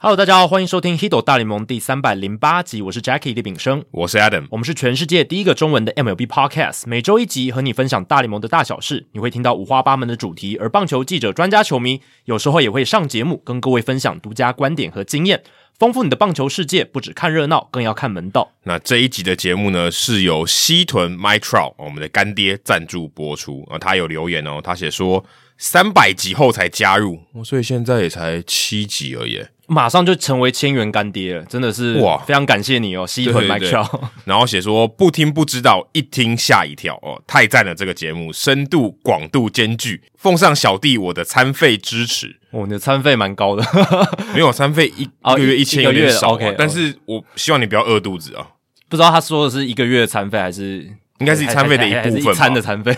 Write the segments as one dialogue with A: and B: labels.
A: Hello，大家好，欢迎收听《h i d o 大联盟》第三百零八集，我是 Jackie 李炳生，
B: 我是 Adam，
A: 我们是全世界第一个中文的 MLB Podcast，每周一集和你分享大联盟的大小事，你会听到五花八门的主题，而棒球记者、专家、球迷有时候也会上节目，跟各位分享独家观点和经验，丰富你的棒球世界。不只看热闹，更要看门道。
B: 那这一集的节目呢，是由西屯 My Trout 哦我们的干爹赞助播出啊。他有留言哦，他写说三百集后才加入，哦所以现在也才七集而已。
A: 马上就成为千元干爹了，真的是
B: 哇
A: 非常感谢你哦，西屯
B: 对
A: m
B: 对
A: i c
B: 对
A: h e
B: 然后写说不听不知道，一听吓一跳哦，太赞了！这个节目深度广度兼具，奉上小弟我的餐费支持。
A: 我哦你的餐费蛮高的，
B: 没有餐费一、
A: 哦
B: 一个月
A: 一
B: 一千
A: 一个
B: 有
A: 月
B: 点少、啊
A: OK，哦
B: 但是我希望你不要饿肚子啊。
A: 不知道他说的是一个月的餐费还是
B: 应该是餐费的一
A: 还还还还是
B: 部分吧
A: 一餐的餐费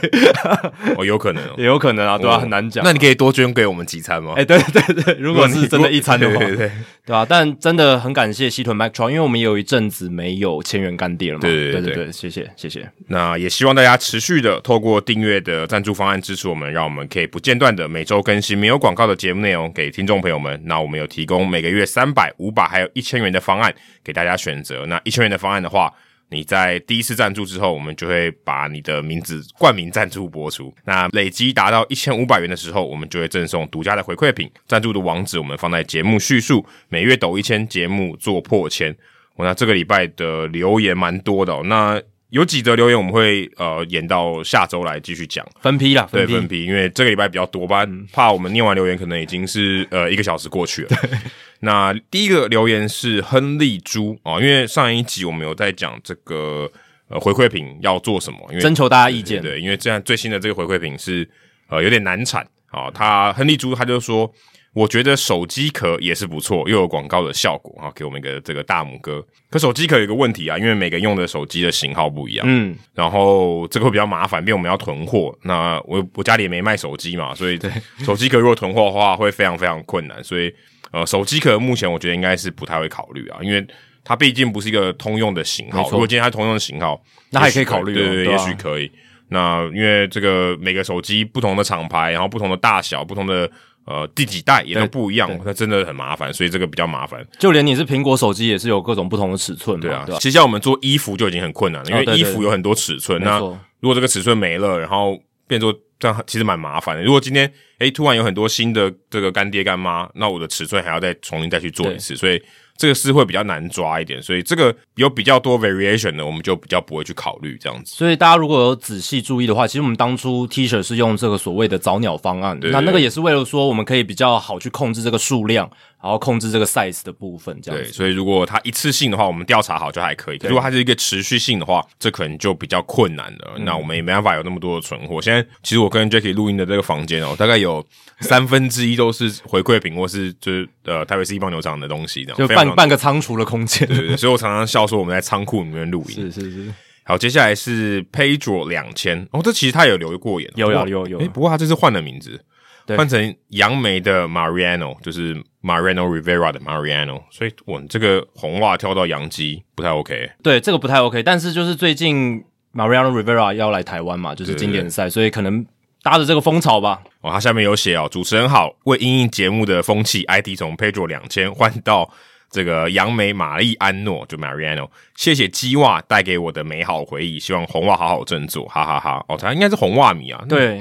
B: 哦，有可能哦，
A: 也有可能啊，对吧、
B: 哦
A: 很难讲。
B: 那你可以多捐给我们几餐吗？
A: 哎、对对对，如
B: 如
A: 果
B: 果你，
A: 是真的一餐的话，
B: 对对对对
A: 对吧、但真的很感谢西屯 Mac t r o n 因为我们也有一阵子没有千元干爹了嘛。
B: 对对
A: 对
B: 对
A: 对
B: 对
A: 谢谢谢谢。
B: 那也希望大家持续的透过订阅的赞助方案支持我们，让我们可以不间断的每周更新没有广告的节目内容给听众朋友们。那我们有提供每个月三百、五百还有一千元的方案给大家选择。那一千元的方案的话，你在第一次赞助之后，我们就会把你的名字冠名赞助播出。那累积达到一千五百元的时候，我们就会赠送独家的回馈品。赞助的网址我们放在节目叙述，每月抖一千，节目做破千。我哦那这个礼拜的留言蛮多的、哦，那有几则留言我们会呃延到下周来继续讲，
A: 分批啦，分
B: 对
A: 批。嗯
B: 分批，因为这个礼拜比较多吧，怕我们念完留言可能已经是呃一个小时过去了。 那第一个留言是亨利猪啊、哦因为上一集我们有在讲这个呃回馈品要做什么，因为
A: 征求大家意
B: 对
A: 见，
B: 对，因为这样最新的这个回馈品是呃有点难产啊、他亨利猪他就说，我觉得手机壳也是不错，又有广告的效果啊、给我们一个这个大拇哥。可手机壳有一个问题啊，因为每个用的手机的型号不一样，
A: 嗯，
B: 然后这个会比较麻烦，因为我们要囤货。那我我家里也没卖手机嘛，所以手机壳如果囤货的话，会非常非常困难。所以呃，手机壳目前我觉得应该是不太会考虑啊，因为它毕竟不是一个通用的型
A: 没
B: 号。
A: 错
B: 如果今天它通用的型号，
A: 那还可以考虑哦
B: 对对，
A: 对
B: 也
A: 啊
B: 许可以。那因为这个每个手机不同的厂牌，然后不同的大小，不同的呃第几代也都
A: 对
B: 不一样，那真的很麻烦，所以这个比较麻烦。
A: 就连你是苹果手机也是有各种不同的尺寸嘛，
B: 对啊
A: 对，吧
B: 其实像我们做衣服就已经很困难了，因
A: 哦对对
B: 为衣服有很多尺寸，
A: 没
B: 那
A: 错
B: 如果这个尺寸没了，然后变做这样，其实蛮麻烦的。如果今天诶、突然有很多新的这个干爹干妈，那我的尺寸还要再重新再去做一次，所以这个是会比较难抓一点。所以这个有比较多 variation 的，我们就比较不会去考虑这样子。
A: 所以大家如果有仔细注意的话，其实我们当初 T 恤是用这个所谓的早鸟方案，
B: 对
A: 那那个也是为了说我们可以比较好去控制这个数量，然后控制这个 size 的部分，这样
B: 对，
A: 子。
B: 所以如果它一次性的话，我们调查好就还可以；如果它是一个持续性的话，这可能就比较困难了。
A: 嗯
B: 那我们也没办法有那么多的存货。现在其实我跟 Jackie 录音的这个房间哦，大 概有三分之一都是回馈品或是就是呃台北市一棒球场的东西，这样
A: 就
B: 非常
A: 半半个仓储的空间，
B: 对对对，所以我常常笑说我们在仓库里面录音。
A: 是是是，
B: 好，接下来是 Pedro 两千哦，这其实他有留过言，啊
A: 有
B: 不
A: 有
B: 过
A: 有有
B: 诶不过他这次换了名字，
A: 对
B: 换成杨梅的 Mariano，就是 Mariano Rivera 的 Mariano，所以我这个红袜跳到洋基不太 OK，
A: 对，这个不太 OK。但是就是最近 Mariano Rivera 要来台湾嘛，就是
B: 对
A: 经典赛，所以可能搭着这个风潮吧。
B: 哦，他下面有写哦，主持人好，为因应节目的风气，ID 从 Pedro 两千换到这个杨梅玛丽安诺，就 Mariano，谢谢鸡袜带给我的美好回忆，希望红袜好好振作，哈哈哈哦，他应该是红袜迷啊，那
A: 对，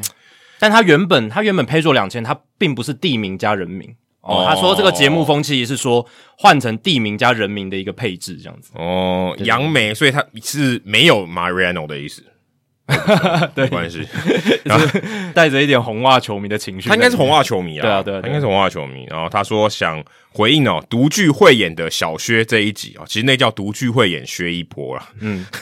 A: 但他原本他原本 Pedro 两千，他并不是地名加人名。哦
B: 哦，
A: 他说这个节目风气是说换成地名加人名的一个配置，这样子。
B: 哦，杨梅，所以他是没有 Mariano 的 意思，没关系，
A: 带着一点红袜球迷的情绪。
B: 嗯他应该是红，袜球迷啊，
A: 对啊对啊对啊
B: 他应该是红袜球迷。然后他说想回应哦，独具慧眼的小薛这一集哦，其实那叫独具慧眼薛一波啦，
A: 嗯，
B: 不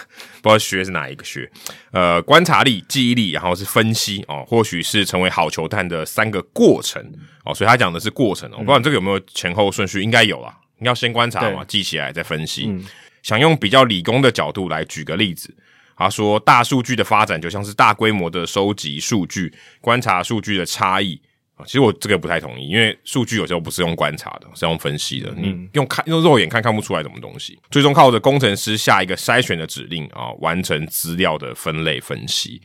B: 知道薛是哪一个薛，呃，观察力、记忆力，然后是分析哦，或许是成为好球探的三个过程哦，所以他讲的是过程哦，我不知道你这个有没有前后顺序，应该有啦，你要先观察嘛，记起来再分析。
A: 嗯
B: 想用比较理工的角度来举个例子，他说大数据的发展就像是大规模的收集数据，观察数据的差异。啊其实我这个不太同意，因为数据有时候不是用观察的，是用分析的。你用看用肉眼看看不出来什么东西，最终靠着工程师下一个筛选的指令啊，完成资料的分类分析。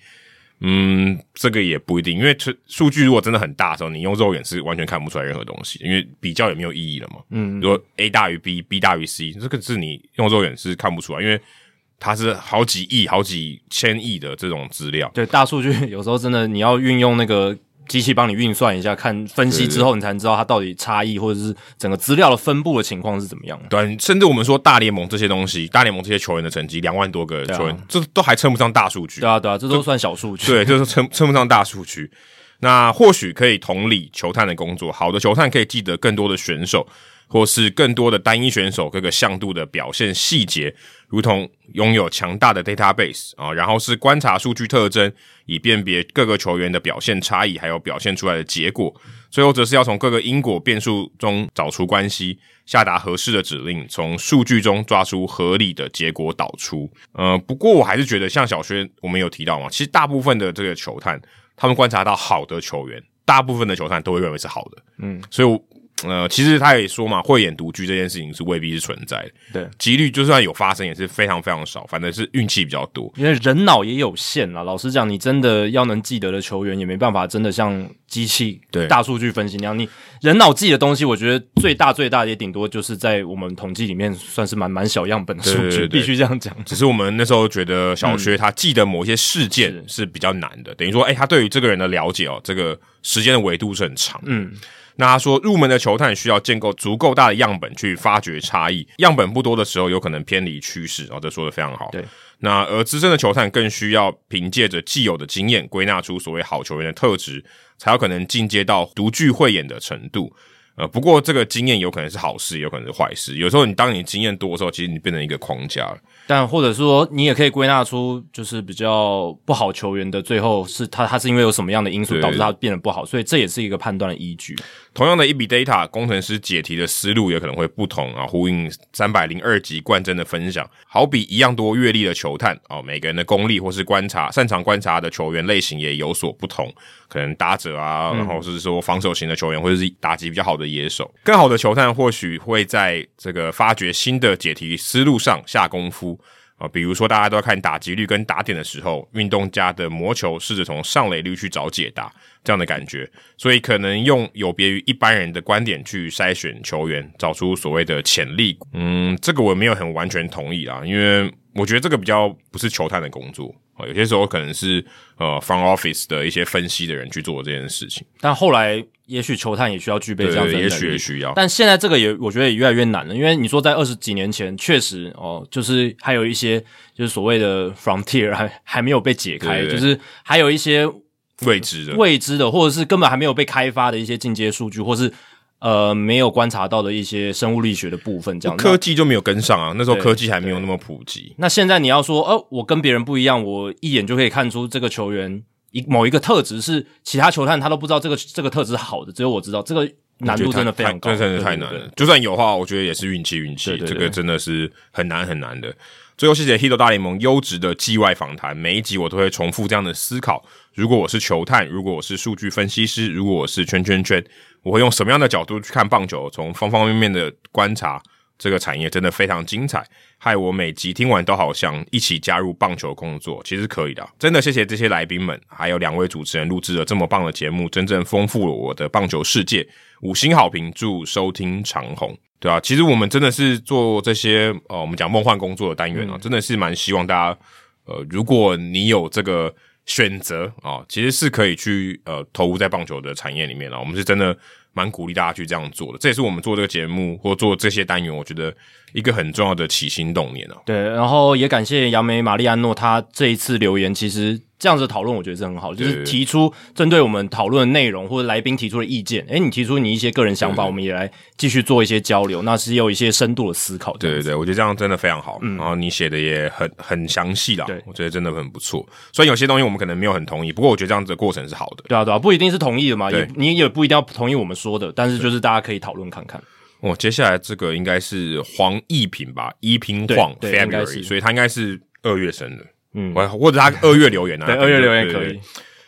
B: 嗯，这个也不一定，因为数数据如果真的很大的时候，你用肉眼是完全看不出来任何东西，因为比较也没有意义了嘛。
A: 嗯
B: 如果 A 大于 B，B 大于 C，这个是你用肉眼是看不出来，因为它是好几亿、好几千亿的这种资料。
A: 对，大数据有时候真的你要运用那个机器帮你运算一下，看分析之后，你才能知道它到底差异或者是整个资料的分布的情况是怎么样。
B: 对，啊甚至我们说大联盟这些东西，大联盟这些球员的成绩两万多个
A: 啊
B: 球员，这都还称不上大数据。
A: 对啊，对啊，这都算小数据。
B: 对，就是称称不上大数据。那或许可以同理球探的工作，好的球探可以记得更多的选手，或是更多的单一选手各个向度的表现细节，如同拥有强大的 database 啊，然后是观察数据特征，以辨别各个球员的表现差异，还有表现出来的结果。最后则是要从各个因果变数中找出关系，下达合适的指令，从数据中抓出合理的结果导出。呃，不过我还是觉得，像小薛我们有提到嘛，其实大部分的这个球探，他们观察到好的球员，大部分的球探都会认为是好的。
A: 嗯，
B: 所以我。呃，其实他也说嘛，慧眼独居这件事情是未必是存在的，
A: 对
B: 几率就算有发生也是非常非常少，反正是运气比较多。
A: 因为人脑也有限啦，老实讲，你真的要能记得的球员，也没办法真的像机器
B: 对
A: 大数据分析那样。你人脑记的东西，我觉得最大最大也顶多就是在我们统计里面算是蛮蛮小样本的数据，
B: 对对对对
A: 必须这样讲。
B: 只是我们那时候觉得小薛他记得某一些事件
A: 嗯
B: 是比较难的，等于说，哎、他对于这个人的了解哦，这个时间的维度是很长。
A: 嗯，
B: 那他说，入门的球探需要建构足够大的样本去发掘差异，样本不多的时候，有可能偏离趋势。哦，这说的非常好。
A: 对，
B: 那而资深的球探更需要凭借着既有的经验，归纳出所谓好球员的特质，才有可能进阶到独具慧眼的程度。呃，不过这个经验有可能是好事，也有可能是坏事。有时候你当你经验多的时候，其实你变成一个框架了。
A: 但或者说，你也可以归纳出，就是比较不好球员的最后是他他是因为有什么样的因素
B: 对
A: 导致他变得不好，所以这也是一个判断的依据。
B: 同样的一笔 data，工程师解题的思路也可能会不同啊，呼应三百零二集冠真的分享。好比一样多阅历的球探哦，每个人的功力或是观察擅长观察的球员类型也有所不同，可能打者啊，然后是说防守型的球员，或者是打击比较好的野手。更好的球探或许会在这个发掘新的解题思路上下功夫。啊，比如说大家都在看打击率跟打点的时候，运动家的魔球试着从上垒率去找解答，这样的感觉，所以可能用有别于一般人的观点去筛选球员，找出所谓的潜力股。嗯，这个我没有很完全同意啦，因为我觉得这个比较不是球探的工作。啊，有些时候可能是呃 front office 的一些分析的人去做这件事情，
A: 但后来，也许球探也需要具备
B: 对
A: 这样子的
B: 也
A: 能
B: 许
A: 力
B: 也需要。
A: 但现在这个也，我觉得也越来越难了，因为你说在二十几年前，确实哦，就是还有一些就是所谓的 frontier 还还没有被解开，
B: 对
A: 就
B: 对
A: 是还有一些
B: 未知的，
A: 未知的，或者是根本还没有被开发的一些进阶数据，或是呃没有观察到的一些生物力学的部分，这样
B: 科技就没有跟上啊，那时候
A: 对
B: 科技还没有那么普及。
A: 那现在你要说，哦，我跟别人不一样，我一眼就可以看出这个球员一某一个特质是其他球探他都不知道这个这个特质好的，只有我知道，这个嗯难度真的非常高，
B: 我觉得太太真的是太
A: 对
B: 难
A: 对
B: 了。
A: 对
B: 就算有的话，我觉得也是运气，运气
A: 对对对
B: 这个真的是很难很难的。最后谢谢《Hito 大联盟》优质的季外访谈，每一集我都会重复这样的思考：如果我是球探，如果我是数据分析师，如果我是圈圈圈，我会用什么样的角度去看棒球？从方方面面的观察，这个产业真的非常精彩，害我每集听完都好想一起加入棒球工作，其实可以的啊，真的谢谢这些来宾们，还有两位主持人录制了这么棒的节目，真正丰富了我的棒球世界。五星好评，祝收听长虹。对啊，其实我们真的是做这些呃，我们讲梦幻工作的单元啊，真的是蛮希望大家呃，如果你有这个选择啊、其实是可以去呃投入在棒球的产业里面啊了。我们是真的蛮鼓励大家去这样做的，这也是我们做这个节目或做这些单元，我觉得一个很重要的起心动念啊。
A: 对，然后也感谢杨梅玛丽安诺，她这一次留言，其实这样子的讨论我觉得是很好，就
B: 对
A: 是
B: 对
A: 提出针对我们讨论的内容或者来宾提出的意见，诶，你提出你一些个人想法，我们也来继续做一些交流，那是有一些深度的思考。
B: 对对，对，我觉得这样真的非常好。然后你写的也很很详细啦
A: 对，
B: 我觉得真的很不错。虽然有些东西我们可能没有很同意，不过我觉得这样子的过程是好的。
A: 对啊对啊，不一定是同意的嘛，
B: 对
A: 也你也不一定要同意我们说的，但是就是大家可以讨论看看。
B: 哦，接下来这个应该是黄一品吧，一品黄
A: 对对应该是
B: February，所以他应该是二月生的，
A: 嗯，
B: 我或者他二月留言啊，
A: 对，二月留言
B: 对
A: 可。
B: 对
A: 以
B: 对。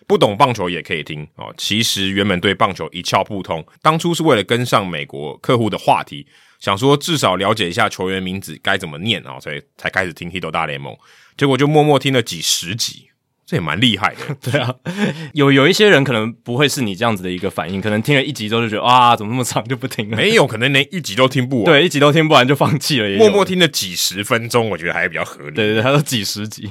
B: 不懂棒球也可以听哦。其实原本对棒球一窍不通，当初是为了跟上美国客户的话题，想说至少了解一下球员名字该怎么念啊、哦，所以才开始听《h i t 大联盟》，结果就默默听了几十集。这也蛮厉害 的。
A: 对啊，有有一些人可能不会是你这样子的一个反应，可能听了一集之后就觉得哇，怎么那么长就不听了，
B: 没有，可能连一集都听不完，
A: 对，一集都听不完就放弃了也有，
B: 默默听了几十分钟，我觉得还比较合理。
A: 对对对，他都几十集，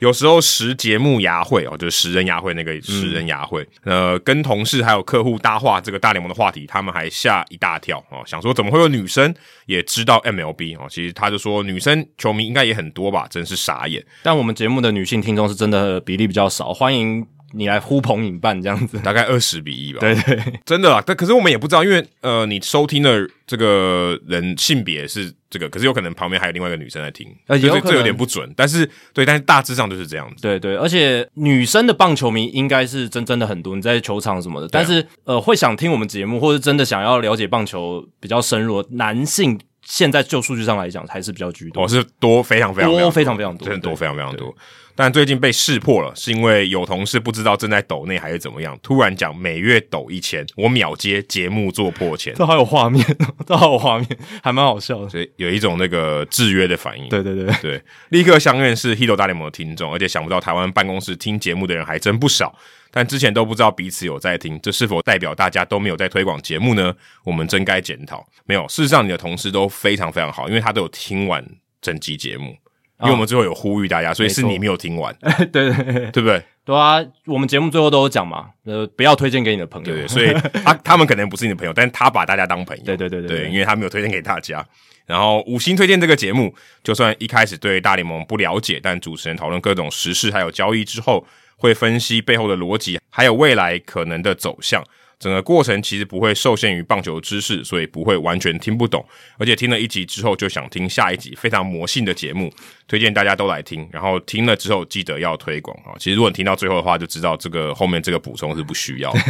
B: 有时候十节目牙会哦，就是十人牙会那个十人牙会，
A: 嗯
B: 呃，跟同事还有客户搭话这个大联盟的话题，他们还吓一大跳哦，想说怎么会有女生也知道 MLB 哦？其实他就说女生球迷应该也很多吧，真是傻眼。
A: 但我们节目的女性听众是真的比例比较少，欢迎你来呼朋引伴这样子。
B: 大概二十比一吧，
A: 嗯
B: 哦
A: 对对，
B: 真的啦。但可是我们也不知道，因为呃，你收听的这个人性别是这个，可是有可能旁边还有另外一个女生在听，
A: 呃也有
B: 就是
A: 可
B: 这有
A: 能
B: 点不准。但是对，但是大致上就是这样子。
A: 对对，而且女生的棒球迷应该是真真的很多，你在球场什么的，但是呃，会想听我们节目，或是真的想要了解棒球比较深入的，男性现在就数据上来讲还是比较居多。
B: 我哦是多非常非常
A: 多非常非常多
B: 真的多
A: 对
B: 非常非常多。但最近被识破了，是因为有同事不知道正在抖内还是怎么样，突然讲每月抖一千，我秒接节目做破千，
A: 这好有画面，这好有画面，还蛮好笑的。
B: 所以有一种那个制约的反应。
A: 对对对，
B: 对，立刻相认是 Hito 大联盟的听众，而且想不到台湾办公室听节目的人还真不少。但之前都不知道彼此有在听，这是否代表大家都没有在推广节目呢？我们真该检讨。没有，事实上你的同事都非常非常好，因为他都有听完整集节目，因为我们最后有呼吁大家，所以
A: 哦
B: 是
A: 没错
B: 你没有听完，
A: 对对对
B: 对 不对？
A: 对啊！我们节目最后都有讲嘛，呃，不要推荐给你的朋友。
B: 对，所以他他们可能不是你的朋友，但是他把大家当朋友。
A: 对对对对
B: 对，
A: 对
B: 因为他没有推荐给大家。然后五星推荐这个节目，就算一开始对大联盟不了解，但主持人讨论各种时事还有交易之后，会分析背后的逻辑，还有未来可能的走向。整个过程其实不会受限于棒球知识，所以不会完全听不懂。而且听了一集之后就想听下一集，非常魔性的节目，推荐大家都来听。然后听了之后记得要推广啊！其实如果你听到最后的话，就知道这个后面这个补充是不需要的。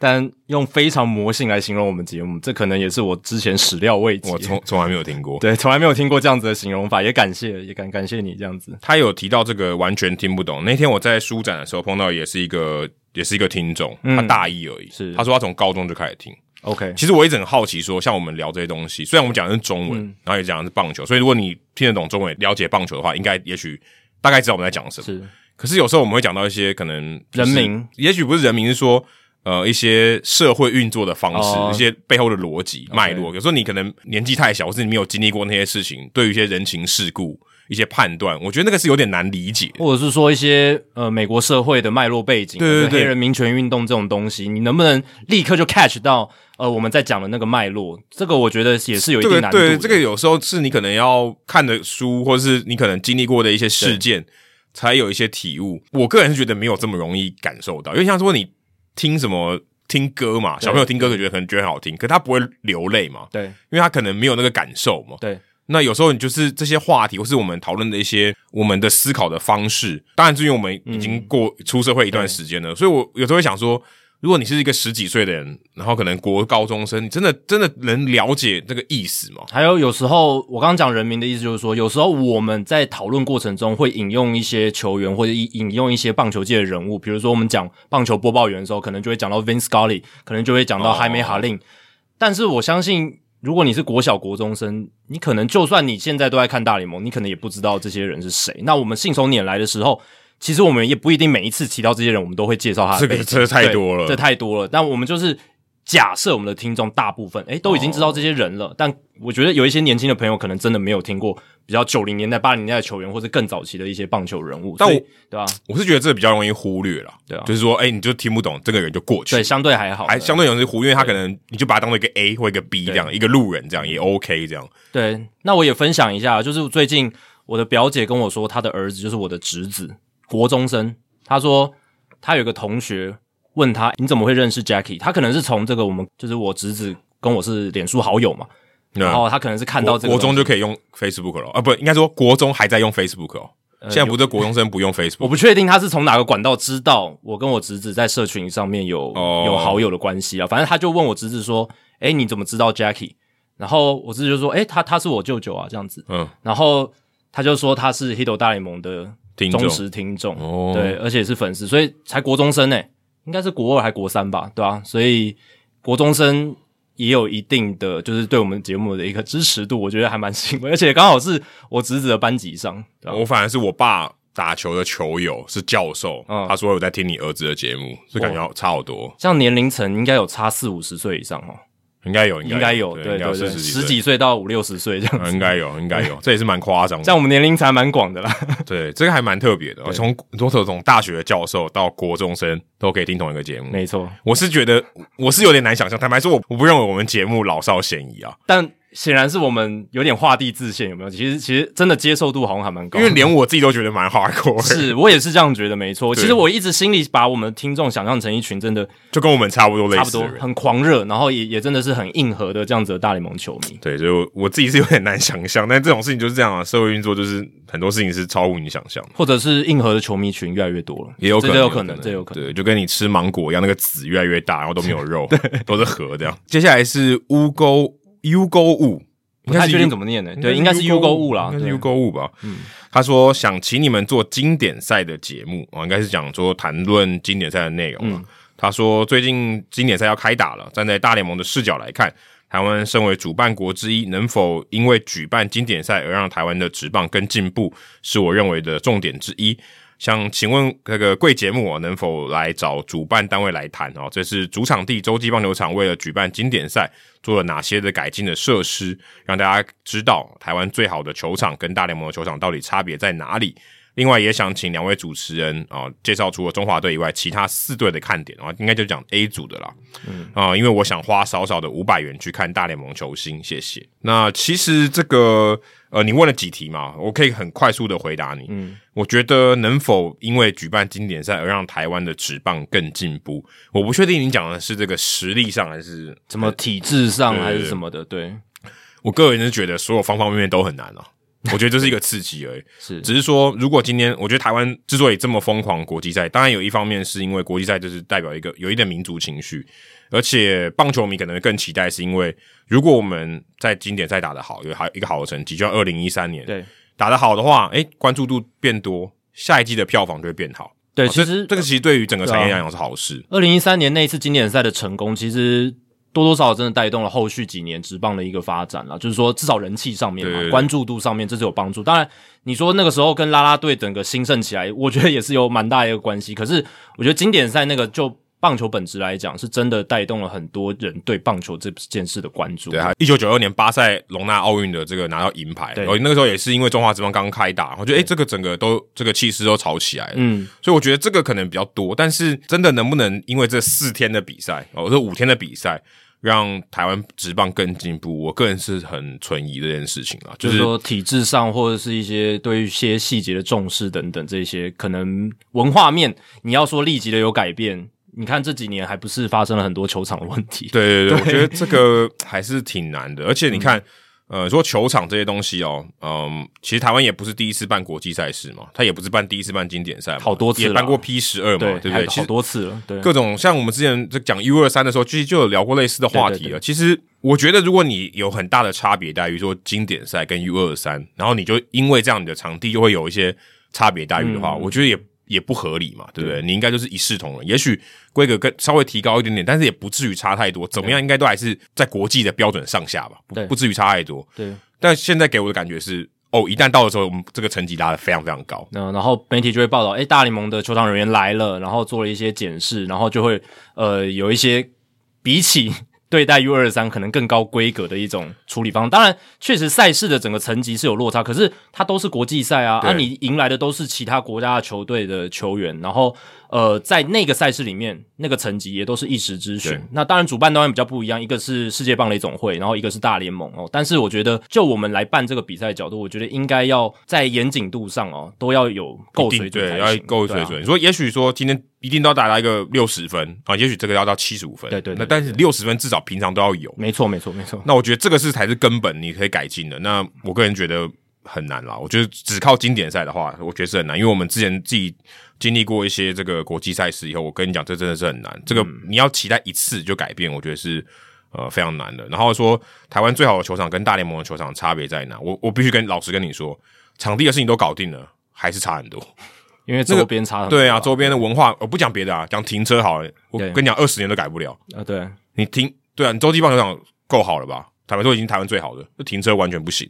A: 但用非常魔性来形容我们节目，这可能也是我之前始料未及。
B: 我从从来没有听过。
A: 对，从来没有听过这样子的形容法，也感谢，也感感谢你这样子。
B: 他有提到这个完全听不懂。那天我在书展的时候碰到，也是一个也是一个听众，他大一而已。
A: 是
B: 他说他从高中就开始听。
A: OK，
B: 其实我一直很好奇说像我们聊这些东西，虽然我们讲的是中文，然后也讲的是棒球，所以如果你听得懂中文，了解棒球的话，应该也许大概知道我们在讲什么。
A: 是
B: 可是有时候我们会讲到一些可能、
A: 人民，
B: 也许不是人民，是说呃一些社会运作的方式，
A: 哦
B: 一些背后的逻辑脉络。有时候你可能年纪太小，或是你没有经历过那些事情，对于一些人情世故、一些判断，我觉得那个是有点难理解。
A: 或者是说一些呃美国社会的脉络背景，
B: 对对
A: 或者
B: 对
A: 黑人民权运动这种东西，你能不能立刻就 catch 到呃我们在讲的那个脉络？这个我觉得也是有一
B: 这
A: 定
B: 个
A: 难度的
B: 对，这个有时候是你可能要看的书，或是你可能经历过的一些事件，才有一些体悟。我个人是觉得没有这么容易感受到，因为像说你听什么听歌嘛，小朋友听歌可能觉得可能觉得很好听，可他不会流泪嘛，
A: 对
B: 因为他可能没有那个感受嘛。
A: 对
B: 那有时候你就是这些话题，或是我们讨论的一些我们的思考的方式，当然是因为我们已经过出社会一段时间
A: 嗯
B: 了，所以我有时候会想说，如果你是一个十几岁的人，然后可能国高中生，你真的真的能了解这个意思吗？
A: 还有有时候我刚刚讲人民的意思就是说，有时候我们在讨论过程中会引用一些球员或者引引用一些棒球界的人物，比如说我们讲棒球播报员的时候，可能就会讲到 Vince Scully，可能就会讲到
B: 哦
A: 海梅哈令。但是我相信，如果你是国小国中生，你可能就算你现在都在看大联盟，你可能也不知道这些人是谁。那我们信手拈来的时候。其实我们也不一定每一次提到这些人，我们都会介绍他的
B: 这个
A: 背景
B: 这个太
A: 啊对
B: 多了
A: 这太多了。但我们就是假设我们的听众大部分诶都已经知
B: 哦
A: 道这些人了，但我觉得有一些年轻的朋友可能真的没有听过比较九零年代、八零年代的球员，或者更早期的一些棒球人物。
B: 但
A: 所以
B: 我
A: 对吧、
B: 我是觉得这个比较容易忽略了，
A: 对啊
B: 就是说，哎、你就听不懂，这个人就过去
A: 对，，相对还好，
B: 还
A: 对
B: 相对容易忽略，因为他可能你就把他当做一个 A 或一个 B 这样，一个路人这样也 OK 这样。
A: 对。那我也分享一下，就是最近我的表姐跟我说，她的儿子就是我的侄子，国中生。她说她有一个同学问她，你怎么会认识 Jackie？她可能是从这个我们就是我侄子跟我是脸书好友嘛，
B: 那
A: 然后她可能是看到
B: 国
A: 这个
B: 啊国
A: 东
B: 中
A: 西
B: 就可以用 Facebook 了啊，不应该说国中还在用 Facebook 哦，
A: 呃
B: 现在不是国中生 不用 Facebook，
A: 我不确定他是从哪个管道知道我跟我侄子在社群上面有、
B: 哦
A: 有好友的关系啊。反正他就问我侄子说：“诶，你怎么知道 Jackie？” 然后我侄子就说：“诶，哎他他是我舅舅啊，这样子。
B: 嗯”
A: 然后他就说他是 Hito 大联盟的
B: 听众
A: 忠实听众，
B: 哦
A: 对，而且是粉丝，所以才国中生呢、欸应该是国二还国三吧，对啊，所以国中生也有一定的就是对我们节目的一个支持度，我觉得还蛮欣慰，而且刚好是我侄子的班级上，对吧、啊
B: 我反而是我爸打球的球友是教授，
A: 嗯哦
B: 他说有在听你儿子的节目，所以感觉好差好多，
A: 像年龄层应该有差四五十岁以上哦，
B: 应该有，
A: 应该有，对
B: 应该有
A: 对对，
B: 四
A: 十
B: 几
A: 几岁到五六十岁这样
B: 岁，
A: 子，
B: 嗯应该有，应该有，这也是蛮夸张的。
A: 像我们年龄才蛮广的 啦。
B: 对，这个还蛮特别的，哦从多头从大学的教授到国中生都可以听同一个节目。
A: 没错，
B: 我是觉得我是有点难想象，坦白说，我我不认为我们节目老少咸宜啊，
A: 但显然是我们有点画地自限，有没有？其实其实真的接受度好像还蛮高
B: 因
A: 的，
B: 为连我自己都觉得蛮 hardcore，的
A: 是我也是这样觉得，没错。
B: 对
A: 其实我一直心里把我们的听众想象成一群真的
B: 就跟我们差不多类
A: 差不
B: 似
A: 多
B: 的人。
A: 很狂热，然后也也真的是很硬核的这样子的大联盟球迷。
B: 对，所以我我自己是有点难想象，但这种事情就是这样啊，社会运作就是很多事情是超乎你想象的，
A: 或者是硬核的球迷群越来越多了，
B: 也有
A: 这
B: 可能，
A: 这有可能，这有可能。
B: 对，就跟你吃芒果一样，那个籽越来越大，然后都没 有肉，都是核这样。接下来是乌沟乌沟雾，
A: 不
B: 应
A: 太
B: 该
A: 确
B: 是
A: 定
B: 乌
A: 怎么念呢？对，应该是 U 购物啦，
B: 应该
A: 对嗯
B: 是 U 购物吧。他说想请你们做经典赛的节目啊，哦应该是讲说谈论经典赛的内容了。啊
A: 嗯
B: 他说最近经典赛要开打了，站在大联盟的视角来看，台湾身为主办国之一，能否因为举办经典赛而让台湾的职棒更进步，是我认为的重点之一。想请问那个贵节目哦，能否来找主办单位来谈哦？这是主场地洲际棒球场为了举办经典赛做了哪些的改进的设施，让大家知道台湾最好的球场跟大联盟的球场到底差别在哪里。另外，也想请两位主持人啊、哦介绍除了中华队以外，其他四队的看点啊、哦应该就讲 A 组的啦。嗯啊、因为我想花少少的五百元去看大联盟球星，谢谢。那其实这个呃，你问了几题嘛，我可以很快速的回答你。嗯，我觉得能否因为举办经典赛而让台湾的职棒更进步，我不确定你讲的是这个实力上还是
A: 什么体制上
B: 对对
A: 还
B: 对
A: 是什么的，对，
B: 我个人是觉得所有方方面面都很难啊。我觉得这是一个刺激而已，
A: 是
B: 只是说，如果今天我觉得台湾之所以这么疯狂国际赛，当然有一方面是因为国际赛就是代表一个有一点民族情绪，而且棒球迷可能会更期待，是因为如果我们在经典赛打得好，有好一个好的成绩，就像二零一三年
A: 对
B: 打得好的话，诶、关注度变多，下一季的票房就会变好。
A: 对。
B: 哦
A: 其
B: 这
A: 实
B: 这个其实对于整个产业
A: 对啊
B: 来讲是好事。
A: 二零一三年那一次经典赛的成功，其实多多少少真的带动了后续几年职棒的一个发展啦。就是说，至少人气上面嘛
B: 对对，对
A: 关注度上面，这是有帮助。当然，你说那个时候跟啦啦队整个兴盛起来，我觉得也是有蛮大的一个关系。可是，我觉得经典赛那个就。棒球本质来讲，是真的带动了很多人对棒球这件事的关注。
B: 对啊，一九九二年巴塞隆纳奥运的这个拿到银牌，
A: 对
B: 然后那个时候也是因为中华职棒刚开打，然后就哎、诶这个整个都这个气势都炒起来了，
A: 嗯，
B: 所以我觉得这个可能比较多，但是真的能不能因为这四天的比赛哦，这五天的比赛让台湾职棒更进步，我个人是很存疑这件事情啊，
A: 就
B: 就是是
A: 说体制上或者是一些对于一些细节的重视等等，这些可能文化面，你要说立即的有改变，你看这几年还不是发生了很多球场的问题？
B: 对对对，我觉得这个还是挺难的。而且
A: 嗯
B: 你看，呃，说球场这些东西哦，嗯，其实台湾也不是第一次办国际赛事嘛，它也不是办第一次办经典赛嘛，
A: 好多次
B: 也
A: 了
B: 办过 P 十二嘛，对不
A: 还
B: 对？其
A: 好
B: 实
A: 多次了，对，
B: 各种像我们之前在讲 U 二三的时候，其实就有聊过类似的话题了。其实我觉得，如果你有很大的差别待遇，说经典赛跟 U 二三，然后你就因为这样你的场地就会有一些差别待遇的话，我觉得也也不合理嘛，对不对？你应该就是一视同仁，也许规格跟稍微提高一点点，但是也不至于差太多。怎么样，应该都还是在国际的标准上下吧，不
A: 对
B: 不至于差太多。
A: 对。
B: 但现在给我的感觉是，哦，一旦到的时候，我们这个成绩拉得非常非常高。
A: 那然后媒体就会报道，诶，大联盟的球场人员来了，然后做了一些检视，然后就会呃有一些比起对待 U 二三可能更高规格的一种处理方。当然，确实赛事的整个层级是有落差，可是它都是国际赛啊，
B: 对
A: 啊，你迎来的都是其他国家的球队的球员，然后呃，在那个赛事里面，那个层级也都是一时之选
B: 对。
A: 那当然，主办单位比较不一样，一个是世界棒垒总会，然后一个是大联盟哦。但是我觉得，就我们来办这个比赛的角度，我觉得应该要在严谨度上哦，都要有够
B: 一
A: 水
B: 定
A: 准才
B: 对，
A: 行，
B: 要够水
A: 对啊
B: 准。你说，也许说今天一定都要达到一个六十分啊，也许这个要到七十五分。
A: 对对对
B: 那但是六十分至少平常都要有。
A: 没错，没错，没错。
B: 那我觉得这个是才是根本，你可以改进的。那我个人觉得很难啦。我觉得只靠经典赛的话，我觉得是很难，因为我们之前自己经历过一些这个国际赛事以后，我跟你讲，这真的是很难。这
A: 嗯
B: 个你要期待一次就改变，我觉得是。呃，非常难的。然后说台湾最好的球场跟大联盟的球场差别在哪？我我必须跟老实跟你说，场地的事情都搞定了，还是差很多。
A: 因为
B: 那
A: 周
B: 个
A: 边差很多、
B: 对啊，周边的文化，我不讲别的啊，讲停车好了，我
A: 对
B: 跟你讲，二十年都改不了。
A: 啊、对，
B: 你停，对啊，你洲际棒球场够好了吧？坦白说，已经台湾最好的，那停车完全不行，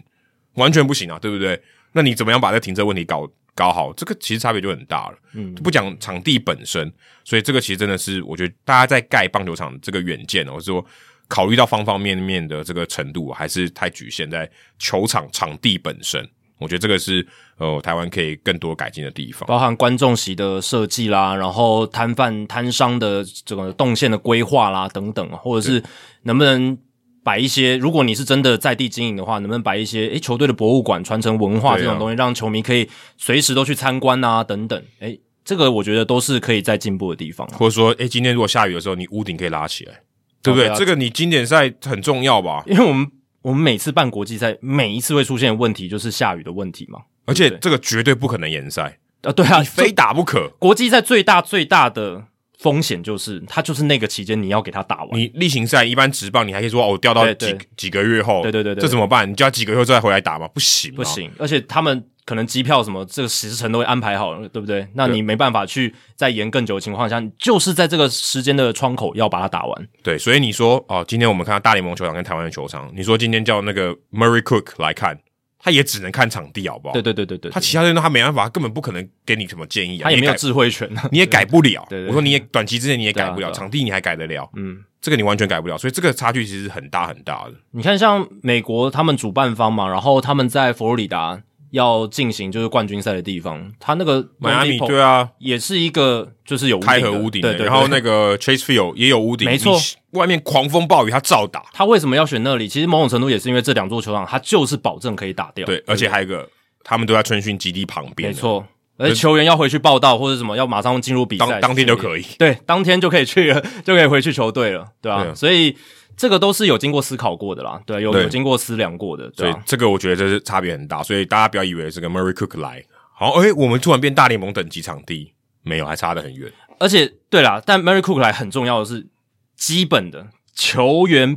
B: 完全不行啊，对不对？那你怎么样把这停车问题搞高豪，这个其实差别就很大了。
A: 嗯
B: 不讲场地本身，所以这个其实真的是我觉得大家在盖棒球场这个远见哦，是说考虑到方方面面的这个程度，还是太局限在球场场地本身。我觉得这个是呃台湾可以更多改进的地方。
A: 包含观众席的设计啦，然后摊贩摊商的这个动线的规划啦等等，或者是能不能摆一些，如果你是真的在地经营的话，能不能摆一些诶球队的博物馆、传承文化
B: 对啊
A: 这种东西，让球迷可以随时都去参观啊等等，诶。这个我觉得都是可以再进步的地方啊。
B: 或者说，哎、今天如果下雨的时候，你屋顶可以拉起来，对不对？
A: 对啊
B: 这个你经典赛很重要吧？
A: 因为我们我们每次办国际赛，每一次会出现的问题就是下雨的问题嘛。
B: 而且
A: 对
B: 这个绝对不可能延赛，
A: 啊，对啊，
B: 非打不可。
A: 国际赛最大最大的风险就是，它就是那个期间你要给它打完。
B: 你例行赛一般直棒，你还可以说哦，我调到
A: 对
B: 几
A: 对
B: 几个月后，
A: 对对对对
B: 这怎么办？你就要几个月后再回来打吗？不行、
A: 不。行，而且他们可能机票什么这个时程都会安排好了，对不对？那你没办法去在延更久的情况下，你就是在这个时间的窗口要把它打完。
B: 对，所以你说哦，今天我们看到大联盟球场跟台湾的球场，你说今天叫那个 Murray Cook 来看，他也只能看场地，好不好？
A: 对对对对对，
B: 他其他队都他没办法，他根本不可能给你什么建议啊，
A: 他也
B: 你
A: 没有
B: 改
A: 智慧权，
B: 你也改不了。
A: 对对对
B: 我说你也短期之内你也改不
A: 对
B: 了，
A: 啊对啊
B: 场地你还改得了，
A: 嗯。
B: 这个你完全改不了，所以这个差距其实很大很大的。
A: 你看，像美国他们主办方嘛，然后他们在佛罗里达要进行就是冠军赛的地方，他那个
B: 迈阿密
A: Home Depot
B: 对啊，
A: 也是一个就是有屋顶
B: 开
A: 的
B: 合屋顶的，欸
A: 对对对
B: 然后那个 Chase Field 也有屋顶，
A: 没错，
B: 外面狂风暴雨他照打，
A: 他为什么要选那里？其实某种程度也是因为这两座球场，它就是保证可以打掉。
B: 对，而且还有一个他们都在春训基地旁边，
A: 没，错，而且球员要回去报道或者什么，要马上进入比赛，
B: 当当天就可
A: 以。
B: 以。
A: 对，当天就可以去了， 就可以回去球队了，对吧、
B: 对啊
A: 所以这个都是有经过思考过的啦，对，有
B: 对
A: 有经过思量过的，
B: 所
A: 对啊
B: 以
A: 吧、
B: 这个我觉得这是差别很大，所以大家不要以为这个 Murray Cook 来，好，哎，我们突然变大联盟等级场地，没有，还差得很远。
A: 而且对啦，但 Mary Cook 来很重要的是基本的球员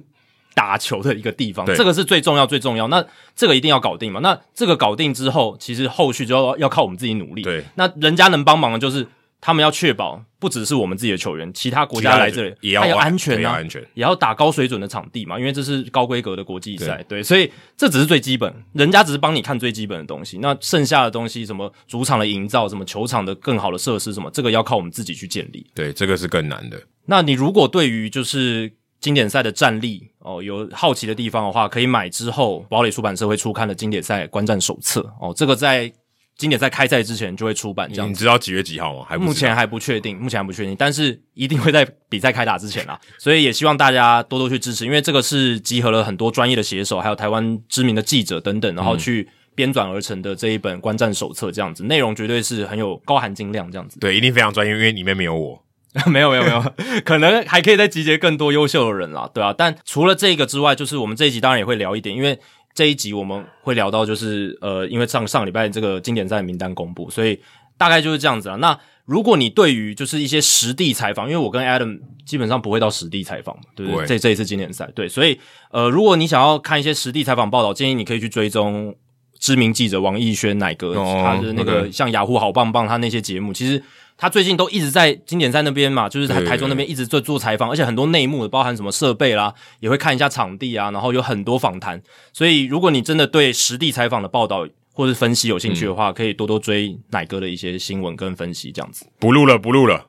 A: 打球的一个地方，
B: 对
A: 这个是最重要最重要。那这个一定要搞定嘛？那这个搞定之后，其实后续就要要靠我们自己努力。
B: 对，
A: 那人家能帮忙的就是他们要确保不只是我们自己的球员，其他国家来这里
B: 也
A: 他
B: 要
A: 要安全
B: 也要
A: 啊。
B: 安全。
A: 也要打高水准的场地嘛，因为这是高规格的国际赛，对，所以这只是最基本，人家只是帮你看最基本的东西，那剩下的东西，什么主场的营造，什么球场的更好的设施，什么这个要靠我们自己去建立。
B: 对，这个是更难的。
A: 那你如果对于就是经典赛的战力哦有好奇的地方的话，可以买之后堡垒出版社会出刊的经典赛观战手册哦，这个在经典赛开赛之前就会出版，这样
B: 你
A: 子。
B: 知道几月几号吗？还不知道
A: 目前还不确定，目前还不确定，但是一定会在比赛开打之前啦， 所以也希望大家多多去支持，因为这个是集合了很多专业的写手，还有台湾知名的记者等等，然
B: 嗯
A: 后去编纂而成的这一本观战手册，这样子内容绝对是很有高含金量，这样子。
B: 对，一定非常专业，因为里面没有我。
A: 没有没有没有，可能还可以再集结更多优秀的人啦，对啊。但除了这个之外，就是我们这一集当然也会聊一点，因为这一集我们会聊到就是呃，因为上上礼拜这个经典赛名单公布，所以大概就是这样子啦。那如果你对于就是一些实地采访，因为我跟 Adam 基本上不会到实地采访嘛，对不
B: 不会
A: 对？这这一次经典赛，对，所以呃，如果你想要看一些实地采访报道，建议你可以去追踪知名记者王逸轩奶哥，
B: 哦
A: 他的那个
B: OK
A: 像雅虎好棒棒他那些节目，其实他最近都一直在经典赛那边嘛，就是台
B: 对对
A: 台中那边一直在做采访，而且很多内幕的，包含什么设备啦，也会看一下场地啊，然后有很多访谈。所以如果你真的对实地采访的报道或是分析有兴趣的
B: 嗯
A: 话，可以多多追奶哥的一些新闻跟分析这样子。
B: 不录了，不录了。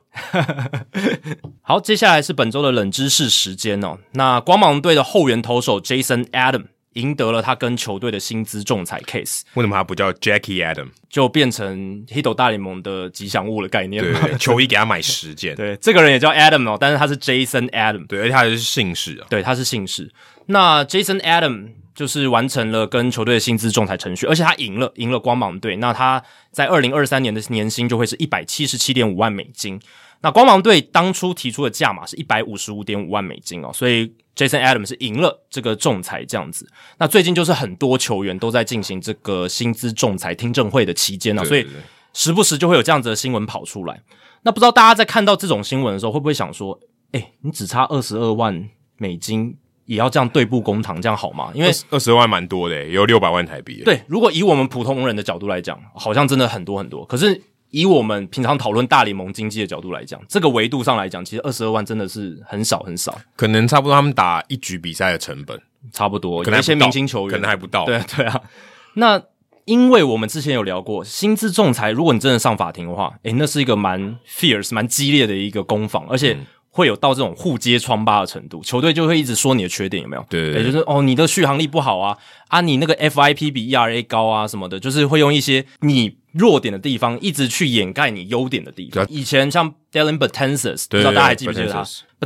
A: 好，接下来是本周的冷知识时间哦。那光芒队的后援投手 Jason Adam 赢得了他跟球队的薪资仲裁 case，
B: 为什么他不叫 Jackie Adam？
A: 就变成 Hito 大联盟的吉祥物的概念
B: 对
A: 嘛。
B: 对，对球衣给他买十 件，
A: 对，这个人也叫 Adam 哦，但是他是 Jason Adam，
B: 对，而且他还是姓氏啊。
A: 对，他是姓氏。那 Jason Adam 就是完成了跟球队的薪资仲裁程序，而且他赢了，赢了光芒队。那他在二零二三年的年薪就会是一百七十七点五万美金。那光芒队当初提出的价码是一百五十五点五万美金哦，所以 Jason Adam 是赢了这个仲裁这样子。那最近就是很多球员都在进行这个薪资仲裁听证会的期间呢、
B: 对
A: 所以
B: 对对
A: 时不时就会有这样子的新闻跑出来。那不知道大家在看到这种新闻的时候，会不会想说，哎、你只差二十二万美金，也要这样对簿公堂，这样好吗？因为
B: 二十万蛮多的，也有六百万台币。，欸
A: 对，如果以我们普通人的角度来讲，好像真的很多很多。可是以我们平常讨论大联盟经济的角度来讲，这个维度上来讲，其实二十二万真的是很少很少，
B: 可能差不多他们打一局比赛的成本，
A: 差不多。
B: 可
A: 有
B: 能
A: 一些
B: 还不到
A: 明星球员，啊
B: 可能还不到。
A: 对对啊。那因为我们之前有聊过，薪资仲裁，如果你真的上法庭的话，诶，那是一个蛮 fierce、蛮激烈的一个攻防，而且
B: 嗯
A: 会有到这种互揭疮疤的程度，球队就会一直说你的缺点有没有？
B: 对对对
A: 也就是哦，你的续航力不好啊，啊，你那个 FIP 比 ERA 高啊什么的，就是会用一些你弱点的地方，一直去掩盖你优点的地方
B: 对啊。
A: 以前像 Dylan b a t e n s i s 不
B: 对
A: 知道大家还记不记得
B: Betances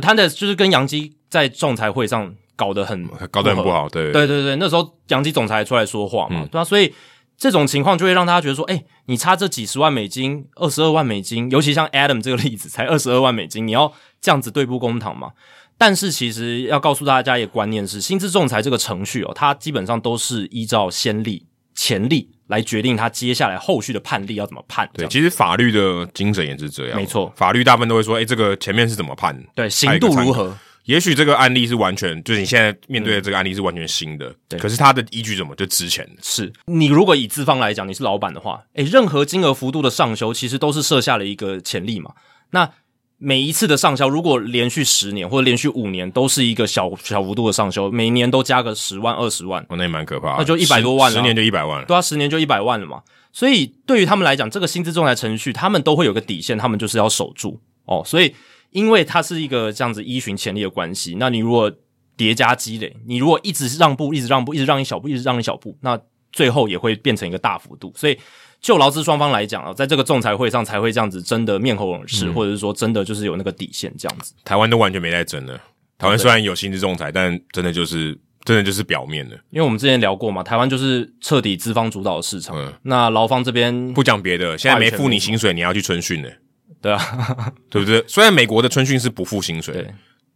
A: 他 b a t e n s i s 就是跟杨基在仲裁会上搞得很
B: 搞得很不
A: 好。
B: 好，对嗯
A: 对对对，那时候杨基总裁出来说话嘛，对啊，所以这种情况就会让大家觉得说，哎、你差这几十万美金、二十二万美金，尤其像 Adam 这个例子，才二十二万美金，你要这样子对簿公堂嘛？但是其实要告诉大家一个观念是，薪资仲裁这个程序哦，它基本上都是依照先例、前例来决定它接下来后续的判例要怎么判。这
B: 对，
A: 样
B: 其实法律的精神也是这样，
A: 没错
B: 法律大部分都会说，哎、这个前面是怎么判？
A: 对，刑度如何？
B: 也许这个案例是完全，就是你现在面对的这个案例是完全新的，
A: 对
B: 可是它的依据怎么就之前的？
A: 是你如果以资方来讲，你是老板的话，诶，任何金额幅度的上修，其实都是设下了一个潜力嘛。那每一次的上修，如果连续十年或者连续五年都是一个小小幅度的上修，每年都加个十万二十万，
B: 哦，那也蛮可怕的，
A: 那就
B: 十
A: 100多万了
B: 十年就一百万了。
A: 对啊，十年就一百万了嘛。所以对于他们来讲，这个薪资仲裁程序，他们都会有个底线，他们就是要守住哦。所以，因为它是一个这样子依循潜力的关系，那你如果叠加积累，你如果一直让步，一直让步，一直让一小步，一直让一小步，那最后也会变成一个大幅度。所以，就劳资双方来讲啊，在这个仲裁会上才会这样子真的面红耳赤，或者是说真的就是有那个底线这样子。
B: 台湾都完全没在争了。台
A: 哦
B: 湾虽然有薪资仲裁，但真的就是真的就是表面的。
A: 因为我们之前聊过嘛，台湾就是彻底资方主导的市场，
B: 嗯
A: 那劳方这边
B: 不讲别的，现在没付你薪水，你要去春训呢、
A: 对啊，
B: 对不对？虽然美国的春训是不付薪水
A: 对，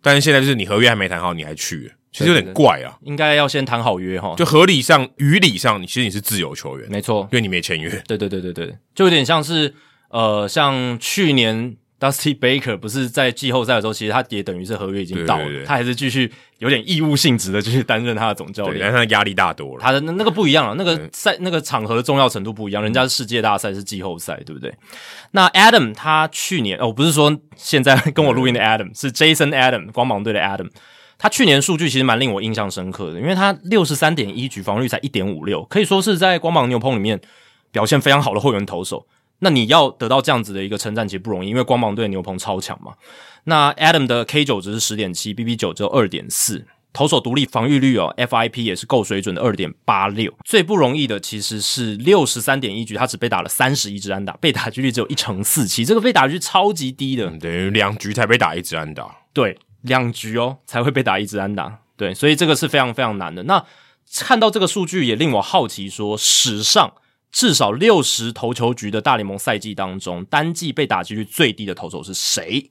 B: 但是现在就是你合约还没谈好，你还去，其实有点怪啊。
A: 应该要先谈好约哈，
B: 就合理上、于理上，你其实你是自由球员，因
A: 没错，
B: 为你没签约。
A: 对对对对对，就有点像是呃，像去年 Dusty Baker 不是在季后赛的时候，其实他也等于是合约已经到了，
B: 对对对
A: 他还是继续有点义务性质的继续担任他的总教
B: 对，
A: 练。
B: 但他的压力大多了。
A: 他的那那个不一样了，那个赛那个场合的重要程度不一
B: 嗯
A: 样，人家是世界大赛是季后赛，对不对？那 Adam 他去年哦，不是说现在跟我录
B: 嗯
A: 音的 Adam 是 Jason Adam 光芒队的 Adam，他去年数据其实蛮令我印象深刻的，因为他六十三点一局防率才一点五六，可以说是在光芒牛棚里面表现非常好的后援投手。那你要得到这样子的一个称赞，其实不容易，因为光芒队的牛棚超强嘛。那 Adam 的 K 九值是十点七，BB 九只有二点四，投手独立防御率哦，FIP 也是够水准的二点八六。最不容易的其实是六十三点一局，他只被打了三十一支安打，被打击率只有一成四七，这个被打击率超级低的。
B: 嗯等于两局才被打一支安打，
A: 对，两局哦才会被打一支安打，对，所以这个是非常非常难的。那看到这个数据也令我好奇说史上至少六十投球局的大联盟赛季当中，单季被打击率最低的投手是谁？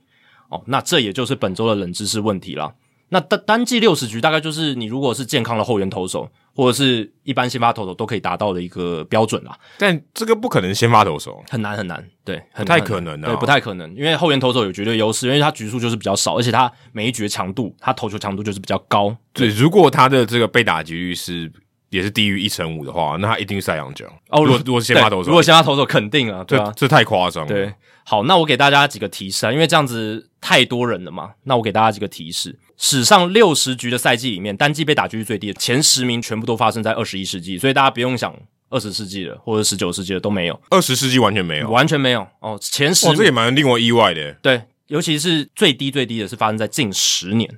A: 哦，那这也就是本周的冷知识问题啦。那单单季六十局，大概就是你如果是健康的后援投手，或者是一般先发投手都可以达到的一个标准啦，
B: 但这个不可能先发投手，
A: 很难很难，对，很
B: 不太
A: 难
B: 可能啊
A: 对，不太可能，因为后援投手有绝对优势，因为他局数就是比较少，而且他每一局的强度，他投球强度就是比较高，
B: 对，如果他的这个被打击率是也是低于一成五的话，那他一定是赛扬奖。
A: 哦
B: 如果如果是先发投
A: 对
B: 手，
A: 如果先发投手肯定啊，对
B: 这
A: 啊，
B: 这太夸张了。
A: 对，好，那我给大家几个提示啊，因为这样子太多人了嘛，那我给大家几个提示。史上六十局的赛季里面，单季被打击率最低的前十名全部都发生在二十一世纪，所以大家不用想二十世纪的或者十九世纪的都没有，
B: 二十世纪完全没有，哇，
A: 完全没有哦。前十
B: 这也蛮令我意外的。
A: 对，尤其是最低最低的是发生在近十年，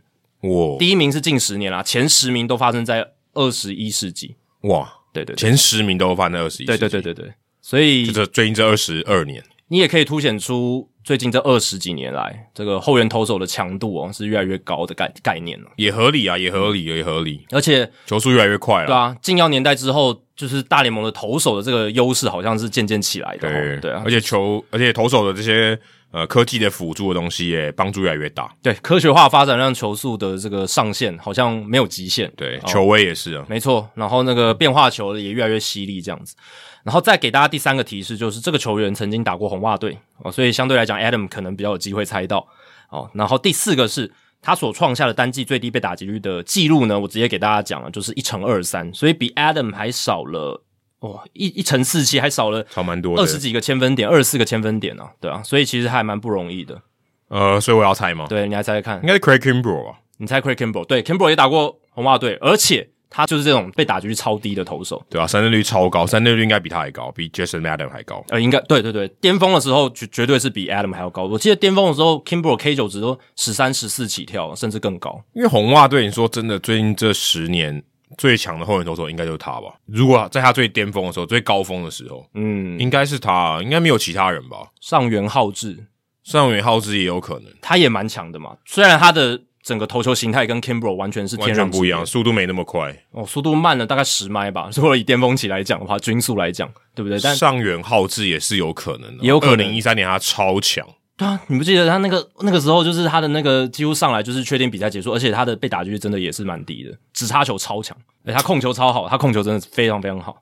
B: 哇
A: 第一名是近十年啦，前十名都发生在二十一世纪。
B: 哇，
A: 对对对
B: 前十名都翻在二十一，
A: 对对对，对对，所以
B: 就这最近这二十二年，
A: 你也可以凸显出最近这二十几年来，这个后援投手的强度哦是越来越高的概概念了。
B: 也合理啊，也合理，
A: 嗯
B: 也合理，
A: 而且，
B: 球速越来越快
A: 对
B: 了。
A: 啊，禁药年代之后，就是大联盟的投手的这个优势好像是渐渐起来的、哦。对啊
B: 而，且球，而且投手的这些呃科技的辅助的东西也帮助越来越大。
A: 对科学化发展让球速的这个上限好像没有极限。
B: 对，
A: 哦
B: 球威也是啊，
A: 没错，然后那个变化球也越来越犀利这样子。然后再给大家第三个提示，就是这个球员曾经打过红袜队哦，所以相对来讲，Adam 可能比较有机会猜到哦。然后第四个是他所创下的单季最低被打击率的记录呢，我直接给大家讲了，就是一乘二三，所以比 Adam 还少了哦一一乘四七，还少了
B: 超蛮多的。
A: 二十几个千分点，二十四个千分点啊，对啊，所以其实还蛮不容易的。
B: 呃，所以我要猜吗？
A: 对，你来猜猜看
B: 应，该是 Craig Kimbrel 吧？
A: 你猜 Craig Campbell？对，Campbell 也打过红袜队，而且他就是这种被打局超低的投手。
B: 对啊，三振率超高，三振率应该比他还高，比 Jason Adam 还高。
A: 呃，应该对对对，巅峰的时候绝绝对是比 Adam 还要高。我记得巅峰的时候 k i m b r e K 九值都十三、十四起跳，甚至更高。
B: 因为红袜队，你说真的，最近这十年最强的后援投手应该就是他吧？如果在他最巅峰的时候、最高峰的时候，
A: 嗯，
B: 应该是他，应该没有其他人吧？
A: 上元浩志
B: 上元浩之也有可能，
A: 他也蛮强的嘛，虽然他的整个投球形态跟 k i m b r e 完全是天
B: 完
A: 壤之
B: 全不一
A: 别
B: 样，速度没那么快。
A: 哦，速度慢了大概十迈吧。如果以巅峰期来讲的话，均速来讲，对不对？但
B: 上元浩之也是有可能的，
A: 也有可能
B: 零一三年他超强，
A: 对啊，你不记得他那个那个时候，就是他的那个几乎上来就是确定比赛结束，而且他的被打击率真的也是蛮低的，直插球超强，哎，他控球超好，他控球真的是非常非常好。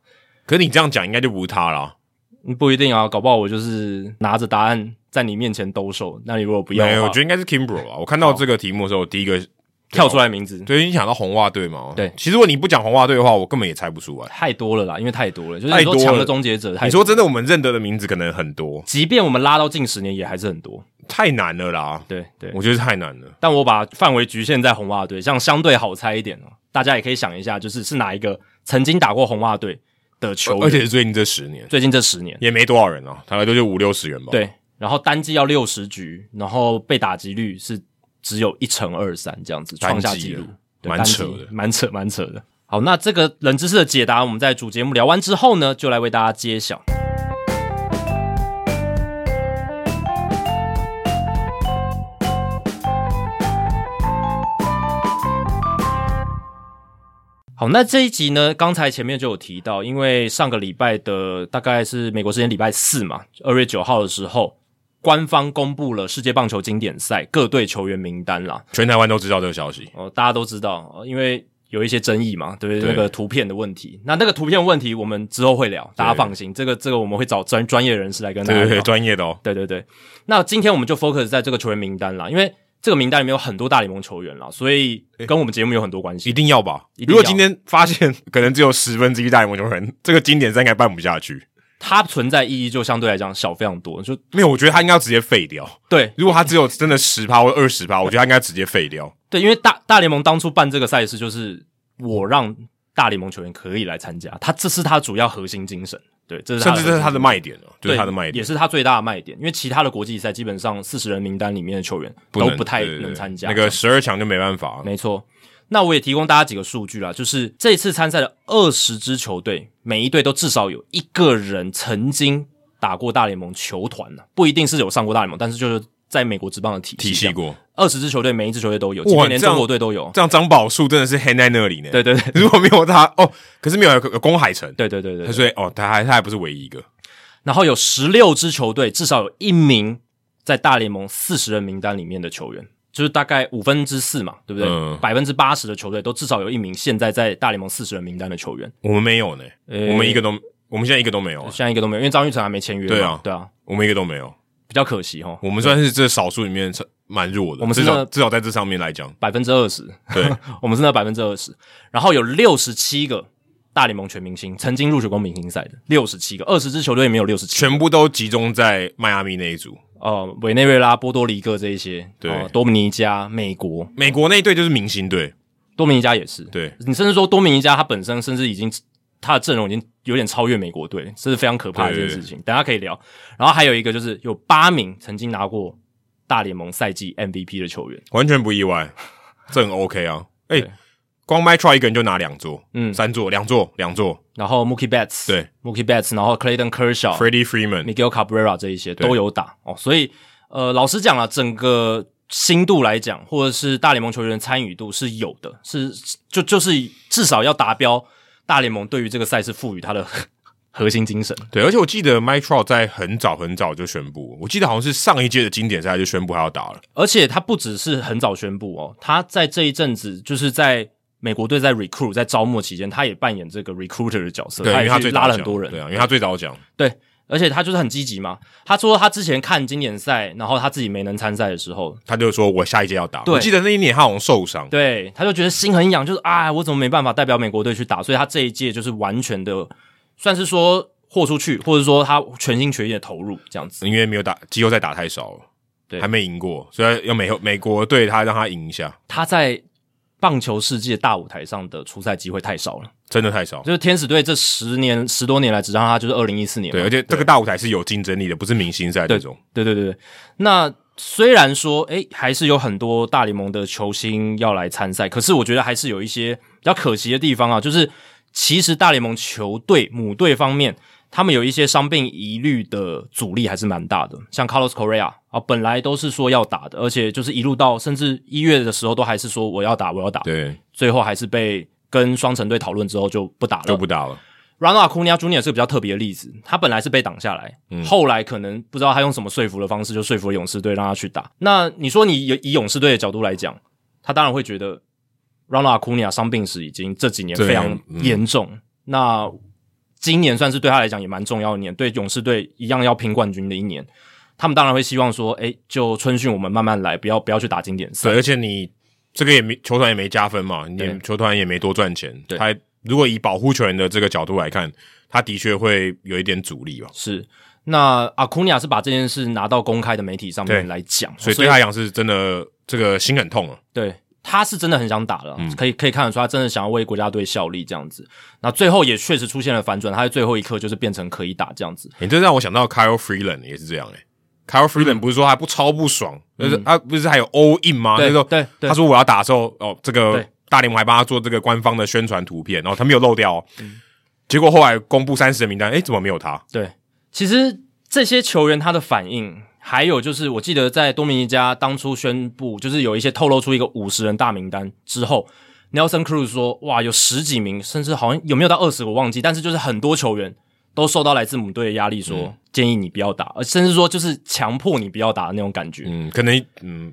B: 可是你这样讲应该就不是他啦。
A: 嗯不一定啊，搞不好我就是拿着答案在你面前兜售，那你如果不要
B: 没
A: 的
B: 有，我
A: 话
B: 觉，得应该是 Kimbro 吧。我看到这个题目的时候，我第一个
A: 跳出来名字
B: 对你想到红袜队嘛？
A: 对
B: 其实如果你不讲红袜队的话，我根本也猜不出来。
A: 太多了啦，因为太多了，就是
B: 太
A: 你
B: 多
A: 说
B: 了
A: 强的终结者，太
B: 你
A: 多
B: 说真的，我们认得的名字可能很多，
A: 即便我们拉到近十年，也还是很多。
B: 太难了啦。
A: 对对，
B: 我觉得太难了。
A: 但我把范围局限在红袜队，这样相对好猜一点哦。大家也可以想一下，就是是哪一个曾经打过红袜队的球员，
B: 而且是最近这十年
A: 最近这十年。
B: 也没多少人啊，大概都就五六十人吧。，
A: 对，然后单季要六十局，然后被打击率是只有一乘二三这样子，
B: 单
A: 创
B: 季
A: 下纪录
B: 啊，
A: 对
B: 蛮
A: 单季
B: 扯的
A: 蛮扯，蛮扯的。好，那这个冷知识的解答，我们在主节目聊完之后呢，就来为大家揭晓。好，那这一集呢，刚才前面就有提到，因为上个礼拜的大概是美国时间礼拜四嘛，二月九号的时候，官方公布了世界棒球经典赛各队球员名单啦。
B: 全台湾都知道这个消息。
A: 哦，大家都知道，呃因为有一些争议嘛，对不对？
B: 对
A: 那个图片的问题，那那个图片问题我们之后会聊，大家
B: 对
A: 放心，这个这个我们会找专专业人士来跟大
B: 对
A: 家
B: 对
A: 聊
B: 对，。专业的哦。
A: 对对对，那今天我们就 focus 在这个球员名单啦，因为这个名单里面有很多大联盟球员啦，所以跟我们节目有很多关系
B: 一。定要吧！
A: 一定
B: 如
A: 要
B: 果今天发现可能只有十分之一大联盟球员，这个经典赛应该办不下去。
A: 它存在意义就相对来讲小非常多，就
B: 没有，我觉得他应该要直接废掉。
A: 对
B: 如果他只有真的十趴或二十趴，我觉得他应该直接废掉。
A: 对，因为大大联盟当初办这个赛事，就是我让大联盟球员可以来参加，他这是他主要核心精神，对， 这是它
B: 甚
A: 的
B: 至这
A: 核
B: 是
A: 心
B: 他的卖点哦，就
A: 对，
B: 是他的卖
A: 也
B: 点。
A: 是他最大的卖点。因为其他的国际赛基本上四十人名单里面的球员都
B: 能
A: 不太
B: 对对对
A: 能参加。
B: 那个十二强就没办法。
A: 没错。那我也提供大家几个数据啦，就是这次参赛的二十支球队，每一队都至少有一个人曾经打过大联盟球团呢、不一定是有上过大联盟，但是就是在美国职棒的体
B: 体系
A: 系。
B: 过，
A: 二十支球队，每一支球队都有，
B: 哇
A: 即便连
B: 这样
A: 中国队都有。
B: 这样张宝树真的是 hang 在那里呢。
A: 对对对
B: 如果没有他，哦，可是没有有有龚海城，
A: 对对对对对。
B: 所以哦，他还他还不是唯一一个。
A: 然后有十六支球队至少有一名在大联盟四十人名单里面的球员，就是大概五分之四嘛，对不对？
B: 嗯
A: 百分之八十的球队都至少有一名现在在大联盟四十人名单的球员，
B: 我们没有呢，
A: 呃
B: 我们一个都，我们现在一个都没有啊，
A: 现在一个都没有，因为张玉成还没签约嘛，
B: 对啊
A: 对啊，
B: 我们一个都没有，
A: 比较可惜哈，
B: 我们算是这少数里面是蛮弱的。
A: 我们
B: 至
A: 真
B: 少
A: 的
B: 至少在这上面来讲，
A: 百分之二十，
B: 对，
A: 我们是那百分之二十，然后有六十七个。大联盟全明星曾经入选过明星赛的六十七个，二十支球队里面有六十七，
B: 全部都集中在迈阿密那一组。
A: 呃，委内瑞拉、波多黎各这一些，
B: 对
A: 呃多米尼加、美国，
B: 美国那一队就是明星队，
A: 多米尼加也是，
B: 对，
A: 你甚至说多米尼加他本身甚至已经他的阵容已经有点超越美国队，这是非常可怕的一件事情。等一下可以聊。然后还有一个就是有八名曾经拿过大联盟赛季 MVP 的球员，
B: 完全不意外，这很 OK 啊。哎
A: 对，
B: 光 m y t r y 一个人就拿两座，
A: 嗯
B: 三座，两座，两座
A: 然后 Mookie Betts
B: 对
A: Mookie Betts，然后 Clayton Kershaw、
B: ，Freddie Freeman。
A: Miguel Cabrera 这一些
B: 对
A: 都有打哦。所以呃，老实讲了，整个新度来讲，或者是大联盟球员的参与度是有的，是就就是至少要达标大联盟对于这个赛事赋予他的 核心精神。
B: 对，而且我记得 m y t r o 在很早很早就宣布，我记得好像是上一届的经典赛就宣布他要打了。
A: 而且他不只是很早宣布哦，他在这一阵子就是在美国队在 recruit 在招募期间，他也扮演这个 recruiter 的角色，
B: 对，因为
A: 也
B: 他
A: 去
B: 最
A: 拉
B: 早
A: 了
B: 讲
A: 很多人，
B: 对啊，因为他最早讲，
A: 对而且他就是很积极嘛。他说他之前看经典赛，然后他自己没能参赛的时候，
B: 他就说我下一届要打。
A: 对
B: 我记得那一年他好像受伤，
A: 对他就觉得心很痒，就是啊，我怎么没办法代表美国队去打？所以他这一届就是完全的，算是说豁出去，或者说他全心全意的投入这样子。
B: 因为没有打季后赛打太少了，
A: 对
B: 还没赢过，所以要美美国队他让他赢一下。
A: 他在。棒球世界大舞台上的出赛机会太少了。
B: 真的太少。
A: 就是天使队这十年十多年来，只让他就是二零一四年嘛
B: 对，而且这个大舞台是有竞争力的，不是明星赛这种。
A: 对对对对，那虽然说，诶，还是有很多大联盟的球星要来参赛，可是我觉得还是有一些比较可惜的地方啊，就是其实大联盟球队母队方面，他们有一些伤病疑虑的阻力还是蛮大的，像 Carlos Correa 啊，本来都是说要打的，而且就是一路到甚至一月的时候，都还是说我要打，我要打，
B: 对，
A: 最后还是被跟双城队讨论之后就不打了，
B: 就不打了。
A: Ronald Acuna Jr. 是个比较特别的例子，他本来是被挡下来，
B: 嗯
A: 后来可能不知道他用什么说服的方式，就说服了勇士队让他去打。那你说你以以勇士队的角度来讲，他当然会觉得 Ronald Acuna 伤病史已经这几年
B: 对
A: 非常
B: 嗯
A: 严重，那今年算是对他来讲也蛮重要的一年，对勇士队一样要拼冠军的一年。他们当然会希望说，哎、就春训我们慢慢来，不要不要去打经典赛
B: 对，。而且你这个也没球团也没加分嘛，你
A: 对
B: 也球团也没多赚钱。
A: 对
B: 他如果以保护球员的这个角度来看，他的确会有一点阻力吧。
A: 是，那阿库尼亚是把这件事拿到公开的媒体上面
B: 对
A: 来讲，
B: 所以对他来讲是真的这个心很痛啊。
A: 对，他是真的很想打了，可以可以看得出他真的想要为国家队效力这样子。那最后也确实出现了反转，他在最后一刻就是变成可以打这样子。
B: 欸你这让我想到 Kyle Freeland 也是这样哎、Kyle
A: 嗯
B: Freeland 不是说他不超不爽，就是他不是还有 all in 吗？
A: 对
B: 那时候
A: 对对
B: 他说我要打的时候，哦，这个
A: 对
B: 大联盟还帮他做这个官方的宣传图片，然后他没有漏掉、哦。
A: 嗯
B: 结果后来公布三十的名单，哎、怎么没有他？
A: 对，其实这些球员他的反应，还有就是我记得在多米尼加当初宣布，就是有一些透露出一个五十人大名单之后。Nelson Cruz 说：“哇，有十几名，甚至好像有没有到二十，我忘记。但是就是很多球员都受到来自母队的压力说，建议你不要打，而甚至说就是强迫你不要打的那种感觉。
B: 嗯，可能嗯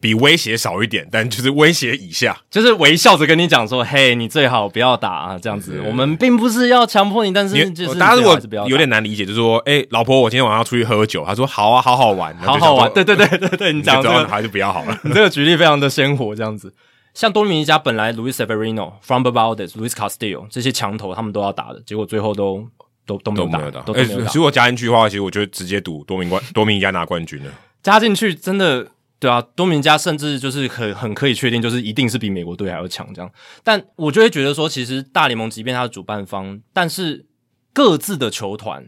B: 比威胁少一点，但就是威胁以下。
A: 就是微笑着跟你讲说：“嘿，你最好不要打啊，这样子。我们并不是要强迫你，但
B: 因
A: 是
B: 为
A: 嗯
B: 哦
A: 就是
B: 嗯大家如
A: 你最好
B: 果
A: 还是不要打
B: 有点难理解，就是说，哎、老婆，我今天晚上要出去喝酒。他说好啊，好好玩，然
A: 好
B: 后就
A: 好玩。”
B: 想
A: 对
B: 说，
A: 对对对对，你讲的
B: 就知
A: 这
B: 道
A: 个，
B: 还是不要好了。
A: 你这个举例非常的鲜活，这样子。像多米尼加本来 Luis Severino、From b a l d e s Luis Castillo 这些强头，他们都要打的，结果最后都都 都没有
B: 都
A: 打
B: 没有打，，
A: 都都
B: 哎、
A: 没有打
B: 如。果加进去的话，其实我就直接赌多明冠多明加拿冠军了。
A: 加进去真的对啊，多米尼加甚至就是很很可以确定，就是一定是比美国队还要强这样。但我就会觉得说，其实大联盟即便它是主办方，但是各自的球团，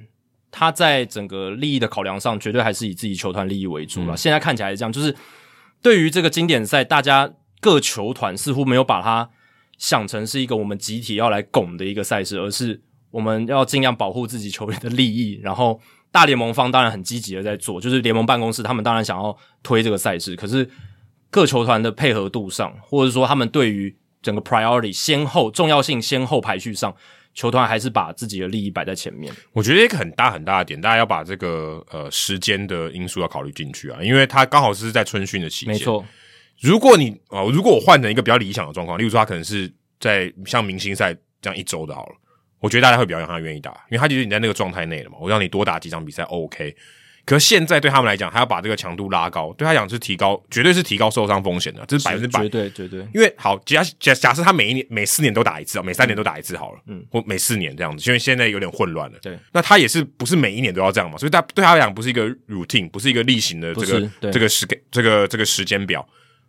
A: 它在整个利益的考量上，绝对还是以自己球团利益为主了。现在看起来是这样，就是对于这个经典赛，大家各球团似乎没有把它想成是一个我们集体要来拱的一个赛事，而是我们要尽量保护自己球员的利益。然后大联盟方当然很积极的在做，就是联盟办公室他们当然想要推这个赛事，可是各球团的配合度上，或者说他们对于整个 priority 先后重要性先后排序上，球团还是把自己的利益摆在前面。
B: 我觉得一个很大很大的点，大家要把这个呃时间的因素要考虑进去啊，因为它刚好是在春训的期间。
A: 没，错，
B: 如果你啊、呃如果我换成一个比较理想的状况，例如说他可能是在像明星赛这样一周的好了，我觉得大家会比较让他愿意打，因为他就是你在那个状态内了嘛，我让你多打几场比赛哦 OK。可是现在对他们来讲，还要把这个强度拉高，对他讲是提高，绝对是提高受伤风险的，这是百分之百
A: 绝对绝对。
B: 因为好假假假设他每一年每四年都打一次啊，每三年都打一次好了，嗯，或每四年这样子，因为现在有点混乱了。
A: 对，
B: 那他也是不是每一年都要这样嘛？所以他对他来讲不是一个 routine，不是一个例行的这
A: 不是对
B: 个这个时这个这个时间表，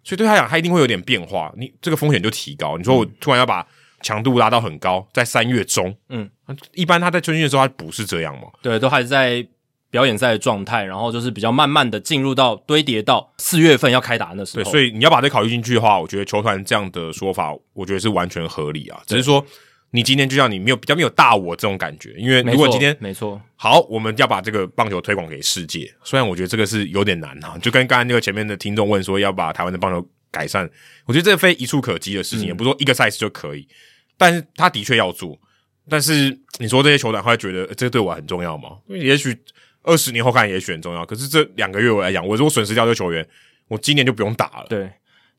B: 所以对他来讲他一定会有点变化，你这个风险就提高。你说我突然要把强度拉到很高，在三月中，
A: 嗯，
B: 一般他在春训的时候他不是这样嘛？
A: 对，都还是在表演赛的状态，然后就是比较慢慢的进入到堆叠到四月份要开打的那时候。
B: 对，所
A: 以
B: 以你要把这考虑进去的话，我觉得球团这样的说法，我觉得是完全合理啊。只是说你今天就像你没有比较没有大我这种感觉，因为如果今天
A: 没错，
B: 好，我们要把这个棒球推广给世界，虽然我觉得这个是有点难啊，就跟刚才那个前面的听众问说要把台湾的棒球改善，我觉得这非一触可及的
A: 嗯
B: 事情，也不是说一个赛事就可以，但是他的确要做。但是你说这些球团会觉得、呃这个对我很重要吗？因为也许二十年后看也许很重要，可是这两个月我来讲，我如果损失掉这个球员，我今年就不用打了。
A: 对。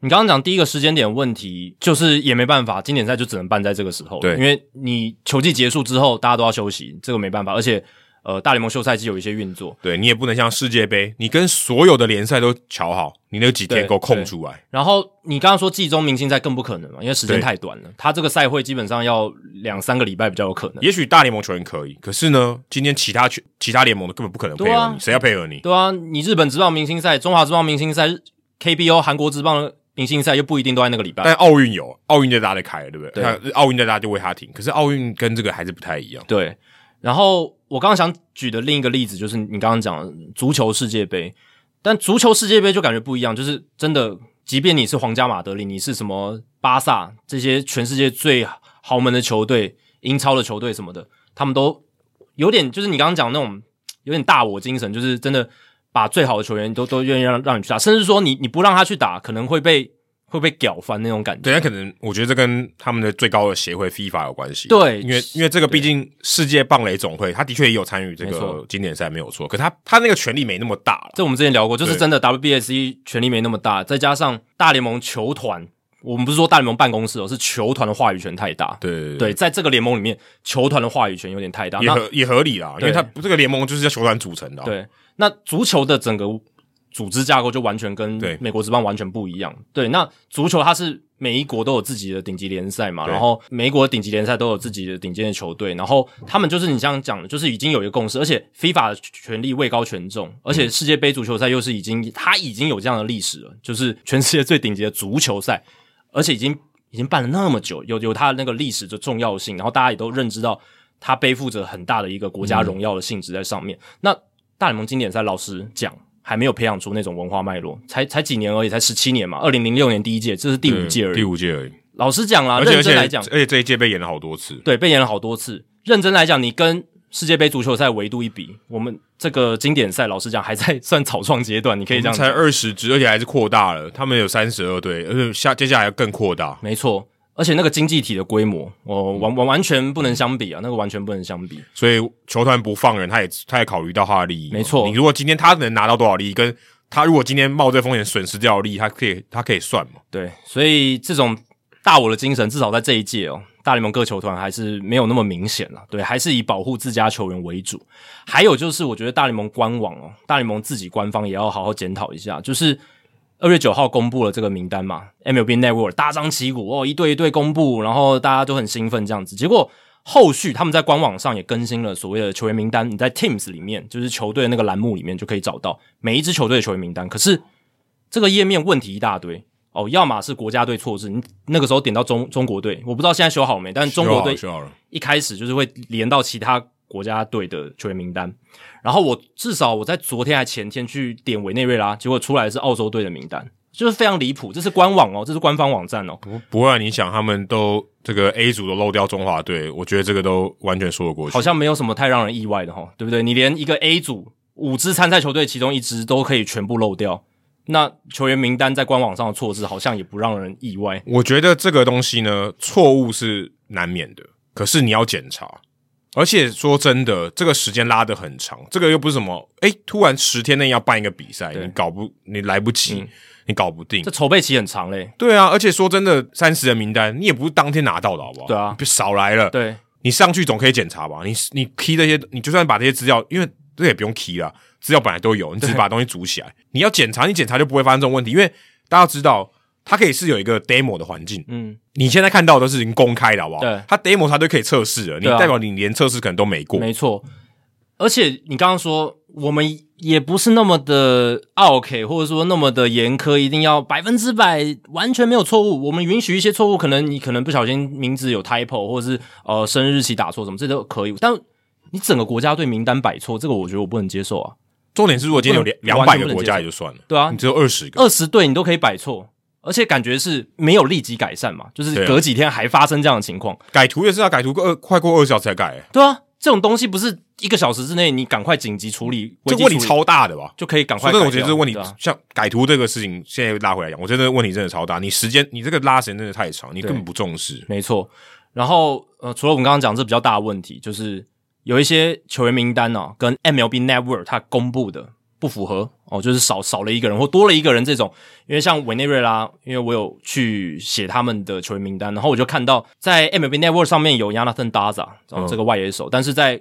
A: 你刚刚讲第一个时间点问题，就是也没办法，经典赛就只能办在这个时候了。
B: 对
A: 因为你球季结束之后，大家都要休息，这个没办法。而且，呃，大联盟休赛季有一些运作，
B: 对你也不能像世界杯，你跟所有的联赛都瞧好，你那几天
A: 对
B: 给我空
A: 对
B: 出来。
A: 然后你刚刚说季中明星赛更不可能嘛，因为时间
B: 对
A: 太短了。他这个赛会基本上要两三个礼拜比较有可能。
B: 也许大联盟球员可以，可是呢，今天其他球其他联盟的根本不可能配
A: 对
B: 合
A: 啊
B: 你，谁、要配合你？
A: 对啊，你日本职棒明星赛、中华职棒明星赛、KBO 韩国职棒明星赛又不一定都在那个礼拜
B: 但。奥运有，奥运就大家开了，对不对？
A: 啊对
B: 那奥运大家就为他停，可是奥运跟这个还是不太一样。
A: 对，然后我刚刚想举的另一个例子就是你刚刚讲的足球世界杯，但足球世界杯就感觉不一样，就是真的，即便你是皇家马德里，你是什么巴萨这些全世界最豪门的球队、英超的球队什么的，他们都有点就是你刚刚讲的那种有点大我精神，就是真的把最好的球员都都愿意让让你去打，甚至说你你不让他去打，可能会被会被屌翻那种感觉。
B: 对，那可能我觉得这跟他们的最高的协会 FIFA 有关系。
A: 对
B: 因为因为这个毕竟世界棒垒总会，他的确也有参与这
A: 没错
B: 个经典赛，没有错。可他他那个权力没那么大了。
A: 这我们之前聊过，就是
B: 对
A: 真的 WBSE E 权力没那么大，再加上大联盟球团，我们不是说大联盟办公室哦，是球团的话语权太大。
B: 对对
A: 对，在这个联盟里面，球团的话语权有点太大。
B: 也
A: 那
B: 合也合理啦，因
A: 对
B: 为他这个联盟就是由球团组成的、，啊
A: 对，那足球的整个组织架构就完全跟
B: 对
A: 美国职棒完全不一样。对，那足球它是每一国都有自己的顶级联赛嘛，
B: 对
A: 然后每一国的顶级联赛都有自己的顶尖的球队，然后他们就是你这样讲的，就是已经有一个共识，而且 FIFA 的权力位高权重，而
B: 嗯
A: 且世界杯足球赛又是已经它已经有这样的历史了，就是全世界最顶级的足球赛，而且已经已经办了那么久，有有它的那个历史的重要性，然后大家也都认知到它背负着很大的一个国家荣耀的性质在上面。那大联盟经典赛，老实讲，还没有培养出那种文化脉络，才才几年而已，才十七年嘛，二零零六年第一届，这是第五届而
B: 嗯第
A: 已。
B: 五届而已。
A: 老实讲啦，
B: 而且
A: 认
B: 而且
A: 真来讲
B: 而，且这一届被演了好多次。
A: 对，被演了好多次。认真来讲，你跟世界杯足球赛维度一比，我们这个经典赛，老实讲还在算草创阶段，你可以这样讲
B: 才。二十支，而且还是扩大了。他们有三十二队，而且下接下来要更扩大。
A: 没错，而且那个经济体的规模，我、完完完全不能相比啊，那个完全不能相比。
B: 所以球团不放人，他也他也考虑到他的利益嘛。
A: 没错
B: 你如果今天他能拿到多少利益，跟他如果今天冒这风险损失掉的利益，他可以他可以算嘛？
A: 对，所以这种大我的精神，至少在这一届哦，大联盟各球团还是没有那么明显了。对，还是以保护自家球员为主。还有就是，我觉得大联盟官网哦，大联盟自己官方也要好好检讨一下，就是。二月九号公布了这个名单嘛，MLB Network 大张旗鼓哦，一对一对公布，然后大家都很兴奋这样子。结果后续他们在官网上也更新了所谓的球员名单，你在 Teams 里面，就是球队那个栏目里面就可以找到每一支球队的球员名单。可是这个页面问题一大堆哦，要么是国家队错字，你那个时候点到中中国队，我不知道现在修好没，但中国队
B: 需要了，
A: 一开始就是会连到其他国家队的球员名单，然后我至少我在昨天还前天去点委内瑞拉，结果出来是澳洲队的名单，就是非常离谱。这是官网哦，这是官方网站哦，
B: 不不会、啊，你想他们都这个 A 组都漏掉中华队，我觉得这个都完全说得过去
A: 好。像没有什么太让人意外的哈、对不对？你连一个 A 组五支参赛球队其中一支都可以全部漏掉，那球员名单在官网上的错字好像也不让人意外。
B: 我觉得这个东西呢，错误是难免的，可是你要检查。而且说真的，这个时间拉得很长，这个又不是什么，诶，突然十天内要办一个比赛，
A: 对
B: 你搞不，你来不及，你搞不定
A: 这。筹备期很长嘞，
B: 嗯对啊，而且说真的，三十人名单你也不是当天拿到的，好不好？
A: 对啊
B: 你别少来了。
A: 对，
B: 你上去总可以检查吧？你你 key 这些，你就算把这些资料，因为这也不用 key 啦，资料本来都有，你只是把东西组起来。你要检查，你检查就不会发生这种问题，因为大家知道它可以是有一个 demo 的环境，
A: 嗯，
B: 你现在看到的都是已经公开的，好不好？
A: 对
B: 它 demo 它都可以测试了，你
A: 对啊
B: 代表你连测试可能都没过。
A: 没错，而且你刚刚说我们也不是那么的啊 OK，或者说那么的严苛，一定要百分之百完全没有错误。我们允许一些错误，可能你可能不小心名字有 typo，或者是呃生日期打错什么，这都可以。但你整个国家队名单摆错，这个我觉得我不能接受啊。
B: 重点是，如果今天有两两
A: 完
B: 百
A: 全不能
B: 个国家
A: 接
B: 也就算了，
A: 对啊
B: 你，只有二十个，
A: 二十队你都可以摆错，而且感觉是没有立即改善嘛，就是
B: 对啊
A: 隔几天还发生这样的情况。
B: 改图也是要改图过二快过二十小时才改、欸
A: 对啊，这种东西不是一个小时之内你赶快紧急处理，
B: 这
A: 危机
B: 个问题
A: 处理
B: 超大的吧？
A: 就可以赶快
B: 说
A: 改掉。
B: 真的，我觉得这个问题
A: 对啊，
B: 像改图这个事情，现在拉回来讲，我觉得这个问题真的超大。你时间，你这个拉时间真的太长，你根本不重视。
A: 没错。然后呃，除了我们刚刚讲这比较大的问题，就是有一些球员名单呢、啊，跟 MLB Network 它公布的不符合哦，就是少少了一个人或多了一个人这种。因为像委内瑞拉，因为我有去写他们的球员名单，然后我就看到在 MLB Network 上面有 Yanathan Daza、哦
B: 嗯
A: 这个外野手，但是在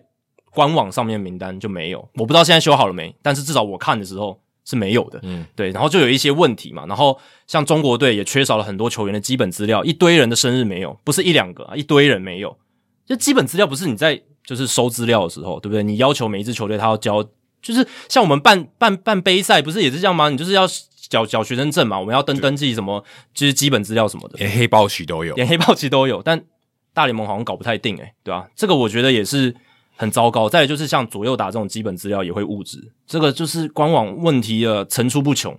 A: 官网上面名单就没有。我不知道现在修好了没，但是至少我看的时候是没有的。
B: 嗯，
A: 对，然后就有一些问题嘛，然后像中国队也缺少了很多球员的基本资料，一堆人的生日没有，不是一两个啊，一堆人没有，就基本资料不是你在就是收资料的时候，对不对？你要求每一支球队他要交，就是像我们办办办杯赛不是也是这样吗？你就是要缴缴学生证嘛，我们要登登记什么，就是基本资料什么的，
B: 连黑豹旗都有。
A: 连黑豹其实都有，但大联盟好像搞不太定诶、欸对吧、这个我觉得也是很糟糕。再来就是像左右打这种基本资料也会误植，这个就是官网问题的层出不穷，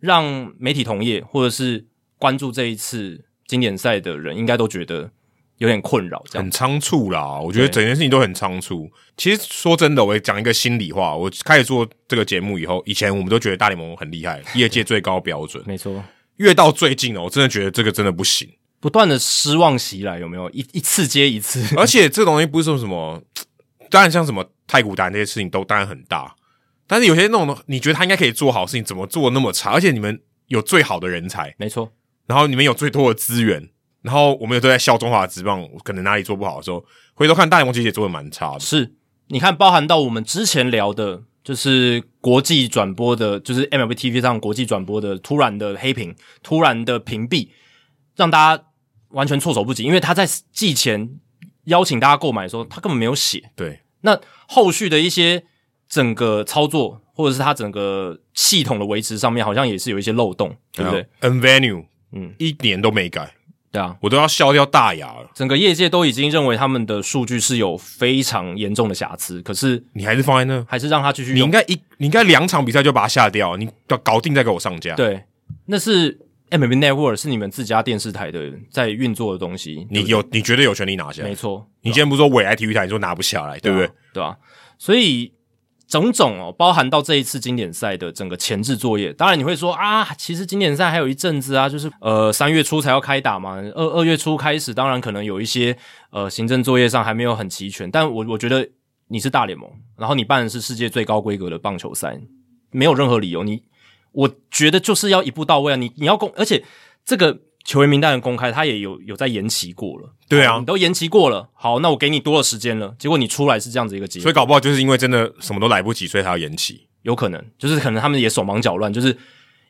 A: 让媒体同业或者是关注这一次经典赛的人应该都觉得有点困扰。这样
B: 很仓促啦，我觉得
A: 对
B: 整件事情都很仓促。其实说真的，我也讲一个心里话，我开始做这个节目以后，以前我们都觉得大联盟很厉害，业界最高标准。
A: 没错，
B: 越到最近哦，我真的觉得这个真的不行。
A: 不断的失望袭来，有没有一一次接一次？
B: 而且这东西不是说什么，当然像什么太古达那些事情都当然很大，但是有些那种你觉得他应该可以做好的事情，怎么做那么差？而且你们有最好的人才，
A: 没错，
B: 然后你们有最多的资源，然后我们有都在笑中华职棒可能哪里做不好的时候，回头看大联盟其实也做的蛮差的。
A: 是，你看，包含到我们之前聊的，就是国际转播的，就是 MLB TV 上国际转播的突然的黑屏，突然的屏蔽，让大家完全措手不及，因为他在季前邀请大家购买的时候，他根本没有写，
B: 对，
A: 那后续的一些整个操作，或者是它整个系统的维持上面，好像也是有一些漏洞，对不对？
B: ？N Venue，
A: 嗯
B: 嗯，一年都没改，
A: 对啊，
B: 我都要笑掉大牙了。
A: 整个业界都已经认为他们的数据是有非常严重的瑕疵，可是
B: 你还是放在那，
A: 还是让他继续
B: 你
A: 用
B: 应。该一，你应该两场比赛就把它下掉，你搞搞定再给我上架。，
A: 对，那是 MLB Network 是你们自家电视台的在运作的东西，
B: 你有，你绝对有权利拿下。
A: 没错，
B: 你今天不是说未来体育台，你说拿不下来，对不对？
A: 啊？对吧、所以种种哦，包含到这一次经典赛的整个前置作业。当然你会说啊，其实经典赛还有一阵子啊，就是呃三月初才要开打嘛，二二月初开始，当然可能有一些呃行政作业上还没有很齐全，但我我觉得你是大联盟，然后你办的是世界最高规格的棒球赛，没有任何理由你。我觉得就是要一步到位啊！你你要公，而且这个球员名单的公开，他也有有在延期过了。
B: 对啊
A: 你都延期过了，好，那我给你多的时间了，结果你出来是这样子一个结
B: 所
A: 果
B: 以，搞不好就是因为真的什么都来不及，所以才要延期。
A: 有可能就是可能他们也手忙脚乱，就是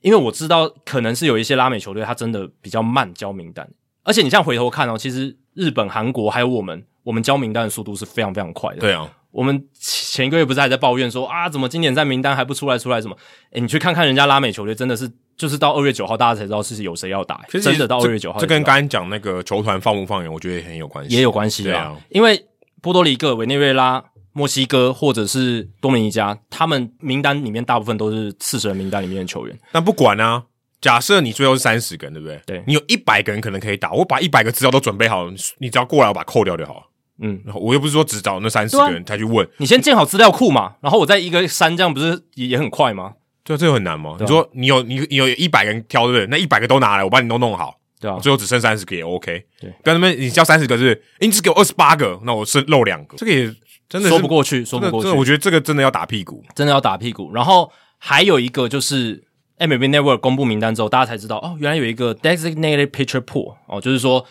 A: 因为我知道可能是有一些拉美球队他真的比较慢交名单，而且你这样回头看哦，其实日本、韩国还有我们，我们交名单的速度是非常非常快的。
B: 对啊，
A: 我们前一个月不是还在抱怨说啊，怎么经典赛名单还不出来出来什么？诶，你去看看人家拉美球队，真的是就是到二月九号大家才知道是有谁要打、
B: 其实
A: 真的到
B: 这
A: 二月九号
B: 这
A: 才
B: 跟
A: 知道
B: 刚才讲那个球团放不放人，我觉得也很有关系。
A: 也有关系
B: 对
A: 啦、
B: 啊
A: 因为波多黎各、委内瑞拉、墨西哥或者是多米尼加，他们名单里面大部分都是四十人名单里面的球员，
B: 但不管啊，假设你最后是三十个人，对不对？
A: 对
B: 你有一百个人可能可以打，我把一百个资料都准备好，你只要过来我把它扣掉就好。
A: 嗯。
B: 然后我又不是说只找那三十
A: 对啊
B: 个人才去问，
A: 你先建好资料库嘛，然后我再一个删，这样不是也也很快吗？
B: 对啊，这个很难吗？
A: 对啊
B: 你说你有你你有一百个人挑，对不对？那一百个都拿来，我帮你都弄好，
A: 对啊，
B: 最后只剩三十个也 OK。
A: 对，
B: 不要那么你叫三十个是不是，诶你只给我二十八个，那我剩漏两个，这个也真的是
A: 说不过去，说
B: 真
A: 不过
B: 的
A: 去。
B: 真的，我觉得这个真的要打屁股。
A: 真的要打屁股。然后还有一个就是 MLB Network 公布名单之后，大家才知道哦，原来有一个 designated pitcher pool 哦，就是说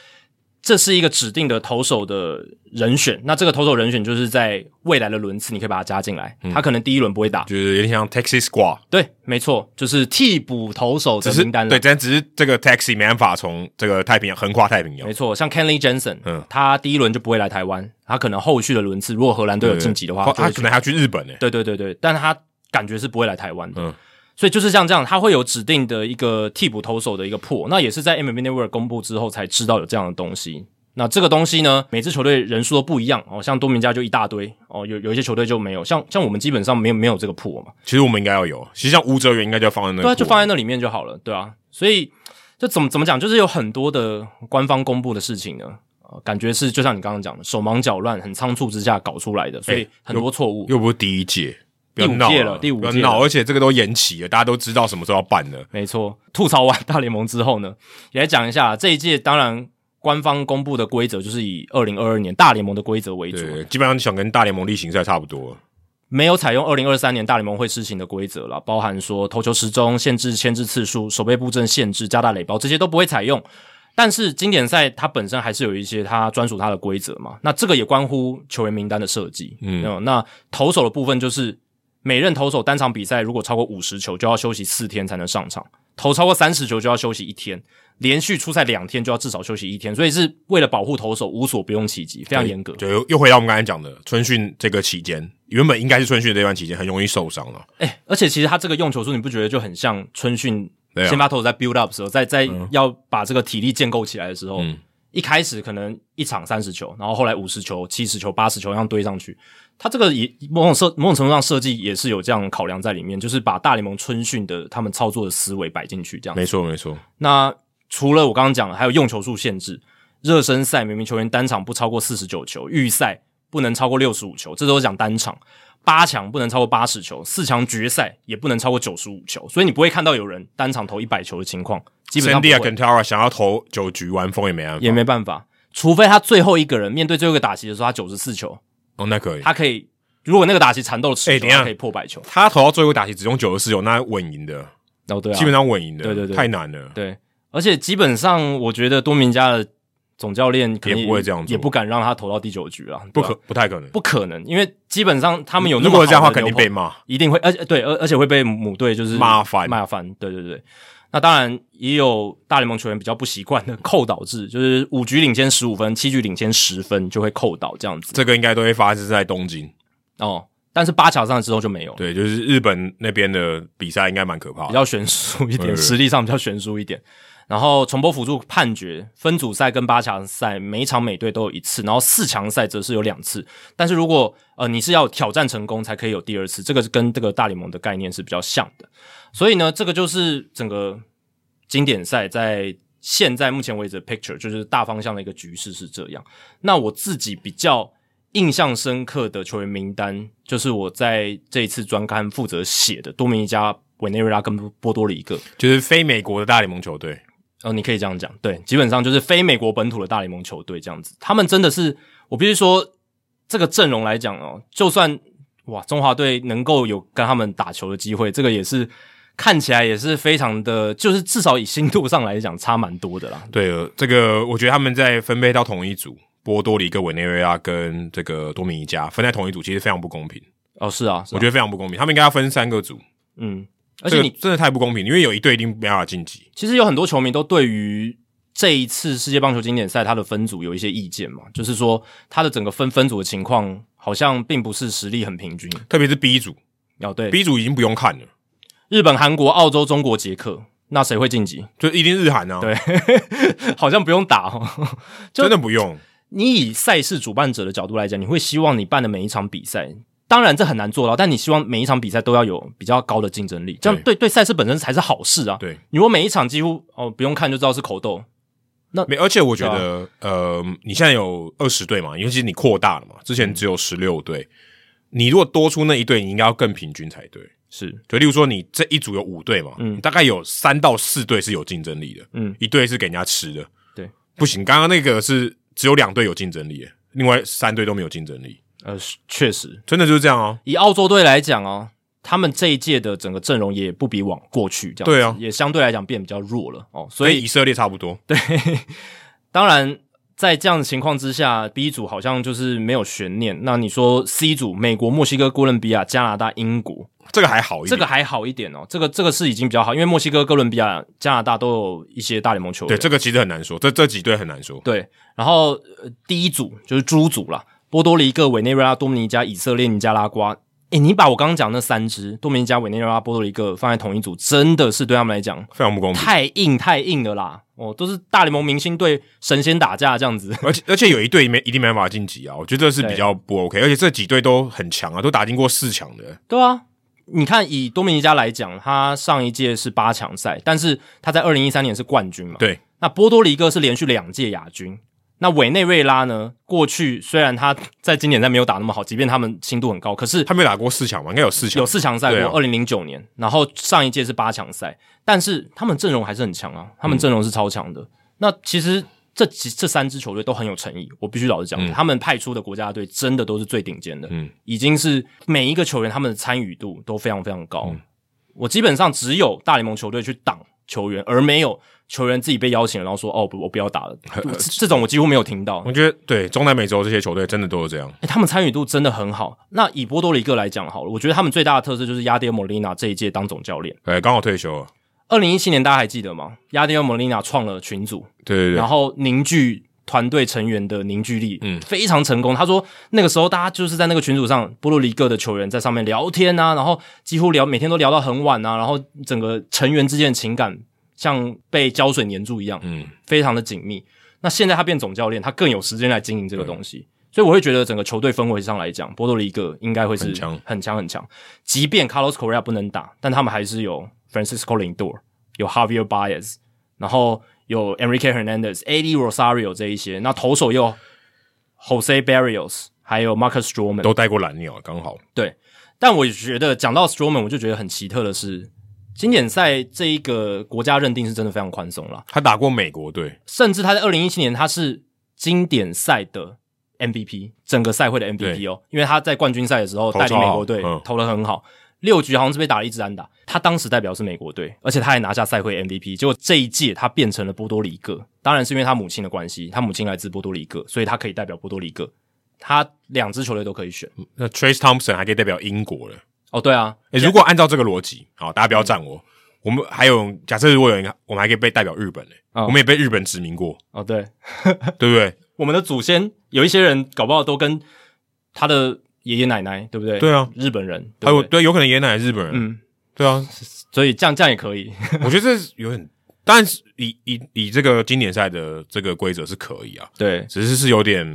A: 这是一个指定的投手的人选。那这个投手人选就是在未来的轮次，你可以把它加进来。
B: 嗯
A: 他可能第一轮不会打，
B: 就是有点像 taxi squad，
A: 对，没错，就是替补投手
B: 只
A: 的
B: 是
A: 名单啦
B: 对，但只是这个 taxi 没办法从这个太平洋横跨太平洋
A: 没，错，像 Kenley Jensen，
B: 嗯
A: 他第一轮就不会来台湾，他可能后续的轮次，如果荷兰队有晋级的话，
B: 他
A: 就会
B: 他
A: 去
B: 可能还要去日本呢。
A: 对对对对，但他感觉是不会来台湾的。
B: 嗯
A: 所以就是像这样，他会有指定的一个替补投手的一个破，那也是在 MLB Network 公布之后才知道有这样的东西。那这个东西呢，每支球队人数都不一样哦，像多明加就一大堆哦，有有一些球队就没有，像像我们基本上没有没有这个破嘛，
B: 其实我们应该要有，其实像吴哲源应该就要放在那个，
A: 对啊，就放在那里面就好了，对啊，所以就怎么怎么讲，就是有很多的官方公布的事情呢，呃、感觉是就像你刚刚讲的，手忙脚乱、很仓促之下搞出来的，所以
B: 哎
A: 很多错误，
B: 又不是第一届，
A: 第
B: 不要
A: 五
B: 闹
A: 届了第五
B: 不要
A: 届
B: 闹，
A: 了
B: 而且这个都延期了，大家都知道什么时候要办了。
A: 没错，吐槽完大联盟之后呢，也来讲一下这一届。当然，官方公布的规则就是以二零二二年大联盟的规则为主，
B: 对，基本上想跟大联盟例行赛差不多。
A: 没有采用二零二三年大联盟会施行的规则了，包含说投球时钟限制、牵制次数、守备布阵限制、加大垒包这些都不会采用。但是经典赛它本身还是有一些它专属它的规则嘛，那这个也关乎球员名单的设计。
B: 嗯
A: 嗯，那投手的部分就是每任投手单场比赛如果超过五十球就要休息四天才能上场，投超过三十球就要休息一天，连续出赛两天就要至少休息一天，所以是为了保护投手无所不用其极，非常严格。
B: 就又又回到我们刚才讲的春训这个期间，原本应该是春训的这段期间很容易受伤了。
A: 哎、而且其实他这个用球数，你不觉得就很像春训
B: 对啊
A: 先发投手在 build up 的时候，在在要把这个体力建构起来的时候，
B: 嗯
A: 一开始可能一场三十球，然后后来五十球、七十球、八十球这样堆上去，他这个也某种设某种程度上设计也是有这样的考量在里面，就是把大联盟春训的他们操作的思维摆进去，这样子
B: 没错没错，
A: 那除了我刚刚讲的，还有用球数限制，热身赛每名球员单场不超过四十九球，预赛不能超过六十五球，这都是讲单场。八强不能超过八十球，四强决赛也不能超过九十五球，所以你不会看到有人单场投一百球的情况，基本上
B: Sandy
A: 不会
B: a c a n t a r a 想要投九局完封也没办法，
A: 也没办法，除非他最后一个人面对最后一个打席的时候，他九十四球，
B: 哦，那可以。
A: 他可以如果那个打席缠斗持
B: 哎
A: 久，
B: 等一下
A: 他可以破百球。
B: 他投到最后打席只用九十四球，那稳赢的，
A: 哦，对啊，
B: 基本上稳赢的，
A: 对对对
B: 太难了。
A: 对，而且基本上我觉得多明家的总教练可能
B: 也不会这样做
A: 也不敢让他投到第九局啊，
B: 不
A: 对啊
B: 可，不太可能。
A: 不可能，因为基本上他们有那
B: 如
A: 么
B: 果这样的
A: 好
B: 话，肯定
A: 流
B: 被
A: 跑
B: 骂。
A: 一定会，而且对，而而且会被母队就是
B: 骂翻
A: 骂翻，对对对。那当然也有大联盟球员比较不习惯的扣倒制，就是五局领先十五分，七局领先十分就会扣倒这样子
B: 这个应该都会发生在东京，
A: 哦。但是八强上之后就没有，
B: 对，就是日本那边的比赛应该蛮可怕
A: 比
B: 的。
A: 较悬殊一
B: 对
A: 点，
B: 对
A: 实力上比较悬殊一点。然后重播辅助判决分组赛跟八强赛，每一场每队都有一次，然后四强赛则是有两次。但是如果呃你是要挑战成功才可以有第二次，这个是跟这个大联盟的概念是比较像的。所以呢，这个就是整个经典赛在现在目前为止的 picture，就是大方向的一个局势是这样。那我自己比较印象深刻的球员名单，就是我在这一次专刊负责写的多米尼加、委内瑞拉跟波多黎各。
B: 就是非美国的大联盟球队，
A: 呃，你可以这样讲，对，基本上就是非美国本土的大联盟球队这样子。他们真的是，我必须说，这个阵容来讲哦，就算哇，中华队能够有跟他们打球的机会，这个也是看起来也是非常的，就是至少以心度上来讲差蛮多的啦。
B: 对，呃这个我觉得他们在分配到同一组，波多黎各、委内瑞拉跟这个多米尼加分在同一组，其实非常不公平。
A: 哦，是啊，是啊
B: 我觉得非常不公平，他们应该要分三个组，
A: 嗯，而且
B: 这
A: 你
B: 个真的太不公平，因为有一队一定没办法晋级。
A: 其实有很多球迷都对于这一次世界棒球经典赛它的分组有一些意见嘛，就是说它的整个分分组的情况好像并不是实力很平均。
B: 特别是 B 组
A: 哦，对，
B: ，B 组已经不用看了，
A: 日本、韩国、澳洲、中国、捷克，那谁会晋级？
B: 就一定日韩啊，
A: 对， 好像不用打哦。
B: 真的不用。
A: 你以赛事主办者的角度来讲，你会希望你办的每一场比赛。当然这很难做到，但你希望每一场比赛都要有比较高的竞争力，这样对对赛事本身才是好事啊。
B: 对，
A: 你如果每一场几乎哦不用看就知道是口斗，
B: 没，而且我觉得，呃，你现在有二十队嘛，尤其是你扩大了嘛，之前只有十六队，你如果多出那一队，你应该要更平均才对。
A: 是
B: 就例如说，你这一组有五队嘛，
A: 嗯
B: 嗯，大概有三到四队是有竞争力的，
A: 嗯
B: 嗯，一队是给人家吃的，
A: 对，
B: 不行，刚刚那个是只有两队有竞争力，另外三队都没有竞争力，
A: 呃是确实
B: 真的就是这样哦、
A: 以澳洲队来讲哦，他们这一届的整个阵容也不比往过去这样子，
B: 对啊
A: 也相对来讲变比较弱了哦，所
B: 所
A: 以
B: 以以色列差不多，
A: 对，当然在这样的情况之下，B 组好像就是没有悬念。那你说 C 组，美国、墨西哥、哥伦比亚、加拿大、英国，
B: 这个还好一
A: 这
B: 点，
A: 个还好一点哦，这个这个是已经比较好，因为墨西哥、哥伦比亚、加拿大都有一些大联盟球
B: 对，
A: 员。
B: 这个其实很难说，这这几队很难说，
A: 对，然后、呃、第一组就是猪组啦，波多黎各、委内瑞拉、多米尼加、以色列、尼加拉瓜。诶，你把我刚刚讲的那三支多米尼加、委内瑞拉、波多黎各放在同一组，真的是对他们来讲
B: 非常不公平。
A: 太硬太硬了啦！哦，都是大联盟明星对神仙打架这样子。
B: 而且而且有一队没一定没办法晋级啊，我觉得这是比较不 OK，而且这几队都很强啊，都打进过四强的，
A: 对啊，你看以多米尼加来讲，他上一届是八强赛，但是他在二零一三年是冠军嘛。
B: 对，
A: 那波多黎各是连续两届亚军。那委内瑞拉呢？过去虽然他在经典赛没有打那么好，即便他们轻度很高，可是
B: 他没有打过四强嘛，应该有四强
A: 有，四强赛
B: 对
A: 过，
B: 啊
A: 二零零九年，然后上一届是八强赛，但是他们阵容还是很强啊，他
B: 嗯
A: 们阵容是超强的。那其实这几这三支球队都很有诚意，我必须老实讲，他们派出的国家队真的都是最顶尖的，
B: 嗯
A: 已经是每一个球员他们的参与度都非常非常高。
B: 嗯
A: 我基本上只有大联盟球队去挡球员，而没有球员自己被邀请了，然后说哦不我不要打 了，这种我几乎没有听到。
B: 我觉得对中南美洲这些球队真的都是这样，
A: 欸他们参与度真的很好。那以波多黎各来讲好了，我觉得他们最大的特色就是亚迪尔莫利纳这一届当总教练。
B: 哎，刚好退休了，
A: 二零一七年大家还记得吗？亚迪尔莫利纳创了群组，
B: 对对对
A: 然，后凝聚团队成员的凝聚力，嗯，非常成功。他说那个时候大家就是在那个群组上，波洛黎各的球员在上面聊天啊，然后几乎聊每天都聊到很晚啊，然后整个成员之间的情感像被胶水粘住一样，嗯，非常的紧密。那现在他变总教练，他更有时间来经营这个东西。所以我会觉得整个球队氛围上来讲，波多黎各应该会是
B: 很强
A: 很强很强。即便 Carlos Correa 不能打，但他们还是有 Francisco Lindor，有 Javier Baez，然后有 Enrique Hernandez、Eddie Rosario 这一些。那投手又有 Jose Barrios，还有 Marcus Stroman
B: 都带过蓝鸟，刚好
A: 对，但我觉得讲到 Stroman，我就觉得很奇特的是，经典赛这一个国家认定是真的非常宽松了。
B: 他打过美国队，
A: 甚至他在二零一七年他是经典赛的 MVP，整个赛会的 MVP 哦，因为他在冠军赛的时候
B: 投
A: 带领
B: 超
A: 美
B: 好
A: 国队
B: 嗯
A: 投的很好，六局好像是被打了一支安打，他当时代表是美国队，而且他还拿下赛会 MVP，结果这一届他变成了波多黎各，当然是因为他母亲的关系，他母亲来自波多黎各，所以他可以代表波多黎各，他两支球队都可以选。
B: 那 Trace Thompson 还可以代表英国了。
A: 哦，对啊，
B: 诶、如果按照这个逻辑，好，大家不要赞我。我们还有假设，如果有人，我们还可以被代表日本呢、
A: 哦
B: 我们也被日本殖 民过，
A: 哦对，
B: 对不对？
A: 我们的祖先有一些人搞不好都跟他的爷爷奶奶，对不对？
B: 对啊，
A: 日本人，
B: 还
A: 对
B: 有
A: 不对？
B: 对，有可能爷爷奶奶是日本人，
A: 嗯，
B: 对啊。
A: 所以这样这样也可 以。
B: 我觉得这是有点，但是以以以这个经典赛的这个规则是可以啊，
A: 对
B: 只是是有点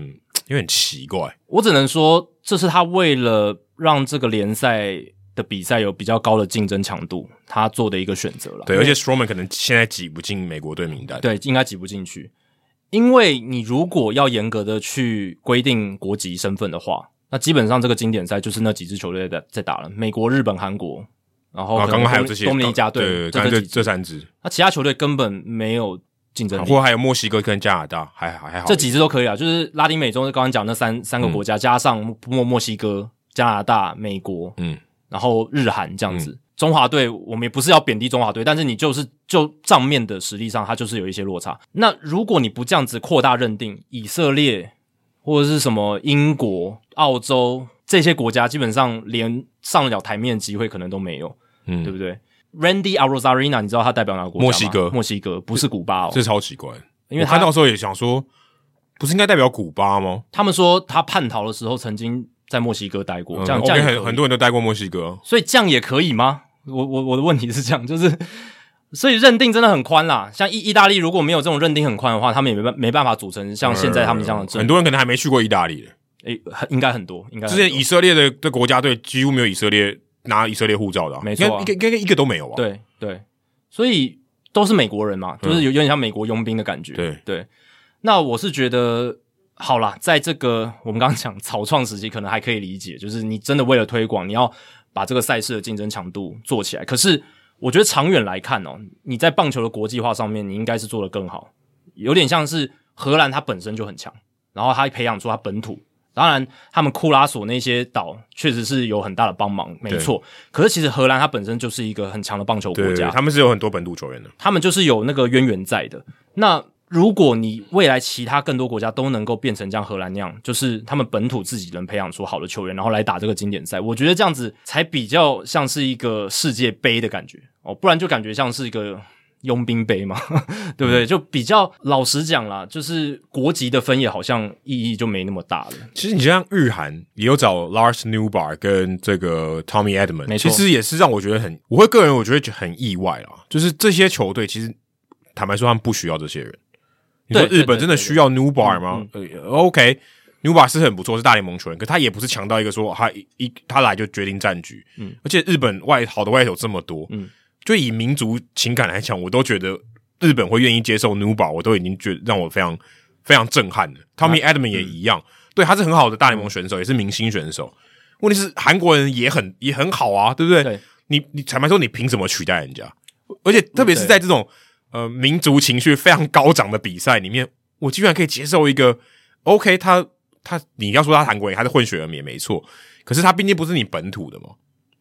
B: 有点奇怪。
A: 我只能说，这是他为了让这个联赛的比赛有比较高的竞争强度，他做的一个选择了。
B: 对，而且 Stroman 可能现在挤不进美国队名单。
A: 对，应该挤不进去，因为你如果要严格的去规定国籍身份的话，那基本上这个经典赛就是那几支球队在在打了，美国、日本、韩国，然后
B: 然后
A: 哦可能
B: 啊刚刚还有
A: 多
B: 这些
A: 多米尼加
B: 对，
A: 队，
B: 刚
A: 这
B: 刚这
A: 这几支
B: 这三支，
A: 那其他球队根本没有竞争
B: 啊或
A: 力。
B: 者还有墨西哥跟加拿大，还还还好。
A: 这几支都可以啊，就是拉丁美洲刚刚讲那三三个国家，加上墨墨西哥、加拿大、美国，
B: 嗯，
A: 然后日韩这样子。中华队我们也不是要贬低中华队，但是你就是就账面的实力上，它就是有一些落差。那如果你不这样子扩大认定，以色列或者是什么英国、澳洲这些国家，基本上连上得了台面的机会可能都没有，
B: 嗯
A: 对不对？Randy Arozarena，你知道他代表哪个国家吗
B: 墨西哥
A: 墨西哥不是古巴哦，
B: 这超奇怪，
A: 因为
B: 我看
A: 他
B: 到的时候也想说，不是应该代表古巴吗？
A: 他们说他叛逃的时候曾经在墨西哥待过，这样、
B: 嗯
A: 这样
B: OK，
A: 也可以
B: 很很多人都待过墨西哥，
A: 所以这样也可以吗？我我我的问题是这样，就是所以认定真的很宽啦。像意意大利如果没有这种认定很宽的话，他们也没办没办法组成像现在他们这样的
B: 嗯
A: 啊
B: 很
A: 阵，
B: 多人可能还没去过意大利。
A: 诶、很应该很多，应该
B: 之
A: 很多
B: 前以色列的的国家队几乎没有以色列拿以色列护照的啊、
A: 没错啊
B: 应该应该应该一个都没有啊。
A: 对对，所以都是美国人嘛，就是有有点像美国佣兵的感觉。
B: 嗯对
A: 对，那我是觉得。好啦，在这个我们刚刚讲草创时期，可能还可以理解，就是你真的为了推广，你要把这个赛事的竞争强度做起来。可是我觉得长远来看哦，你在棒球的国际化上面，你应该是做得更好，有点像是荷兰它本身就很强，然后它培养出它本土。当然，他们库拉索那些岛确实是有很大的帮忙，没错。可是其实荷兰它本身就是一个很强的棒球国
B: 对
A: 家，
B: 他们是有很多本土球员的。
A: 他们就是有那个渊源在的。那如果你未来其他更多国家都能够变成像荷兰那样，就是他们本土自己能培养出好的球员，然后来打这个经典赛，我觉得这样子才比较像是一个世界杯的感觉哦，不然就感觉像是一个佣兵杯嘛， 对不对？就比较老实讲啦，就是国籍的分野好像意义就没那么大了。
B: 其实你像日韩也有找 Lars Newbar 跟这个 Tommy Edman，
A: 没错
B: 其实也是让我觉得很，我会个人我觉得很意外啊。就是这些球队其实坦白说，他们不需要这些人。你说
A: 对对
B: 日本真的
A: 对对嗯
B: 需要 Newbar 吗？呃，OK。n e w b a 是很不错，是大联盟球员，可他也不是强到一个说他一一他来就决定战局，
A: 嗯
B: 而且日本外好的外手这么多，
A: 嗯
B: 就以民族情感来讲，我都觉得日本会愿意接受 n e w b a 我都已经觉得让我非常非常震撼了。Tommy Edman
A: 嗯
B: 也一样，对，他是很好的大联盟选手，也是明星选手。问题是韩国人也很也很好啊，对不对？
A: 对
B: 你你坦白说，你凭什么取代人家？而且特别是
A: 对
B: 在这种呃民族情绪非常高涨的比赛里面，我居然可以接受一个 OK，他他你要说他韩国人，他是混血儿也没错，可是他毕竟不是你本土的嘛。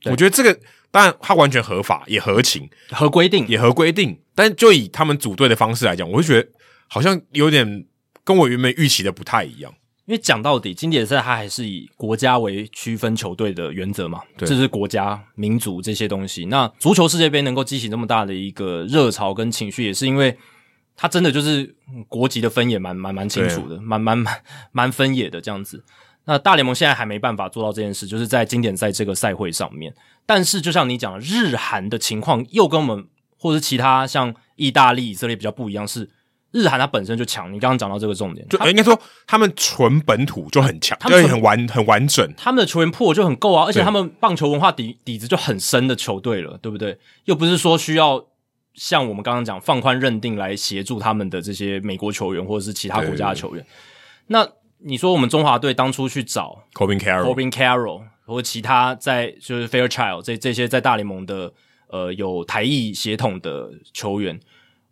A: 对
B: 我觉得这个当然他完全合法，也合情，
A: 合规定
B: 也合规定，但就以他们组队的方式来讲，我就觉得好像有点跟我原本预期的不太一样。
A: 因为讲到底，经典赛它还是以国家为区分球队的原则嘛，
B: 对
A: 这是国家、民族这些东西。那足球世界杯能够激起这么大的一个热潮跟情绪，也是因为他真的就是嗯国籍的分野蛮蛮蛮清楚的，蛮蛮蛮蛮分野的这样子。那大联盟现在还没办法做到这件事，就是在经典赛这个赛会上面。但是就像你讲的，日韩的情况又跟我们或者是其他像意大利、以色列比较不一样，是日韩它本身就强。你刚刚讲到这个重点，
B: 就、呃应该说他们纯本土就很强，
A: 他
B: 就
A: 们
B: 很完很完整。
A: 他们的球员破就很够啊，而且
B: 对
A: 他们棒球文化底底子就很深的球队了，对不对？又不是说需要像我们刚刚讲放宽认定来协助他们的这些美国球员或者是其他国家的球员。那你说我们中华队当初去找
B: Corbin Carroll，
A: Corbin Carroll 或者其他在就是 Fairchild 这这些在大联盟的呃有台裔血统的球员，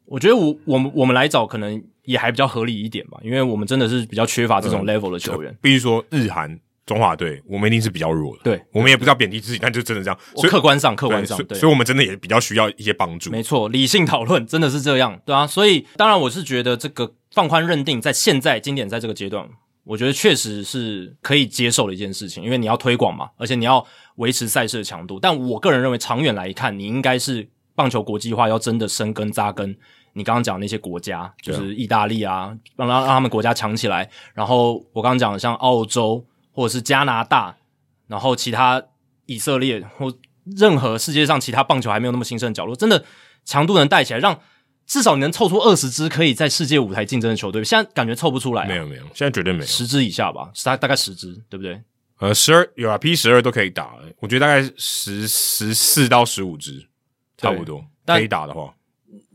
A: 我觉得我我们我们来找可能也还比较合理一点吧，因为我们真的是比较缺乏这
B: 嗯
A: 种 level 的球员。
B: 必须说日韩中华队，我们一定是比较弱的。
A: 对，
B: 我们也不知道贬低自己，但就真的这样。
A: 我
B: 所以
A: 客观上，客观
B: 对，
A: 上
B: 所，以
A: 对
B: 所，以我们真的也比较需要一些帮助。
A: 没错，理性讨论真的是这样，对啊。所以当然，我是觉得这个放宽认定在现在经典赛这个阶段，我觉得确实是可以接受的一件事情，因为你要推广嘛，而且你要维持赛事的强度。但我个人认为，长远来看，你应该是棒球国际化要真的生根扎根。你刚刚讲的那些国家，就
B: 对啊
A: 是意大利啊，让让让他们国家强起来。然后我刚刚讲的像澳洲或者是加拿大，然后其他以色列或任何世界上其他棒球还没有那么兴盛的角落，真的强度能带起来，让至少你能凑出二十支可以在世界舞台竞争的球队。现在感觉凑不出来、
B: 没，有没有，现在绝对没有。
A: 十支以下吧，大大概十支，对不对？
B: 呃，十二有啊，P 十二都可以打，我觉得大概十十四到十五支，差不多
A: 但
B: 可以打的话，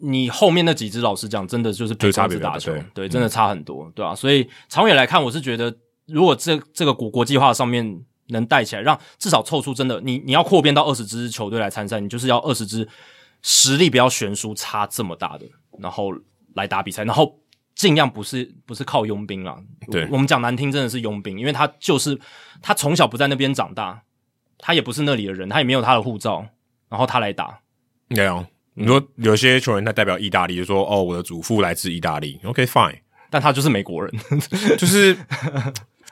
A: 你后面那几支，老实讲，真的就是被
B: 就差
A: 公司
B: 别
A: 打
B: 很
A: 球
B: 大，嗯
A: 对，真的差很多，对吧、啊所以长远来看，我是觉得，如果这这个国国际化上面能带起来，让至少凑出真的，你你要扩编到二十支球队来参赛，你就是要二十支实力不要悬殊差这么大的，然后来打比赛，然后尽量不是不是靠佣兵啦，
B: 对
A: 我我们讲难听，真的是佣兵，因为他就是他从小不在那边长大，他也不是那里的人，他也没有他的护照，然后他来打，
B: 没有。
A: 嗯
B: 你说啊有些球员他代表意大利，就说哦，我的祖父来自意大利，OK fine，
A: 但他就是美国 人。
B: 就是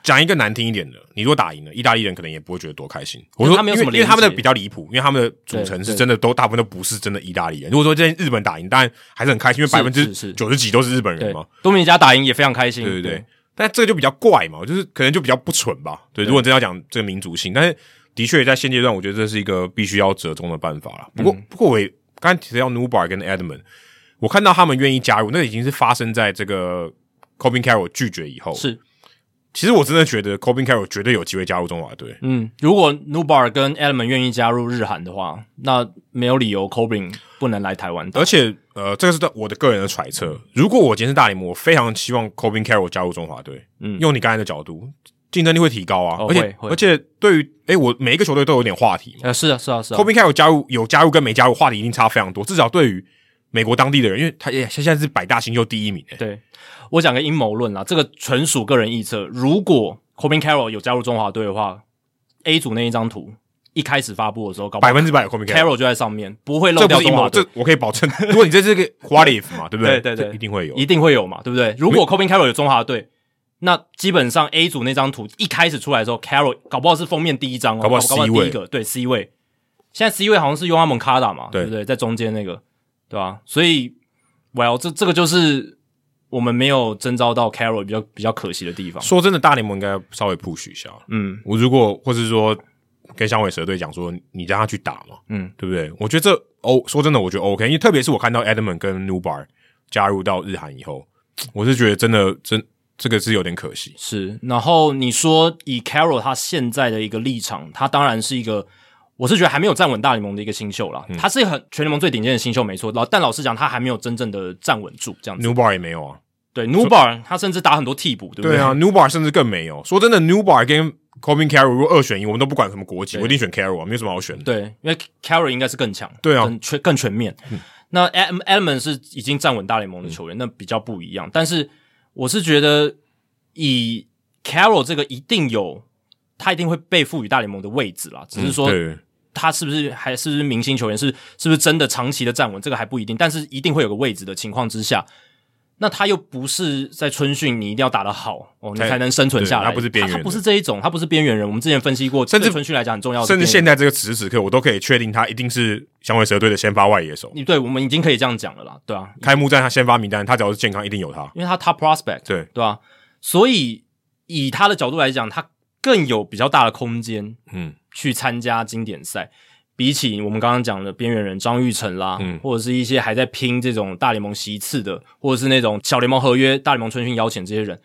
B: 讲一个难听一点的，你如果打赢了，意大利人可能也不会觉得多开心。我说
A: 他没有
B: 因为
A: 什么
B: 因为他们
A: 连结
B: 的比较离谱，因为他们的组成
A: 对
B: 是
A: 对
B: 真的都大部分都不是真的意大利人。如果说今天日本打赢，当然还是很开心，因为百分之
A: 是是
B: 九十几都是日本人
A: 对
B: 嘛。，
A: 多米尼加打赢也非常开心，
B: 对对对。但这个就比较怪嘛，就是可能就比较不纯吧。对，如果真要讲这个民族性，但是的确在现阶段，我觉得这是一个必须要折中的办法
A: 嗯
B: 了。不过，不过我也刚才提到 Nubar 跟 Edmond，我看到他们愿意加入，那已经是发生在这个 Corbin Carroll 拒绝以后。
A: 是，
B: 其实我真的觉得 Corbin Carroll 绝对有机会加入中华队。
A: 嗯，如果 Nubar 跟 Element 愿意加入日韩的话，那没有理由 Cobin 不能来台湾打。
B: 而且，呃，这个是我的个人的揣测。如果我今天是大联盟，我非常希望 Corbin Carroll 加入中华队。
A: 嗯
B: 用你刚才的角度，竞争力会提高啊。
A: 哦
B: 而
A: 会
B: 且，
A: 会
B: 而且对于诶、我每一个球队都有点话题嘛。
A: 呃，是啊，是啊，是啊
B: Corbin Carroll 加入有加入跟没加入话题一定差非常多，至少对于美国当地的人，因为他也他现在是百大新秀第一名、诶
A: 对，我讲个阴谋论啦，这个纯属个人臆测。如果 Cobin Carroll 有加入中华队的话，A 组那一张图一开始发布的时候，搞不好
B: 百分之百有 Corbin Carroll。
A: Carroll 就在上面，不会漏
B: 这不
A: 掉
B: 是阴
A: 中华
B: 谋，
A: 队
B: 这，我可以保证。如果你这是个 what if 嘛，对不
A: 对对对
B: 这一定会有。
A: 一定会有嘛，对不对？如果 Cobin Carroll 有中华队。那基本上 A 组那张图一开始出来的时候，Carroll 搞不好是封面第一张哦，
B: 搞不好 C 位
A: 第一个，对 C 位。现在 C 位好像是用阿蒙卡达嘛，对
B: 对
A: 不对？在中间那个，对吧、所以，Well，这这个就是我们没有征召到 Carroll 比较比较可惜的地方。
B: 说真的，大联盟应该稍微 push 一下。
A: 嗯，
B: 我如果或是说跟响尾蛇队讲说，你让他去打嘛，
A: 嗯，
B: 对不对？我觉得这哦，说真的，我觉得 OK，因为特别是我看到 Edmond 跟 Nubar 加入到日韩以后，我是觉得真的真这个是有点可惜。
A: 是。然后你说以 Carroll 他现在的一个立场，他当然是一个，我是觉得还没有站稳大联盟的一个新秀啦。
B: 嗯
A: 他是很全联盟最顶尖的新秀，没错。老但老实讲，他还没有真正的站稳住这样子。
B: Nubar 也没有啊，
A: 对 Nubar 他甚至打很多替补，对不
B: 对啊，Nubar 甚至更没有。说真的，Nubar 跟 Corbin Carroll 如果二选一，我们都不管什么国籍，
A: 对
B: 我一定选 Carroll，、啊、没有什么好选的。
A: 对，因为 Carry 应该是更强，
B: 对啊嗯
A: 更全更全面。那 Adam Element 是已经站稳大联盟的球员，那比较不一样。但是我是觉得以 Carroll 这个一定有，他一定会被赋予大联盟的位置啦，只是说
B: 嗯对
A: 他是不是还是不是明星球员，是是不是真的长期的站稳，这个还不一定，但是一定会有个位置的情况之下，那他又不是在春训，你一定要打得好哦，你
B: 对
A: 才能生存下来。
B: 哎对他不是边缘人
A: 他不是这一种，他不是边缘人。我们之前分析过，
B: 甚至
A: 对春训来讲很重要的边
B: 甚
A: 缘
B: 至
A: 人，
B: 现在这个此时此刻，我都可以确定他一定是响尾蛇队的先发外野手。
A: 你对我们已经可以这样讲了啦，对啊，
B: 开幕战他先发名单，他只要是健康，一定有他。
A: 因为他 top prospect，
B: 对
A: 对啊，所以以他的角度来讲，他更有比较大的空间
B: 嗯，
A: 去参加经典赛。比起我们刚刚讲的边缘人张玉成啦，
B: 嗯
A: 或者是一些还在拼这种大联盟席次的，或者是那种小联盟合约、大联盟春训邀请这些人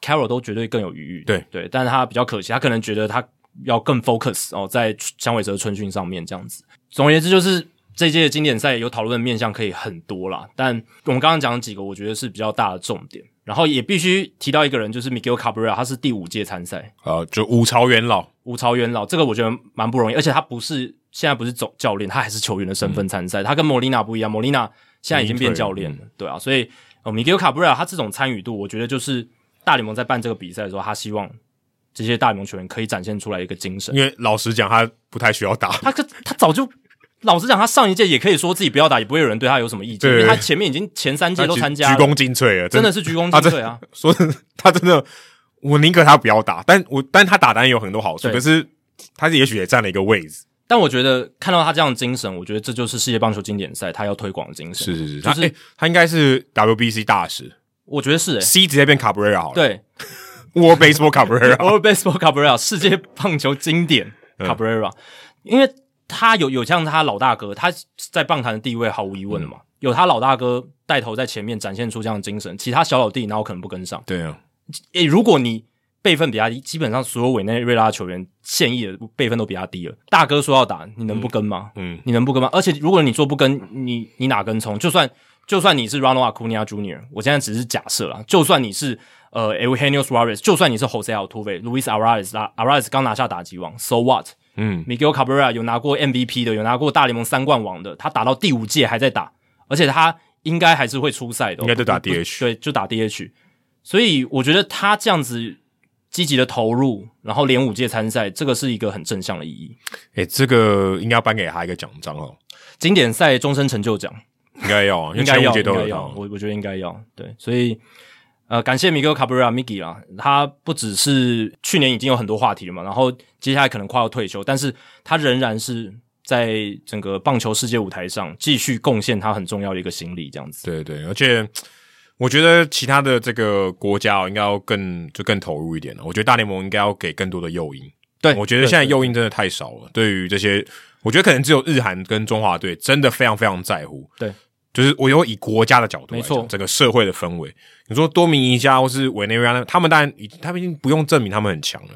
A: ，Carol 都绝对更有余裕。
B: 对
A: 对，但是他比较可惜，他可能觉得他要更 focus 哦，在响尾蛇春训上面这样子。总而言之，就是这届的经典赛有讨论的面向可以很多啦，但我们刚刚讲的几个，我觉得是比较大的重点。然后也必须提到一个人，就是 Miguel Cabrera，他是第五届参赛，
B: 呃，就五朝元老，
A: 吴朝元老，这个我觉得蛮不容易，而且他不是现在不是总教练，他还是球员的身
B: 嗯
A: 份参赛。他跟莫莉娜不一样，莫莉娜现在已经变教练了，
B: 嗯
A: 对啊，所以呃，米格卡布瑞尔他这种参与度，我觉得就是大联盟在办这个比赛的时候，他希望这些大联盟球员可以展现出来一个精神。
B: 因为老实讲，他不太需要打。
A: 他可他早就老实讲，他上一届也可以说自己不要打，也不会有人对他有什么意见，
B: 对
A: 因 为他前面已经前三届都参加
B: 鞠
A: 了，
B: 躬尽瘁了，
A: 真
B: 的
A: 的是鞠躬
B: 他
A: 尽
B: 真
A: 瘁啊！
B: 说真的，他真的，我宁可他不要打，但我但他打单有很多好处，
A: 对
B: 可是他也许也占了一个位置。
A: 但我觉得看到他这样的精神，我觉得这就是世界棒球经典赛他要推广的精神。
B: 是是，
A: 就
B: 他
A: 是
B: 诶他应该是 WBC 大使
A: 我觉得是诶、欸
B: ，C 直接变 Cabrera 好了
A: 对，
B: ，World Baseball Cabrera，
A: World Oh, Baseball Cabrera 世界棒球经典 Cabrera，、因为他有有像他老大哥，他在棒坛的地位毫无疑问的嘛，有他老大哥带头在前面展现出这样的精神，其他小老弟哪有可能不跟上？
B: 对啊，
A: 诶、如果你辈分比他低，基本上所有委内瑞拉球员现役的辈分都比他低了，大哥说要打，你能不跟吗？
B: 嗯，
A: 你能不跟吗？而且如果你说不跟，你你哪跟从？就算就算你是 Ronald Acuna Jr.，我现在只是假设啦。就算你是呃 Eugenio Suarez，就算你是 Jose Altuve、Luis Arias 啦，Arias 刚拿下打击王，So what？
B: 嗯
A: Miguel Cabrera 有拿过 MVP 的，有拿过大联盟三冠王的，他打到第五届还在打，而且他应该还是会出赛的哦，
B: 应该就打
A: 不不
B: DH
A: 对，就打 DH。所以我觉得他这样子积极的投入，然后连五届参赛，这个是一个很正向的意义。
B: 诶，这个应该要颁给他一个奖章哦，
A: 经典赛终身成就奖，
B: 应该要，啊因为
A: 应该
B: 前五
A: 要，
B: 届
A: 应
B: 都
A: 该
B: 有
A: 要，
B: 到
A: 我我觉得应该要。对，所以呃，感谢 Miguel Cabrera Miggy 啦，他不只是去年已经有很多话题了嘛，然后接下来可能快要退休，但是他仍然是在整个棒球世界舞台上继续贡献他很重要的一个心力，这样子。
B: 对对，而且我觉得其他的这个国家哦应该要更就更投入一点了。我觉得大联盟应该要给更多的诱因。
A: 对
B: 我觉得现在
A: 对对
B: 诱因真的太少了。对于这些，我觉得可能只有日韩跟中华队真的非常非常在乎。
A: 对，
B: 就是我有以国家的角度来
A: 没错
B: 讲，整个社会的氛围。你说多米尼加或是委内瑞拉，他们当然已他们已经不用证明他们很强了。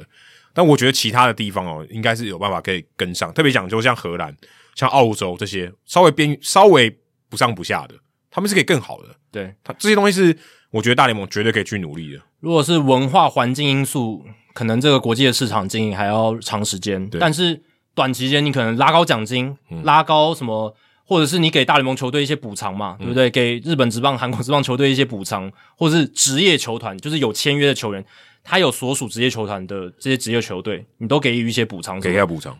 B: 但我觉得其他的地方哦，应该是有办法可以跟上，特别讲究像荷兰、像澳洲这些稍微边稍微不上不下的，他们是可以更好的。
A: 对，
B: 他这些东西是我觉得大联盟绝对可以去努力的。
A: 如果是文化环境因素，可能这个国际的市场经营还要长时间，
B: 对
A: 但是短期间你可能拉高奖金，拉高什么，或者是你给大联盟球队一些补偿嘛，对不对？给日本职棒、韩国职棒球队一些补偿，或者是职业球团，就是有签约的球员，他有所属职业球团的这些职业球队，你都给予一些补偿，
B: 给他补偿，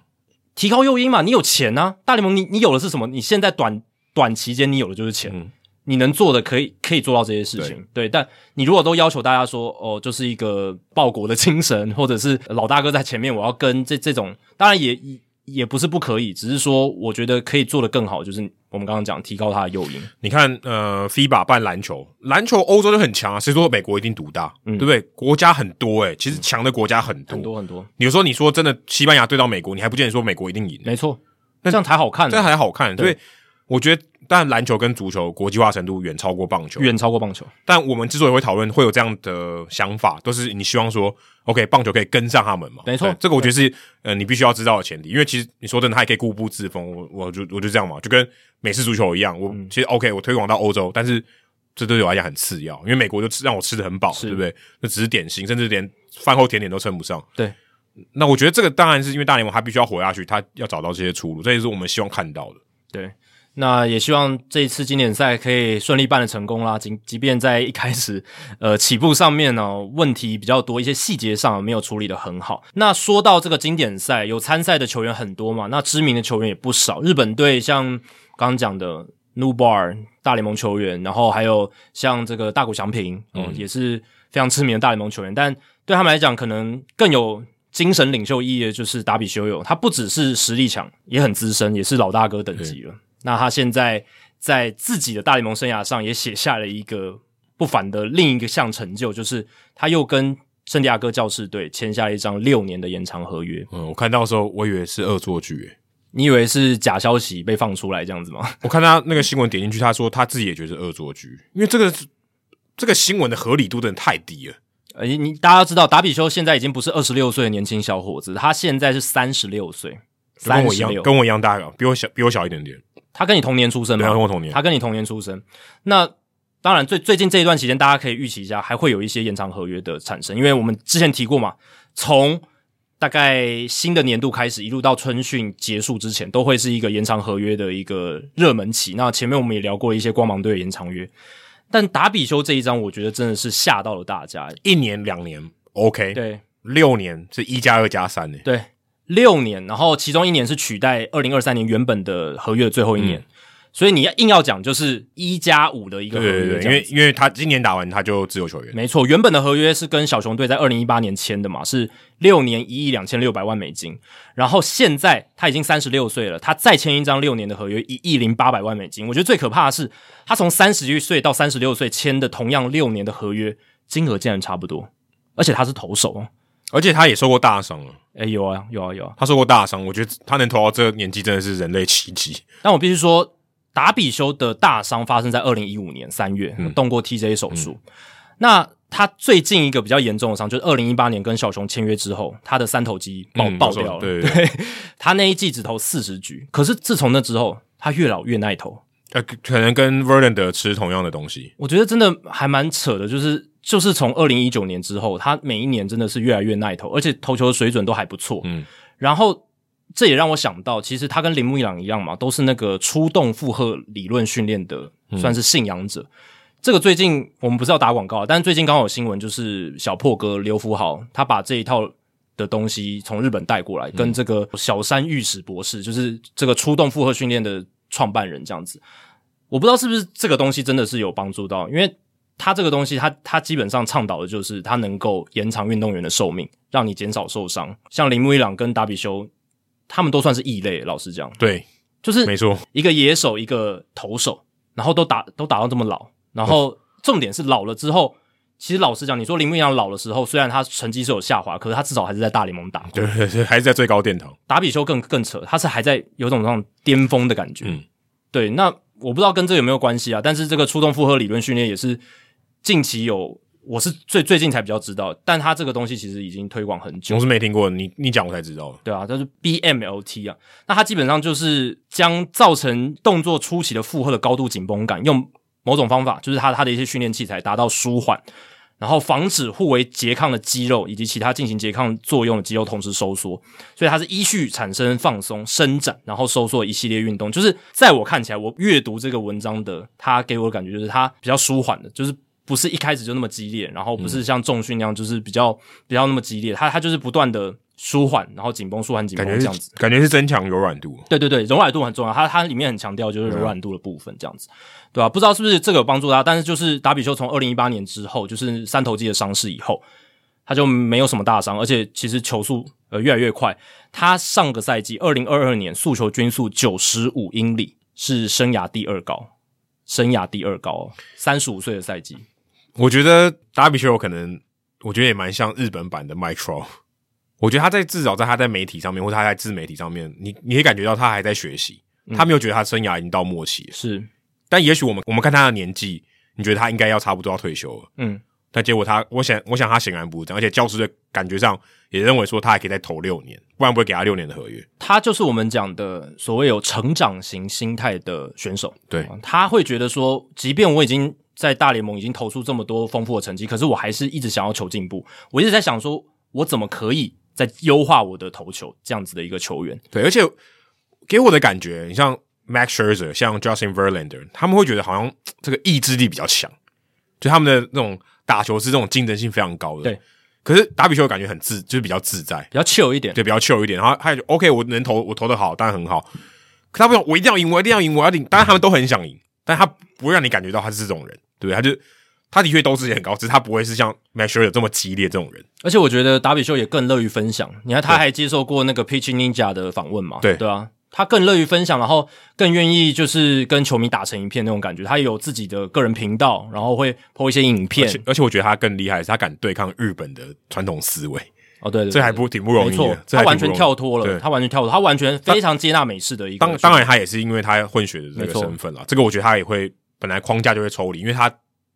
A: 提高诱因嘛，你有钱啊，大联盟你你有的是什么？你现在短短期间你有的就是钱，
B: 嗯
A: 你能做的可以可以做到这些事情，对。但你如果都要求大家说，哦，就是一个报国的精神， 或者是呃老大哥在前面，我要跟这这种，当然也也也不是不可以，只是说我觉得可以做得更好，就是我们刚刚讲提高他的诱因，
B: 你看，呃，FIBA 办篮球，篮球欧洲就很强啊，谁说美国一定独大，对不对？国家很多、欸，其实强的国家很多。
A: 很多很多，
B: 有时候你说真的，西班牙对到美国，你还不见得说美国一定赢，
A: 没错，这样才好看、
B: 这
A: 啊，
B: 还好看。所
A: 对
B: 以我觉得，但篮球跟足球国际化程度远超过棒球。
A: 远超过棒球，
B: 但我们之所以会讨论会有这样的想法，都是你希望说，OK，棒球可以跟上他们嘛？
A: 没错
B: 对这个我觉得是呃，你必须要知道的前提，因为其实你说真的，他也可以固步自封，我我就我就这样嘛，就跟美式足球一样，我、
A: 嗯
B: 其实 OK，我推广到欧洲，但是这对我来讲很次要，因为美国就吃让我吃的很饱，
A: 是
B: 对不对？那只是点心，甚至连饭后甜点都称不上。
A: 对，
B: 那我觉得这个当然是因为大联盟他必须要活下去，他要找到这些出路，这也是我们希望看到的。
A: 对，那也希望这一次经典赛可以顺利办的成功啦。即即便在一开始，呃，起步上面呢、问题比较多，一些细节上没有处理的很好。那说到这个经典赛，有参赛的球员很多嘛，那知名的球员也不少。日本队像刚刚讲的 Nubar 大联盟球员，然后还有像这个大谷翔平，嗯，也是非常知名的大联盟球员。但对他们来讲，可能更有精神领袖意义的就是达比修友，他不只是实力强，也很资深，也是老大哥等级了。那他现在在自己的大联盟生涯上也写下了一个不凡的另一个项成就，就是他又跟圣地亚哥教士队签下了一张六年的延长合约。
B: 嗯，我看到的时候，我以为是恶作剧、欸，
A: 你以为是假消息被放出来这样子吗？
B: 我看他那个新闻点进去，他说他自己也觉得是恶作剧，因为这个这个新闻的合理度真的太低了。
A: 呃，你大家都知道，达比修现在已经不是二十六岁的年轻小伙子，他现在是三十六岁，
B: 就跟
A: 三
B: 我一
A: 十
B: 样，
A: 六，
B: 跟我一样大，比我小，比我小一点点，
A: 他跟你同年出生
B: 对，啊
A: 嘛
B: 他跟，我同年。
A: 他跟你同年出生。那当然最最近这一段期间，大家可以预期一下，还会有一些延长合约的产生，因为我们之前提过嘛，从大概新的年度开始，一路到春训结束之前，都会是一个延长合约的一个热门期。那前面我们也聊过一些光芒队的延长约，但达比修这一张，我觉得真的是吓到了大家。
B: 一年两年 OK，，
A: 对，
B: 六年是一加二加三呢。
A: 对，六年，然后其中一年是取代二零二三年原本的合约的最后一
B: 嗯
A: 年，所以你要硬要讲就是一加五的一个
B: 对
A: 合约
B: 对
A: 这
B: 对
A: 样
B: 对，
A: 子，
B: 因为因为他今年打完他就自由球员，
A: 没错，原本的合约是跟小熊队在二零一八年签的嘛，是六年一亿两千六百万美金，然后现在他已经三十六岁了，他再签一张六年的合约，一亿零八百万美金。我觉得最可怕的是，他从三十一岁到三十六岁签的同样六年的合约，金额竟然差不多，而且他是投手哦。
B: 而且他也受过大伤了，
A: 哎，有啊，有啊，有啊。
B: 他受过大伤，我觉得他能投到这个年纪真的是人类奇迹。
A: 但我必须说，达比修的大伤发生在二零一五年三月，
B: 嗯
A: 动过 TJ 手术。那他最近一个比较严重的伤，就是二零一八年跟小熊签约之后，他的三头肌爆、
B: 嗯
A: 爆掉了。
B: 对对对，
A: 他那一季只投四十局，可是自从那之后，他越老越耐投。
B: 呃，可能跟 Verlander 吃同样的东西，
A: 我觉得真的还蛮扯的，就是就是从二零一九年之后，他每一年真的是越来越耐投，而且投球的水准都还不错。
B: 嗯，
A: 然后这也让我想到，其实他跟铃木一朗一样嘛，都是那个出动负荷理论训练的，算是信仰者。这个最近我们不是要打广告，但是最近刚好有新闻，就是小破哥刘福豪他把这一套的东西从日本带过来，跟这个小山玉史博士，就是这个出动负荷训练的创办人这样子。我不知道是不是这个东西真的是有帮助到，因为他这个东西它，他基本上倡导的就是它能够延长运动员的寿命，让你减少受伤。像铃木一朗跟达比修，他们都算是异类，老实讲，
B: 对，
A: 就是
B: 没错，
A: 一个野手，一个投手，然后都打都打到这么老，然后重点是老了之后，其实老实讲，你说林木阳老的时候，虽然他成绩是有下滑，可是他至少还是在大联盟打。
B: 对对对，还是在最高殿堂。
A: 达比修更更扯，他是还在有种那种巅峰的感觉。
B: 嗯
A: 对，那我不知道跟这有没有关系啊，但是这个出动负荷理论训练也是近期有，我是最最近才比较知道，但他这个东西其实已经推广很久
B: 我。是没听过，你你讲我才知道。
A: 对啊，就是 BMLT 啊，那它基本上就是将造成动作初期的负荷的高度紧绷感，用某种方法，就是它它的一些训练器材达到舒缓，然后防止互为拮抗的肌肉以及其他进行拮抗作用的肌肉同时收缩，所以它是依序产生放松、伸展，然后收缩一系列运动。就是在我看起来，我阅读这个文章的，它给我的感觉就是它比较舒缓的，就是不是一开始就那么激烈，然后不
B: 嗯
A: 是像重训那样就是比较比较那么激烈，它它就是不断的舒缓，然后紧绷、舒缓、紧绷
B: 感
A: 哦这
B: 觉
A: 样子
B: 是。感觉是增强柔软度，
A: 对对对，柔软度很重要，它它里面很强调就是柔软度的部分，这样子，对吧、不知道是不是这个有帮助他，但是就是达比修从二零一八年之后，就是三头肌的伤势以后，他就没有什么大伤，而且其实球速呃越来越快。他上个赛季二零二二年速球均速九十五英里，是生涯第二高，生涯第二高、哦，三十五岁的赛季。
B: 我觉得达比修有可能，我觉得也蛮像日本版的 Micro。我觉得他在至少在他在媒体上面，或者他在自媒体上面，你你也感觉到他还在学习，
A: 嗯
B: 他没有觉得他生涯已经到末期了。
A: 是，
B: 但也许我们我们看他的年纪，你觉得他应该要差不多要退休了，
A: 嗯，
B: 但结果他，我想我想他显然不是这样，而且教师的感觉上也认为说他还可以再投六年，不然不会给他六年的合约。
A: 他就是我们讲的所谓有成长型心态的选手。
B: 对
A: 啊他会觉得说，即便我已经在大联盟已经投出这么多丰富的成绩，可是我还是一直想要求进步。我一直在想说，我怎么可以再优化我的投球这样子的一个球员？
B: 对，而且给我的感觉，你像 Max Scherzer、像 Justin Verlander，他们会觉得好像嘖这个意志力比较强，就他们的那种打球是这种竞争性非常高的。
A: 对，
B: 可是打比球感觉很自，就是比较自在，
A: 比较 chill 一点。
B: 对，比较 chill 一点。然后他就 OK，我能投，我投的好，当然很好。可他不懂，我一定要赢，我一定要赢，我要赢。当然他们都很想赢，但他不会让你感觉到他是这种人，对不对？他就他的确斗志也很高，只是他不会是像 Max Scherzer 这么激烈这种人。
A: 而且我觉得达比秀也更乐于分享。你看，他还接受过那个 Pitch Ninja 的访问嘛？
B: 对
A: 对啊，他更乐于分享，然后更愿意就是跟球迷打成一片那种感觉。他也有自己的个人频道，然后会 po 一些影
B: 而
A: 片
B: 且。而且我觉得他更厉害，是他敢对抗日本的传统思维，
A: 哦，对对对，
B: 这还不挺不容
A: 没
B: 易
A: 错
B: 的，，这
A: 他
B: 还挺不容易
A: 完全跳脱
B: 对
A: 了，他完全跳脱，他完全非常接纳美式的一个
B: 当
A: 选手。
B: 当然，他也是因为他混血的这
A: 没
B: 个
A: 错
B: 身份啦。这个我觉得他也会本来框架就会抽离，因为他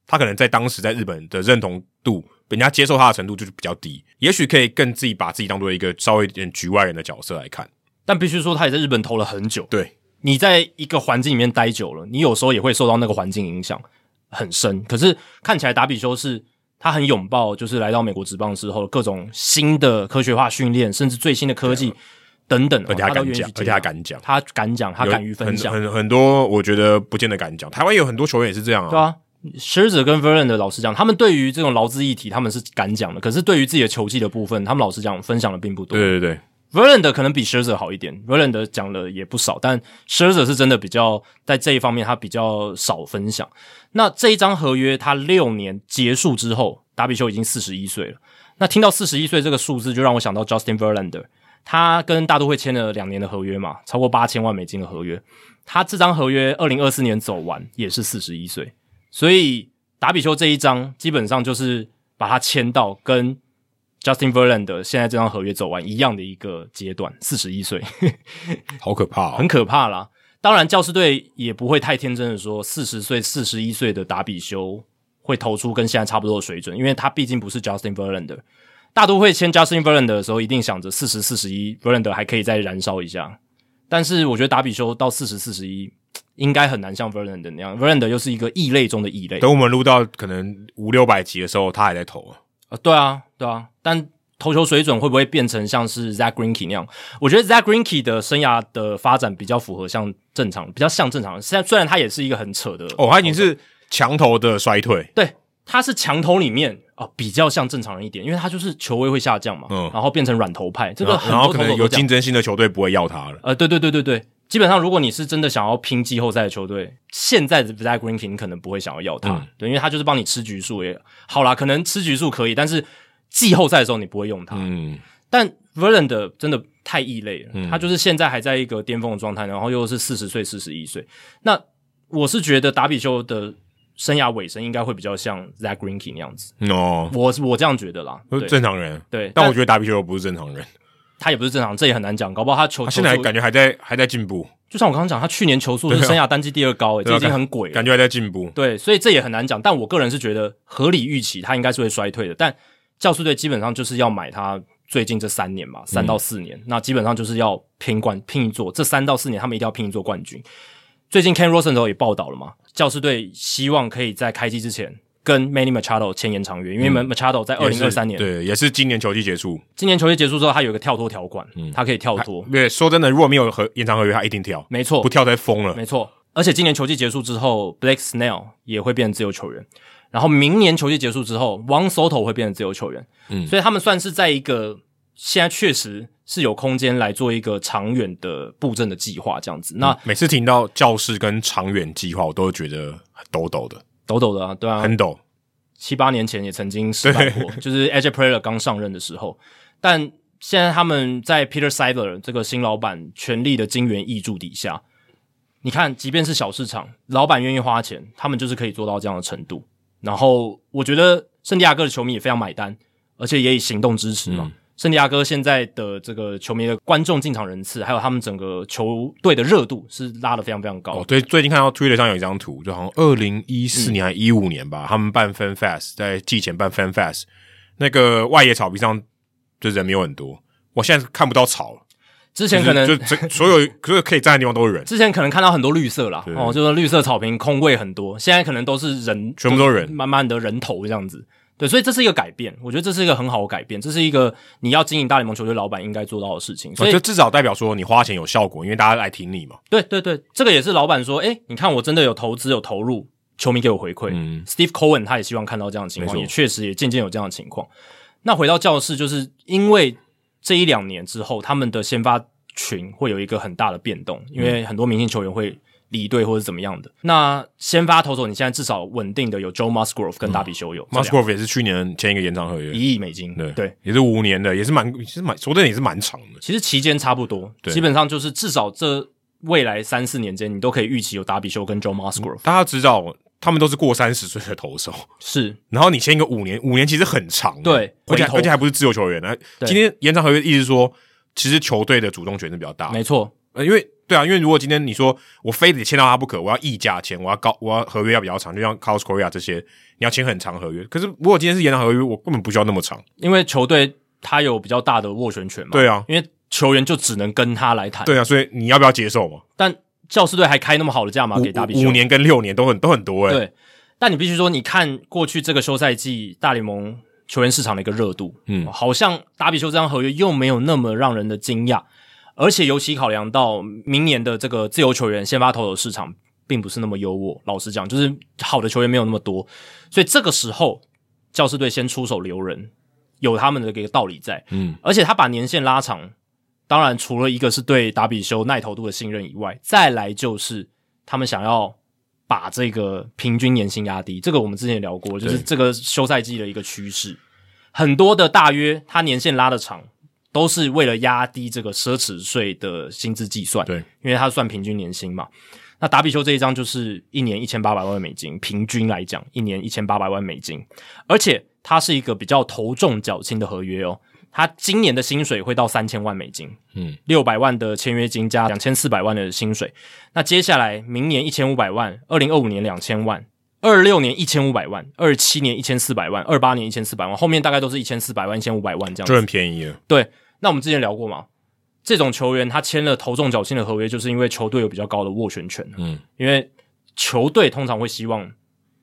B: 他可能在当时在日本的认同度，人家接受他的程度就是比较低，也许可以更自己把自己当做一个稍微有点局外人的角色来看。
A: 但必须说，他也在日本投了很久。
B: 对，
A: 你在一个环境里面待久了，你有时候也会受到那个环境影响很深。可是看起来达比修是他很拥抱，就是来到美国职棒之后各种新的科学化训练，甚至最新的科技等等，
B: 啊而且他
A: 都
B: 敢
A: 哦愿意
B: 讲，
A: 去
B: 而
A: 接
B: 且
A: 纳
B: 他，敢
A: 他敢
B: 讲，
A: 讲，他
B: 有
A: 敢于分享，
B: 很很很多，我觉得不见得敢讲。台湾也有很多球员也是这样
A: 对
B: 啊，
A: 啊。学者跟 Verland 的老师讲，他们对于这种劳资议题，他们是敢讲的。可是对于自己的球技的部分，他们老实讲分享的并不多。
B: 对对对，
A: Verland 可能比 s h i r z e r 好一点，Verland 讲了也不少，但 s h i r z e r 是真的比较在这一方面他比较少分享。那这一张合约他六年结束之后，达比修已经四十一岁了。那听到四十一岁这个数字，就让我想到 Justin Verlander，他跟大都会签了两年的合约嘛，超过八千万美金的合约。他这张合约二零二四年走完也是四十一岁，所以达比修这一张基本上就是把他签到跟 Justin Verlander 现在这张合约走完一样的一个阶段，四十一岁，
B: 好可怕、哦
A: 很。可怕啦。当然，教师队也不会太天真的说，四十岁、四十一岁的达比修会投出跟现在差不多的水准，因为他毕竟不是 Justin Verlander。大都会签 Justin Verlander 的时候，一定想着四十、四十一，Verlander 还可以再燃烧一下。但是我觉得达比修到四十、四十一，应该很难像 Verlander 那样。Verlander 又是一个异类中的异类。
B: 等我们录到可能五六百集的时候，他还在投啊。
A: 呃，对啊，对啊，但投球水准会不会变成像是 Zach Greinke 那样？我觉得 Zach Greinke 的生涯的发展比较符合像正常，比较像正常人。虽然虽然他也是一个很扯的
B: 哦，他已经是强投的衰退。
A: 对，他是强投里面啊、比较像正常人一点，因为他就是球位会下降嘛，
B: 嗯
A: 然后变成软投派，这个
B: 然后
A: 很
B: 然后
A: 多
B: 可
A: 投手
B: 能
A: 都
B: 有
A: 这样
B: 竞。争性的球队不会要他了。
A: 呃，对对对对对，基本上如果你是真的想要拼季后赛的球队，现在的 Zach Greinke 你可能不会想要要他，
B: 嗯
A: 对，因为他就是帮你吃局数也好啦，可能吃局数可以，但是季后赛的时候你不会用他，
B: 嗯，
A: 但 Verland 的真的太异类了，
B: 嗯
A: 他就是现在还在一个巅峰的状态，然后又是四十岁、四十一岁。那我是觉得达比修的生涯尾声应该会比较像 Zach Greinke 那样子，
B: 哦，
A: 我我这样觉得啦。
B: 都
A: 对
B: 是正常人。
A: 对，
B: 呃但我觉得达比修不是正常人，
A: 他也不是正常，这也很难讲，搞不好他球
B: 他现在
A: 球速
B: 感觉还在还在进步，
A: 就像我刚刚讲，他去年球速是
B: 对啊
A: 生涯单季第二高、欸，
B: 对
A: 这
B: 啊
A: 已经很鬼了。
B: 感觉还在进步。
A: 对，所以这也很难讲。但我个人是觉得合理预期他应该是会衰退的，但教师队基本上就是要买他最近这三年嘛，
B: 嗯
A: 三到四年，那基本上就是要拼冠拼一座，这三到四年他们一定要拼一座冠军。最近 Ken Rosenthal 也报道了嘛，教师队希望可以在开季之前跟 Manny Machado 签延长约，因为 Machado 在二零二三
B: 嗯也
A: 年、
B: 是对，也是今年球季结束。
A: 今年球季结束之后，他有一个跳脱条款，
B: 嗯
A: 他可以跳脱，
B: 因为说真的，如果没有合延长合约，他一定跳，
A: 没错
B: 不，跳才疯了。
A: 哦没错，而且今年球季结束之后，Blake Snell 也会变成自由球员，然后明年球季结束之后，王 Soto 会变成自由球员。
B: 嗯
A: 所以他们算是在一个现在确实是有空间来做一个长远的布阵的计划这样子。那
B: 每次听到教室跟长远计划，我都觉得很抖抖的，
A: 抖抖的、啊，对啊，
B: 很抖。
A: 七八年前也曾经失败过，就是 AJ p r e l e r 刚上任的时候。但现在他们在 Peter Seidler 这个新老板全力的金援挹注底下，你看，即便是小市场，老板愿意花钱，他们就是可以做到这样的程度。然后我觉得圣地亚哥的球迷也非常买单，而且也以行动支持嘛。
B: 嗯
A: 圣地亚哥现在的这个球迷的观众进场人次，还有他们整个球队的热度是拉得非常非常高。
B: 哦，对，最近看到 Twitter 上有一张图，就好像二零一
A: 嗯
B: 四年还一五年吧，他们办 Fan Fest，在季前办 Fan Fest，那个外野草皮上就人没有很多，我现在看不到草了。
A: 之前可能
B: 就是就整 所有所有可以站的地方都是人，
A: 之前可能看到很多绿色啦，
B: 对
A: 哦，就是绿色草坪空位很多，现在可能都是人，
B: 全部都是人
A: 慢慢的人头这样子。对，所以这是一个改变，我觉得这是一个很好的改变，这是一个你要经营大联盟球队老板应该做到的事情。所以
B: 哦就至少代表说你花钱有效果，因为大家来听你嘛。
A: 对对对，这个也是老板说，诶，你看我真的有投资有投入，球迷给我回馈。
B: 嗯
A: Steve Cohen 他也希望看到这样的情况，
B: 没错
A: 也确实也渐渐有这样的情况。那回到教室，就是因为这一两年之后，他们的先发群会有一个很大的变动，
B: 嗯
A: 因为很多明星球员会离队或者怎么样的。那先发投手，你现在至少稳定的有 Joe Musgrove
B: 嗯
A: 跟达比修有、这
B: m u
A: 两
B: s
A: 个
B: g r o v e 也是去年签一个延长合约，
A: 一亿美金，
B: 对
A: 对，
B: 也是五年的，也是蛮，其实蛮说真的也是蛮长的。
A: 其实期间差不多，
B: 对
A: 基本上就是至少这未来三四年间，你都可以预期有达比修跟 Joe Musgrove、
B: 大家知道，他们都是过三十岁的投手，
A: 是
B: 然后你签一个五年，五年其实很长的，
A: 对
B: 而且
A: 回头
B: 而且还不是自由球员呢。
A: 对
B: 今天延长合约意思是说，其实球队的主动权是比较大的，
A: 没错，
B: 呃，因为对啊，因为如果今天你说我非得签到他不可，我要溢价签，我要高，我要合约要比较长，就像 Carlos Correa 这些，你要签很长合约。可是如果今天是延长合约，我根本不需要那么长。
A: 因为球队他有比较大的斡旋权嘛，
B: 对啊，
A: 因为球员就只能跟他来谈，
B: 对啊，所以你要不要接受嘛？
A: 但教士队还开那么好的价码
B: 五
A: 啊给达比修，
B: 五年跟六年都很都很多哎、欸。
A: 对，但你必须说，你看过去这个休赛季大联盟球员市场的一个热度，
B: 嗯
A: 好像达比修这张合约又没有那么让人的惊讶，而且尤其考量到明年的这个自由球员先发投手市场并不是那么优渥，老实讲，就是好的球员没有那么多，所以这个时候教士队先出手留人，有他们的一个道理在，
B: 嗯，
A: 而且他把年限拉长，当然除了一个是对达比修耐投度的信任以外，再来就是他们想要把这个平均年薪压低，这个我们之前也聊过，就是这个休赛季的一个趋势，很多的大约他年限拉的长。都是为了压低这个奢侈税的薪资计算，
B: 对，
A: 因为它算平均年薪嘛。那达比修这一张就是一年一千八百万美金，平均来讲，一年一千八百万美金，而且它是一个比较头重脚轻的合约哦。他今年的薪水会到三千万美金，
B: 嗯，
A: 六百万的签约金加两千四百万的薪水。那接下来明年一千五百万，二零二五年两千万，二六年一千五百万，二七年一千四百万，二八年一千四百万，后面大概都是一千四百万、一千五百万这样
B: 就
A: 子。
B: 很便宜了。
A: 对，那我们之前聊过嘛，这种球员他签了头重脚轻的合约，就是因为球队有比较高的斡旋权，啊
B: 嗯，
A: 因为球队通常会希望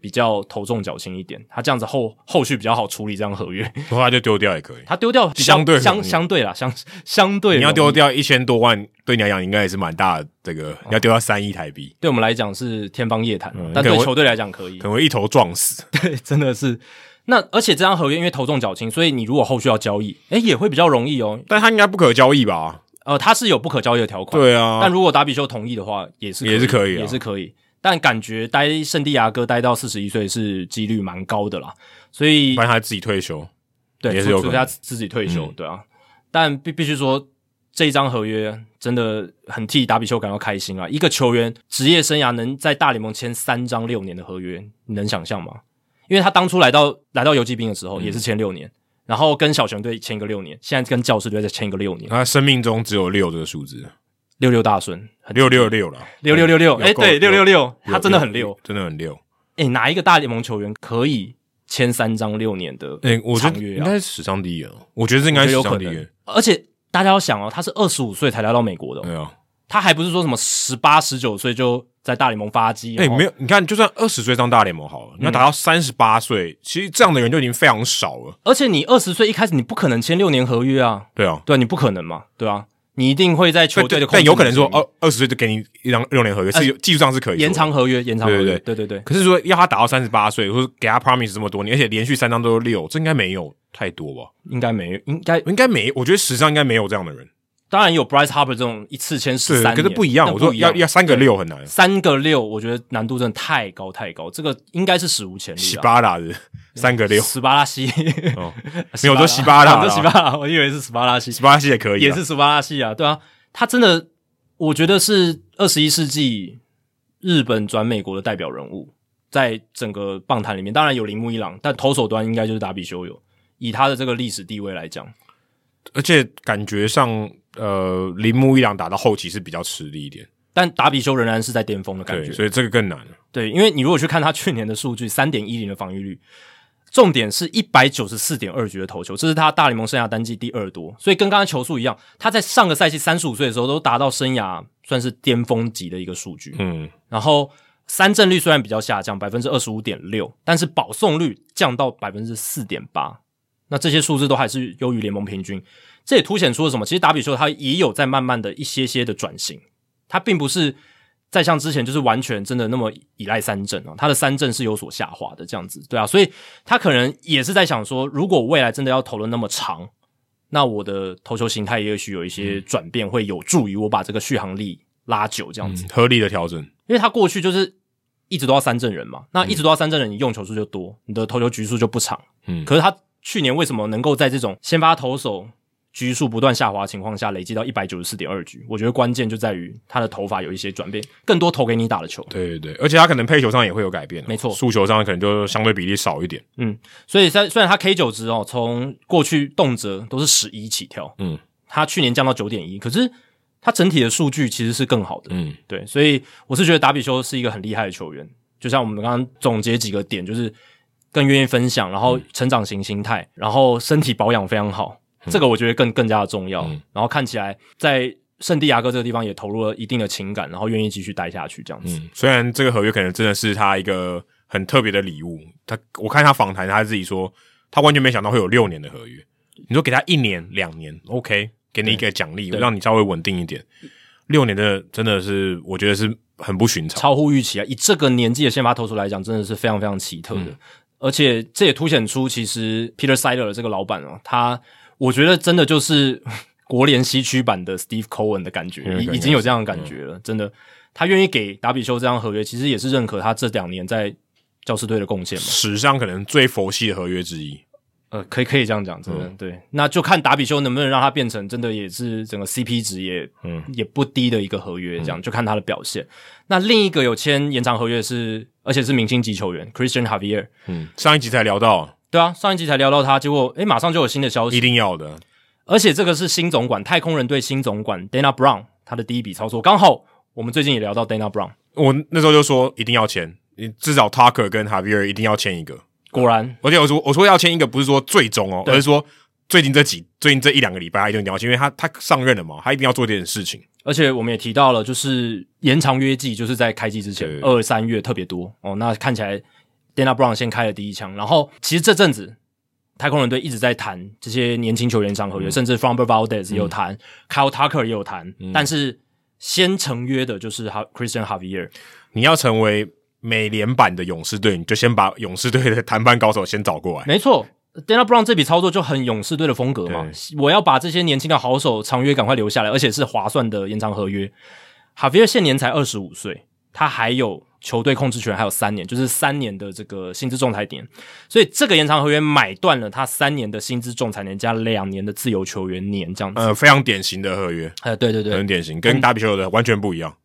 A: 比较头重脚轻一点，他这样子后后续比较好处理这样合约。
B: 后来就丢掉也可以。
A: 他丢掉比较
B: 相对容易
A: 相相对啦，相相对
B: 你要
A: 容易
B: 丢，掉一千多万，对你来讲应该也是蛮大的。这个你要丢掉三亿台币，
A: 对我们来讲是天方夜谭，啊但
B: 嗯可能
A: 对
B: 会
A: 球队来讲可以
B: 可，能会一头撞死。
A: 对， 真的是。那而且这张合约因为头重脚轻，所以你如果后续要交易，诶、也会比较容易哦。
B: 但他应该不可交易吧？
A: 呃，它是有不可交易的条款，
B: 对
A: 但
B: 啊，
A: 如果达比修同意的话，也是
B: 也是可以啊
A: 也是可以。但感觉待圣地亚哥待到四十一岁是几率蛮高的啦，所以
B: 不然他自己退休。
A: 对，
B: 也是
A: 除
B: 有可
A: 除非
B: 能
A: 他自己退休，
B: 嗯
A: 对啊。但必必须说，这一张合约真的很替达比修感到开心啊！一个球员职业生涯能在大联盟签三张六年的合约，你能想象吗？因为他当初来到来到游击兵的时
B: 嗯
A: 候也是签六年，然后跟小熊队签一个六年，现在跟教士队再签一个六年，
B: 他生命中只有六这个数字，
A: 六六大顺，很
B: 六六六了，
A: 六六六六，哎，
B: 有够
A: 对，六六，
B: 有
A: 六，他
B: 有
A: 真的很溜。
B: 真的很六。
A: 哎，哪一个大联盟球员可以签三张六年的？
B: 哎、我觉得
A: 长约啊
B: 应该是史上第一啊，我觉得这应
A: 我
B: 该
A: 觉
B: 是
A: 得有
B: 史
A: 可
B: 上第一
A: 能。，而且大家要想哦，他是二十五岁才来到美国的哦、
B: 对啊，
A: 他还不是说什么十八、十九岁就在大联盟发迹，哦
B: 哎、
A: 然后
B: 没有，你看，就算二十岁上大联盟好了，
A: 嗯
B: 你要达到三十八岁，其实这样的人就已经非常少了。
A: 而且你二十岁一开始你不可能签六年合约啊，
B: 对啊，
A: 对啊，你不可能嘛，对啊，你一定会在球
B: 但
A: 队的
B: 但
A: 控
B: 但
A: 制
B: 有可能说哦
A: 里面
B: 二二十岁就给你一张六年合约，是有技术上是可以
A: 延
B: 做的。
A: 长合约，延长合约，
B: 对
A: 对对对，
B: 可是说要他打到三十八岁，或者给他 promise 这么多年，而且连续三张都是六，这应该没有太多吧？
A: 应该没，应该
B: 应该没，我觉得史上应该没有这样的人。
A: 当然有 Bryce Harper 这种一次签十
B: 对，
A: 三，
B: 可是不一样。
A: 但
B: 我说要要三个
A: 对啊
B: 六很难，
A: 三个六，我觉得难度真的太高太高，这个应该是史无前例啊
B: 喜
A: 了。
B: 巴拉的三个六，
A: 斯巴拉西，啊
B: 哦， 没有我说西巴拉
A: 我
B: 啦
A: 说 西巴拉，我以为是斯巴拉西，
B: 喜巴拉系也可以啊，
A: 也是斯巴拉系啊，对啊，他真的，我觉得是二十一世纪日本转美国的代表人物，在整个棒坛里面，当然有铃木一朗，但投手端应该就是达比修有。以他的这个历史地位来讲，
B: 而且感觉上，呃，铃木一朗打到后期是比较吃力一点，
A: 但达比修仍然是在巅峰的感
B: 对，
A: 觉。
B: 所以这个更难。
A: 对，因为你如果去看他去年的数据，三点一零的防御率，重点是一百九十四点二局的投球，这是他大联盟生涯单季第二多，所以跟刚刚球速一样，他在上个赛季三十五岁的时候都达到生涯算是巅峰级的一个数据。
B: 嗯，
A: 然后三振率虽然比较下降，百分之二十五点六，但是保送率降到百分之四点八。那这些数字都还是优于联盟平均，这也凸显出了什么？其实达比修他也有在慢慢的一些些的转型，他并不是在像之前就是完全真的那么依赖三振啊，他的三振是有所下滑的这样子，对啊，所以他可能也是在想说，如果未来真的要投的那么长，那我的投球形态也许有一些转变，会有助于我把这个续航力拉久这样子。
B: 合理的调整，
A: 因为他过去就是一直都要三阵人嘛，那一直都要三阵人，你用球数就多，你的投球局数就不长。
B: 嗯
A: 可是他去年为什么能够在这种先发投手局数不断下滑的情况下，累积到一百九十四点二局？我觉得关键就在于他的投法有一些转变，更多投给你打的球。
B: 对对对，而且他可能配球上也会有改变哦，
A: 没错
B: 速球上可能就相对比例少一点，
A: 所以虽虽然他 K 九值哦，从过去动辄都是十一起跳，
B: 嗯，
A: 他去年降到九点一，可是他整体的数据其实是更好的，
B: 嗯，
A: 对，所以我是觉得达比修是一个很厉害的球员。就像我们刚刚总结几个点，就是更愿意分享，然
B: 嗯
A: 后成长型心态，然后身体保养非常好，这个我觉得更更加的重要。
B: 嗯
A: 然后看起来在圣地亚哥这个地方也投入了一定的情感，然后愿意继续待下去这样子。
B: 嗯，虽然这个合约可能真的是他一个很特别的礼物，他我看他访谈他自己说，他完全没想到会有六年的合约。你说给他一年、两年，OK，给你一个奖励，
A: 对
B: 让你稍微稳定一点。六年的真的是，我觉得是很不寻常。
A: 超乎预期啊！以这个年纪的先发投手来讲，真的是非常非常奇特的。
B: 嗯
A: 而且这也凸显出，其实 Peter Siler 这个老板哦，他我觉得真的就是国联西区版的 Steve Cohen 的感觉，
B: 嗯
A: 已
B: 感觉嗯
A: 已经有这样的感觉了。真的，他愿意给达比修这张合约，其实也是认可他这两年在教师队的贡献嘛。
B: 史上可能最佛系的合约之一，
A: 呃，可以可以这样讲，真的、
B: 嗯
A: 对。那就看达比修能不能让他变成真的也是整个 CP 值也
B: 嗯
A: 也不低的一个合约，这样、就看他的表现。那另一个有签延长合约是，而且是明星级球员 Christian Javier，
B: 嗯，上一集才聊到，
A: 对啊，上一集才聊到他，结果诶马上就有新的消
B: 一
A: 息，
B: 定要的，
A: 而且这个是新总管太空人队新总管 Dana Brown 他的第一笔操作，刚好我们最近也聊到 Dana Brown，
B: 我那时候就说一定要签，你至少 Tucker 跟 Javier 一定要签一个。
A: 果然
B: 而且我说我说要签一个，不是说最终哦，
A: 对
B: 而是说最近这几最近这一两个礼拜他一定要签，因为他他上任了嘛，他一定要做这件事情。
A: 而且我们也提到了，就是延长约季，就是在开季之前
B: 对，
A: 二三月特别多哦。那看起来 Dana Brown 先开了第一枪，然后其实这阵子太空人队一直在谈这些年轻球员长合约，甚至 Fromber Valdez 也有谈、k y l e Tucker 也有谈，但是先成约的就是哈 Christian Javier。
B: 你要成为美联版的勇士队，你就先把勇士队的 谈判高手先找过来。
A: 没错，Dana Brown 这笔操作就很勇士队的风格嘛
B: 对。
A: 我要把这些年轻的好手长约赶快留下来，而且是划算的延长合约。哈维尔现年才二十五岁，他还有球队控制权，还有三年，就是三年的这个薪资仲裁点。所以这个延长合约买断了他三年的薪资仲裁年加两年的自由球员年，这样子。
B: 呃，非常典型的合约，
A: 呃，对对对，
B: 很典型，跟达比修的完全不一样。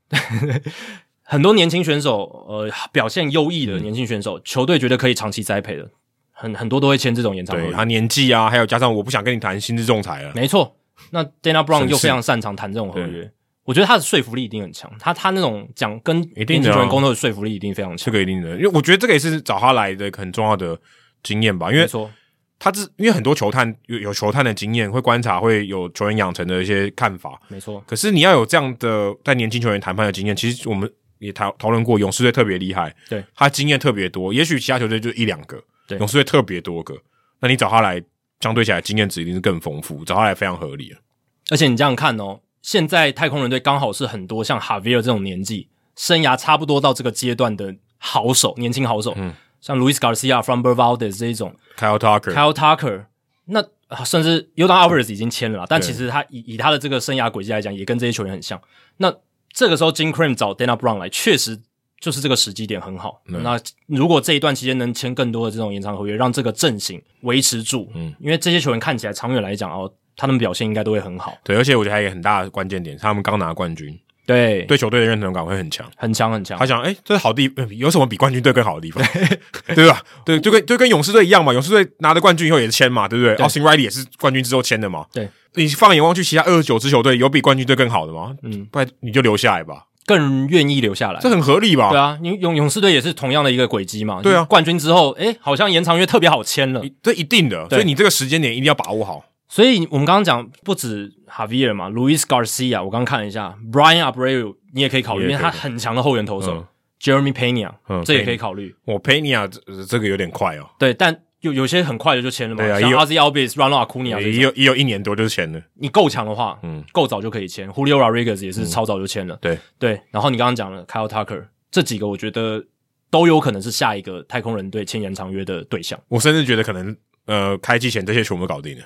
A: 很多年轻选手，呃，表现优异的年轻选手，球队觉得可以长期栽培的，很很多都会签这种延长合
B: 对
A: 约。
B: 他年纪啊，还有加上我不想跟你谈薪资仲裁了，
A: 没错，那 Dana
B: 省
A: Brown
B: 事
A: 又非常擅长谈这种合约，我觉得他的说服力一定很强。他他那种讲跟
B: 一
A: 年
B: 定
A: 轻
B: 的啊
A: 球员工作的说服力一定非常
B: 这
A: 强。
B: 个一定的，因为我觉得这个也是找他来的很重要的经验吧，因为
A: 没错，
B: 他是因为很多球探有有球探的经验，会观察，会有球员养成的一些看法，
A: 没错，
B: 可是你要有这样的在年轻球员谈判的经验，其实我们也讨讨论过，勇士队特别厉害，
A: 对
B: 他经验特别多，也许其他球队就一两个，
A: 对
B: 勇士队特别多个，那你找他来，相对起来经验值一定是更丰富，找他来非常合理啊了。
A: 而且你这样看哦，现在太空人队刚好是很多像哈维尔这种年纪，生涯差不多到这个阶段的好手，年轻好手，
B: 嗯
A: 像 Luis Garcia、Fromber Valdez 这一种
B: Kyle Tucker，
A: ，Kyle Tucker，那、啊甚至 u d a n Alvarez 已经签了啦，但
B: 对
A: 其实他以以他的这个生涯轨迹来讲，也跟这些球员很像。那这个时候，Jim Crane 找 Dana Brown 来，确实就是这个时机点很好。
B: 嗯
A: 那如果这一段期间能签更多的这种延长合约，让这个阵型维持住，嗯，因为这些球员看起来长远来讲哦，他们表现应该都会很好，
B: 对，而且我觉得还有一个很大的关键点，他们刚拿冠军，
A: 对，
B: 对球队的认同感会很强。
A: 很强很强
B: 他。想，哎、这是好地，呃有什么比冠军队更好的地方， 对吧？对，就跟就跟勇士队一样嘛，勇士队拿了冠军以后也是签嘛，对不对
A: 对
B: ？Austin Riley 也是冠军之后签的嘛。
A: 对，
B: 你放眼望去，其他二十九支球队有比冠军队更好的吗？
A: 嗯
B: 嗯，不然你就留下来吧，
A: 更愿意留下来
B: 这。很合理吧？
A: 对啊，勇勇勇士队也是同样的一个轨迹嘛。
B: 对啊
A: 冠军之后，诶，好像延长约特别好签了。
B: 这一定的，
A: 对
B: 所以你这个时间点一定要把握好。
A: 所以我们刚刚讲不止 Javier 嘛，Luis Garcia，我刚刚看了一下，Brian Abreu 你也可以考虑，
B: 也
A: 因
B: 可以
A: 为他很强的后援投手、
B: 嗯
A: Jeremy Pena，、
B: 嗯
A: 这也可以考虑。
B: 我佩尼亚这呃这个有点快哦，
A: 对，但有有些很快的就签了嘛，
B: 对啊
A: 像
B: 也有
A: Ozzy Albies、Ronald Acuna 这
B: 也
A: 种，
B: 有也有一年多就签了，
A: 你够强的话，
B: 嗯
A: 够早就可以签。Julio Rodriguez 也是超早就签了，
B: 对
A: 对。然后你刚刚讲了 Kyle Tucker 这几个，我觉得都有可能是下一个太空人队签延长约的对象。
B: 我甚至觉得可能呃，开季前这些全部搞定了，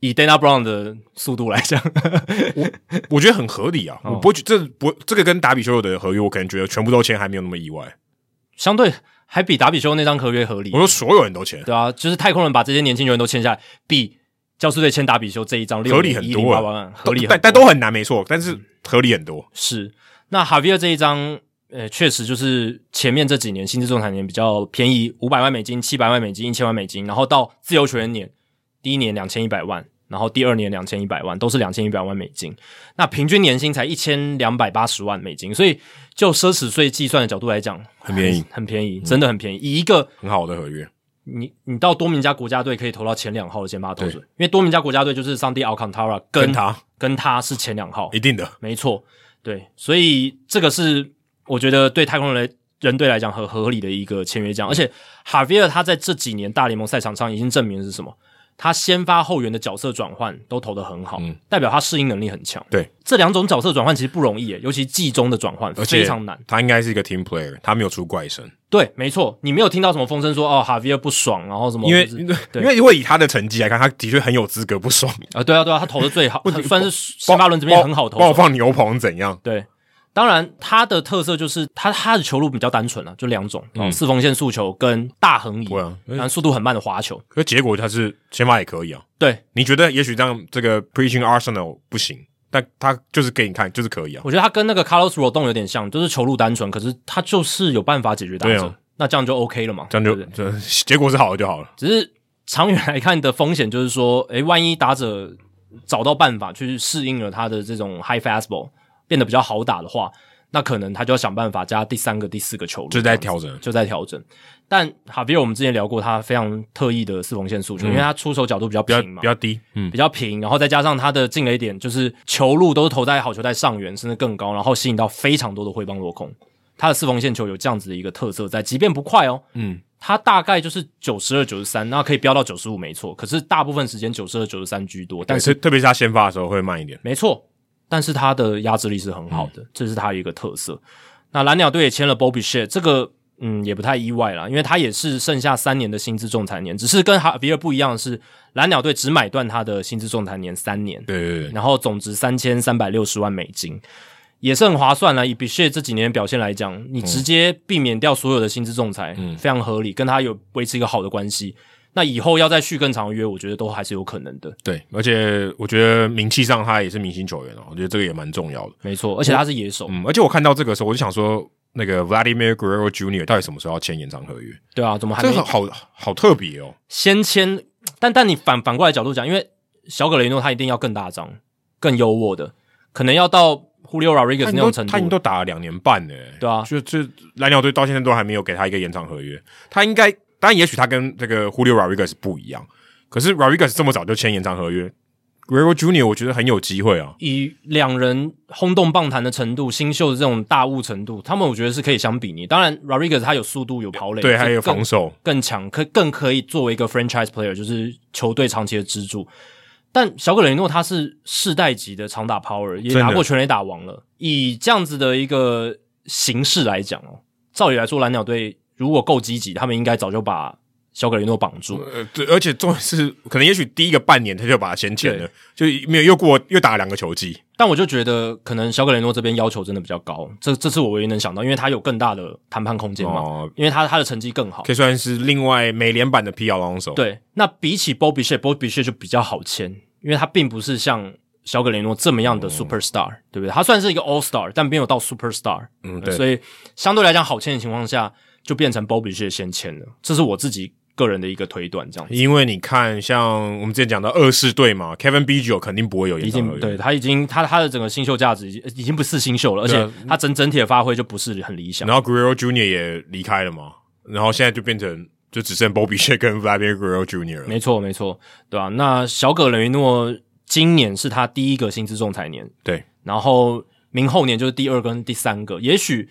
A: 以 Dana Brown 的速度来讲，
B: 我觉得很 合理啊。
A: 哦
B: 我不会觉这不这个跟达比修有的合约，我可能觉得全部都签还没有那么意外。
A: 相对还比达比修那张合约合理
B: 我。说所有人都签，
A: 对啊，就是太空人把这些年轻球员都签下来，比教师队签达比修这一张
B: 合理很多
A: 八万合理很
B: 但但都很难，没错，但是合理很多。
A: 是。那哈维尔这一张，呃，确实就是前面这几年薪资仲裁年比较便宜，五百万美金、七百万美金、一千万美金，然后到自由球员年，第一年两千一百万，然后第二年两千一百万，都是两千一百万美金。那平均年薪才一千两百八十万美金，所以就奢侈税计算的角度来讲，
B: 很便宜，
A: 很便宜，真的很便宜。以一个
B: 很好的合约，
A: 你你到多明加国家队可以投到前两号的先发投手，因为多明加国家队就是上帝 Alcantara 跟
B: 跟他
A: 跟他是前两号，
B: 一定的。
A: 没错，对，所以这个是我觉得对太空人来人队来讲很合理的一个签约奖，而且哈维尔他在这几年大联盟赛场上已经证明是什么。他先发后援的角色转换都投得很好，
B: 嗯
A: 代表他适应能力很强。
B: 对，
A: 这两种角色转换其实不容易耶，尤其季中的转换
B: 而且
A: 非常难。
B: 他应该是一个 team player，他没有出怪声，
A: 对，没错，你没有听到什么风声说哦，哈维尔不爽，然后什么
B: 因为
A: 就是
B: 因为因为如果以他的成绩来看，他的确很有资格不爽。
A: 啊，对啊，对啊，他投的最好，他算是辛巴伦这边很好投
B: 帮我
A: 手。
B: 放牛棚怎样？
A: 对，当然他的特色就是他他的球路比较单纯了、啊就两种，
B: 嗯
A: 四缝线速球跟大横移，
B: 对啊
A: 然后速度很慢的滑球。
B: 可是结果他是先发也可以啊。
A: 对
B: 你觉得也许这样这个 preaching arsenal 不行，但他就是给你看，就是可以啊。
A: 我觉得他跟那个 Carlos Rodon 有点像，就是球路单纯，可是他就是有办法解决打
B: 对
A: 者，
B: 啊
A: 那这样就 OK 了嘛？
B: 这样
A: 对
B: 就
A: 不对
B: 这结果是好的就好了。
A: 只是长远来看的风险就是说，诶，万一打者找到办法去适应了他的这种 high fastball，变得比较好打的话，那可能他就要想办法加第三个、第四个球路，
B: 就是在调整
A: 就在调整。但哈维尔我们之前聊过，他非常特意的四缝线速球，因为他出手角度比较
B: 嗯比较
A: 平嘛
B: 比，较低，嗯，
A: 比较平，然后再加上他的进垒点就是球路都是投在好球带上缘，甚至更高，然后吸引到非常多的挥棒落空。他的四缝线球有这样子的一个特色在，即便不快哦，
B: 嗯，
A: 他大概就是九十二、九十三，那可以飙到九十五，没错。可是大部分时间九十二、九十三居多，但
B: 但
A: 是
B: 是特别是他先发的时候会慢一点。
A: 没错，但是他的压制力是很好的，这是他一个特色。那蓝鸟队也签了 Bobby s h e 这个嗯也不太意外啦，因为他也是剩下三年的薪资仲裁年，只是跟哈比尔不一样的是，蓝鸟队只买断他的薪资仲裁年三年，
B: 对对对，
A: 然后总值三千三百六十万美金，也是很划算啦。以比谢这几年的表现来讲，你直接避免掉所有的薪资仲裁，非常合理，跟他有维持一个好的关系。那以后要再续更长的约，我觉得都还是有可能的，
B: 对，而且我觉得名气上他也是明星球员哦，我觉得这个也蛮重要的。
A: 没错。而且他是野手，
B: 嗯，而且我看到这个时候，我就想说，那个 Vladimir Guerrero Jr. 到底什么时候要签延长合约？
A: 对啊，怎么还
B: 这
A: 没
B: 个好好好特别哦。
A: 先签？但但你反反过来角度讲，因为小葛雷诺他一定要更大张、更优渥的，可能要到 Julio Rodriguez
B: 他
A: 那
B: 已经都
A: 种程
B: 他已经
A: 度。
B: 都打了两年半了、欸
A: 对啊
B: 就就蓝鸟队到现在都还没有给他一个延长合约。他应该，当然也许他跟这个 Julio Rodriguez 不一样，可是 Rodriguez 这么早就签延长合约 g u e r r o Junior 我觉得很有机会啊。
A: 以两人轰动棒坛的程度、新秀的这种大悟程度，他们我觉得是可以相比拟。当然，Rodriguez 他有速度、有跑垒，
B: 对，
A: 是
B: 还有
A: 更
B: 防守，
A: 更强，可更可以作为一个 franchise player，就是球队长期的支柱。但小葛雷诺他是世代级的长打 power，也
B: 真的
A: 拿过全垒打王了。以这样子的一个形式来讲哦，照理来说，蓝鸟队如果够积极，他们应该早就把小葛雷诺绑住。
B: 呃，对，而且重点是，可能也许第一个半年他就把他先签了，就没有又过又打了两个球季，
A: 但我就觉得，可能小葛雷诺这边要求真的比较高，这这是我唯一能想到，因为他有更大的谈判空间嘛，
B: 哦
A: 因为他他的成绩更好。
B: 可以算是另外美联版的 P. L. 防守。，
A: 对，那比起 Bobby Shea，Bobby Shea 就比较好签，因为他并不是像小葛雷诺这么样的
B: 哦
A: super star，、对不对？他算是一个 all star，但没有到 super star，、
B: 嗯，
A: 呃
B: 对，
A: 所以相对来讲好签的情况下，就变成 Bobby Shea 先签了，这是我自己个人的一个推断，这样子。
B: 因为你看，像我们之前讲到二世队嘛，Kevin B. G. 肯定不会有
A: 已
B: 延长合
A: 经
B: 约，
A: 对他已经他他的整个新秀价值已经已经不是新秀了，而
B: 对
A: 且
B: 啊
A: 他整整体的发挥就不是很理想。
B: 然后 Guerrero Junior 也离开了嘛，然后现在就变成就只剩 Bobby s h e 跟 Vladimir Guerrero Junior 了。
A: 没错，没错，对吧、那小葛雷诺今年是他第一个薪资仲裁年，
B: 对，
A: 然后明后年就是第二跟第三个，也许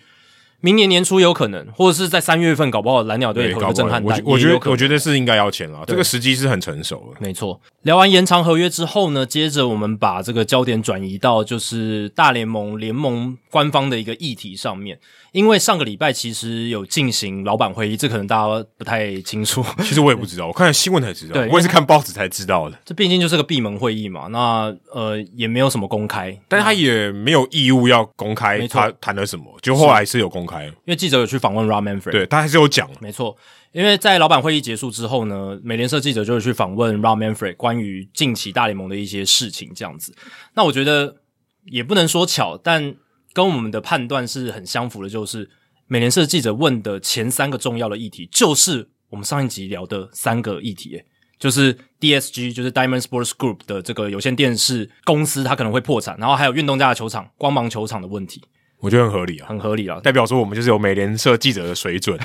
A: 明年年初有可能，或者是在三月份，搞不好蓝鸟队
B: 对，
A: 投一
B: 搞
A: 个
B: 不
A: 震
B: 好
A: 撼
B: 我
A: 弹
B: 觉，我觉
A: 也有
B: 得
A: 可能
B: 我觉得是应该要钱了，这个时机是很成熟了。
A: 没错，聊完延长合约之后呢，接着我们把这个焦点转移到就是大联盟联盟官方的一个议题上面，因为上个礼拜其实有进行老板会议，这可能大家不太清楚，
B: 其实我也不知道，我看新闻才知道
A: 对，
B: 我也是看报纸才知道的。
A: 这毕竟就是个闭门会议嘛，那呃也没有什么公开，
B: 但是他也没有义务要公开
A: 嗯没错
B: 他谈了什么，就后来是有公开，
A: 因为记者有去访问 Rob Manfred，
B: 对他还是有讲，
A: 没错，因为在老板会议结束之后呢，美联社记者就会去访问 Rob Manfred 关于近期大联盟的一些事情，这样子。那我觉得也不能说巧，但跟我们的判断是很相符的，就是美联社记者问的前三个重要的议题，就是我们上一集聊的三个议题，诶就是 DSG，就是 Diamond Sports Group 的这个有线电视公司，它可能会破产，然后还有运动家的球场、光芒球场的问题，
B: 我觉得很合理啊，
A: 很合理啦，
B: 代表说我们就是有美联社记者的水准，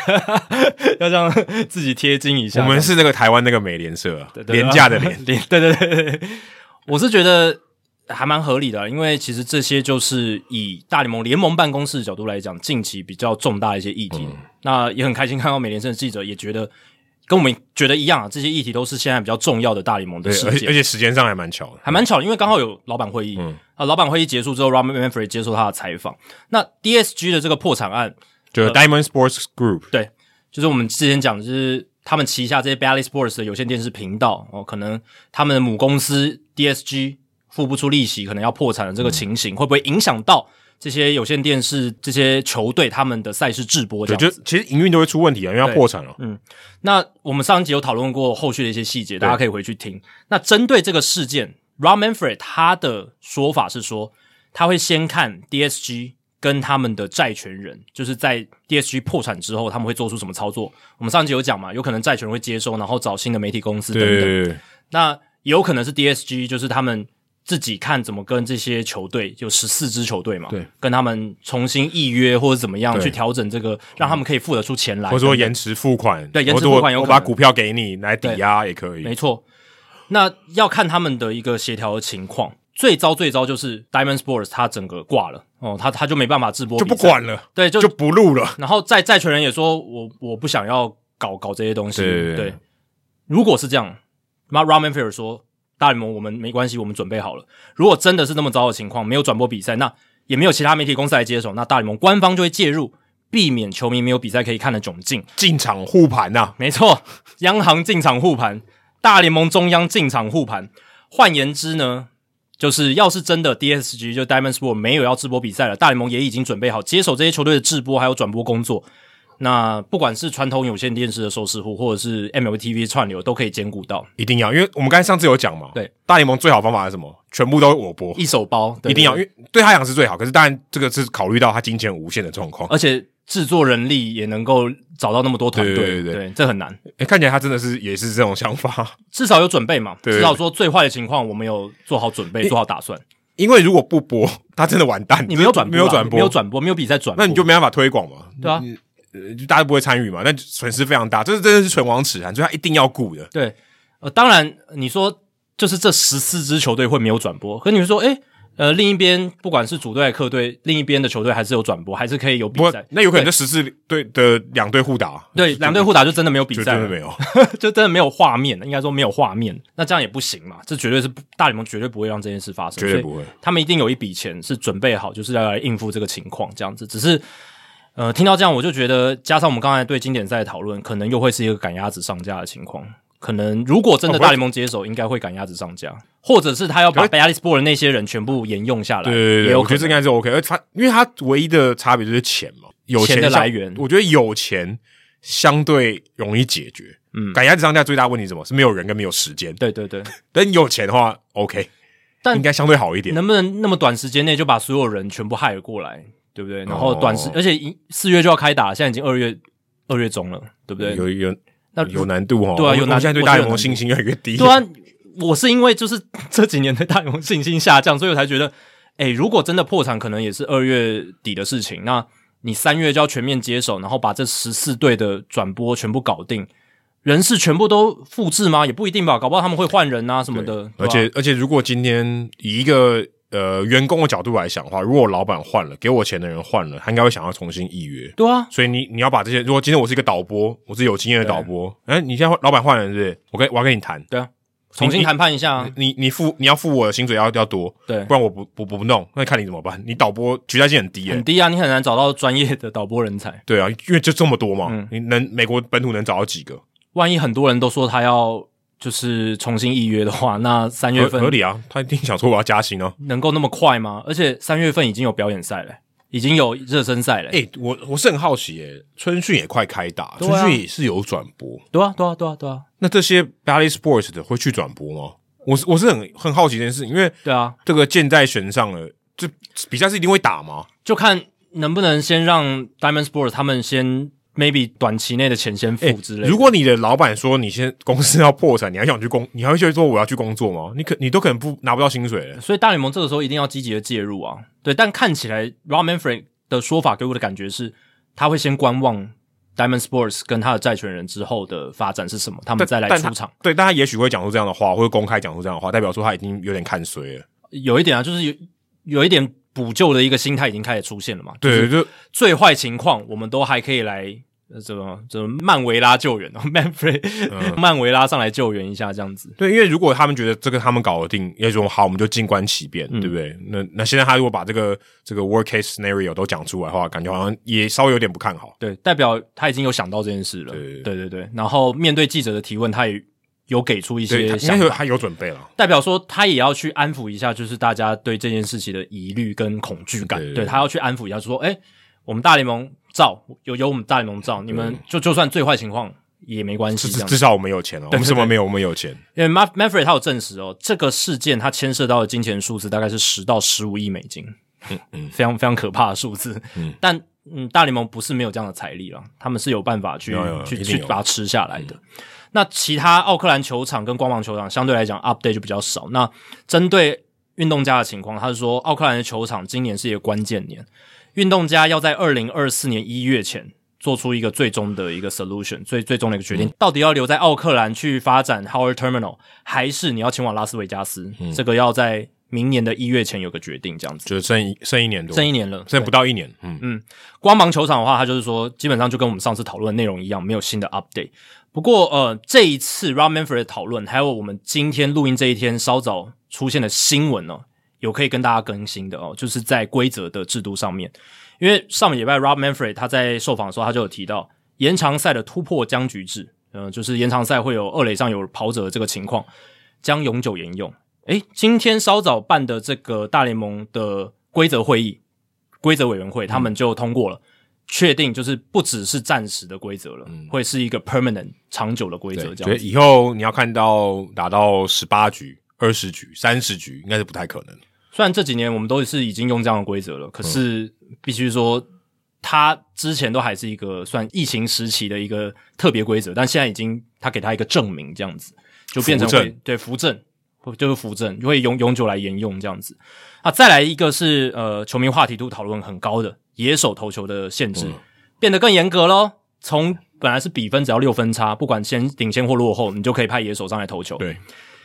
A: 要让自己贴近一下
B: 我们是那个台湾那个美联社啊
A: 啊对，对
B: 廉价 的廉，
A: 廉，对对对对，我是觉得还蛮合理的，因为其实这些就是以大联盟联盟办公室的角度来讲，近期比较重大的一些议题。
B: 嗯
A: 那也很开心看到美联社的记者也觉得跟我们觉得一样啊，这些议题都是现在比较重要的大联盟的
B: 对，
A: 事
B: 而且而
A: 件。
B: 且时间上还蛮巧的，
A: 还蛮巧的，因为刚好有老板会议，啊，老板会议结束之后 r o b e r Manfred 接受他的采访。那 DSG 的这个破产案，
B: 就是
A: 呃
B: Diamond Sports Group，
A: 对，就是我们之前讲，就是他们旗下这些 Bally Sports 的有线电视频道哦，可能他们的母公司 DSG 付不出利息，可能要破产的
B: 嗯
A: 这个情形，会不会影响到这些有线电视这些球队他们的赛事直播？这
B: 对，
A: 样
B: 就
A: 子。
B: 其实营运都会出问题啊，因为它破产了，
A: 那我们上一集有讨论过后续的一些细节，大家可以回去听。那针对这个事件 r o m a n f r e d 他的说法是说，他会先看 DSG 跟他们的债权人，就是在 DSG 破产之后，他们会做出什么操作。我们上集有讲嘛，有可能债权人会接收，然后找新的媒体公司等
B: 对
A: 等。
B: 对对对，
A: 那也有可能是 DSG，就是他们自己看怎么跟这些球队，有十四支球队嘛，
B: 对，
A: 跟他们重新预约或者怎么样
B: 对
A: 去调整这个，让他们可以付得出钱来，
B: 或者说延迟付款，
A: 哎对延迟
B: 或者我
A: 付款有
B: 我
A: 可能
B: 把股票给你来抵押也可
A: 没
B: 以，
A: 错，那要看他们的一个协调的情况。最糟最糟就是 Diamond Sports 它整个挂了哦，它它就没办法直播，
B: 就不，管了，
A: 对，就
B: 就不录了，
A: 然后债债权人也说我我不想要搞搞这些东西，
B: 对对对
A: 如果是这样，那 r a m a n f e r 说大联盟我们没关系，我们准备好了。如果真的是那么糟的情况，没有转播比赛，那也没有其他媒体公司来接手，那大联盟官方就会介入，避免球迷没有比赛可以看的窘境。
B: 进场护盘啊呐，
A: 没错，央行进场护盘，大联盟中央进场护盘。换言之呢，就是要是真的 DSG 就 Diamond Sport 没有要直播比赛了，大联盟也已经准备好接手这些球队的制播还有转播工作。那不管是传统有线电视的收视户，或者是 MLB TV 串流，都可以兼顾到
B: 一定要，因为我们刚才上次有讲嘛，
A: 对，
B: 大联盟最好方法是什么？全部都我播，
A: 一手包，对
B: 一定要，因，为对他讲是最好，可是当然这个是考虑到他金钱无限的 状况。
A: 而且制作人力也能够找到那么多团队，
B: 对对对对
A: 这很难，
B: 诶看起来他真的是也是这种想法，
A: 至少有准备嘛，
B: 对对
A: 至少说最坏的情况我们有做好准备，做好打算。
B: 因为如果不播，他真的完蛋。
A: 你没有转播啊，
B: 没有转
A: 没有，转播，没有比赛转播，
B: 那你就没办法推广嘛，
A: 对啊，
B: 呃就大家不会参与嘛，那损失非常大，这是真的是唇亡齿寒，所以他一定要顾的。
A: 对，呃，当然你说就是这十四支球队会没有转播，可你们说，诶，呃，另一边不管是主队还是客队，另一边的球队还是有转播，还是可以有比
B: 不过
A: 赛。
B: 那有可能这十四队的两队互打，啊
A: 对，两队互打就真的没有比
B: 就
A: 赛
B: 真
A: 了
B: 的，没有。
A: 就真的没有画面了，应该说没有画面，那这样也不行嘛，这绝对是不大联盟绝对不会让这件事发生，
B: 绝对不会，
A: 他们一定有一笔钱是准备好，就是要来应付这个情况，这样子，只是。呃，听到这样我就觉得，加上我们刚才对经典赛的讨论，可能又会是一个赶鸭子上架的情况。可能如果真的
B: 哦不会
A: 大联盟接手，应该会赶鸭子上架，或者是他
B: 哎
A: 要把 b a l i s p o r t 那些人全部沿用下来，
B: 对对
A: 也
B: 对，
A: 有
B: 我
A: 可
B: 觉得
A: 能
B: 这应该是 OK。而他，因为他唯一的差别就是钱嘛，有
A: 钱的
B: 相
A: 来源
B: 我觉得有钱相对容易解决。
A: 嗯
B: 赶鸭子上架最大问题是什么？是没有人跟没有时间。
A: 对对对，
B: 但你有钱的话，OK，
A: 但
B: 应该相对好一点。
A: 能不能那么短时间内就把所有人全部害了过来，对不对？然后
B: 哦
A: 短时，而且一四月就要开打，现在已经二月二月中了，对不对？
B: 有有
A: 那
B: 有难度哦。
A: 对啊
B: 我
A: 有难
B: 我现在对
A: 我觉得有
B: 大联
A: 难
B: 盟
A: 度
B: 信心越来越低。
A: 对啊，我是因为就是 这几年的大联盟信心下降，所以我才觉得，哎、如果真的破产，可能也是二月底的事情。那你三月就要全面接手，然后把这十四队的转播全部搞定，人事全部都复制吗？也不一定吧，搞不好他们会换人啊什么的。对吧
B: 而且而且，如果今天以一个呃员工的角度来想的话，如果老板换了，给我钱的人换了，他应该会想要重新预约。
A: 对啊，
B: 所以你你要把这些，如果今天我是一个导播，我是有经验的导播，哎、你现在换老板换了是不是？我跟我要跟你谈，
A: 对啊，重新谈判一下啊，
B: 你你付你要付我的薪水要要多，
A: 对
B: 不然我不不不不弄，那看你怎么办。你导播取代性很低耶、
A: 很低啊，你很难找到专业的导播人才。
B: 对啊，因为就这么多嘛，
A: 嗯
B: 你能美国本土能找到几个？
A: 万一很多人都说他要就是重新预约的话，那三月
B: 合
A: 份嗯
B: 合理啊，他一定想说我要加薪哦、
A: 能够那么快吗？而且三月份已经有表演赛了，已经有热身赛了。
B: 哎、我我是很好奇、耶，春训也快开打，
A: 对啊
B: 春训也是有转播，
A: 对啊，对啊，对啊，对啊，
B: 那这些 Bally Sports 的会去转播吗？我是我是很很好奇这件事，因为
A: 对啊，
B: 这个箭在弦上了，这比赛是一定会打吗？
A: 就看能不能先让 Diamond Sports 他们先 maybe 短期内的钱先付
B: 欸
A: 之类的。
B: 如果你的老板说你先公司要破产，你还想去工，你 还会觉得说我要去工作吗？你可你都可能不拿不到薪水了。
A: 所以大联盟这个时候一定要积极的介入啊。对，但看起来 Rob Manfred 的说法给我的感觉是，他会先观望 Diamond Sports 跟他的债权人之后的发展是什么，他们
B: 但
A: 再来
B: 但
A: 出
B: 他
A: 场。
B: 对，但他也许会讲出这样的话，或者公开讲出这样的话，代表说他已经有点看衰了。
A: 有一点啊，就是有有一点补救的一个心态已经开始出现了嘛。
B: 对，就
A: 最坏情况，我们都还可以来呃怎么怎么曼维拉救援哦 ，Manfred、曼
B: 嗯
A: 维拉上来救援一下这样子。
B: 对，因为如果他们觉得这个他们搞得定，也许我们好，我们就静观其变，
A: 嗯
B: 对不对？那那现在他如果把这个这个 worst case scenario 都讲出来的话，感觉好像也稍微有点不看好。
A: 对，代表他已经有想到这件事了。
B: 对
A: 对对对，然后面对记者的提问，他也有给出一些
B: 对，他应该
A: 想
B: 有
A: 法，
B: 他有准备了。
A: 代表说他也要去安抚一下，就是大家对这件事情的疑虑跟恐惧感。
B: 对
A: 他要去安抚一下，说，哎，我们大联盟照有有我们大联盟照，你们就就算最坏情况也没关系，
B: 至
A: 这样
B: 至少我们有钱了，我们什么没有？我们有钱。
A: 因为 Ma- Manfred 他有证实哦，这个事件他牵涉到的金钱数字大概是十到十五亿美金，
B: 嗯
A: 非常非常可怕的数字。但嗯，大联盟不是没有这样的财力了，他们是有办法去
B: 有有
A: 去
B: 一定
A: 去
B: 有嗯
A: 把它吃下来的。那其他奥克兰球场跟光芒球场相对来讲 update 就比较少。那针对运动家的情况，他是说奥克兰的球场今年是一个关键年，运动家要在二零二四年一月前做出一个最终的一个 solution，最最终的一个决
B: 嗯
A: 定，到底要留在奥克兰去发展 Howard Terminal，还是你要前往拉斯维加斯？
B: 嗯
A: 这个要在明年的一月前有个决定，这样子。
B: 就是剩一剩一年多，
A: 剩一年了，
B: 剩不到一年，嗯，
A: 光芒球场的话，他就是说，基本上就跟我们上次讨论的内容一样，没有新的 update。不过，呃，这一次 r a m a n f r e d 的讨论，还有我们今天录音这一天稍早出现的新闻哦，有可以跟大家更新的哦，就是在规则的制度上面。因为上个礼拜 r a m a n f r e d 他在受访的时候，他就有提到延长赛的突破僵局制，呃，就是延长赛会有二垒上有跑者的这个情况，将永久沿用。诶，今天稍早办的这个大联盟的规则会议，规则委员会他们就通过了，确定就是不只是暂时的规则了，会是一个 permanent 长久的规则
B: 对，
A: 这
B: 所
A: 样子。
B: 以以后你要看到打到十八局、二十局、三十局，应该是不太可能。
A: 虽然这几年我们都是已经用这样的规则了，可是必须说，它之前都还是一个算疫情时期的一个特别规则，但现在已经它给它一个证明，这样子就变成
B: 扶
A: 会
B: 正
A: 对扶正，会就是扶正，就会永永久来沿用这样子。啊，再来一个是呃，球迷话题度讨论很高的野手投球的限
B: 嗯
A: 制、变得更严格喽。从本来是比分只要六分差，不管先领先或落后，你就可以派野手上来投球。
B: 对，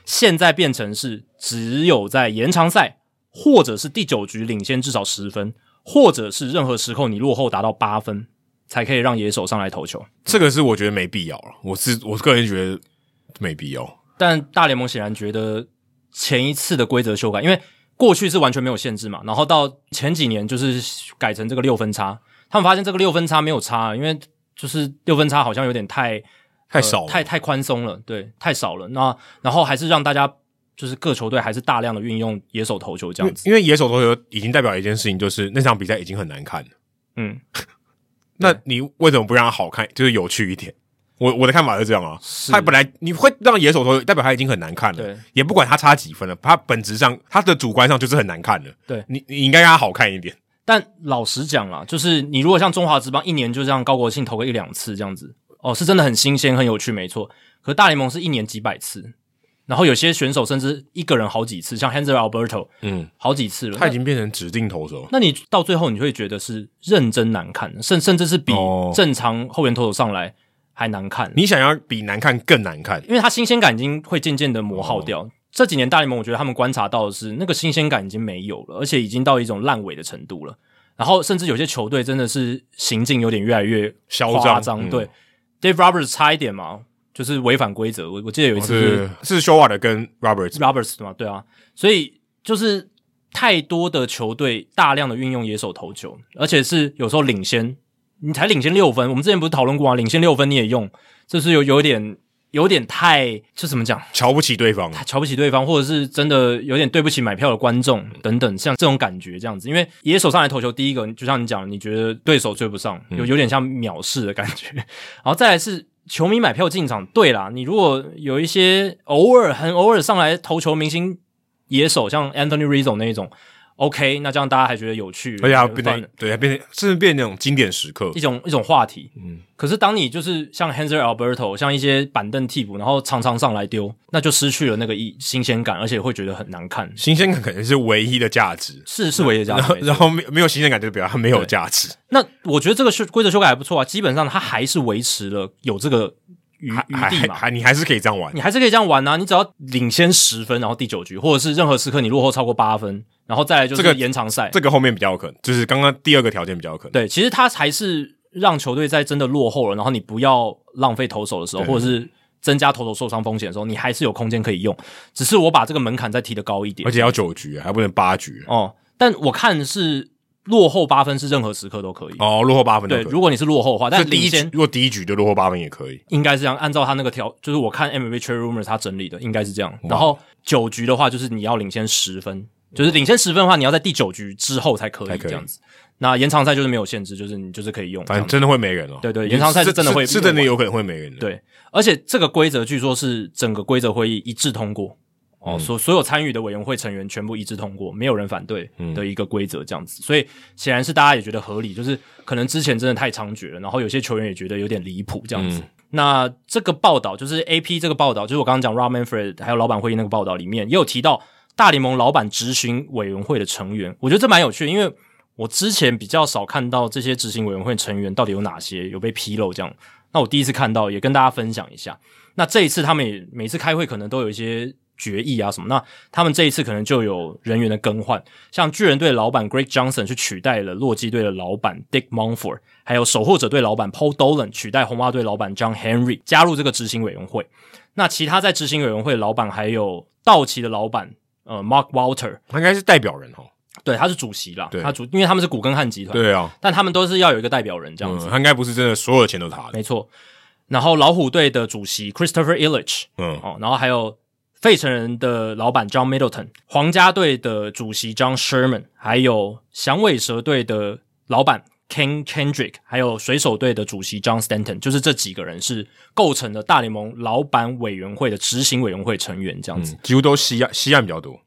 A: 现在变成是只有在延长赛或者是第九局领先至少十分，或者是任何时候你落后达到八分，才可以让野手上来投球。
B: 这个是我觉得没必要了。我是我个人觉得没必要。
A: 但大联盟显然觉得前一次的规则修改，因为过去是完全没有限制嘛，然后到前几年就是改成这个六分差，他们发现这个六分差没有差，因为就是六分差好像有点太
B: 太少了，
A: 呃太太宽松了，对，太少了。那然后还是让大家就是各球队还是大量的运用野手投球这
B: 因为
A: 样子，
B: 因为野手投球已经代表一件事情，就是那场比赛已经很难看了。
A: 嗯，
B: 那你为什么不让它好看，就是有趣一点？我我的看法是这样啊，
A: 是
B: 他本来你会让野手投球，代表他已经很难看
A: 对
B: 了，也不管他差几分了，他本质上他的主观上就是很难看了。
A: 对
B: 你，你应该让他好看一点。
A: 但老实讲啦，就是你如果像中华职棒一年就这样高国庆投个一两次这样子，哦，是真的很新鲜很有趣，没错。可大联盟是一年几百次，然后有些选手甚至一个人好几次，像 Hansel Alberto
B: 嗯，
A: 好几次了。
B: 他已经变成指定投手了。
A: 那你到最后你会觉得是认真难看，甚甚至是比
B: 哦
A: 正常后援投手上来还难看。
B: 你想要比难看更难看，
A: 因为它新鲜感已经会渐渐的磨耗掉。这几年大联盟，我觉得他们观察到的是那个新鲜感已经没有了，而且已经到一种烂尾的程度了。然后甚至有些球队真的是行径有点越来越
B: 嚣张
A: 夸张。
B: 嗯
A: 对、d a v e Roberts 差一点嘛，就是违反规则。我我记得有一次是
B: 是是 s h o w a 的跟 Roberts，
A: Roberts 嘛，对啊，所以就是太多的球队大量的运用野手投球，而且是有时候领先，你才领先六分。我们之前不是讨论过啊，领先六分你也用，就是有有点有点太，就怎么讲，
B: 瞧不起对方，
A: 瞧不起对方，或者是真的有点对不起买票的观众等等，像这种感觉这样子。因为野手上来投球，第一个就像你讲，你觉得对手追不上，有有点像藐视的感觉。 然后再来是球迷买票进场，对啦，你如果有一些偶尔很偶尔上来投球明星野手，像 Anthony Rizzo 那一种，OK，那这样大家还觉得有趣，
B: 而且还
A: 觉得
B: 变
A: 犯
B: 成对，还变成甚至变成那种经典时刻
A: 一，种一种话题。
B: 嗯
A: 可是当你就是像 Hanser Alberto，像一些板凳替补，然后常常上来丢，那就失去了那个意新鲜感，而且会觉得很难看。
B: 新鲜感可能是唯一的价值。
A: 是是唯一的价
B: 然后
A: 值。
B: 然后没没有新鲜感，就表示它没有
A: 对
B: 价值，
A: 那我觉得这个是规则修改还不错啊，基本上它还是维持了有这个余
B: 还
A: 余
B: 还
A: 地
B: 还
A: 嘛。
B: 还你还是可以这样玩
A: 你。还是可以这样玩啊，你只要领先十分，然后第九局，或者是任何时刻你落后超过八分，然后再来就是
B: 这个
A: 延长赛。
B: 这个后面比较有可能，就是刚刚第二个条件比较有可能。
A: 对，其实它才是让球队在真的落后了，然后你不要浪费投手的时候，
B: 对
A: 或者是增加投手受伤风险的时候，你还是有空间可以用。只是我把这个门槛再提得高一点
B: 而。且要九局，还不能八局
A: 哦，但我看是落后八分是任何时刻都可以。
B: 哦，落后八分都
A: 对，
B: 可以。
A: 如果你是落后的话，但
B: 就第
A: 领
B: 一局
A: 先，
B: 如果第一局就落后八分也可以。
A: 应该是这样，按照他那个条，就是我看 MVP Trade Rumors 他整理的，应该是这样。然后九局的话，就是你要领先十分，就是领先十分的话，你要在第九局之后才可
B: 才
A: 以
B: 可以
A: 这样子。那延长赛就是没有限制，就是你就是可以用。
B: 反
A: 这
B: 正
A: 样
B: 真的会没人哦。
A: 对对延长赛是真的会
B: 是真的有可能会没人的。
A: 对而且这个规则据说是整个规则会议一致通过，哦，所、所有参与的委员会成员全部一致通过，没有人反对的一个规则这样子。所以显然是大家也觉得合理，就是可能之前真的太猖獗了，然后有些球员也觉得有点离谱这样子。那这个报道就是 AP 这个报道，就是我刚刚讲 Rob Manfred 还有老板会议那个报道里面也有提到大联盟老板执行委员会的成员，我觉得这蛮有趣的，因为我之前比较少看到这些执行委员会成员到底有哪些有被披露这样。那我第一次看到，也跟大家分享一下。那这一次他们也每次开会可能都有一些决议啊什么，那他们这一次可能就有人员的更换，像巨人队的老板 Greg Johnson 去取代了洛基队的老板 Dick Monfort，还有守护者队老板 Paul Dolan 取代红袜队老板 John Henry 加入这个执行委员会。那其他在执行委员会的老板还有道奇的老板呃 Mark Walter，
B: 他应该是代表人哦。
A: 对，他是主席啦，
B: 对
A: 他主因为他们是古根汉集团，
B: 对啊，
A: 但他们都是要有一个代表人这样
B: 嗯
A: 子，，
B: 他应该不是真的所有的钱都是他的。
A: 没错。然后老虎队的主席 Christopher Illich
B: 嗯，
A: 哦，然后还有费城人的老板 John Middleton，皇家队的主席 John Sherman，还有响尾蛇队的老板 Ken Kendrick，还有水手队的主席 John Stanton，就是这几个人是构成了大联盟老板委员会的执行委员会成员这样子。
B: 嗯几乎都西岸西岸比 较多。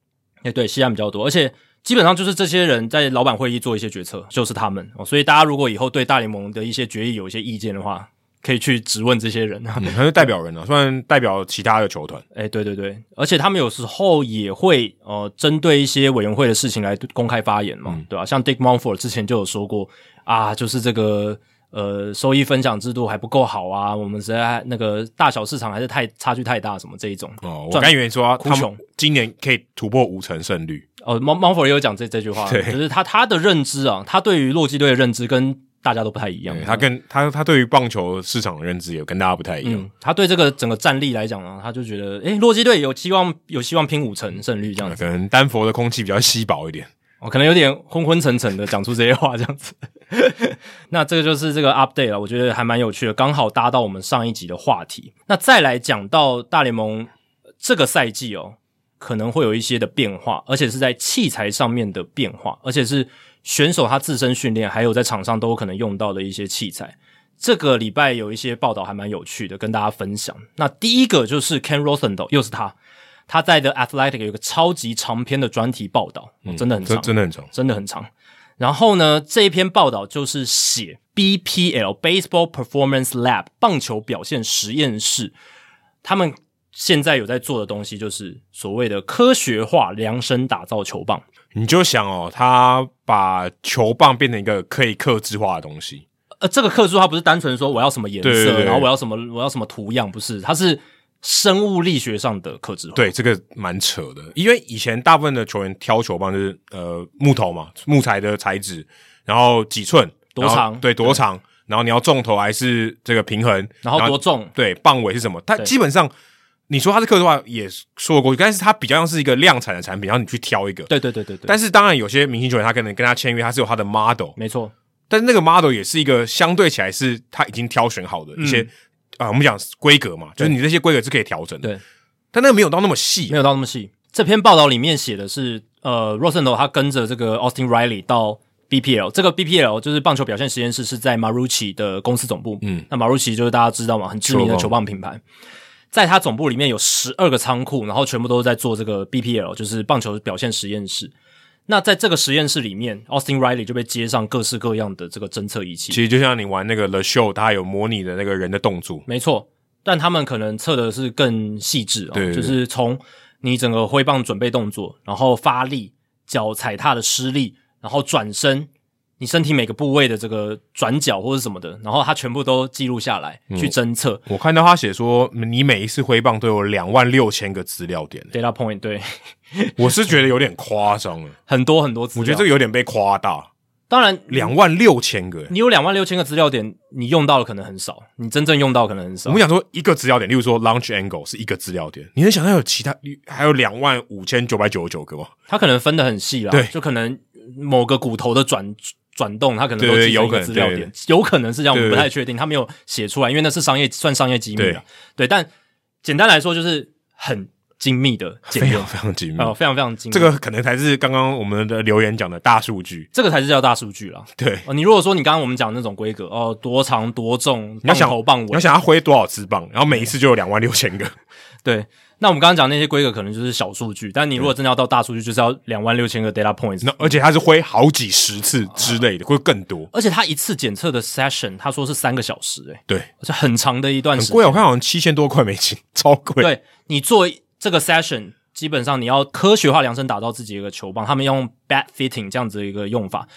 A: 诶，对，西岸比较多，而且基本上就是这些人在老板会议做一些决策，就是他们、哦。所以大家如果以后对大联盟的一些决议有一些意见的话，可以去质问这些人。
B: 嗯他是代表人啊，虽然代表其他的球团，
A: 哎，对对对，而且他们有时候也会呃，针对一些委员会的事情来公开发言嘛，
B: 嗯
A: 对吧、啊像 Dick Monfort 之前就有说过啊，就是这个呃，收益分享制度还不够好啊，我们实在那个大小市场还是太差距太大，什么这一种。
B: 哦，我
A: 赚
B: 刚以为说他
A: 哭
B: 们
A: 穷
B: 今年可以突破五成胜率，
A: 哦，猫猫佛也有讲这这句话，
B: 对
A: 就是他他的认知啊，他对于洛基队的认知跟大家都不太一样
B: 对。嗯他跟他他对于棒球市场的认知也跟大家不太一样，
A: 嗯，他对这个整个战力来讲呢、他就觉得，诶，洛基队有希望，有希望拼五成胜率这样子。
B: 嗯可能丹佛的空气比较稀薄一点。
A: 哦，可能有点昏昏沉沉的讲出这些话这样子。 那这个就是这个 update 了，我觉得还蛮有趣的，刚好搭到我们上一集的话题。那再来讲到大联盟呃这个赛季哦，可能会有一些的变化，而且是在器材上面的变化，而且是选手他自身训练还有在场上都有可能用到的一些器材。这个礼拜有一些报道还蛮有趣的，跟大家分享。那第一个就是 Ken Rosenthal，又是他，他在的 Athletic 有一个超级长篇的专题报道，哦真的很
B: 嗯这
A: 长，
B: 真的很长。
A: 真的很长。然后呢，这一篇报道就是写 BPL Baseball Performance Lab 棒球表现实验室，他们现在有在做的东西，就是所谓的科学化量身打造球棒。
B: 你就想哦，他把球棒变成一个可以克制化的东西，
A: 呃，这个克数它不是单纯说我要什么颜色，
B: 对对对
A: 然后我要什么我要什么图样，不是，它是生物力学上的克制化。
B: 对，这个蛮扯的，因为以前大部分的球员挑球棒就是呃木头嘛，木材的材质，然后几寸
A: 多
B: 然后
A: 长
B: 对，多长，然后你要重头还是这个平衡，
A: 然后多重
B: 对，棒尾是什么？它
A: 对
B: 基本上你说它是克制化也说得过去，但是它比较像是一个量产的产品，然后你去挑一个。
A: 对对对对对，
B: 但是当然有些明星球员他可能跟他签约，他是有他的 model，
A: 没错，
B: 但是那个 model 也是一个相对起来是他已经挑选好的一
A: 嗯
B: 些啊、我们讲规格嘛，就是你这些规格是可以调整的。
A: 对，
B: 但那个没有到那么细啊
A: 没，有到那么细。这篇报道里面写的是，呃 r o s e n t h a l 他跟着这个 Austin Riley 到 BPL，这个 BPL 就是棒球表现实验室，是在 Marucci 的公司总部。
B: 嗯，
A: 那 Marucci 就是大家知道嘛，很知名的球
B: 球
A: 棒品牌。在他总部里面有十二个仓库，然后全部都是在做这个 BPL，就是棒球表现实验室。那在这个实验室里面，Austin Riley 就被接上各式各样的这个侦测仪器
B: 其，实就像你玩那个 The Show，它有模拟的那个人的动作，
A: 没错，但他们可能测的是更细致、哦，
B: 对对对
A: 就是从你整个挥棒准备动作，然后发力、脚踩踏的施力，然后转身，你身体每个部位的这个转角或者什么的，然后它全部都记录下来、
B: 嗯
A: 去侦测
B: 我看到他写说，你每一次挥棒都有两万六千个资料点，
A: data point，对，
B: 我是觉得有点夸张了，
A: 很多很多资料。
B: 我觉得这
A: 个
B: 个有点被夸大，
A: 当然，
B: 两万六千个。欸
A: 你有两万六千个资料点，你用到的可能很少，你真正用到的可能很
B: 我
A: 少
B: 们。想说一个资料点，例如说 launch angle 是一个资料点，你能想象有其他还有两万五千九百九十九个吗？
A: 它可能分得很细啦，
B: 对
A: 就可能某个骨头的转转动，它可能都
B: 对对
A: 记成一
B: 有可
A: 个
B: 能
A: 资料
B: 对对
A: 点，有可能是这样，我
B: 对对
A: 们
B: 对
A: 不太确定，它没有写出来，因为那是商业算商业机密
B: 对
A: 啊。对，但简单来说就是很精密的检
B: 非
A: 验
B: 常，非常精密。
A: 哦，非常非常精密。
B: 这个可能才是刚刚我们的留言讲的大数据。
A: 这个才是叫大数据啦。
B: 对，
A: 哦，你如果说你刚刚我们讲的那种规格，哦，多长多重，
B: 你要想
A: 棒头棒
B: 你要
A: 尾，
B: 想他挥多少次棒，然后每一次就有两万六千个。
A: 对。那我们刚刚讲那些规格可能就是小数据，但你如果真的要到大数据，就是要两万六千个 data points
B: 那。而且他是挥好几十次之类的，会更多。
A: 而且它一次检测的 session，他说是三个小时、欸，诶，
B: 对，
A: 而且很长的一段
B: 很
A: 时间。
B: 贵啊，我看好像七千多块美金， 超贵。
A: 对你做这个 session，基本上你要科学化量身打造自己的一个球棒，他们用 bat fitting 这样子的一个用法。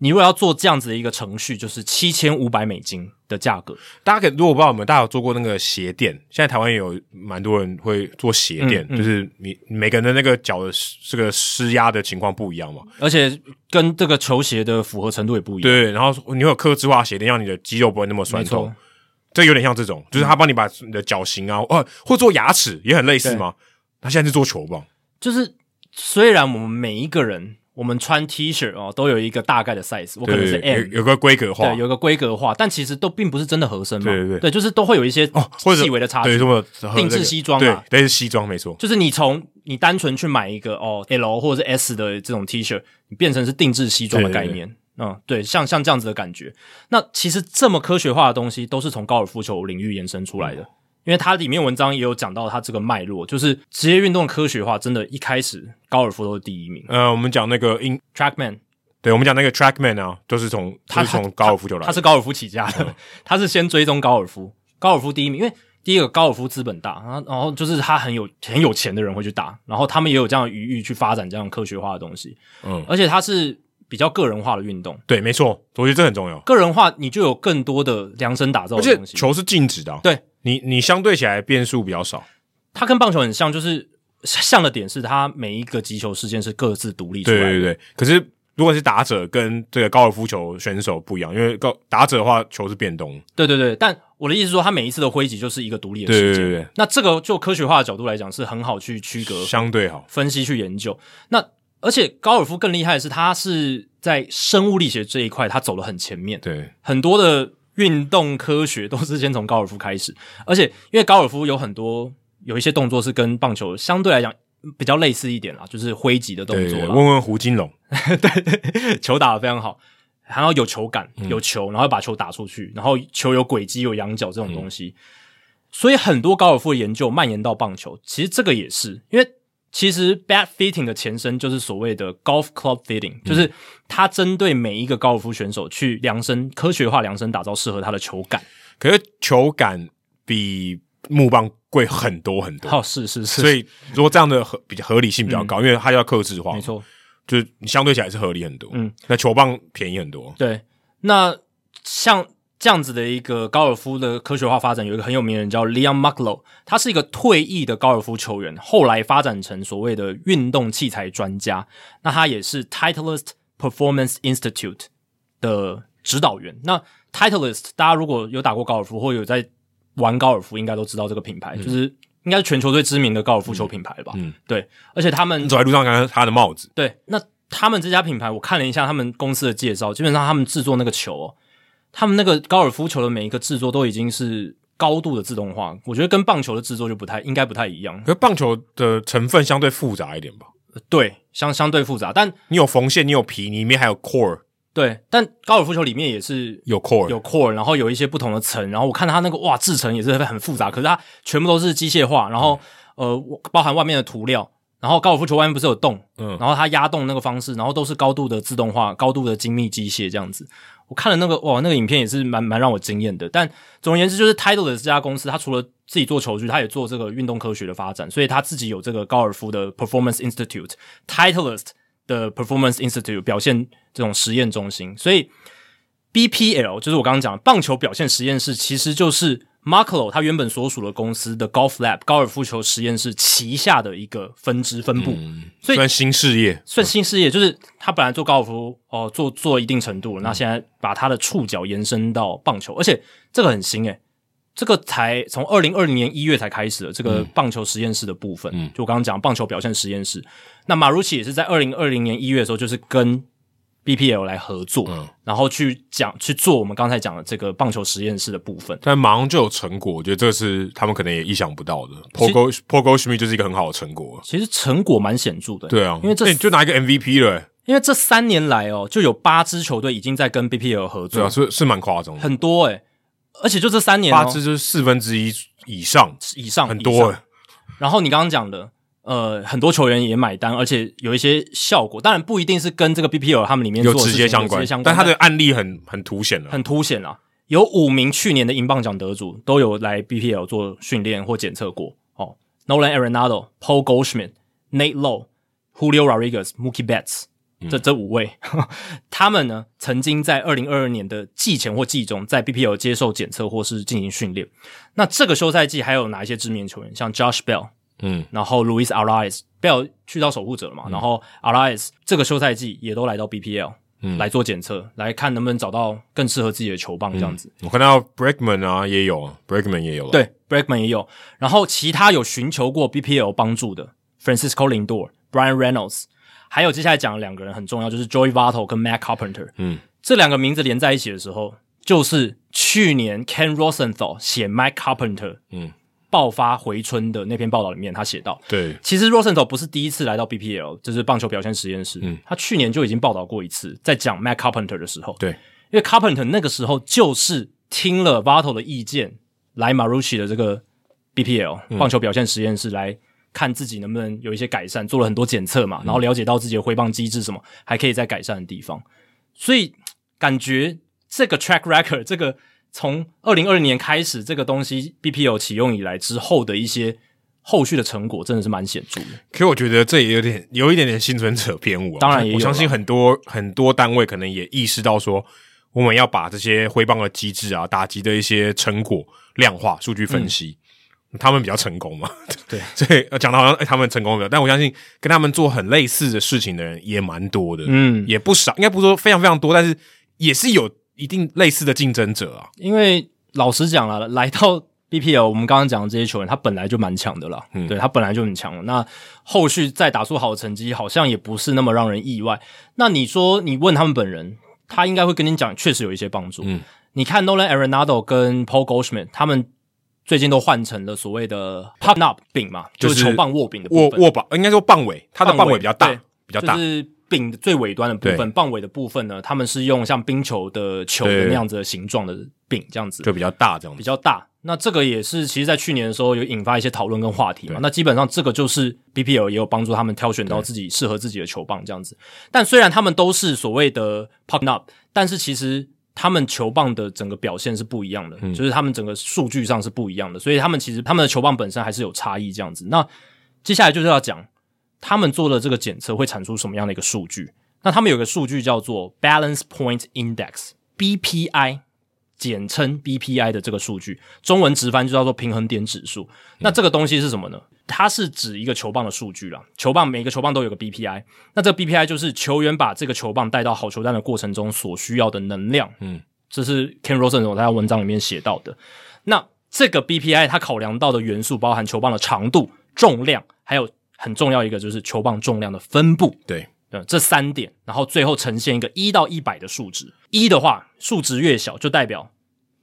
A: 你如果要做这样子的一个程序，就是七千五百美金的价格，
B: 大家可以如果不知道我们，大家有做过那个鞋垫，现在台湾也有蛮多人会做鞋垫，
A: 嗯嗯
B: 就是你每个人的那个脚的施这个施压的情况不一样嘛，
A: 而且跟这个球鞋的符合程度也不一样。
B: 对，然后你会有克制化鞋垫，让你的肌肉不会那么酸
A: 没
B: 痛
A: 错，，
B: 这有点像这种，就是他帮你把你的脚型啊，哦，或做牙齿也很类似嘛。他现在是做球棒，
A: 就是虽然我们每一个人，我们穿 T 恤哦，都有一个大概的 size，我可能是
B: 对，有
A: M，
B: 有个规格化
A: 对，，有一个规格化，但其实都并不是真的合身嘛。
B: 对对对
A: 就是都会有一些
B: 哦，或者
A: 细微的差距。
B: 对，什么
A: 定制西装
B: 对
A: 啊，
B: 但是西装没错，
A: 就是你从你单纯去买一个哦 L 或者是 S 的这种 T 恤，你变成是定制西装的概念。嗯，对，像像这样子的感觉。那其实这么科学化的东西，都是从高尔夫球领域延伸出来的。因为它里面文章也有讲到它这个脉络，就是职业运动的科学化，真的一开始高尔夫都是第一名。
B: 呃，我们讲那个英，
A: Trackman，
B: 对我们讲那个 Trackman 啊，都是从
A: 他
B: 他是从高尔夫球来
A: 他
B: 嗯的，
A: 是高尔夫起家的， 他是先追踪高尔夫，高尔夫第一名，因为第一个高尔夫资本大，然后然后就是他很有很有钱的人会去打，然后他们也有这样的余裕去发展这样科学化的东西，
B: 嗯，
A: 而且它是比较个人化的运动，
B: 对，没错，我觉得这很重要，
A: 个人化你就有更多的量身打造
B: 而
A: 的
B: 且
A: 东西，
B: 球是静止的啊，
A: 对
B: 你你相对起来变数比较少，
A: 它跟棒球很像，就是像的点是它每一个击球事件是各自独立出来
B: 对
A: 的，
B: 对对，可是。如果是打者跟这个高尔夫球选手不一样，因为高打者的话球是变动，
A: 对对对，但我的意思是说，它每一次的挥击就是一个独立的
B: 对
A: 事
B: 对
A: 件。
B: 对对
A: 那这个就科学化的角度来讲，是很好去区隔
B: 对，相对好，
A: 分析去研究。那而且高尔夫更厉害的是，它是在生物力学这一块，它走得很前面，
B: 对，
A: 很多的运动科学都是先从高尔夫开始。而且因为高尔夫有很多有一些动作是跟棒球相对来讲比较类似一点啦，就是挥击的动
B: 对
A: 作啊
B: 对，
A: 啦，
B: 问问胡金龙，
A: 球打得非常好，然后有球感，
B: 嗯
A: 有球，然后把球打出去，然后球有轨迹，有仰角这种
B: 嗯
A: 东西。所以很多高尔夫的研究蔓延到棒球，其实这个也是因为。其实 bat fitting 的前身就是所谓的 golf club
B: 嗯
A: fitting，就是它针对每一个高尔夫选手去量身科学化量身打造适合他的球感。
B: 可是球感比木棒贵很多很多，
A: 哦，是是是，嗯
B: 所以如果这样的合比较合理性比较高，因为它要克制化，
A: 没，错，
B: 就是你相对起来是合理很多。
A: 嗯，
B: 那球棒便宜很多，
A: 对。那像这样子的一个高尔夫的科学化发展，有一个很有名的人叫 Leon Mucklow，他是一个退役的高尔夫球员，后来发展成所谓的运动器材专家。那他也是 Titleist Performance Institute 的指导员。那 Titleist，大家如果有打过高尔夫或有在玩高尔夫，应该都知道这个品牌，就是应该是全球最知名的高尔夫球品牌了吧？
B: 嗯嗯嗯
A: 对，而且他们
B: 你走在路上看到他的帽子，
A: 对，那他们这家品牌，我看了一下他们公司的介绍，基本上他们制作那个球、哦，他们那个高尔夫球的每一个制作都已经是高度的自动化，我觉得跟棒球的制作就不太应该不太一样。
B: 可是棒球的成分相对复杂一点吧？
A: 对，相相对复杂，但
B: 你有缝线，你有皮，里面还有 core，
A: 对，但高尔夫球里面也是
B: 有 core，
A: 有 core，然后有一些不同的层，然后我看它那个哇制成也是很复杂，可是它全部都是机械化，然后、呃我包含外面的涂料，然后高尔夫球外面不是有洞，
B: 嗯
A: 然后它压洞那个方式，然后都是高度的自动化、高度的精密机械这样子。我看了那个哇，那个影片也是蛮蛮让我惊艳的。但总而言之，就是 Title 的这家公司，它除了自己做球具，它也做这个运动科学的发展，所以它自己有这个高尔夫的 Performance Institute、Titleist 的 Performance Institute 表现这种实验中心。所以 BPL 就是我刚刚讲的棒球表现实验室，其实就是 Marklo 他原本所属的公司的 Golf Lab 高尔夫球实验室旗下的一个分支分部。所以
B: 算新事业，
A: 算新事业，就是他本来做高尔夫哦，做做一定程度，那现在把他的触角延伸到棒球，而且这个很新诶、这个才从二零二零年一月才开始的这个棒球实验室的部分，
B: 嗯
A: 就我刚刚讲棒球表现实验室，那马如奇也是在二零二零年一月的时候，就是跟 BPL 来合作，
B: 嗯
A: 然后去讲去做我们刚才讲的这个棒球实验室的部分。
B: 但马上就有成果，我觉得这是他们可能也意想不到的。
A: 其
B: Pogo Pogo Schmidt 就是一个很好的成果，
A: 其实成果蛮显著的，
B: 对啊，
A: 因为这
B: 哎你就拿一个 MVP 了、哎
A: 因为这三年来哦，就有八支球队已经在跟 BPL 合
B: 对
A: 作
B: 啊，，是是蛮夸张的，
A: 嗯很多诶、而且就这三年、哦、
B: 八支就是四分之一以上，
A: 以上
B: 很
A: 以
B: 多、
A: 上
B: 哎
A: 然后你刚刚讲的，呃，很多球员也买单，而且有一些效果，当然不一定是跟这个 BPL 他们里面
B: 有
A: 做的
B: 直
A: 事情
B: 接
A: 有
B: 相
A: 直
B: 关
A: 接，相关，
B: 但他的案例很很凸显了。
A: 很凸显啦。有五名去年的英镑奖得主都有来 BPL 做训练或检测过哦，Nolan Arenado、Paul Goldschmidt、Nate Low、Julio Rodriguez、Mookie Betts。这这五位， 他们呢曾经在二零二二年的季前或季中，在 BPL 接受检测或是进行训练。那这个休赛季还有哪一些知名球员，像 Josh Bell、
B: 嗯，
A: 然后 Luis Arias Bell 去到守护者了嘛，然后 Arias 这个休赛季也都来到 BPL、
B: 嗯
A: 来做检测，来看能不能找到更适合自己的球棒这样子。
B: 我看到 Breakman 啊也有啊，Breakman 也有啊，
A: 对，Breakman 也有，然后其他有寻求过 BPL 帮助的 Francisco Lindor、Brian Reynolds，还有接下来讲的两个人很重要，就是 Joey Votto 跟 Matt Carpenter。
B: 嗯，
A: 这两个名字连在一起的时候，就是去年 Ken Rosenthal 写 Matt Carpenter
B: 嗯
A: 爆发回春的那篇报道里面，他写到，
B: 对，
A: 其实 Rosenthal 不是第一次来到 BPL，就是棒球表现实验室。
B: 嗯
A: 他去年就已经报道过一次，在讲 Matt Carpenter 的时候。
B: 对
A: 因为 Carpenter 那个时候就是听了 Vato 的意见，来 Marucci 的这个
B: 嗯
A: BPL 棒球表现实验室来看自己能不能有一些改善，做了很多检测
B: 嗯
A: 嘛，然后了解到自己的挥棒机制什么，还可以再改善的地方。所以感觉这个 track record 这个从二零二零年开始，这个东西 BPL 启用以来之后的一些后续的成果，真的是蛮显著的。
B: 可我觉得这也有点有一点点幸存者偏误、啊。
A: 当然也有啦
B: 我相信很多很多单位可能也意识到说，我们要把这些挥棒的机制啊、打击的一些成果量化、数据分析。他们比较成功嘛？
A: 嗯对，
B: 所以呃讲的好像、哎他们成功比较，但我相信跟他们做很类似的事情的人也蛮多的，
A: 嗯
B: 也不少，应该不是说非常非常多，但是也是有一定类似的竞争者啊。
A: 因为老实讲了，来到 BPL，我们刚刚讲的这些球员，他本来就蛮强的啦，
B: 嗯
A: 对他本来就很强了。那后续再打出好的成绩，好像也不是那么让人意外。那你说，你问他们本人，他应该会跟你讲，确实有一些帮助。
B: 嗯，
A: 你看 Nolan Arenado 跟 Paul Goldschmidt 他们。最近都换成了所谓的 pop up 柄嘛，
B: 就
A: 就是是球棒握柄的部
B: 握
A: 分，
B: 握把应该说棒尾，它的
A: 棒
B: 棒
A: 尾
B: 尾比较大
A: 对，
B: 比较大
A: 就，是柄的最尾端的部分，棒尾的部分呢，他们是用像冰球的球的
B: 对
A: 那样子的形状的柄这样子，
B: 就比较大这样
A: 比
B: 子。
A: 较大。那这个也是，其实，在去年的时候有引发一些讨论跟话题嘛。
B: 对
A: 那基本上这个就是 BPL 也有帮助他们挑选到自己适合自己的球棒这样子。但虽然他们都是所谓的 pop up，但是其实他们球棒的整个表现是不一样的，就是他们整个数据上是不一样的，所以他们其实他们的球棒本身还是有差异这样子。那接下来就是要讲他们做的这个检测会产出什么样的一个数据。那他们有个数据叫做 Balance Point Index（BPI），简称 BPI 的这个数据，中文直翻就叫做平衡点指数。那这个东西是什么呢？它是指一个球棒的数据啦，球棒每个球棒都有个 BPI，那这个 BPI 就是球员把这个球棒带到好球站的过程中所需要的能量。
B: 嗯，
A: 这是 Ken Rosen 我在文章里面写到的。那这个 BPI 它考量到的元素包含球棒的长度、重量，还有很重要一个就是球棒重量的分布。
B: 对，
A: 呃，这三点，然后最后呈现一个一到一百的数值。一的话，数值越小，就代表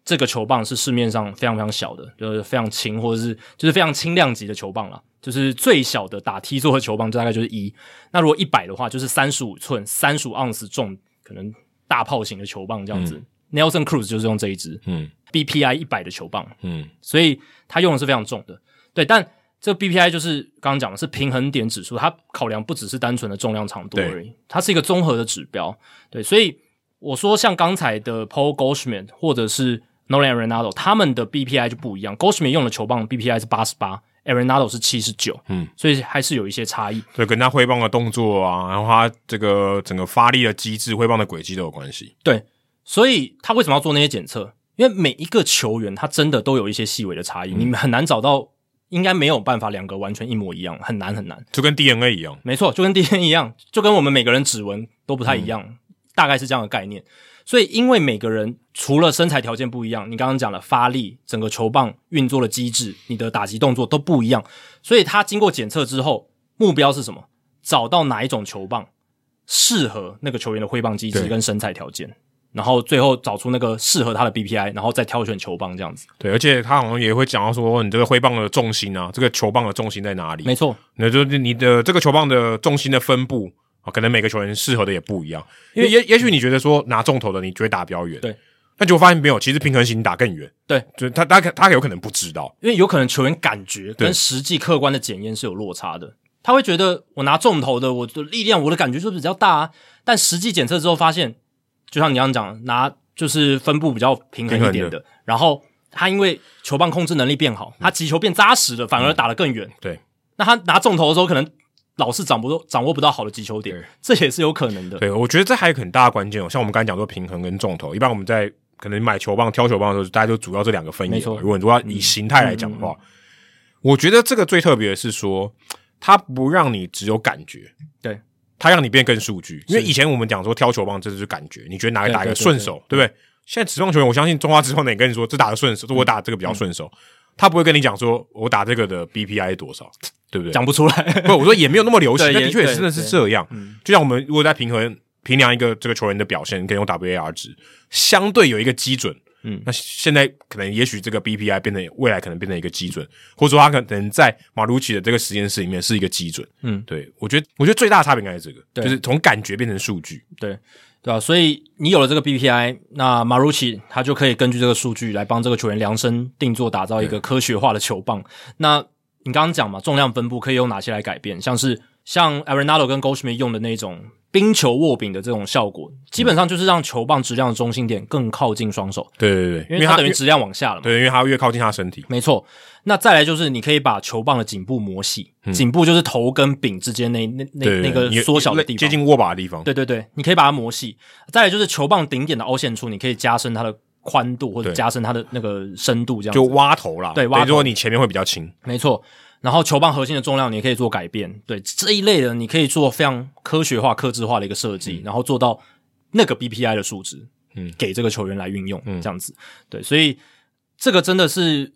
A: 这个球棒是市面上非常非常小的，就是非常轻或者是就是非常轻量级的球棒啦。就是最小的打 T 座的球棒，就大概就是一。那如果一百的话，就是三十五寸、三十五盎司重，可能大炮型的球棒这样子。Nelson Cruz 就是用这一支
B: 嗯
A: BPI 一百的球棒，
B: 嗯
A: 所以它用的是非常重的。对，但这个 BPI 就是刚刚讲的是平衡点指数，它考量不只是单纯的重量长度而已，它是一个综合的指标。对，所以我说像刚才的 Paul Goldschmidt 或者是 Nolan Arenado 他们的 BPI 就不一样，Goldschmidt 用的球棒 BPI 是八十八，Arenado 是七十九，
B: 嗯，
A: 所以还是有一些差异。
B: 对，跟他挥棒的动作啊，然后他这个整个发力的机制、挥棒的轨迹都有关系。
A: 对，所以他为什么要做那些检测？因为每一个球员他真的都有一些细微的差异，你们很难找到，应该没有办法两个完全一模一样，很难很难。
B: 就跟 DNA 一样，
A: 没错，就跟 DNA 一样，就跟我们每个人指纹都不太一样，大概是这样的概念。所以，因为每个人除了身材条件不一样，你刚刚讲了发力、整个球棒运作的机制、你的打击动作都不一样，所以他经过检测之后，目标是什么？找到哪一种球棒适合那个球员的挥棒机制
B: 对
A: 跟身材条件，然后最后找出那个适合他的 BPI，然后再挑选球棒这样子。
B: 对，而且他好像也会讲到说，你这个挥棒的重心啊，这个球棒的重心在哪里？
A: 没错，
B: 那就是你的这个球棒的重心的分布啊，可能每个球员适合的也不一样。因为也也许你觉得说拿重头的，你就会打比较远，
A: 对，
B: 那结果发现没有，其实平衡型打更远，
A: 对，
B: 就他他可他有可能不知道，
A: 因为有可能球员感觉跟
B: 对
A: 实际客观的检验是有落差的。他会觉得我拿重头的，我的力量，我的感觉就是比较大啊。但实际检测之后发现，就像你刚刚讲，拿就是分布比较平衡一
B: 平
A: 点
B: 衡嗯
A: 的，然后他因为球棒控制能力变好，他击球变扎实了，反而打得更远。
B: 对，
A: 那他拿重头的时候，可能老是掌握掌握不到好的击球点
B: 对，
A: 这也是有可能的。
B: 对，我觉得这还有一个很大的关键哦。像我们刚才讲说平衡跟重头，一般我们在可能买球棒、挑球棒的时候，大家就主要这两个分野
A: 没
B: 嘛。
A: 错嗯
B: 如果你如果要以形态来讲的话，我觉得这个最特别的是说，它不让你只有感觉，
A: 对，
B: 它让你变更数据。因为
A: 是
B: 以前我们讲说挑球棒，这就是感觉，你觉得哪个打一
A: 对对
B: 个
A: 对
B: 顺手，对不对？现在职棒球员，我相信中华职棒的也跟你说，这打的顺手，我打这个比
A: 嗯
B: 较顺手，他不会跟你讲说我打这个的 BPI 是多少，对不对？
A: 讲不出来，
B: 不，我说也没有那么流行，
A: 对
B: 但
A: 也
B: 的确也
A: 对
B: 真的是
A: 对
B: 这样
A: 嗯。
B: 就像我们如果在平衡评量一个这个球员的表现，你可以用 WAR 值，相对有一个基准。
A: 嗯
B: 那现在可能也许这个 BPI 变成未来可能变成一个基准，或者说它可能在马鲁奇的这个实验室里面是一个基准。
A: 嗯
B: 对我觉得我觉得最大的差别应该是这个，
A: 对
B: 就是从感觉变成数据。
A: 对对啊，所以你有了这个 BPI，那马鲁奇他就可以根据这个数据来帮这个球员量身定做，打造一个科学化的球棒。那你刚刚讲嘛，重量分布可以用哪些来改变？像是像 Arenado 跟 Goldschmidt 用的那种冰球握柄的这种效果，基本上就是让球棒质量的中心点更靠近双手，
B: 对对对，
A: 因为它
B: 它
A: 等于质量往下了嘛。
B: 对，因为它越靠近他身体，
A: 没错，那再来就是你可以把球棒的颈部磨细，颈部就是头跟柄之间那那那
B: 对
A: 那个
B: 你
A: 缩小的地方，
B: 接近握把的地方。
A: 对对对，你可以把它磨细。再来就是球棒顶点的凹陷处，你可以加深它的宽度或者
B: 对
A: 加深它的那个深度，这样
B: 就
A: 子
B: 挖头啦，
A: 对挖
B: 等于
A: 头
B: 说你前面会比较轻，
A: 没错。然后球棒核心的重量你也可以做改变，对这一类的你可以做非常科学化、克制化的一个设计，然后做到那个 BPI 的数值，
B: 嗯，
A: 给这个球员来运用，这样子。对，所以这个真的是，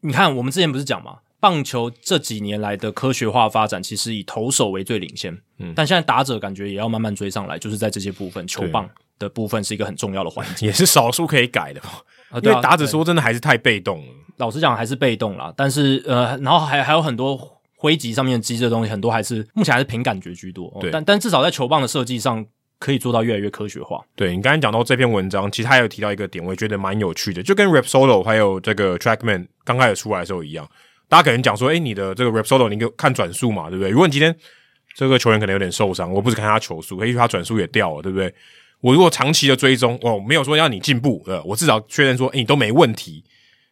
A: 你看我们之前不是讲嘛，棒球这几年来的科学化发展，其实以投手为最领先，
B: 嗯
A: 但现在打者感觉也要慢慢追上来，就是在这些部分，球棒的部分是一个很重要的环节。
B: 也是少数可以改的吧。
A: 啊
B: 因
A: 对啊
B: 为打者说真的还是太被动了。
A: 老实讲还是被动啦，但是呃，然后还还有很多挥击上面的机制的东西，很多还是目前还是凭感觉居多，哦
B: 对
A: 但但至少在球棒的设计上可以做到越来越科学化。
B: 对你刚才讲到这篇文章，其实他有提到一个点，我也觉得蛮有趣的，就跟 Rap Solo 还有这个 Trackman 刚开始出来的时候一样，大家可能讲说，哎，你的这个 Rap Solo 你给我看转速嘛，对不对？如果你今天这个球员可能有点受伤，我不只看他球速，也许他转速也掉了，对不对？我如果长期的追踪，哦，没有说要你进步，呃，我至少确认说，哎，你都没问题，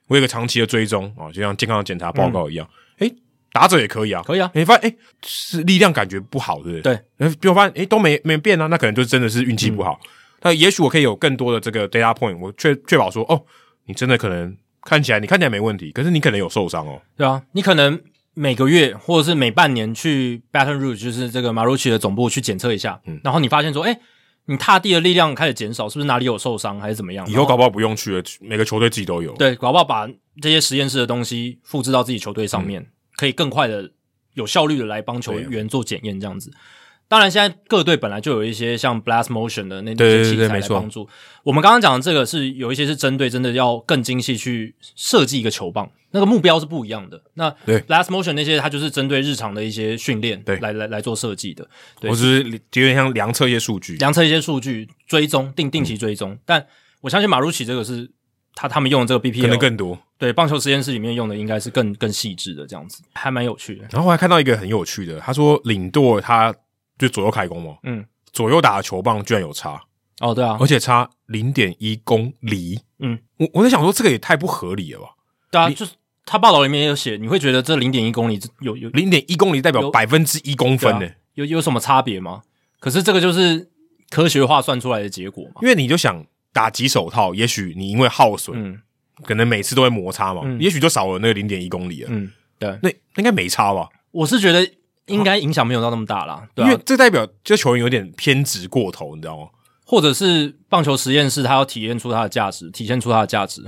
B: 我有个长期的追踪啊、哦，就像健康检查报告一样，哎、打者也可以啊，
A: 可以啊
B: 诶你发现哎、诶是力量感觉不好，对不对？
A: 对嗯
B: 对，结果发现哎、诶都没没变啊，那可能就真的是运气不好。那也许我可以有更多的这个 data point，我确确保说，哦，你真的可能看起来你看起来没问题，可是你可能有受伤哦。
A: 对啊，你可能每个月或者是每半年去 Baton Rouge，就是这个马 c 奇的总部去检测一下，
B: 嗯
A: 然后你发现说，哎、你踏地的力量开始减少，是不是哪里有受伤还是怎么样？
B: 以后
A: 然
B: 搞不好不用去了，每个球队自己都有。
A: 对，搞不好把这些实验室的东西复制到自己球队
B: 嗯
A: 上面，可以更快的、有效率的来帮
B: 啊
A: 球员做检验，这样子。当然，现在各队本来就有一些像 Blast Motion 的那那
B: 对
A: 些
B: 对对
A: 器材来
B: 没错
A: 帮助。我们刚刚讲的这个是有一些是针对真的要更精细去设计一个球棒，那个目标是不一样的。那
B: 对
A: Blast Motion 那些，它就是针对日常的一些训练，
B: 对
A: 来来来做设计的。对
B: 我只是有点像量测一些数据。
A: 量测一些数据，追踪定
B: 嗯
A: 定期追踪。但我相信马如奇这个是他他们用的这个 BPL
B: 可能更多。
A: 对棒球实验室里面用的应该是更更细致的这样子，还蛮有趣的。
B: 然后我还看到一个很有趣的，他说领舵他就左右开弓嘛，
A: 嗯，
B: 左右打的球棒居然有差，
A: 哦，对啊，
B: 而且差零点一公里。
A: 嗯，
B: 我我在想说这个也太不合理了吧？
A: 对
B: 哦
A: 啊，就是他报道里面也有写，你会觉得这零点一公里这有有
B: 零点一公里代表
A: 有
B: 百分之一公
A: 对
B: 分
A: 啊
B: 呢、
A: 有有什么差别吗？可是这个就是科学化算出来的结果嘛。
B: 因为你就想打几手套，也许你因为耗损，
A: 嗯
B: 可能每次都会摩擦嘛，
A: 嗯
B: 也许就少了那个零点一公里了。
A: 嗯，对，
B: 那那应该没差吧？
A: 我是觉得应该影响没有到那么大啦，对
B: 因
A: 啊
B: 为，这代表这球员有点偏执过头，你知道吗？
A: 或者是棒球实验室它要体验出它的价值，体现出它的价值。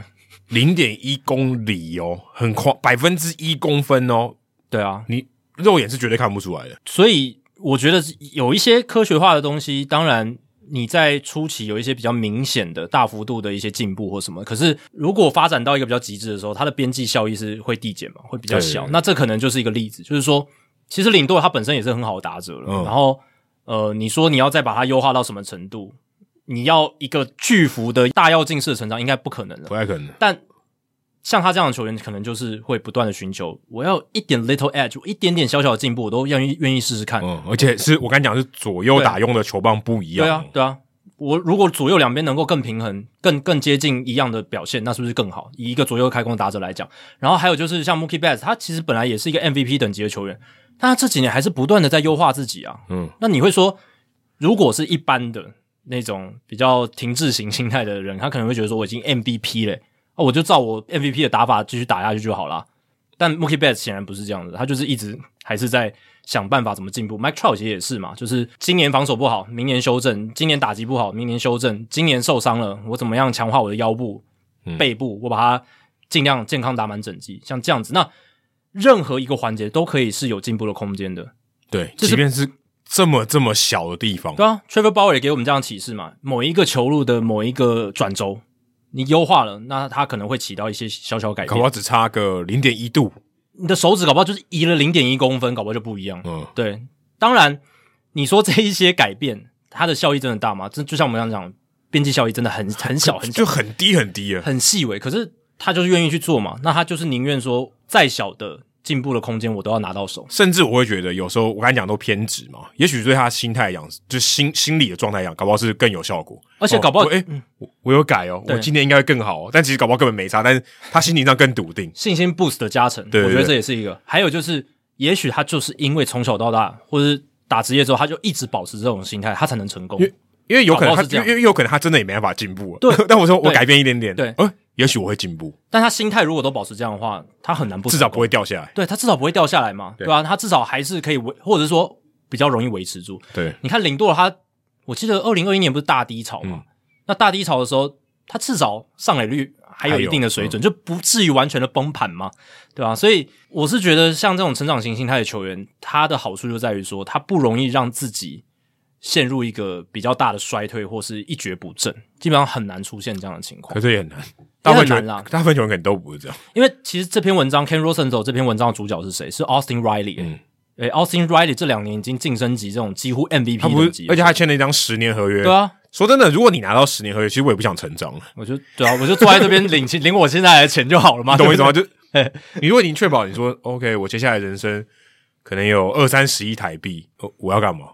B: 零点一公里哦，很夸百分之一公分哦，
A: 对啊，
B: 你肉眼是绝对看不出来的。
A: 所以我觉得有一些科学化的东西，当然你在初期有一些比较明显的、大幅度的一些进步或什么，可是如果发展到一个比较极致的时候，它的边际效益是会递减嘛，会比较小。
B: 对
A: 那这可能就是一个例子，就是说，其实领舵他本身也是很好的打者了，
B: 嗯
A: 然后呃，你说你要再把它优化到什么程度？你要一个巨幅的大跃进式的成长，应该不可能了
B: 不。太可能。
A: 但像他这样的球员，可能就是会不断的寻求，我要一点 little edge，我一点点小小的进步，我都愿意愿意试试看。
B: 嗯，而且是我刚才讲是左右打用的球棒不一样
A: 对
B: 哦，
A: 啊，对啊，我如果左右两边能够更平衡，更更接近一样的表现，那是不是更好？以一个左右开弓打者来讲，然后还有就是像 Mookie Betts，他其实本来也是一个 MVP 等级的球员，但他这几年还是不断的在优化自己啊。
B: 嗯，
A: 那你会说，如果是一般的那种比较停滞型心态的人，他可能会觉得说我已经 MVP 嘞、啊，我就照我 MVP 的打法继续打下去就好啦。但 Mookie Betts 显然不是这样的，他就是一直还是在想办法怎么进步。Mike Trout 其实也是嘛，就是今年防守不好，明年修正；今年打击不好，明年修正；今年受伤了，我怎么样强化我的腰部、
B: 嗯
A: 背部，我把它尽量健康打满整季，像这样子。那任何一个环节都可以是有进步的空间的，
B: 对，
A: 这是
B: 即便是这么这么小的地方，
A: 对啊，Trevor Bauer 也给我们这样的启示嘛，某一个球路的某一个转轴，你优化了，那它可能会起到一些小小改
B: 搞不
A: 变。
B: 好只差个零点一度，
A: 你的手指搞不好就是移了零点一公分，搞不好就不一样。
B: 嗯，
A: 对，当然你说这一些改变，它的效益真的大吗？这就像我们刚刚讲，边际效益真的很很小很小
B: 就很低很低了。
A: 很细微，可是他就是愿意去做嘛，那他就是宁愿说再小的进步的空间我都要拿到手。
B: 甚至我会觉得，有时候我刚才讲都偏执嘛，也许对他心态养，就心心理的状态养，搞不好是更有效果。
A: 而且搞不好嗯
B: 哦我哎、我我有改哦，
A: 对
B: 我今年应该会更好、哦，但其实搞不好根本没差，但是他心情上更笃定。
A: 信心 boost 的加成，
B: 对对
A: 我觉得
B: 对
A: 这也是一个。还有就是，也许他就是因为从小到大，或是打职业之后，他就一直保持这种心态，他才能成功。
B: 因为有可能
A: 搞不好
B: 他，
A: 是这样
B: 因为因为有可能他真的也没办法进步了。啊
A: 对
B: 但我说我
A: 对
B: 改变一点点，
A: 对
B: 呃，也许我会进步，
A: 但他心态如果都保持这样的话，他很难不
B: 至少不
A: 会，
B: 会掉下来。
A: 对他至少不会掉下来嘛，对吧、啊他至少还是可以维，或者说比较容易维持住。
B: 对，
A: 你看领舵他，我记得二零二一年不是大低潮
B: 嗯
A: 嘛？那大低潮的时候，他至少上垒率还有一定的水
B: 嗯
A: 准，就不至于完全的崩盘嘛，对吧、所以我是觉得像这种成长型心态的球员，他的好处就在于说，他不容易让自己陷入一个比较大的衰退或是一蹶不振，基本上很难出现这样的情况
B: 可。是也很难，大部分球员
A: 也很 难啦
B: 大部分球员可能都不是这样。
A: 因为其实这篇文章 Ken Rosenthal 这篇文章的主角是谁？是 Austin Riley、欸。
B: 嗯
A: 诶 a u s t i n Riley 这两年已经晋升级这种几乎 MVP
B: 他不
A: 等
B: 是
A: 级，了，
B: 而且他签了一张十年合约。
A: 对啊，
B: 说真的，如果你拿到十年合约，其实我也不想成长了，
A: 我就对啊，我就坐在这边领钱 领我现在的钱就好了嘛，
B: 你懂我意思吗？
A: 啊对
B: 就 你如果已经确保你说 OK，我接下来人生可能有二三十亿台币，我我要干嘛？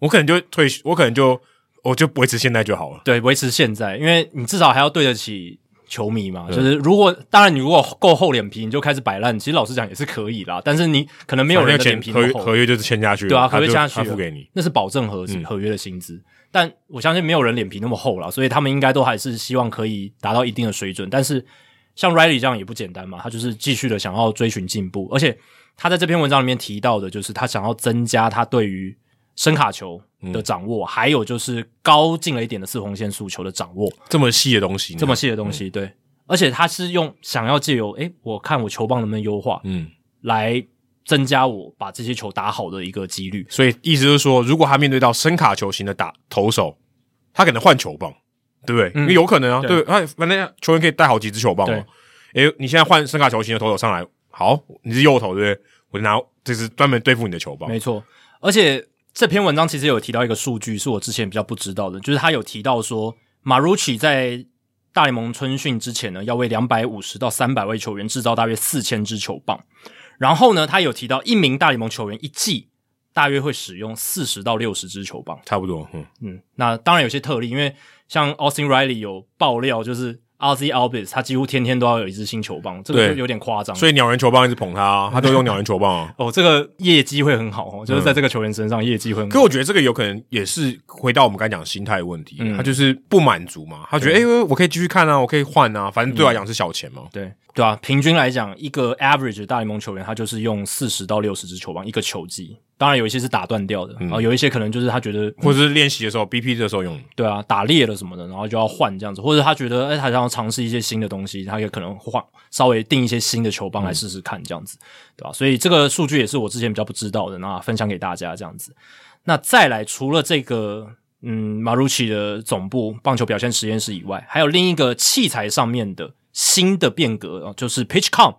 B: 我可能就退休，我可能就我就维持现在就好了。
A: 不对？对，维持现在，因为你至少还要对得起球迷嘛。就是如果当然你如果够厚脸皮，你就开始摆烂，其实老实讲也是可以啦。但是你可能没有人
B: 反
A: 的
B: 正
A: 脸皮
B: 钱合
A: 那
B: 约
A: 么厚
B: 合，约就是签下去了，
A: 对啊，
B: 他
A: 合约
B: 就
A: 加下去
B: 他
A: 了
B: 付给你。
A: 那是保证合合约的薪资。但我相信没有人脸皮那么厚啦，所以他们应该都还是希望可以达到一定的水准。但是像 Riley 这样也不简单嘛，他就是继续的想要追寻进步，而且他在这篇文章里面提到的，就是他想要增加他对于声卡球的掌握，还有就是高进了一点的四红线速球的掌握，
B: 这么细的东西呢，
A: 这么细的东西，对。而且他是用想要借由诶，我看我球棒能不能优化，
B: 嗯，
A: 来增加我把这些球打好的一个几率。
B: 所以意思就是说，如果他面对到声卡球型的打投手，他可能换球棒，对不对？因为有可能啊，
A: 嗯对
B: 对，他反正球员可以带好几支球棒嘛。诶，你现在换声卡球型的投手上来，好，你是右投，对不对？我拿这是专门对付你的球棒，
A: 没错，而且这篇文章其实有提到一个数据，是我之前比较不知道的，就是他有提到说，Marucci 在大联盟春训之前呢，要为两百五十到三百位球员制造大约四千支球棒。然后呢，他有提到一名大联盟球员一季大约会使用四十到六十支球棒。
B: 差不多，嗯，
A: 嗯，那当然有些特例，因为像 Austin Riley 有爆料，就是 RZ Albis 他几乎天天都要有一支新球棒，这个
B: 对
A: 就有点夸张。
B: 所以鸟人球棒一直捧他啊，他都用鸟人球棒啊。
A: 哦，这个业绩会很好哦，就是在这个球员身上业绩会很好。
B: 可我觉得这个有可能也是回到我们刚才讲的心态问题，
A: 嗯
B: 他就是不满足嘛，他觉得哎、诶我可以继续看啊，我可以换啊，反正对我来
A: 嗯
B: 讲是小钱嘛。
A: 对对啊，平均来讲，一个 average 的大联盟球员，他就是用四十到六十支球棒一个球季。当然有一些是打断掉的，啊、有一些可能就是他觉得嗯
B: 或者是练习的时候，BP 的时候用，
A: 对啊打裂了什么的，然后就要换这样子，或者他觉得哎，他想要尝试一些新的东西，他也可能换稍微定一些新的球棒来试试看这样子，对吧、所以这个数据也是我之前比较不知道的，那分享给大家这样子。那再来，除了这个嗯马鲁奇的总部棒球表现实验室以外，还有另一个器材上面的新的变革，哦就是 PitchCom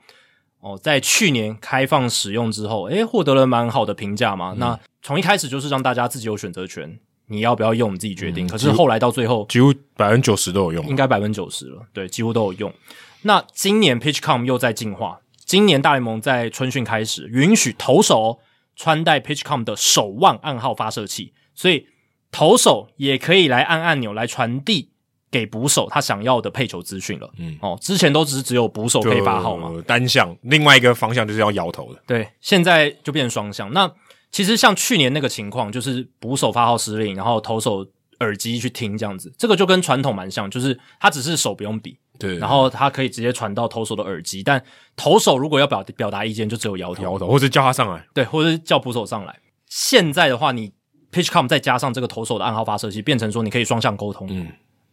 A: 哦，在去年开放使用之后，诶，获得了蛮好的评价嘛。那从一开始就是让大家自己有选择权，你要不要用你自己决定。可是后来到最后，
B: 几乎百分之九十都有用
A: 应。该百分之九十了，对，几乎都有用。那今年 PitchCom 又在进化，今年大联盟在春训开始允许投手穿戴 PitchCom 的手腕暗号发射器，所以投手也可以来按按钮来传递给捕手他想要的配球资讯了。嗯，哦，之前都只是只有捕手可以发号嘛，
B: 就单向，另外一个方向就是要摇头的，
A: 对，现在就变成双向。那其实像去年那个情况，就是捕手发号施令，然后投手耳机去听这样子，这个就跟传统蛮像，就是他只是手不用比，
B: 对
A: 然后他可以直接传到投手的耳机，但投手如果要表表达意见，就只有摇头，
B: 摇头，或者叫他上来，
A: 对，或者是叫捕手上来。现在的话，你 PitchCom 再加上这个投手的暗号发射器，变成说你可以双向沟通，
B: 嗯，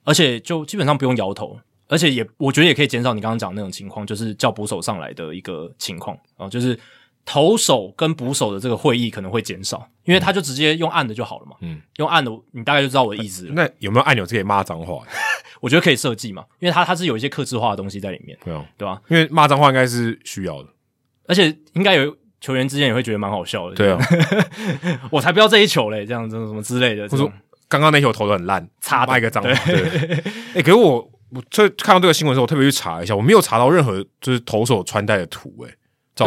A: 而且就基本上不用摇头，而且也我觉得也可以减少你刚刚讲的那种情况，就是叫捕手上来的一个情况啊、就是投手跟捕手的这个会议可能会减少，因为他就直接用按的就好了嘛，
B: 嗯，
A: 用按的你大概就知道我的意思了，
B: 那有没有按钮是可以骂脏话的？
A: 我觉得可以设计嘛，因为它它是有一些克制化的东西在里面，
B: 没有，
A: 对吧？
B: 因为骂脏话应该是需要的。
A: 而且应该有球员之间也会觉得蛮好笑的，
B: 对啊，
A: 我才不要这一球嘞，这样子什么之类的，这
B: 或
A: 种
B: 者刚刚那球投的很烂，
A: 擦的
B: 骂一个脏话。对， 哎，可是我我这看到这个新闻的时候，我特别去查一下，我没有查到任何就是投手穿戴的图，哎，照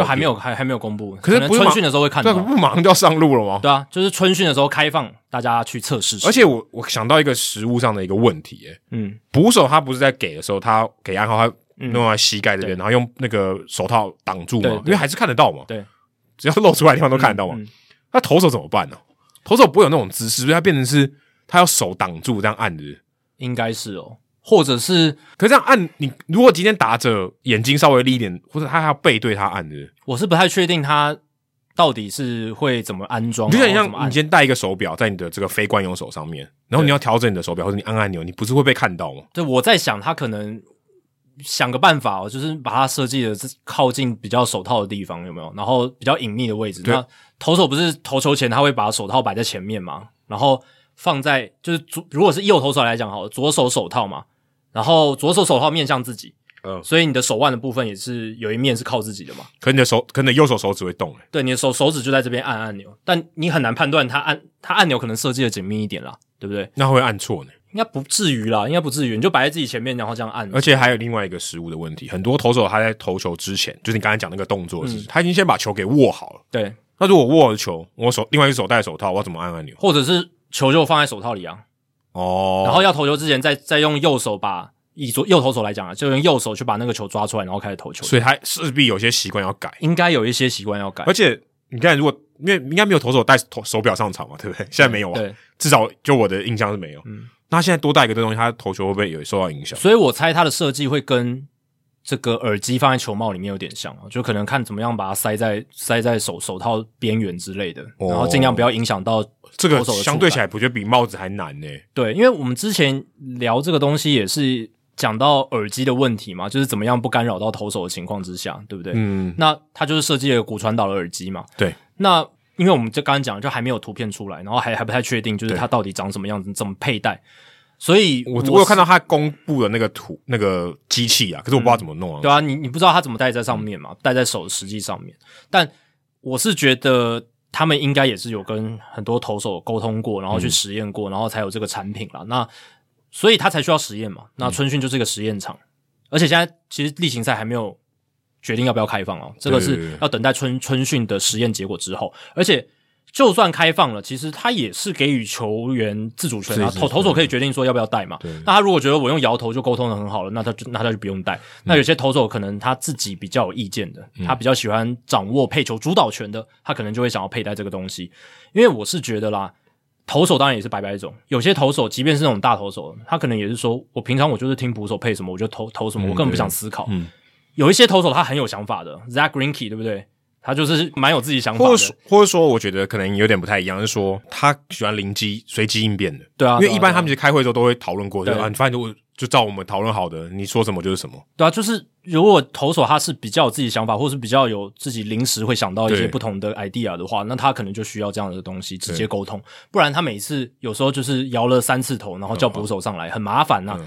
A: 就
B: 片
A: 还没，有还还没有公布，
B: 可是
A: 能
B: 不是
A: 春
B: 嘛
A: 训的时候会看
B: 对
A: 到
B: 啊，，不马上就要上路了吗？
A: 对啊，就是春训的时候开放大家去测试，
B: 而且我我想到一个实物上的一个问题，哎，
A: 嗯。
B: 捕手他不是在给的时候，他给暗号，他弄到膝盖这边，然后用那个手套挡住
A: 对
B: 嘛
A: 对，
B: 因为还是看得到嘛。
A: 对，
B: 只要露出来的地方都看得到嘛。
A: 嗯嗯
B: 那投手怎么办呢、投手不会有那种姿势，所以他变成是他要手挡住这样按的。
A: 应该是哦，或者是
B: 可是这样按，你如果今天打者眼睛稍微立一点，或者他还要背对他按的，
A: 我是不太确定他到底是会怎么安装，
B: 你就像你
A: 然后
B: 像
A: 怎么
B: 你
A: 按
B: 今天戴一个手表在你的这个非惯用手上面，然后你要调整你的手表或者你按按钮，你不是会被看到吗？
A: 对，我在想他可能想个办法哦，就是把它设计的是靠近比较手套的地方有没有，然后比较隐秘的位置。
B: 对
A: 那投手不是投球前他会把手套摆在前面嘛，然后放在就是左如果是右投手来讲好了，左手手套嘛，然后左手手套面向自己，
B: 嗯
A: 所以你的手腕的部分也是有一面是靠自己的嘛。
B: 可你的手，可你的右手手指会动、欸，
A: 对，你的手手指就在这边按按钮，但你很难判断它按它按钮可能设计的紧密一点啦，对不对？
B: 那会按错呢。
A: 应该不至于啦，应该不至于，你就摆在自己前面，然后这样按。
B: 而且还有另外一个失误的问题，很多投手他在投球之前，就是你刚才讲那个动作
A: 嗯
B: 是，他已经先把球给握好了。
A: 对，
B: 那如果握了球，我手另外一只手戴手套，我要怎么按按钮？
A: 或者是球就放在手套里啊，
B: 哦，
A: 然后要投球之前再再用右手把以左右投手来讲啊，就用右手去把那个球抓出来，然后开始投球。
B: 所以他势必有些习惯要改，
A: 应该有一些习惯要改
B: 而。且你看，如果因为应该没有投手戴手手表上场嘛，对不对？现在没有啊，
A: 对，
B: 至少就我的印象是没有。
A: 嗯
B: 那现在多带一个这东西，他投球会不会有受到影响？
A: 所以我猜它的设计会跟这个耳机放在球帽里面有点像啊，就可能看怎么样把它塞在塞在手手套边缘之类的，
B: 哦
A: 然后尽量不要影响到
B: 这个
A: 投手的
B: 相
A: 触
B: 对
A: 感
B: 起来，不觉得比帽子还难呢、
A: 对，因为我们之前聊这个东西也是讲到耳机的问题嘛，就是怎么样不干扰到投手的情况之下，对不对？
B: 嗯，
A: 那它就是设计了一个骨传导的耳机嘛。
B: 对。
A: 那因为我们就刚刚讲，就还没有图片出来，然后还还不太确定，就是
B: 对
A: 它到底长什么样子，怎么佩戴。所以
B: 我我有看
A: 到，
B: 到他公布的那个图那个机器啊，可是我不知道怎么弄啊。
A: 对啊，你你不知道它怎么戴在上面嘛，
B: 嗯
A: 戴在手实际上面。但我是觉得他们应该也是有跟很多投手沟通过，然后去实验过，然后才有这个产品啦。那所以他才需要实验
B: 嗯
A: 嘛。那春训就是一个实验场，而且现在其实例行赛还没有决定要不要开放哦，这个
B: 对对
A: 是
B: 对
A: 要等待春春训的实验结果之后。而且就算开放了，其实他也是给予球员自主权啊，
B: 是是
A: 投
B: 是
A: 投手可以决定说要不要戴嘛。那他如果觉得我用摇头就沟通的很好了，那他就那他就不用戴。那有些投手可能他自己比较有意见的，他比较喜欢掌握配球主导权的，他可能就会想要佩戴这个东西。因为我是觉得啦，投手当然也是百百种，有些投手即便是那种大投手，他可能也是说我平常我就是听捕手配什么我就投投什么，我根本不想思考。
B: 嗯
A: 有一些投手他很有想法的，Zach Greinke 对不对？他就是蛮有自己想法
B: 或者
A: 的
B: 说，，或者说，我觉得可能有点不太一样，是说他喜欢临机随机应变的，
A: 对啊，
B: 因为
A: 对啊
B: 一般
A: 对啊
B: 他们其实开会的时候都会讨论过，就
A: 对
B: 是啊，你发现我就照我们讨论好的，你说什么就是什么。
A: 对啊，就是如果投手他是比较有自己想法，或是比较有自己临时会想到一些
B: 对
A: 不同的 idea 的话，那他可能就需要这样的东西直接沟通，不然他每次有时候就是摇了三次头，然后叫捕手上来，很麻烦呐、啊
B: 嗯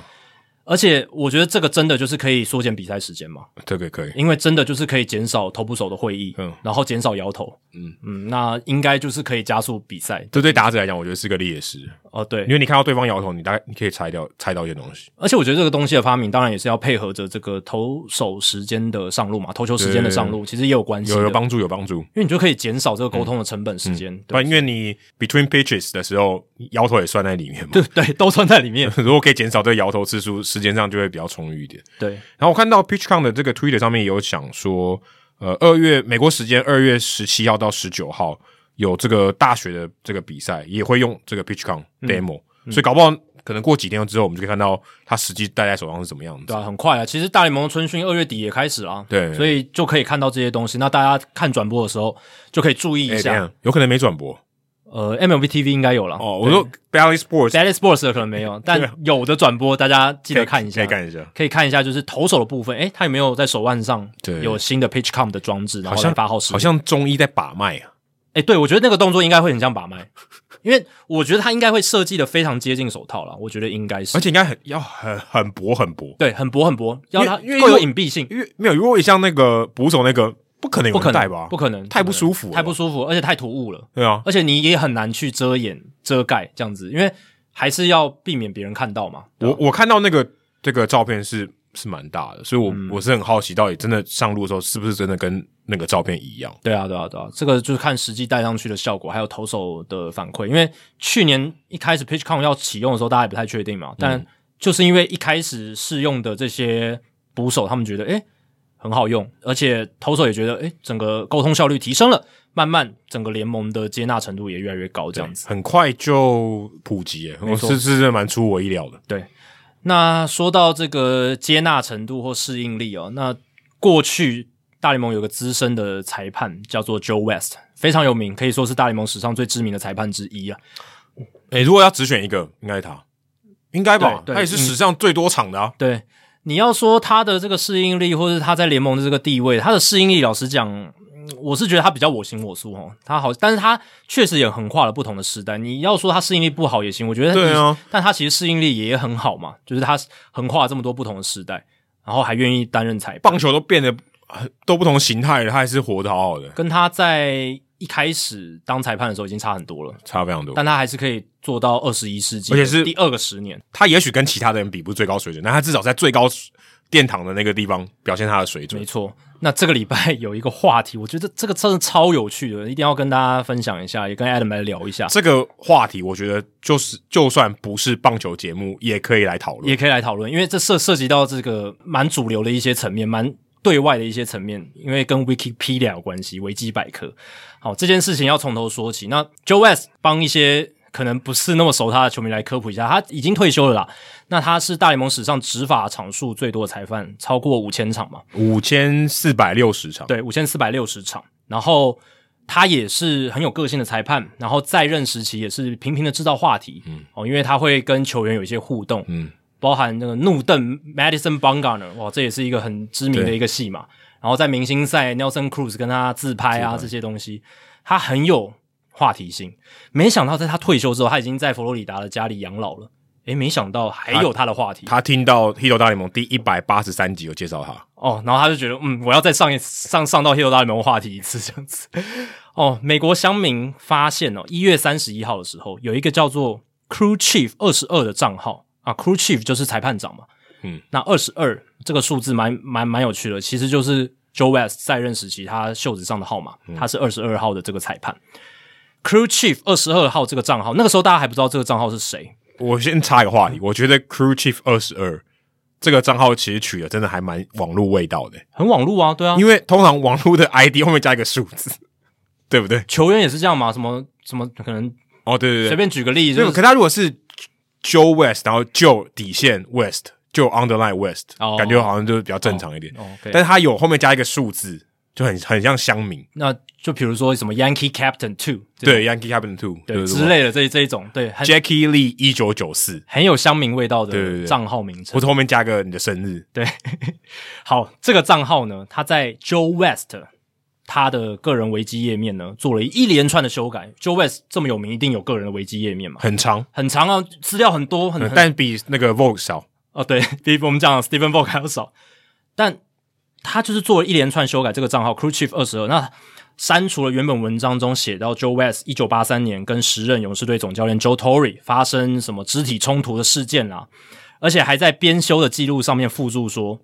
A: 而且我觉得这个真的就是可以缩减比赛时间嘛，
B: 这个可以，
A: 因为真的就是可以减少投捕手的会议，
B: 嗯
A: 然后减少摇头，
B: 嗯
A: 嗯，那应该就是可以加速比赛
B: 这对打者来讲，我觉得是个劣势，
A: 哦。对
B: 因，为你看到对方摇头，你大概你可以猜掉猜到一些东西。
A: 而且我觉得这个东西的发明，当然也是要配合着这个投手时间的上路嘛，投球时间的上路，其实也有关系的，
B: 有有帮嗯助，有帮助。
A: 因为你就可以减少这个沟通的成本时间，
B: 不然因为你 between pitches 的时候，摇头也算在里面嘛。
A: 对对对，都算在里面。
B: 如果可以减少这个摇头次数，时间上就会比较充裕一点。
A: 对，
B: 然后我看到 PitchCon 的这个 Twitter 上面也有讲说，呃，二月美国时间二月十七号到十九号有这个大学的这个比赛，也会用这个 PitchCon demo，、所以搞不好可能过几天之后，我们就可以看到它实际戴在手上是什么样子。
A: 对啊，很快啊。其实大联盟春训二月底也开始啦，
B: 对啊
A: 所以就可以看到这些东西。那大家看转播的时候就可以注意
B: 哎
A: 一
B: 等一
A: 下。
B: 下有可能没转播
A: 呃，MLB TV 应该有了
B: 哦。我说 Bally Sports
A: d a l l y Sports 的可能没有，但有的转播大家记
B: 可以
A: 得看一下
B: 可以。看一下，
A: 可以看一下，就是投手的部分，诶，他有没有在手腕上
B: 对
A: 有新的 pitch com 的装置，然
B: 好
A: 后来
B: 像
A: 发号施
B: 好
A: 令？
B: 像中医在把脉啊。
A: 哎、对，我觉得那个动作应该会很像把脉，因为我觉得他应该会设计的非常接近手套啦，我觉得应该是，
B: 而且应该很要很很薄很薄，
A: 对，很薄很薄，要它
B: 因为
A: 够有隐蔽性，
B: 因为没有如果像那个捕手那个，不可能有
A: 不可
B: 人戴
A: 能
B: 吧？
A: 不可能，
B: 太不舒服了
A: 太不舒服，而且太突兀了，
B: 对啊，
A: 而且你也很难去遮掩、遮盖这样子，因为还是要避免别人看到嘛。
B: 我我看到那个这个照片是是蛮大的，所以我、
A: 嗯
B: 我是很好奇，到底真的上路的时候是不是真的跟那个照片一样？
A: 对啊，对啊，对啊，这个就是看实际戴上去的效果，还有投手的反馈。因为去年一开始 PitchCon 要启用的时候，大家也不太确定嘛，但就是因为一开始试用的这些捕手，他们觉得诶很好用，而且投手也觉得诶整个沟通效率提升了，慢慢整个联盟的接纳程度也越来越高，这样子。
B: 很快就普及耶，我
A: 错嗯
B: 是是真的蛮出我意料的。
A: 那说到这个接纳程度或适应力哦，那过去大联盟有个资深的裁判叫做 Joe West，非常有名，可以说是大联盟史上最知名的裁判之一啊。
B: 诶、如果要只选一个，应该是他，应该吧？
A: 对对
B: 他也是史上最多场的啊。
A: 对，你要说他的这个适应力，或者是他在联盟的这个地位，他的适应力，老实讲，嗯我是觉得他比较我行我素哦。他好，但是他确实也横跨了不同的时代。你要说他适应力不好也行，我觉得
B: 对啊
A: 你但他其实适应力也很好嘛，就是他横跨了这么多不同的时代，然后还愿意担任裁判，
B: 棒球都变得呃都不同形态了，他还是活得好好的，
A: 跟他在一开始当裁判的时候已经差很多了，
B: 差非常多。
A: 但他还是可以做到二十一世纪，
B: 而且是
A: 第二个十年。
B: 他也许跟其他的人比不是最高水准，但他至少在最高殿堂的那个地方表现他的水准
A: 没。错，那这个礼拜有一个话题，我觉得这个真的超有趣的，一定要跟大家分享一下，也跟 Adam 来聊一下，
B: 这个话题，我觉得就是就算不是棒球节目，也可以来讨论
A: 也。可以来讨论，因为这涉涉及到这个蛮主流的一些层面，蛮对外的一些层面，因为跟 Wikipedia 有关系，维基百科。好，这件事情要从头说起。那 Joe West 帮一些可能不是那么熟他的球迷来科普一下，他已经退休了啦。那他是大联盟史上执法场数最多的裁判，超过五千场嘛？
B: 五千四百六十场，
A: 对，五千四百六十场。然后他也是很有个性的裁判，然后在任时期也是频频的制造话题，嗯，哦，因为他会跟球员有一些互动，嗯，包含那个怒瞪 Madison Bumgarner，哇，这也是一个很知名的一个戏嘛。然后在明星赛，Nelson Cruz 跟他自拍啊这些东西，他很有话题性。没想到在他退休之后，他已经在佛罗里达的家里养老了。诶，没想到还有他的话题
B: 他听到《h i t o 大联盟》第一百八十三集有介绍他，
A: 哦，然后他就觉得，嗯，我要再上一上上到《h e r o 大联盟》话题一次 这样子。哦，美国乡民发现哦，一月三十一号的时候，有一个叫做 Crew Chief 二十二的账号啊，Crew Chief 就是裁判长嘛。
B: 嗯，
A: 那二十二这个数字蛮蛮蛮有趣的，其实就是 Joe West 在任时期他袖子上的号码，
B: 嗯
A: 他是二十二号的这个裁判。Crew Chief 二十二号这个账号，那个时候大家还不知道这个账号是谁，
B: 我先插一个话题，我觉得 Crew Chief 二十二这个账号其实取的真的还蛮网络味道的，
A: 很网路啊，对啊，
B: 因为通常网络的 ID 后面加一个数字，对不对？
A: 球员也是这样嘛，什么什么可能
B: 哦，对对对，
A: 随便举个例，
B: 对
A: 就是
B: 可他如果是 Joe West，然后 Joe 底线 West，就 Underline West，、
A: 哦
B: 感觉好像就是比较正常一点。
A: 哦，OK
B: 但是他有后面加一个数字，就很很像乡民，
A: 那就比如说什么 Yankee Captain Two，这种
B: 对 Yankee Captain Two
A: 对之类的这这一种，对，很
B: Jackie Lee 一九九四，
A: 很有乡民味道
B: 对对
A: 的
B: 对
A: 账号名
B: 或
A: 称。
B: 者后面加个你的生日，
A: 对， 好，这个账号呢，他在 Joe West 他的个人维基页面呢做了一连串的修改。Joe West 这么有名，一定有个人的维基页面嘛，
B: 很长，
A: 很长啊，资料很多， 很很
B: 但比那个 Vogue 少。
A: 哦，对，比我们讲的 Stephen Vogt 还要少，但他就是做了一连串修改这个账号 Crew Chief 二十二，那删除了原本文章中写到 Joe West 一九八三年跟时任勇士队总教练 Joe Torre 发生什么肢体冲突的事件啦、而且还在编修的记录上面附注说。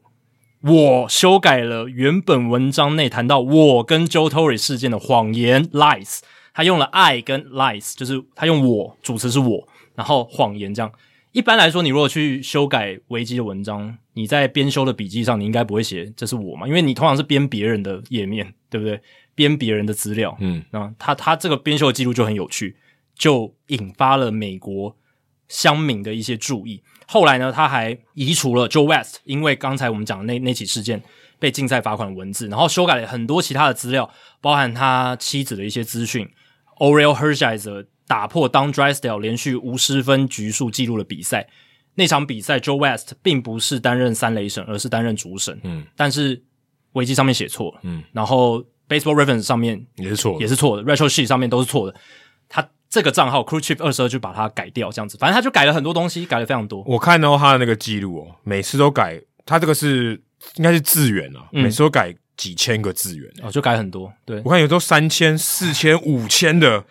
A: 我修改了原本文章内谈到我跟 Joe Torre 事件的谎言 lies，他用了 I 跟 lies，就是他用我主词是我，然后谎言这样。一般来说，你如果去修改维基的文章，你在编修的笔记上，你应该不会写这是我嘛，因为你通常是编别人的页面，对不对？编别人的资料，
B: 嗯，
A: 那他他这个编修的记录就很有趣，就引发了美国乡民的一些注意。后来呢，他还移除了 Joe West，因为刚才我们讲的那那起事件被禁赛罚款的文字，然后修改了很多其他的资料，包含他妻子的一些资讯。Oriel Hershiser 打破当 Drysdale 连续无失分局数记录的比赛，那场比赛 Joe West 并不是担任三垒审，而是担任主审。
B: 嗯，
A: 但是维基上面写错了。
B: 嗯，
A: 然后 Baseball Reference 上面
B: 也是错的，
A: 也是错的，Retro Sheet 上面都是错的。他这个账号 Crew Chief 二十二就把它改掉，这样子，反正他就改了很多东西，改了非常多。
B: 我看到他的那个记录哦，每次都改，他这个是应该是字元啊，
A: 嗯
B: 每次都改几千个字元、
A: 哦，就改很多，对，
B: 我看有时候三千、四千、五千的，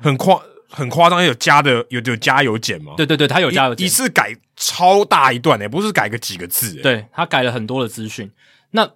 B: 很夸很夸张，有加的有有加有减吗？
A: 对对对，他有
B: 一，
A: 加有减
B: 一，次改超大一段诶、不是改个几个字、欸，，
A: 对他改了很多的资讯。那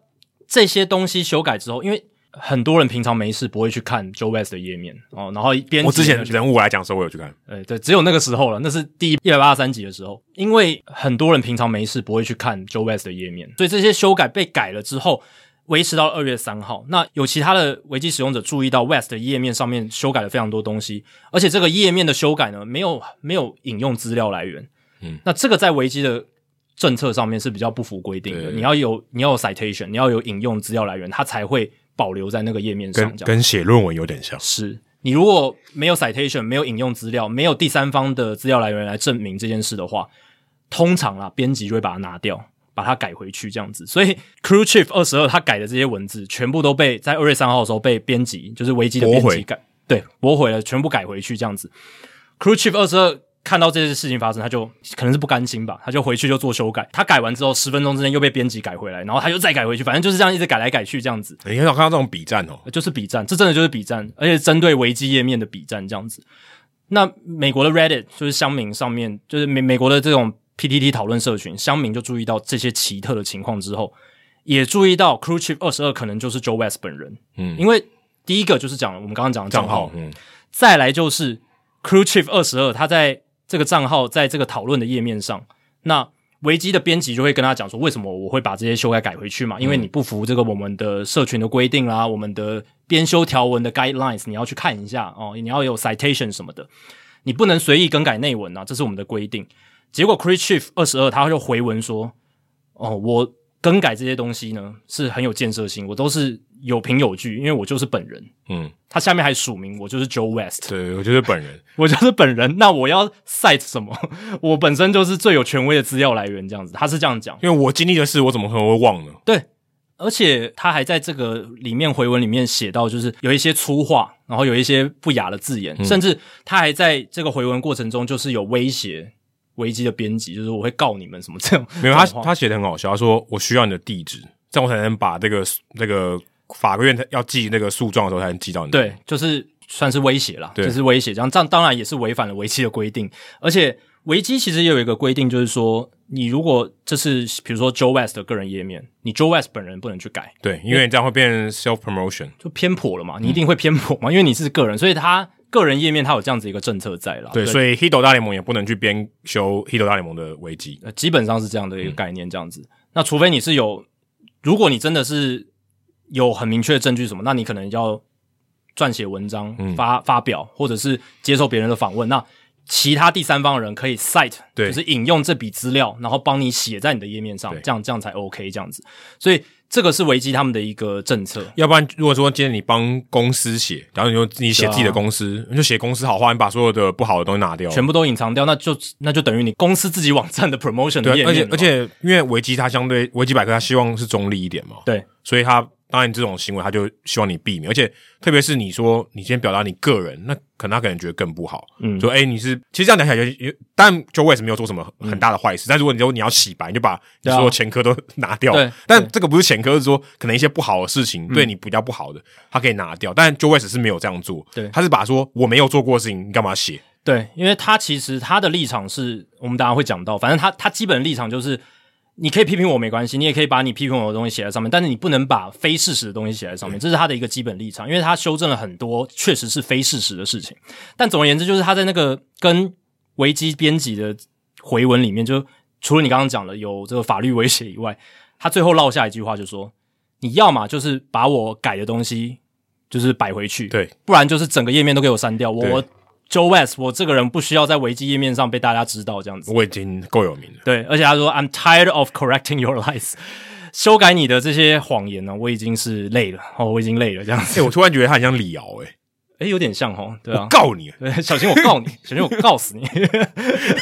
A: 这些东西修改之后，因为很多人平常没事不会去看 Joe West 的页面哦，然后编辑
B: 我之前
A: 呢
B: 人物来讲的时候，我有去看，
A: 呃，对，只有那个时候了，那是第一百八十三集的时候，因为很多人平常没事不会去看 Joe West 的页面，所以这些修改被改了之后，维持到二月三号。那有其他的维基使用者注意到 West 的页面上面修改了非常多东西，而且这个页面的修改呢，没有没有引用资料来源，
B: 嗯，
A: 那这个在维基的。政策上面是比较不符规定的，
B: 对
A: 你要有你要有 citation，你要有引用资料来源，它才会保留在那个页面上。
B: 跟
A: 这样。
B: 跟写论文有点像，
A: 是你如果没有 citation、没有引用资料、没有第三方的资料来源来证明这件事的话，通常啦，编辑就会把它拿掉，把它改回去这样子。所以 Crew Chief 二十二他改的这些文字，全部都被在二月三号的时候被编辑，就是维基的编
B: 驳
A: 辑
B: 回
A: 改，对，驳回了，全部改回去这样子。Crew Chief 二十二看到这件事情发生，他就可能是不甘心吧，他就回去就做修改。他改完之后，十分钟之内又被编辑改回来，然后他又再改回去，反正就是这样一直改来改去这样子。
B: 你很少看到这种比战哦、
A: 呃就是比战，这真的就是比战，而且针对维基页面的比战这样子。那美国的 Reddit 就是乡民上面，就是美美国的这种 PTT 讨论社群，乡民就注意到这些奇特的情况之后，也注意到 Crew Chief 二十二可能就是 Joe West 本人，
B: 嗯
A: 因为第一个就是讲了我们刚刚讲的账
B: 账
A: 号
B: 号，，嗯，
A: 再来就是 Crew Chief 二十二，他在这个账号在这个讨论的页面上，那维基的编辑就会跟他讲说，为什么我会把这些修改改回去嘛？因为你不符这个我们的社群的规定啦，我们的编修条文的 guidelines，你要去看一下哦，你要有 citation 什么的，你不能随意更改内文啊，这是我们的规定。结果 Chris Chief 二十二他就回文说，哦，我更改这些东西呢是很有建设性，我都是有凭有据，因为我就是本人。
B: 嗯，
A: 他下面还署名，我就是 Joe West。
B: 对，我就是本人，
A: 我就是本人，那我要 cite 什么？我本身就是最有权威的资料来源，这样子，他是这样讲。
B: 因为我经历的事，我怎么可能会忘呢？
A: 对，而且他还在这个里面回文里面写到，就是有一些粗话，然后有一些不雅的字
B: 嗯
A: 眼，甚至他还在这个回文过程中，就是有威胁维基的编辑，就是我会告你们什么这种。
B: 没有他
A: 这种话
B: 他写的很好笑，他说我需要你的地址，这样我才能把这个那个法院要寄那个诉状的时候才能寄到你。，
A: 对，就是算是威胁啦，
B: 对
A: 就是威胁。这样，这样当然也是违反了维基的规定。而且维基其实也有一个规定，就是说，你如果这是比如说 Joe West 的个人页面，你 Joe West 本人不能去改，
B: 对，因为这样会变成 self promotion。
A: 就偏颇了嘛，你一定会偏颇嘛，因为你是个人，所以他个人页面他有这样子一个政策在啦。
B: 对，
A: 所以。
B: 所以 Hido 大联盟也不能去编修 Hido 大联盟的危机。
A: 呃，基本上是这样的一
B: 嗯
A: 个概念，这样子。那除非你是有，如果你真的是有很明确的证据什么，那你可能要撰写文章、
B: 嗯
A: 发发表，或者是接受别人的访问。那其他第三方的人可以 cite，
B: 对
A: 就是引用这笔资料，然后帮你写在你的页面上
B: 对，
A: 这样这样才 OK 这样子。所以这个是维基他们的一个政策。
B: 要不然，如果说今天你帮公司写，然后你就你写自己的公司，你就写公司好话，你把所有的不好的东西拿掉。
A: 全部都隐藏掉，那就那就等于你公司自己网站的 promotion 的
B: 对，啊
A: 页
B: 而
A: 面
B: 且
A: 了嘛
B: 而且，因为维基它相对维基百科，它希望是中立一点嘛，
A: 对，
B: 所以它当然这种行为，它就希望你避免。而且特别是你说你今天表达你个人，那可能他可能觉得更不好，
A: 嗯
B: 说哎、诶你是其实这样讲起来就有，但就为什么没有做什么很大的坏事？但如果你说你要洗白，你就把你
A: 嗯对啊
B: 所有前科都拿掉。
A: 对嗯
B: 但这个不是前科，是说可能一些不好的事情、对你比较不好的，他可以拿掉。但 Joe West 是没有这样做，
A: 对
B: 他是把说我没有做过的事情，你干嘛写？
A: 对，因为他其实他的立场是我们等下会讲到，反正他他基本立场就是，你可以批评我没关系，你也可以把你批评我的东西写在上面，但是你不能把非事实的东西写在上面，这是他的一个基本立场。因为他修正了很多确实是非事实的事情，但总而言之，就是他在那个跟维基编辑的回文里面，就除了你刚刚讲的有这个法律威胁以外，他最后落下一句话就说：你要嘛就是把我改的东西就是摆回去，
B: 对，
A: 不然就是整个页面都给我删掉。我
B: 对
A: 我 Joe West，我这个人不需要在维基页面上被大家知道这样子。
B: 我已经够有 名了。
A: 对，而且他说 I'm tired of correcting your lies，修 改你的这些谎言呢，我已经是累了，哦，我已经累了这样
B: 哎、
A: 子。
B: 我突然觉得他很像李敖、诶
A: 诶，有点像哦，对
B: 哎、
A: 啊
B: 我，告你，
A: 对， 小心我告 你，小心我告死你，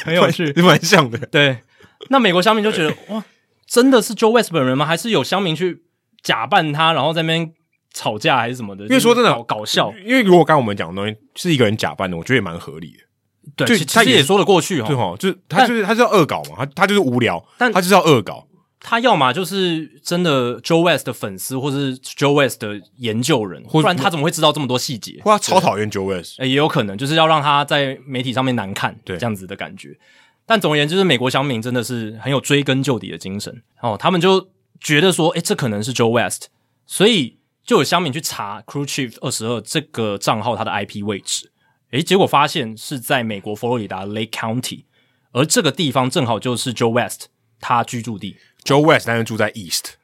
A: 很有 趣。
B: 蛮像的。
A: 对，那美国乡民就觉得哇，真的是 Joe West 本人吗？还是有乡民去假扮他，然后在那边吵架还是什么的？因
B: 因为说真的
A: 搞搞笑，
B: 因为如果刚刚我们讲的东西是一个人假扮的，我觉得也蛮合理的，
A: 对，
B: 就
A: 其
B: 他
A: 其实
B: 也
A: 也说得过去
B: 对
A: 哦。
B: 哈，就是他就是他就是要恶搞嘛，他他就是无聊，
A: 但
B: 他就是要恶搞，
A: 他要么就是真的 Joe West 的粉丝，或是 Joe West 的研究人，不然他怎么会知道这么多细节？
B: 或他超讨厌 Joe West，
A: 呃也有可能就是要让他在媒体上面难看，
B: 对
A: 这样子的感觉。但总而言之，就是美国乡民真的是很有追根究底的精神哦，他们就觉得说，诶，这可能是 Joe West，所以就有乡民去查 Crew Chief 二十二这个账号它的 IP 位置，诶，结果发现是在美国佛罗里达 Lake County，而这个地方正好就是 Joe West 他居住地，
B: ，Joe West 但是住在 East，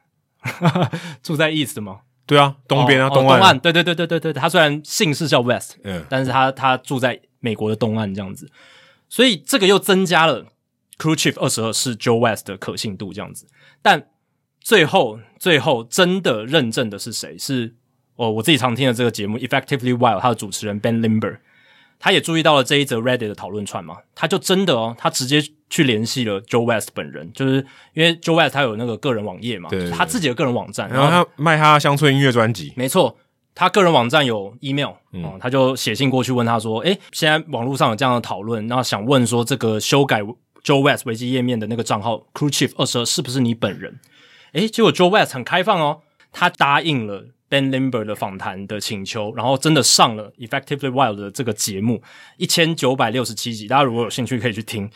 A: 住在 East 吗？
B: 对啊，东边啊，
A: 哦哦东
B: 岸啊，
A: 对对对对对对，他虽然姓氏叫 West，
B: 嗯，
A: 但是他他住在美国的东岸这样子，所以这个又增加了 Crew Chief 二十二是 Joe West 的可信度这样子。但最后最后真的认证的是谁？是哦，我自己常听的这个节目《Effectively Wild》，它的主持人 Ben Limber，他也注意到了这一则 Reddit 的讨论串嘛，他就真的哦，他直接去联系了 Joe West 本人，就是因为 Joe West 他有那个个人网页嘛，
B: 对对对
A: 他自己的个人网站，
B: 然后他卖他乡村音乐专辑，
A: 没错，他个人网站有 email，嗯、他就写信过去问他说：“诶，现在网络上有这样的讨论，然后想问说这个修改 Joe West 维基页面的那个账号 Crew Chief 二十二是不是你本人？”诶，结果 Joe West 很开放哦，他答应了 Ben Limber 的访谈的请求，然后真的上了 Effectively Wild 的这个节目一千九百六十七集，大家如果有兴趣可以去听。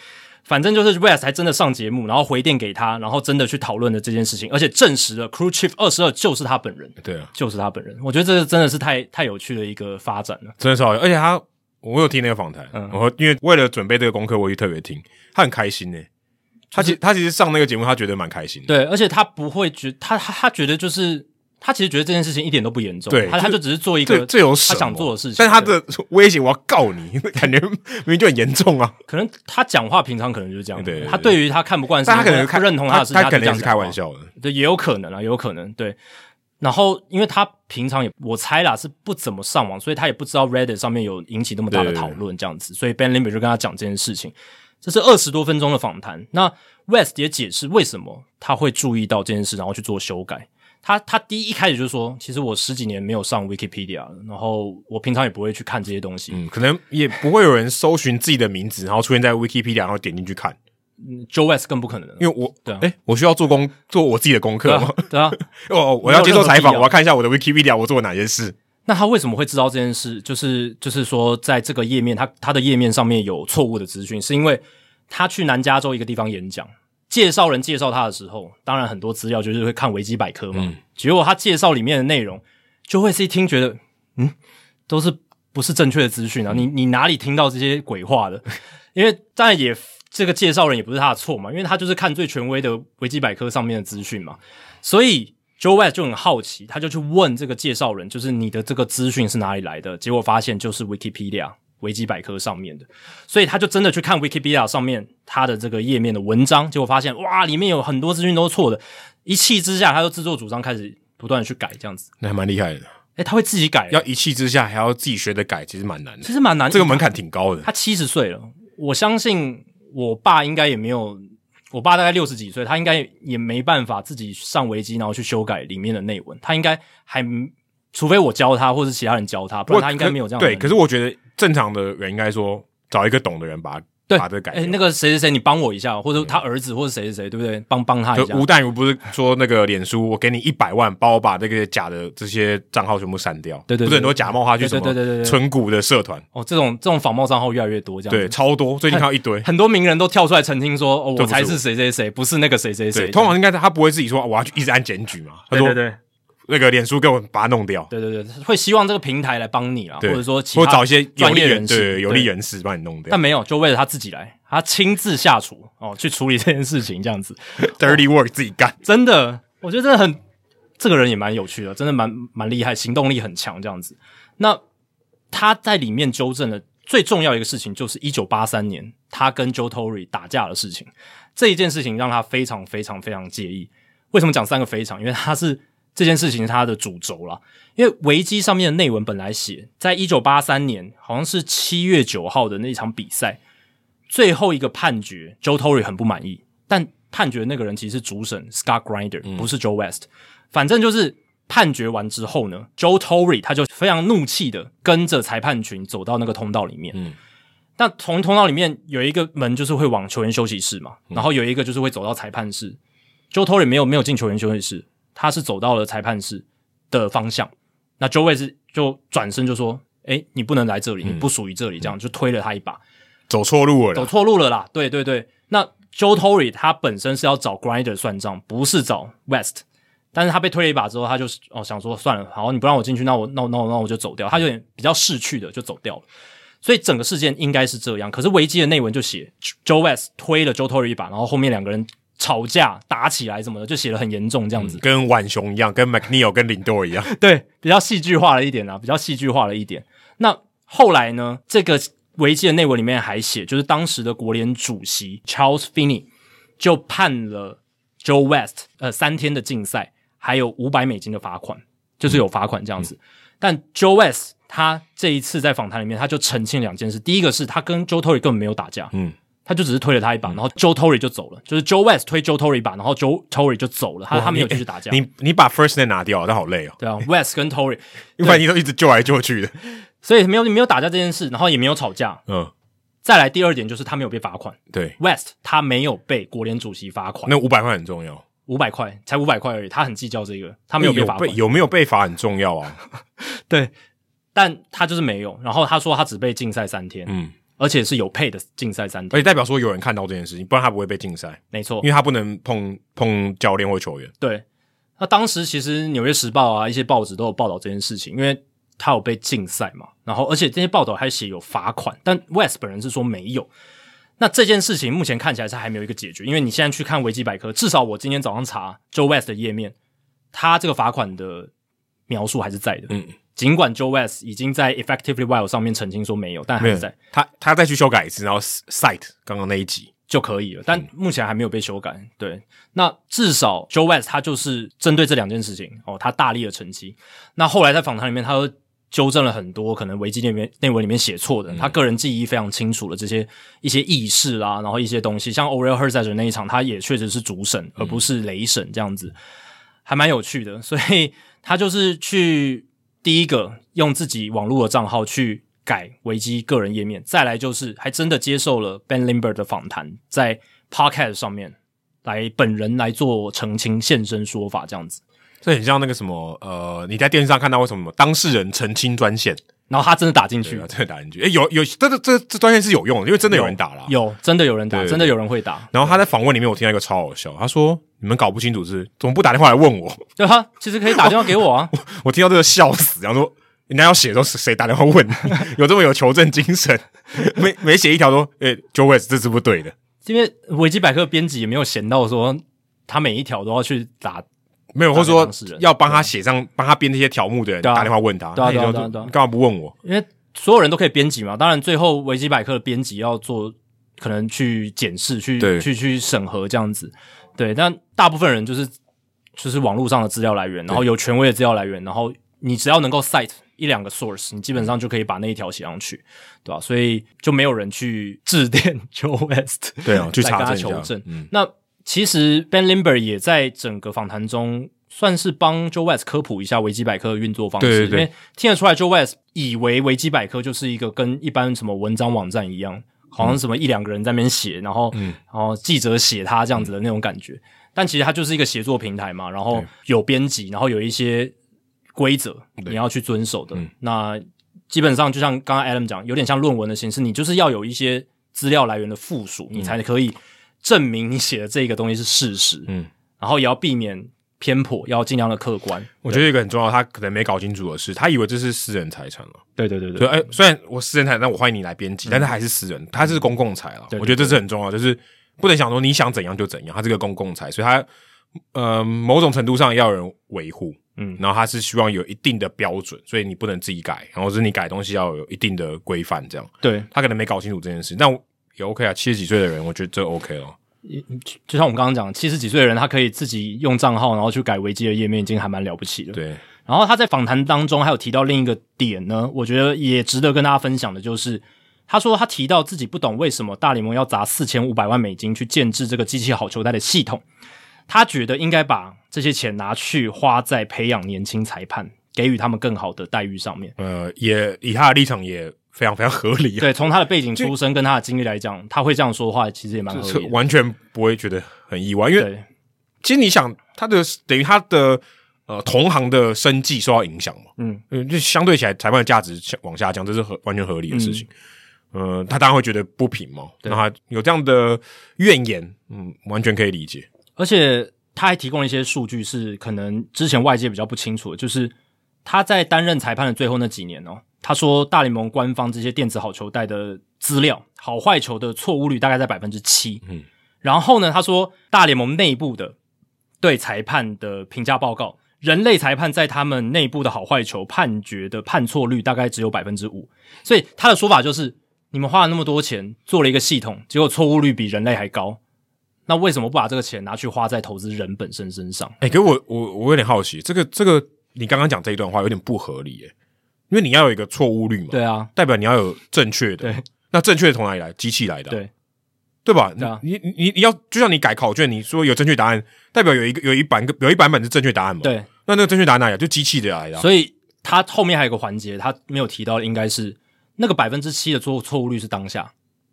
A: 反正就是 West 还真的上节目，然后回电给他，然后真的去讨论了这件事情，而且证实了 Crew Chief 二十二就是他本人。
B: 对啊，
A: 就是他本人。我觉得这个真的是太太有趣的一个发展了。
B: 真的是好笑，而且他
A: 嗯
B: 我有听那个访谈，然后因为为了准备这个功课，我也特别听，他很开心呢，他其他其实上那个节目，他觉得蛮开心的。
A: 对，而且他不会觉他他他觉得就是他其实觉得这件事情一点都不严重，
B: 对
A: 他
B: 这
A: 他就只是做一
B: 这
A: 个
B: 这有什
A: 他
B: 么
A: 想做的事情，
B: 但他的 威胁我要告你，感觉明明就很严重啊。
A: 可能他讲话平常可能就是这样，
B: 对对对
A: 他对于他看不惯的事
B: 但
A: 情，
B: 他可能
A: 不
B: 开
A: 认同
B: 他
A: 的事情，
B: 他
A: 就这
B: 可能
A: 样哦
B: 是
A: 讲
B: 开
A: 话
B: 玩，笑的。
A: 对，也有可能啊，也有可能对。然后，因为他平常也我猜啦是不怎么上网，所以他也不知道 Reddit 上面有引起那么大的
B: 对对对
A: 讨论这样子，所以 Ben Limber 就跟他讲这件事情。这是二十多分钟的访谈，那 West 也解释为什么他会注意到这件事，然后去做修改。他他第一一开始就说，其实我十几年没有上 Wikipedia，了然后我平常也不会去看这些东西。
B: 嗯，可能也不会有人搜寻自己的名字，然后出现在 Wikipedia，然后点进去看，
A: Joe West 更不可能了，
B: 嗯因为我，
A: 对啊
B: 哎、我需要做工做我自己的功
A: 对
B: 课吗
A: 啊？对啊，
B: 哦，我要接受采
A: 没有任何
B: 访，
A: 必要
B: 我要看一下我的 Wikipedia，我做了哪些事。
A: 那他为什么会知道这件事？就是就是说，在这个页面，他他的页面上面有错误的资讯，是因为他去南加州一个地方演讲，介绍人介绍他的时候，当然很多资料就是会看维基百科嘛。结果他介绍里面的内容，就会是一听觉得，嗯，都是不是正确的资讯啊？你你哪里听到这些鬼话的？ 因为当然也这个介绍人也不是他的错嘛，因为他就是看最权威的维基百科上面的资讯嘛。所以 Joe West 就很好奇，他就去问这个介绍人，就是你的这个资讯是哪里来的？结果发现就是 Wikipedia 维基百科上面的，所以他就真的去看 Wikipedia 上面他的这个页面的文章，结果发现哇，里面有很多资讯都是错的。一气之下，他就自作主张开始不断的去改这样子。
B: 那还蛮厉害的，
A: 诶，他会自己改，
B: 要一气之下还要自己学着改，其实蛮难的
A: 其。实蛮难。
B: 这个门槛挺高的，
A: 他七十岁了，我相信我爸应该也没有，我爸大概六十几岁，他应该也没办法自己上维基，然后去修改里面的内文，他应该还，除非我教他或是其他人教他，不然他应该没有这样的
B: 对，
A: 能力。
B: 可是我觉得正常的人应该说找一个懂的人把它
A: 对
B: 把这个改
A: 哎、
B: 掉。
A: 那个谁谁谁，你帮我一下，或者他儿子或者谁谁谁，对不对？帮帮他一下
B: 就。吴淡如不是说那个脸书，我给你一百万，帮我把这个假的这些账号全部删掉。
A: 对对对
B: 不是很多假冒花去什
A: 对对对对对
B: 么
A: 对
B: 存股的社团，
A: 哦，这种这种仿冒账号越来越多，这样子
B: 对，超多，最近看到一堆。
A: 很多名人都跳出来澄清说，哦，
B: 对
A: 我
B: 不是
A: 才
B: 我
A: 是谁谁谁，不是那个谁谁
B: 对，
A: 谁。
B: 通常应该他不会自己说啊我要去一直按检举嘛，他
A: 对对
B: 说
A: 对
B: 那个脸书给我把它弄掉，
A: 对对对，会希望这个平台来帮你啦，或
B: 对，
A: 者说其
B: 或
A: 他
B: 找一些有
A: 专
B: 利
A: 业
B: 人
A: 人士
B: 对有利人士帮你弄掉
A: 但没有，就为了他自己来，他亲自下厨哦，去处理这件事情，这样子，
B: ，dirty work 自己干。
A: 真的，我觉得真的很，这个人也蛮有趣的，真的蛮蛮厉害，行动力很强，这样子。那他在里面纠正了最重要一个事情，就是一九八三年他跟 Joe Torre 打架的事情，这一件事情让他非常非常非常介意。为什么讲三个非常？因为他是这件事情是他的主轴啦。因为维基上面的内文本来写，在一九八三年好像是七月九号的那场比赛，最后一个判决，Joe Torre 很不满意，但判决那个人其实是主审 Scott Grinder，、不是 Joe West。反正就是判决完之后呢，Joe Torre 他就非常怒气的跟着裁判群走到那个通道里面。
B: 嗯
A: 那从通道里面有一个门，就是会往球员休息室嘛，然后有一个就是会走到裁判室。Joe Torre 没有没有进球员休息室，他是走到了裁判室的方向。那 Joe West 就转身就说：“哎、你不能来这里，你不属于这里。”这样就推了他一把。
B: 走错路了
A: 走
B: 啦，
A: 错路了啦。对对对，那 Joe Torre 他本身是要找 Grinder 算账，不是找 West，但是他被推了一把之后，他就是哦想说算了，好你不让我进去，那我那我那我那我就走掉，他有点比较逝去的就走掉了。所以整个事件应该是这样，可是维基的内文就写 Joe West 推了 Joe Torre 一把，然后后面两个人吵架打起来什么的，就写的很严重这样子。
B: 跟浣熊一样，跟 McNeil 跟林多一样，
A: 对，比较戏剧化了一点啊，比较戏剧化了一点。那后来呢，这个维基的内文里面还写，就是当时的国联主席 Charles Finney 就判了 Joe West 呃三天的禁赛，还有五百美金的罚款，就是有罚款这样子。
B: 嗯
A: 但 Joe West 他这一次在访谈里面，他就澄清两件事，第一个是他跟 Joe Torre 根本没有打架，
B: 嗯，
A: 他就只是推了他一把，然后 Joe Torre 就走了，就是 Joe West 推 Joe Torre 一把，然后 Joe Torre 就走了， 他他没有继续打架。
B: 你你把 first name 拿掉，但好累哦，
A: 对啊，West 跟 Torre，
B: 因为你都一直救来救去的，
A: 所以没有没有打架这件事，然后也没有吵架。
B: 嗯，
A: 再来第二点就是他没有被罚款
B: 对，
A: ，West 他没有被国联主席罚款
B: 那五百块很重要，
A: 五百块，才五百块而已，他很计较这个，他
B: 他
A: 没有被罚款，
B: 有没有被罚很重 要啊，
A: 对，但他就是没有。然后他说他只被禁赛三天，
B: 嗯，
A: 而且是有配的禁赛三天，
B: 而且代表说有人看到这件事情，不然他不会被禁赛，
A: 没错
B: 因，为他不能碰碰教练或球员，
A: 对。那当时其实《纽约时报》啊，一些报纸都有报道这件事情，因为他有被禁赛嘛，然后而且这些报道还写有罚款，但 West 本人是说没有。那这件事情目前看起来是还没有一个解决，因为你现在去看维基百科，至少我今天早上查 Joe West 的页面，他这个罚款的描述还是在的。
B: 嗯，
A: 尽管 Joe West 已经在 Effectively Wild 上面澄清说没有，但还
B: 没
A: 是
B: 有
A: 在，
B: 他他再去修改一次，然后 site 刚刚那一集，
A: 就可以了，但目前还没有被修改。对，那至少 Joe West 他就是针对这两件事情哦，他大力的澄清。那后来在访谈里面，他又纠正了很多可能维基里面内文里面写错的，他个人记忆非常清楚的这些一些意识啦，然后一些东西，像 Orel Herzog 那一场，他也确实是主审而不是雷审这样子，还蛮有趣的。 所以他就是去第一个用自己网络的账号去改维基个人页面，再来就是还真的接受了 Ben Limber 的访谈，在 Podcast 上面来本人来做澄清现身说法这样子。
B: 这很像那个什么呃，你在电视上看到为什么当事人澄清专线，
A: 然后他真的打进去
B: 对啊，，这个打进去，哎、有有这这这这专线是有用的，因为真的有人打啦。
A: 有真的有人打，
B: 对对对
A: 真的有人会打。
B: 然后他在访问里面，我听到一个超好笑，他说：“你们搞不清楚是怎么不打电话来问我
A: 对他其实可以打电话给我啊，？”
B: 我听到这个笑死，然后说：“人家要写的时候，谁打电话问你？ 有这么有求证精神？每每写一条都，哎、j o e West 这是不对的，
A: 因为维基百科编辑也没有闲到说他每一条都要去打，
B: 没有，或
A: 打
B: 者
A: 给
B: 说
A: 当事人
B: 要帮他写上、帮他编这些条目的人
A: 对啊
B: 打电话问他，
A: 对啊对啊
B: 那你就
A: 对啊对啊
B: 你干嘛不问我？
A: 因为所有人都可以编辑嘛。当然，最后维基百科的编辑要做可能去检视、去
B: 对
A: 去去审核这样子。对，但大部分人就是就是网络上的资料来源，然后有权威的资料来源，然后你只要能够 cite 一两个 source，你基本上就可以把那一条写上去，对吧、所以就没有人去致电 Joe West，
B: 对啊，去
A: 来
B: 查
A: 跟他
B: 证一下
A: 求证
B: 嗯，
A: 那其实 Ben Limber 也在整个访谈中算是帮 Joe West 科普一下维基百科的运作方式，
B: 对对对
A: 因为听得出来 Joe West 以为维基百科就是一个跟一般什么文章网站一样，好像什么一两个人在那边写，然后、
B: 嗯
A: 然后记者写他这样子的那种感觉。但其实它就是一个协作平台嘛，然后
B: 对
A: 有编辑，然后有一些规则
B: 对
A: 你要去遵守的。
B: 嗯
A: 那基本上就像刚刚 Adam 讲，有点像论文的形式，你就是要有一些资料来源的附属，
B: 嗯
A: 你才可以证明你写的这个东西是事实。
B: 嗯，
A: 然后也要避免偏颇，要尽量的客观。
B: 我觉得一个很重要，他可能没搞清楚的是，他以为这是私人财产了。
A: 对对对嗯
B: 对，，哎、虽然我私人财，但我欢迎你来编辑，但是还是私人，它是公共财了。
A: 对对
B: 我觉得这是很重要，就是不能想说你想怎样就怎样，它是个公共财，所以它呃某种程度上要有人维护，
A: 嗯
B: 然后它是希望有一定的标准，所以你不能自己改，然后是你改东西要有一定的规范，这样
A: 对，
B: 他可能没搞清楚这件事，但我也 OK 啊，七十几岁的人，我觉得这 OK 了。
A: 就像我们刚刚讲，七十几岁的人他可以自己用账号，然后去改维基的页面，已经还蛮了不起的。
B: 对，
A: 然后他在访谈当中还有提到另一个点呢，我觉得也值得跟大家分享的，就是他说他提到自己不懂为什么大联盟要砸四千五百万美金去建制这个机器好球带的系统，他觉得应该把这些钱拿去花在培养年轻裁判，给予他们更好的待遇上面。
B: 呃，也以他的立场也非常非常合理、啊，
A: 对，从他的背景出身跟他的经历来讲，他会这样说话，其实也蛮合
B: 这
A: 理的。
B: 完全不会觉得很意外，因为
A: 对，
B: 其实你想，他的等于他的呃同行的生计受到影响嘛，
A: 嗯
B: 嗯，就相对起来裁判的价值下往下降，这是合完全合理的事情。呃，他当然会觉得不平嘛，
A: 嗯对
B: 那他有这样的怨言，嗯，完全可以理解。
A: 而且他还提供了一些数据，是可能之前外界比较不清楚的，就是他在担任裁判的最后那几年哦，他说大联盟官方这些电子好球带的资料，好坏球的错误率大概在百分之七，
B: 嗯，
A: 然后呢，他说大联盟内部的对裁判的评价报告。人类裁判在他们内部的好坏球判决的判错率大概只有百分之五，所以他的说法就是：你们花了那么多钱做了一个系统，结果错误率比人类还高，那为什么不把这个钱拿去花在投资人本身身上？
B: 哎、可是我我我有点好奇，这个这个你刚刚讲这一段话有点不合理耶、因为你要有一个错误率嘛，
A: 对啊，
B: 代表你要有正确的，
A: 对，
B: 那正确的从哪里来？机器来的啊、
A: 对
B: 对吧？
A: 对啊
B: 你你你你要就像你改考卷，你说有正确答案，代表有一个有一版个有一版本是正确答案嘛？
A: 对，
B: 那那个正确答案哪里来？就机器的来的啊、
A: 所以他后面还有一个环节，他没有提到的应该是那个百分之七的错错误率是当下。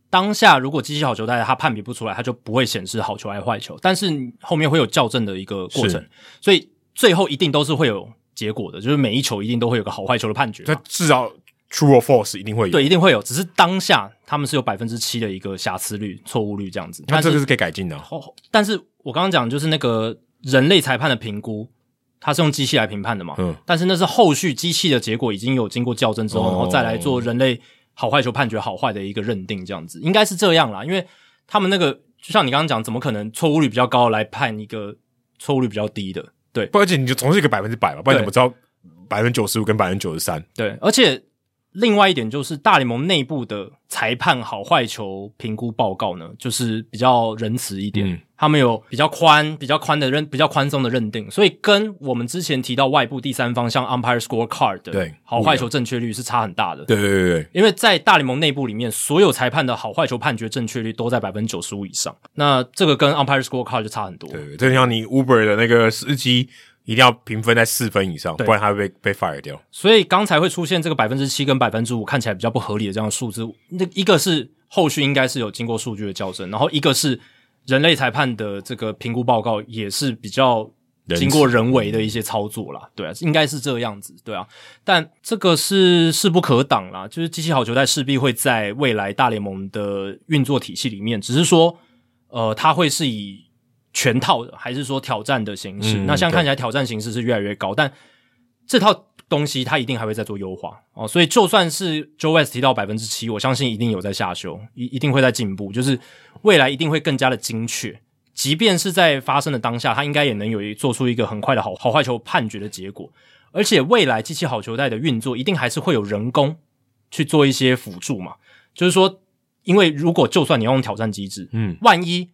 A: 当下如果机器好球带它判别不出来，它就不会显示好球还是坏球，但是你后面会有校正的一个过程
B: 是，
A: 所以最后一定都是会有结果的，就是每一球一定都会有个好坏球的判决嘛。
B: 它至少 true or false 一定会有。
A: 对，，一定会有，只是当下他们是有百分之七的一个瑕疵率、错误率这样子。
B: 那
A: 但
B: 这
A: 是
B: 个是可以改进的啊、
A: 哦，但是我刚刚讲的就是那个人类裁判的评估，它是用机器来评判的嘛，
B: 嗯，
A: 但是那是后续机器的结果已经有经过校正之后，
B: 哦
A: 然后再来做人类好坏球判决好坏的一个认定，这样子应该是这样啦。因为他们那个就像你刚刚讲，怎么可能错误率比较高来判一个错误率比较低的？对
B: 不，而且你就总是一个百分之百嘛，不然
A: 对
B: 怎么知道百分之九十五跟百分之九十三？
A: 对，而且另外一点就是大联盟内部的裁判好坏球评估报告呢，就是比较仁慈一点，
B: 嗯
A: 他们有比较宽、比较宽的认、比较宽松的认定，所以跟我们之前提到外部第三方像 umpire scorecard 的
B: 对
A: 好坏球正确率是差很大的。
B: 对对对对，
A: 因为在大联盟内部里面，所有裁判的好坏球判决正确率都在百分之九十五以上，那这个跟 umpire scorecard 就差很多。
B: 对对，就像你 Uber 的那个司机，一定要评分在四分以上，
A: 对
B: 不然他会被被 fire 掉。
A: 所以刚才会出现这个百分之七跟百分之五看起来比较不合理的这样的数字，那一个是后续应该是有经过数据的校正，然后一个是人类裁判的这个评估报告也是比较
B: 仁慈
A: 经过人为的一些操作啦，对啊，应该是这样子，对啊，但这个是势不可挡啦，就是机器好球带势必会在未来大联盟的运作体系里面，只是说，呃，它会是以全套的还是说挑战的形式？
B: 嗯
A: 那现在看起来挑战形式是越来越高，但这套东西它一定还会再做优化哦。所以就算是 Joe West 提到百分之七，我相信一定有在下修，一一定会在进步，就是未来一定会更加的精确。即便是在发生的当下，它应该也能有一做出一个很快的好好坏球判决的结果。而且未来机器好球带的运作一定还是会有人工去做一些辅助嘛，就是说，因为如果就算你要用挑战机制，
B: 嗯，
A: 万一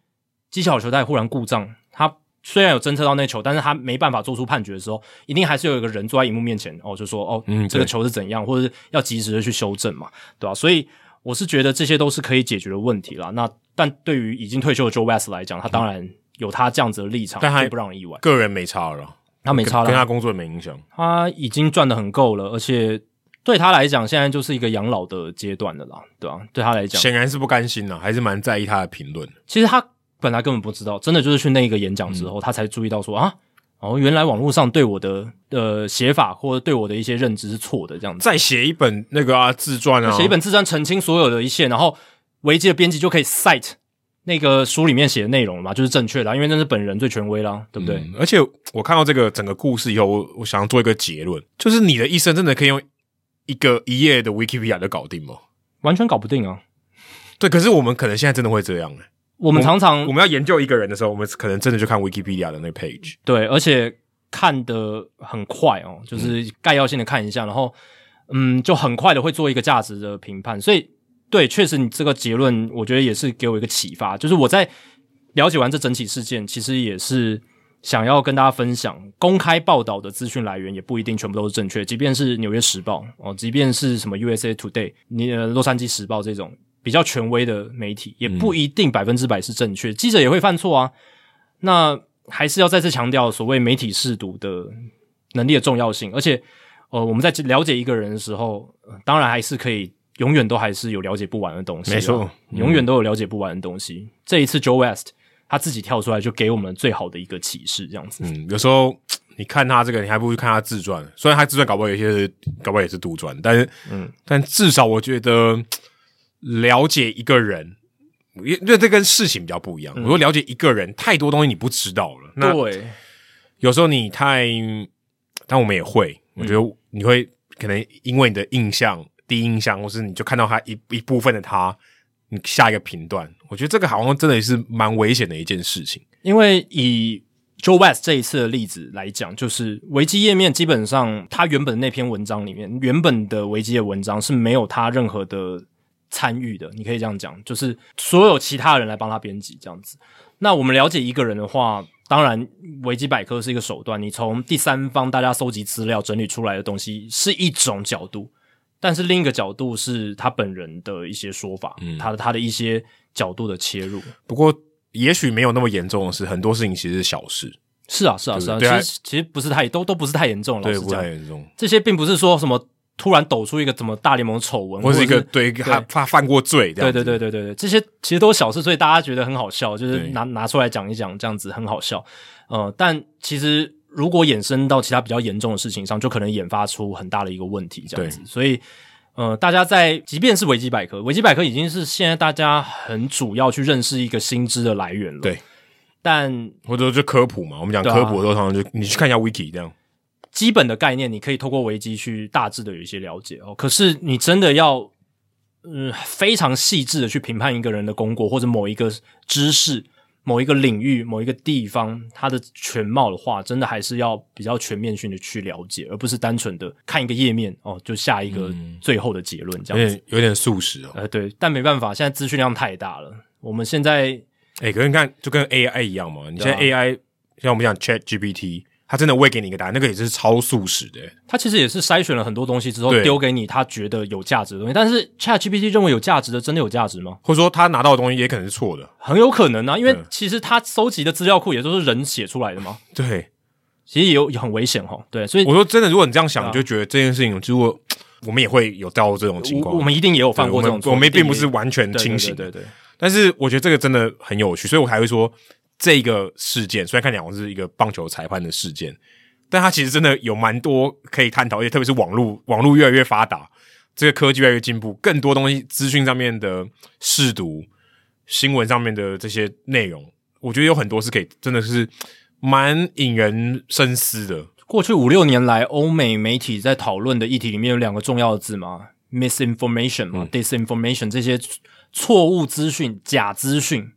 A: 机器好球带忽然故障，它虽然有侦测到那球，但是它没办法做出判决的时候，一定还是有一个人坐在荧幕面前，哦，就说哦，
B: 嗯
A: 这个
B: 对
A: 球是怎样，或者是要及时的去修正嘛，对吧、所以我是觉得这些都是可以解决的问题啦。那但对于已经退休的 Joe West 来讲，他当然有他这样子的立场，
B: 但他
A: 并不让人意外，
B: 个人没差了啦，
A: 他没差
B: 跟跟
A: 啦，
B: 他工作没影响。
A: 他已经赚的很够了，而且。对他来讲，现在就是一个养老的阶段了啦，对吧、啊对他来讲，
B: 显然是不甘心了，还是蛮在意他的评论。
A: 其实他本来根本不知道，真的就是去那个演讲之后，他才注意到说啊，哦，原来网络上对我的呃写法或者对我的一些认知是错的，这样子。
B: 再写一本那个啊自传啊，
A: 写一本自传澄清所有的一切，然后维基的编辑就可以 cite 那个书里面写的内容了嘛，就是正确的啊、因为那是本人最权威啦，对不对？
B: 嗯而且我看到这个整个故事以后，我我想要做一个结论，就是你的一生真的可以用一个一页的 Wikipedia 就搞定吗？
A: 完全搞不定啊！
B: 对，可是我们可能现在真的会这样、欸。
A: 我们常常
B: 我们要研究一个人的时候，我们可能真的就看 Wikipedia 的那个 page。
A: 对，而且看的很快哦，就是概要性的看一下，然后嗯，就很快的会做一个价值的评判。所以，对，确实你这个结论，我觉得也是给我一个启发，就是我在了解完这整起事件，其实也是想要跟大家分享，公开报道的资讯来源也不一定全部都是正确，即便是《纽约时报》哦，即便是什么 USA Today、你呃洛杉矶时报这种比较权威的媒体，也不一定百分之百是正确，记者也会犯错啊。那还是要再次强调所谓媒体试读的能力的重要性，而且呃，我们在了解一个人的时候，呃当然还是可以永远都还是有了解不完的东西啊，
B: 没错嗯
A: 永远都有了解不完的东西。这一次 Joe West 他自己跳出来就给我们最好的一个启示，这样子。
B: 嗯，有时候你看他这个，你还不如看他自传。虽然他自传搞不好有些是，搞不好也是杜撰，但是，嗯，但至少我觉得了解一个人，因因为这跟事情比较不一样。我说了解一个人，太多东西你不知道了。那
A: 对，
B: 有时候你太，但我们也会，
A: 嗯
B: 我觉得你会可能因为你的印象、第一印象，或是你就看到他一一部分的他，你下一个评断，我觉得这个好像真的是蛮危险的一件事情。
A: 因为以 Joe West 这一次的例子来讲，就是维基页面基本上他原本那篇文章里面，原本的维基的文章是没有他任何的参与的，你可以这样讲，就是所有其他人来帮他编辑这样子。那我们了解一个人的话，当然维基百科是一个手段，你从第三方大家搜集资料整理出来的东西是一种角度，但是另一个角度是他本人的一些说法，他的他的一些角度的切入。
B: 不过，也许没有那么严重的是，很多事情其实是小事，
A: 是啊，是啊，是啊，
B: 对啊
A: 其实其实不是太都都不哦是太严重，老
B: 对，
A: 实
B: 不太
A: 讲，
B: 严重。
A: 这些并不是说什么突然抖出一个什么大联盟丑闻，嗯
B: 或
A: 者
B: 是一个
A: 是
B: 对一个他他犯过罪，这
A: 对
B: 样
A: 对
B: 子
A: 对对对对，这些其实都是小事，所以大家觉得很好笑，就是
B: 对
A: 拿拿出来讲一讲，这样子很好笑。呃，但其实如果衍生到其他比较严重的事情上，就可能研发出很大的一个问题，这样子。所以，呃，大家在即便是维基百科，维基百科已经是现在大家很主要去认识一个新知的来源了。
B: 对，
A: 但
B: 或者说就科普嘛。我们讲
A: 对啊
B: 科普的时候，常常就你去看一下 wiki 这样。
A: 基本的概念，你可以透过维基去大致的有一些了解哦。可是你真的要嗯非常细致的去评判一个人的功过或者某一个知识、某一个领域、某一个地方它的全貌的话，真的还是要比较全面性的去了解，而不是单纯的看一个页面哦就下一个最后的结论这
C: 有
A: 样子。
C: 点有点素食哦。
A: 呃，对，但没办法，现在资讯量太大了，我们现在
B: 哎、可是你看，就跟 AI 一样嘛，你现在
A: 对啊
B: AI，、像我们讲 Chat GPT，它真的喂给你一个答案，那个也是超速食的、欸
A: 他其实也是筛选了很多东西之后
B: 对
A: 丢给你他觉得有价值的东西，但是 ChatGPT 认为有价值的真的有价值吗？
B: 或者说他拿到的东西也可能是错的。
A: 很有可能啊，因为
B: 对
A: 其实他搜集的资料库也都是人写出来的嘛，
B: 对，
A: 其实也有也很危险哈。对，所以
B: 我说真的，如果你这样想，
A: 对啊
B: 你就觉得这件事情，如果我们也会有到这种情
A: 我
B: 况，
A: 我们一定也有犯过这
B: 对我
A: 种
B: 们
A: 错，
B: 我们
A: 一定也
B: 并不是完全清醒的
A: 对对对对对
B: 但是我觉得这个真的很有趣，所以我才会说这个事件虽然看起来好像是一个棒球裁判的事件，但它其实真的有蛮多可以探讨，而且特别是网络网络越来越发达，这个科技越来越进步，更多东西资讯上面的试读，新闻上面的这些内容，我觉得有很多是可以真的是蛮引人深思的。
A: 过去五六年来，欧美媒体在讨论的议题里面有两个重要的字嘛，misinformation
B: 嗯
A: 嘛、disinformation 这些错误资讯、假资讯，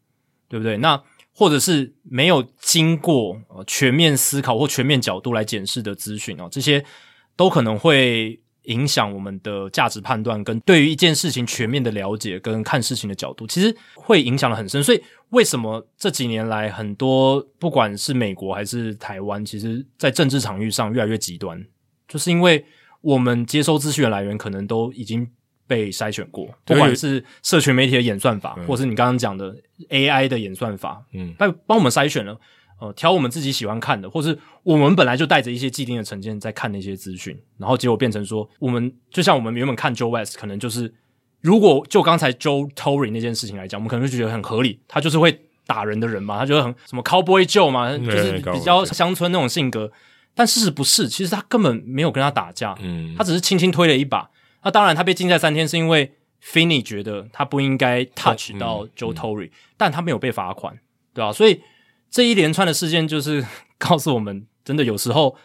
A: 对不对？那或者是没有经过、呃、全面思考或全面角度来检视的资讯哦，这些都可能会影响我们的价值判断跟对于一件事情全面的了解跟看事情的角度，其实会影响的很深。所以为什么这几年来很多不管是美国还是台湾，其实在政治场域上越来越极端，就是因为我们接收资讯的来源可能都已经被筛选过，不
B: 对
A: 管是社群媒体的演算法，或是你刚刚讲的 AI 的演算法，
B: 嗯，
A: 帮帮我们筛选了。呃，挑我们自己喜欢看的，或是我们本来就带着一些既定的成见在看那些资讯，然后结果变成说，我们就像我们原本看 Joe West，可能就是如果就刚才 Joe Torre 那件事情来讲，我们可能就觉得很合理，他就是会打人的人嘛，他就是很什么 Cowboy Joe 嘛，就是
B: 对
A: 比较乡村那种性格，但事实不是，其实他根本没有跟他打架，
B: 嗯
A: 他只是轻轻推了一把。那当然，他被禁赛三天是因为 Finney 觉得他不应该 touch
B: 嗯
A: 到 Joe Torre，、但他没有被罚款，对吧、所以这一连串的事件就是 告诉我们，真的有时候，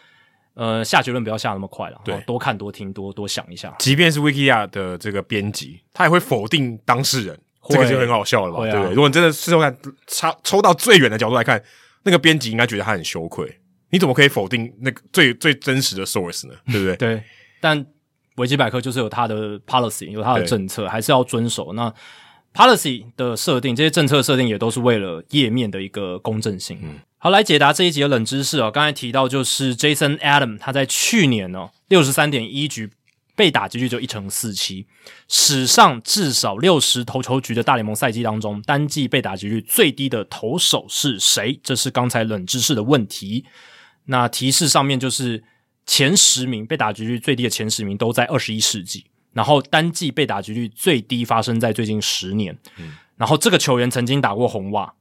A: 呃，下结论不要下那么快了，
B: 对
A: 哦多看多听多多想一下。
B: 即便是 Wikia 的这个编辑，他也会否定当事人，
A: 会
B: 这个就很好笑了吧？
A: 会啊
B: 对不对？如果你真的事后看抽抽到最远的角度来看，那个编辑应该觉得他很羞愧。你怎么可以否定那个最最真实的 source 呢？对不对？
A: 对，但维基百科就是有它的 policy，有它的
B: 对
A: 政策，还是要遵守。那 policy 的设定，这些政策设定也都是为了页面的一个公正性。
B: 嗯
A: 好，来解答这一集的冷知识哦。刚才提到就是 Jason Adam，他在去年哦六十三点一局被打击率就一成四七，史上至少六十投球局的大联盟赛季当中，单季被打击率最低的投手是谁？这是刚才冷知识的问题。那提示上面就是前十名被打击率最低的前十名都在二十一世纪，然后单季被打击率最低发生在最近十年。然后这个球员曾经打过红袜，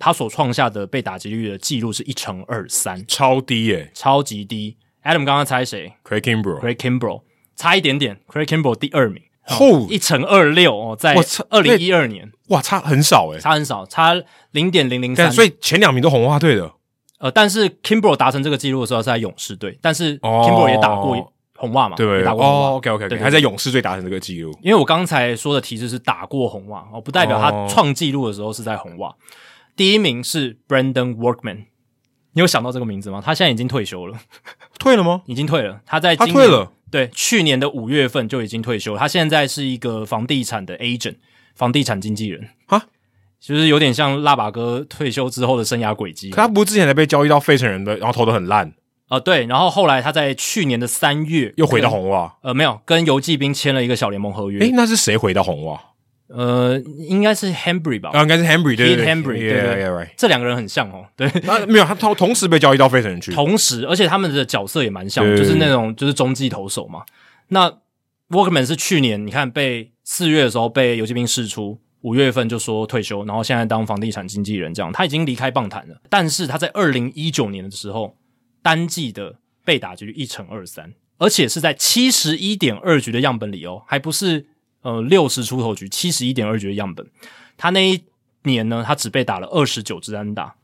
A: 他所创下的被打击率的记录是一乘二三，
B: 超低耶、
A: 超级低。Adam 刚刚猜谁
B: c r a i g i m b r o
A: ？Craig Kimbrell，差一点点，Craig Kimbrell 第二名，
B: 后
A: 一乘二六哦，在
B: 我操
A: 二零一二年
B: 哇，差很少哎、
A: 差很少，差零点零零
B: 但
A: 三，
B: 所以前两名都红花队的，
A: 呃，但是 Kimbrel 达成这个记录的时候是在勇士队，但是
B: 哦
A: Kimbrel 也打过红袜嘛，
B: 对不
A: 也
B: 对？
A: 打过红袜。
B: 哦，OK OK
A: 对
B: OK，
A: 对
B: 还在勇士队达成这个记录，
A: 因为我刚才说的提示是打过红袜哦，不代表他
B: 哦
A: 创纪录的时候是在红袜。第一名是 Brandon Workman，你有想到这个名字吗？他现在已经退休了，
B: 退了吗？
A: 已经退了。他在
B: 他
A: 今
B: 退
A: 年
B: 了，
A: 对，去年的五月份就已经退休，他现在是一个房地产的 agent，房地产经纪人
B: 啊，
A: 就是有点像辣把哥退休之后的生涯轨迹
B: 可。他不是之啊前才被交易到费城人的，然后投的很烂，
A: 啊、对，然后后来他在去年的三月
B: 又回到
A: 跟
B: 红袜。
A: 呃，没有跟游骑兵签了一个小联盟合约。
B: 诶，那是谁回到红袜？
A: 呃，应该是 Hambry 吧？
B: 啊，应该是 Henry 对
A: Pete
B: 对对
A: Henry，对对
B: yeah, yeah, right.
A: 这两个人很像哦，对，
B: 他没有，他同同时被交易到费城人去。
A: 同时，而且他们的角色也蛮像，
B: 对
A: 就是那种就是中继投手嘛。那 Workman 是去年你看被四月的时候被游骑兵释出，五月份就说退休，然后现在当房地产经纪人这样，他已经离开棒坛了。但是他在二零一九年的时候，单季的被打局一乘二三，而且是在七十一点二局的样本里哦，还不是呃六十出头局，七十一点二局的样本。他那一年呢，他只被打了二十九支安打，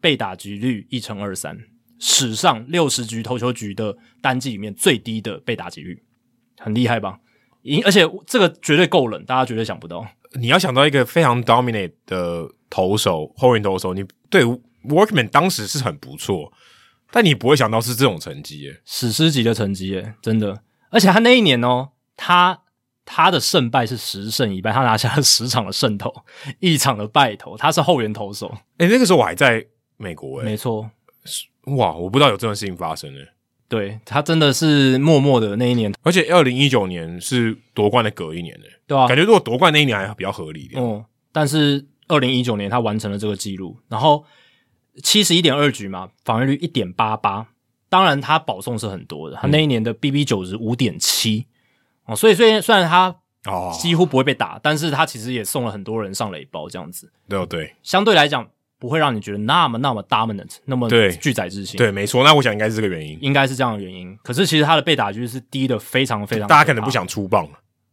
A: 被打局率一乘二三，史上六十局投球局的单季里面最低的被打击率，很厉害吧？赢，而且这个绝对够冷，大家绝对想不到。
B: 你要想到一个非常 dominate 的投手，后援投手，你对 Workman 当时是很不错，但你不会想到是这种成绩耶。
A: 史诗级的成绩耶，真的。而且他那一年哦，他他的胜败是十胜一败，他拿下了十场的胜投，一场的败投，他是后援投手，
B: 哎、那个时候我还在美国哎
A: 没，错，
B: 哇，我不知道有这种事情发生哎。
A: 对他真的是默默的那一年，
B: 而且二零一九年是夺冠的隔一年哎，
A: 对啊吧、
B: 感觉如果夺冠那一年还比较合理一点。
A: 嗯，但是二零一九年他完成了这个记录，然后七十一点二局嘛，防御率一点八八，当然他保送是很多的，
B: 嗯
A: 他那一年的 BB 九十五点七哦，所以虽然虽然他
B: 哦，
A: 几乎不会被打，但是他其实也送了很多人上垒包这样子，
B: 对对
A: 相对来讲不会让你觉得那么那么 dominant，那么
B: 对
A: 拒载之心，，
B: 对，没错。那我想应该是这个原因，
A: 应该是这样的原因。可是其实他的被打率是低的非常非常，
B: 大家可能不，想出棒，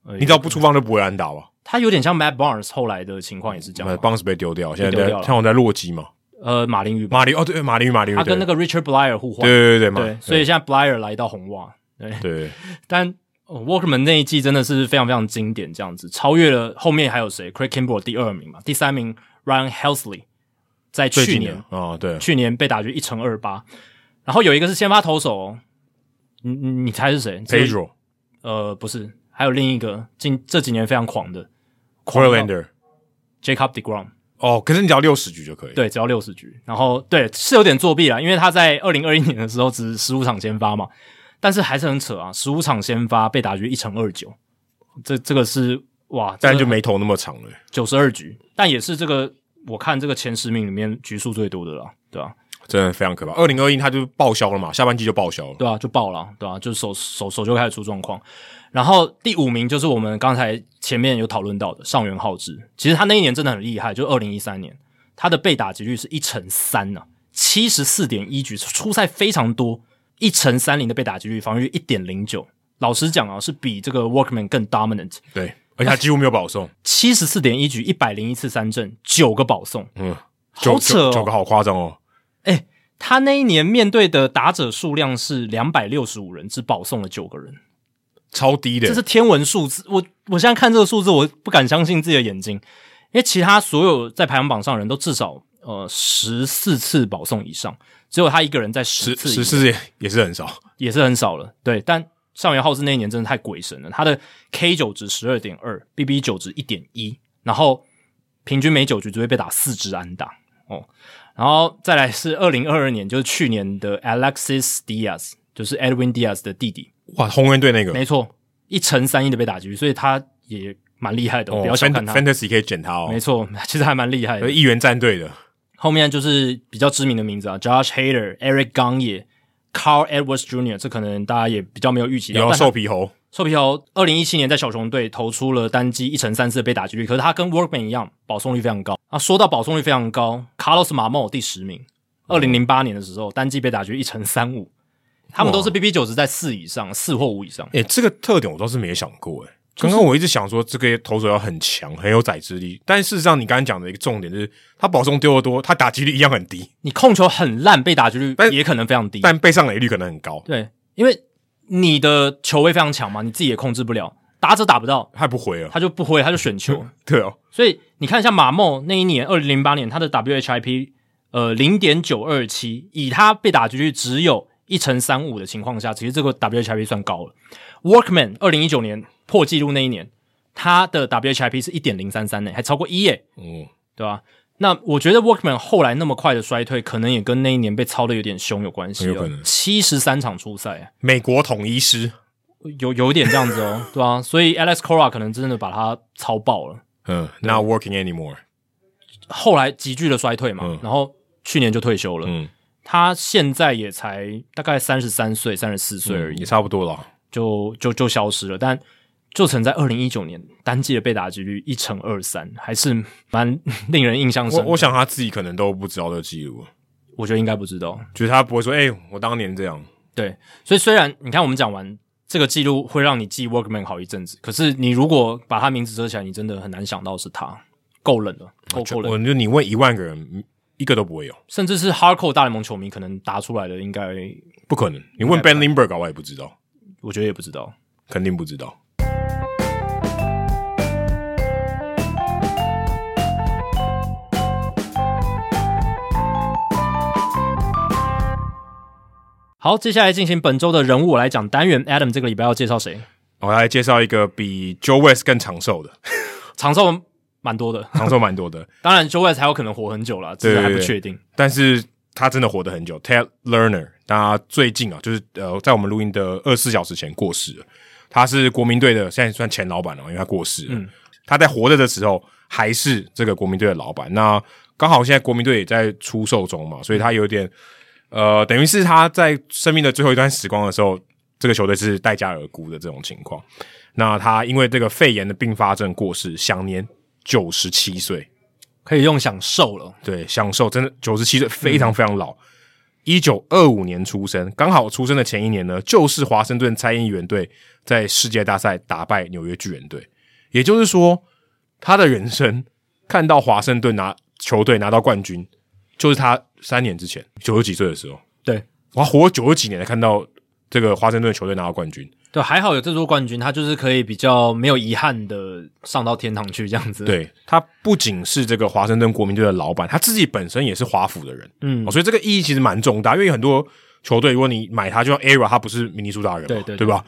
A: 呃
B: 你只要不出棒就不会安打吧？
A: 他有点像 Matt Barnes 后来的情况也是这
B: 呃，
A: 样嘛，
B: 棒是被丢掉，现在
A: 被丢
B: 在
A: 掉了
B: 像我在洛基嘛，
A: 呃，马林鱼吧。
B: 马林哦对，马林鱼马林鱼，
A: 他跟那
B: 对
A: 个 Richard Blair 互换，
B: 对对对马
A: 对，所以现在 Blair 来到红袜，对，
B: 对对
A: 但、呃 Walkman 那一季真的是非常非常经典，这样子超越了后面还有谁？Craig Kimbrel 第二名嘛，第三名 Ryan Helsley 在
B: 最
A: 去
B: 近的
A: 年
B: 啊、哦对，
A: 去年被打局一乘二八，然后有一个是先发投手、哦，你你你猜是谁
B: Pedro
A: 呃，不是，还有另一个近这几年非常狂的
B: c o r l a n d e r
A: Jacob Degrom，
B: 哦，可是你只要六十局就可以。
A: 对，只要六十局。然后对是有点作弊啦，因为他在二零二一年的时候只十五场先发嘛，但是还是很扯啊，十五场先发被打局一乘二九，这这个是哇，
B: 但就没投那么长了。
A: 九十二局，但也是这个我看这个前十名里面局数最多的啦，对啊吧、
B: 真的非常可怕。二零二一他就报销了嘛，下半季就报销了。
A: 对啊，就爆了，对啊，就手手手就开始出状况。然后第五名就是我们刚才前面有讨论到的上元浩之，其实他那一年真的很厉害，就二零一三年，他的被打击率是一乘三呐、啊，七十四点一局，出赛非常多，一乘三零的被打击率，防御率一点零九。老实讲啊，是比这个 Workman 更 dominant，
B: 对，而且他几乎没有保送，
A: 七十四点一局，一百零一次三振，九个保送，
B: 嗯，
A: 好
B: 九
A: 扯哦
B: 九九个好夸张哦。
A: 他那一年面对的打者数量是两百六十五人，只保送了九个人。
B: 超低的
A: 这，是天文数字。我我现在看这个数字，我不敢相信自己的眼睛，因为其他所有在排行榜上的人都至少呃十四次保送以上，只有他一个人在十
B: 十
A: 次
B: 十
A: 以
B: 四也也是很少。
A: 也是很少了。对，但上元浩志那一年真的太鬼神了，他的 K 九值十二点二，BB 九值一点一，然后平均每九局只会被打四支安打哦。然后再来是二零二二年，就是去年的 Alexis Diaz，就是 Edwin Diaz 的弟弟，
B: 哇，红人队那个，
A: 没错，一乘三一的被打击，所以他也蛮厉害的，
B: 哦
A: 不要小看
B: Fant-
A: 他。
B: ，Fantasy 可以捡他哦
A: 没，错，其实还蛮厉害
B: 呃
A: 的。
B: 议员战队的，
A: 后面就是比较知名的名字啊，Josh Hader、Eric Gagne、Carl Edwards Jr.，这可能大家也比较没有预期
B: 也
A: 到。
B: 要
A: 但他
B: 瘦皮猴，
A: 寿皮猴二零一七年在小熊队投出了单击一乘三四的被打击率，可是他跟 Workman 一样，保送率非常高啊。说到保送率非常高，Carlos Marmo 第十名，二零零八年的时候单击被打击率一乘三五，他们都是 BB 九十在四以上，四或五以上。
B: 诶、欸这个特点我倒是没想过诶、刚刚我一直想说，这个投手要很强，很有宰制力，但事实上你刚刚讲的一个重点就是，他保送丢得多，他打击率一样很低，
A: 你控球很烂，被打击率
B: 但
A: 也可能非常低。
B: 但被上垒率可能很高，
A: 对，因为你的球位非常强嘛，你自己也控制不了，打者打不到，
B: 他也不回了。
A: 他就不挥，他就选球。
B: 对哦，
A: 所以你看一下马梦那一年，二零零八年他的 WHIP 呃零点九二七，以他被打击率只有一乘三五的情况下，其实这个 WHIP 算高了。Workman 二零一九年破纪录那一年，他的 WHIP 是一点零三三呢，还超过一耶、
B: 嗯，
A: 对吧、那我觉得 Workman 后来那么快的衰退，可能也跟那一年被操的有点凶有关系、哦，
B: 很有可能
A: 七十三场出赛，
B: 美国统一师，
A: 有有一点这样子哦， 对啊，所以 Alex Cora 可能真的把他操爆了，
B: 嗯，not working anymore，
A: 后来急剧的衰退嘛，
B: 嗯
A: 然后去年就退休了。
B: 嗯，
A: 他现在也才大概三十三岁、三十四岁而已，
B: 也差不多了。
A: 就就就消失了。但就曾在二零一九年单季的被打击率一乘二三，还是蛮 令人印象深
B: 我
A: 刻。
B: 我想他自己可能都不知道这个记录，
A: 我觉得应该不知道，
B: 就是他不会说，哎、我当年这样，
A: 对，所以虽然你看我们讲完这个记录会让你记 Workman 好一阵子，可是你如果把他名字遮起来，你真的很难想到是他。够冷了，够够冷了
B: 啊我，就你问一万个人，一个都不会有，
A: 甚至是 Hardcore 大联盟球迷可能答出来的，应该
B: 啊不可能。你问 Ben Lindbergh，我也不知道，
A: 我觉得也不知道。
B: 肯定不知道。
A: 好，接下来进行本周的人物来讲单元。Adam 这个礼拜要介绍谁？
B: 哦我要来介绍一个比 Joe West 更长寿的，
A: 长寿蛮多的，
B: 长寿蛮多的，
A: 当然 Joe West 还有可能活很久了，这
B: 对
A: 个
B: 对
A: 还不
B: 对
A: 确定。
B: 但是他真的活得很久。Ted Lerner，他最近啊，就是呃，在我们录音的二十四小时前过世了。他是国民队的，现在算前老板了，因为他过世了。他在活着的时候还是这个国民队的老板。那刚好现在国民队也在出售中嘛，所以他有点呃，等于是他在生命的最后一段时光的时候，这个球队是待价而沽的这种情况。那他因为这个肺炎的并发症过世，享年九十七岁。
A: 可以用享受了，
B: 对，享受真的九十七岁，非常非常老。一九二五年出生，刚好出生的前一年呢，就是华盛顿参议员队在世界大赛打败纽约巨人队。也就是说，他的人生看到华盛顿拿球队拿到冠军，就是他三年之前九十几岁的时候，
A: 对
B: 我活了九十几年才看到这个华盛顿球队拿到冠军。
A: 对，还好有这座冠军，他就是可以比较没有遗憾的上到天堂去这样子。，
B: 对他不仅是这个华盛顿国民队的老板，他自己本身也是华府的人，
A: 嗯
B: 哦，所以这个意义其实蛮重大，因为很多球队如果你买他，就像 ERA，他不是明尼苏达人嘛，
A: 对对对
B: 对吧？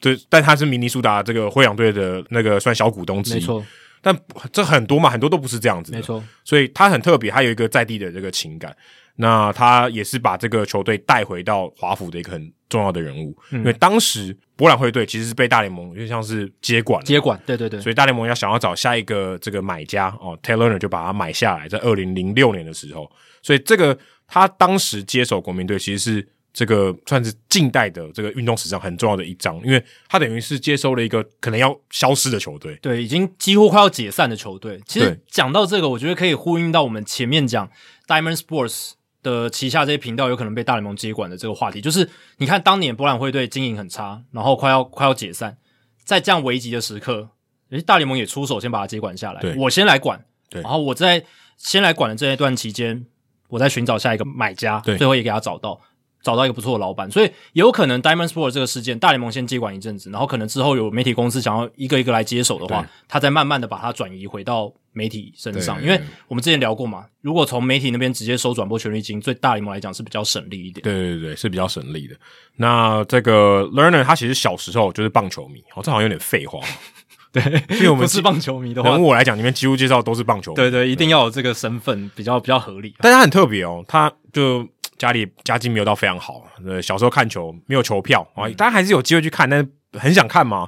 B: 对，但他是明尼苏达这个灰狼队的那个算小股东之
A: 没
B: 一，
A: 错，
B: 但这很多嘛，很多都不是这样子的，
A: 没错，
B: 所以他很特别，他有一个在地的这个情感。那他也是把这个球队带回到华府的一个很重要的人物，
A: 嗯
B: 因为当时博览会队其实是被大联盟就像是接管了
A: 接管，对对对，
B: 所以大联盟要想要找下一个这个买家哦，Taylor Lerner 就把它买下来，在二零零六年的时候，所以这个他当时接手国民队其实是这个算是近代的这个运动史上很重要的一章，因为他等于是接收了一个可能要消失的球队，
A: 对，已经几乎快要解散的球队。其实
B: 对
A: 讲到这个，我觉得可以呼应到我们前面讲 Diamond Sports 的旗下这些频道有可能被大联盟接管的这个话题。就是你看，当年博览会队经营很差，然后快要快要解散，在这样危急的时刻，诶，大联盟也出手先把它接管下来
B: 对，
A: 我先来管，
B: 对
A: 然后我在先来管的这一段期间，我在寻找下一个买家，
B: 对
A: 最后也给他找到。找到一个不错的老板，所以有可能 Diamond Sport 这个事件，大联盟先接管一阵子，然后可能之后有媒体公司想要一个一个来接手的话
B: 对，
A: 他再慢慢的把它转移回到媒体身上，
B: 对
A: 因为我们之前聊过嘛，如果从媒体那边直接收转播权利金，对大联盟来讲是比较省力一点。
B: 对对对，是比较省力的。那这个 Lerner 他其实小时候就是棒球迷，哦，这好像有点废话，
A: 对，
B: 因为我们
A: 不是棒球迷的话
B: 人，物我来讲，里面几乎介绍都是棒球迷，
A: 对对，一定要有这个身份，比较比较合理。啊
B: 但他很特别哦，他就家里家境没有到非常好，呃，小时候看球没有球票啊，当然还是有机会去看，但是很想看嘛，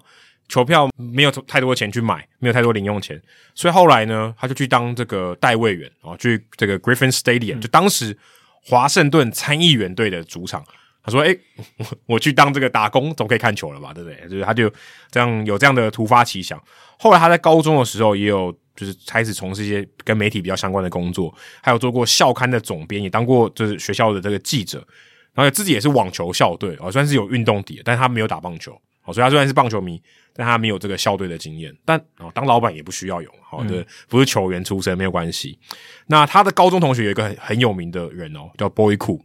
B: 球票没有太多钱去买，没有太多零用钱，所以后来呢，他就去当这个代位员啊，去这个 Griffin Stadium，、就当时华盛顿参议员队的主场。他说：“哎、我 我去当这个打工，总可以看球了吧，对不对？就是他就这样有这样的突发奇想。后来他在高中的时候也有，就是开始从事一些跟媒体比较相关的工作，还有做过校刊的总编，也当过就是学校的这个记者，然后自己也是网球校队哦，算是有运动底，但他没有打棒球哦，所以他虽然是棒球迷，但他没有这个校队的经验，但哦当老板也不需要有，好、
A: 嗯
B: 的、不是球员出身没有关系。那他的高中同学有一个很很有名的人哦，叫 Boy Cool，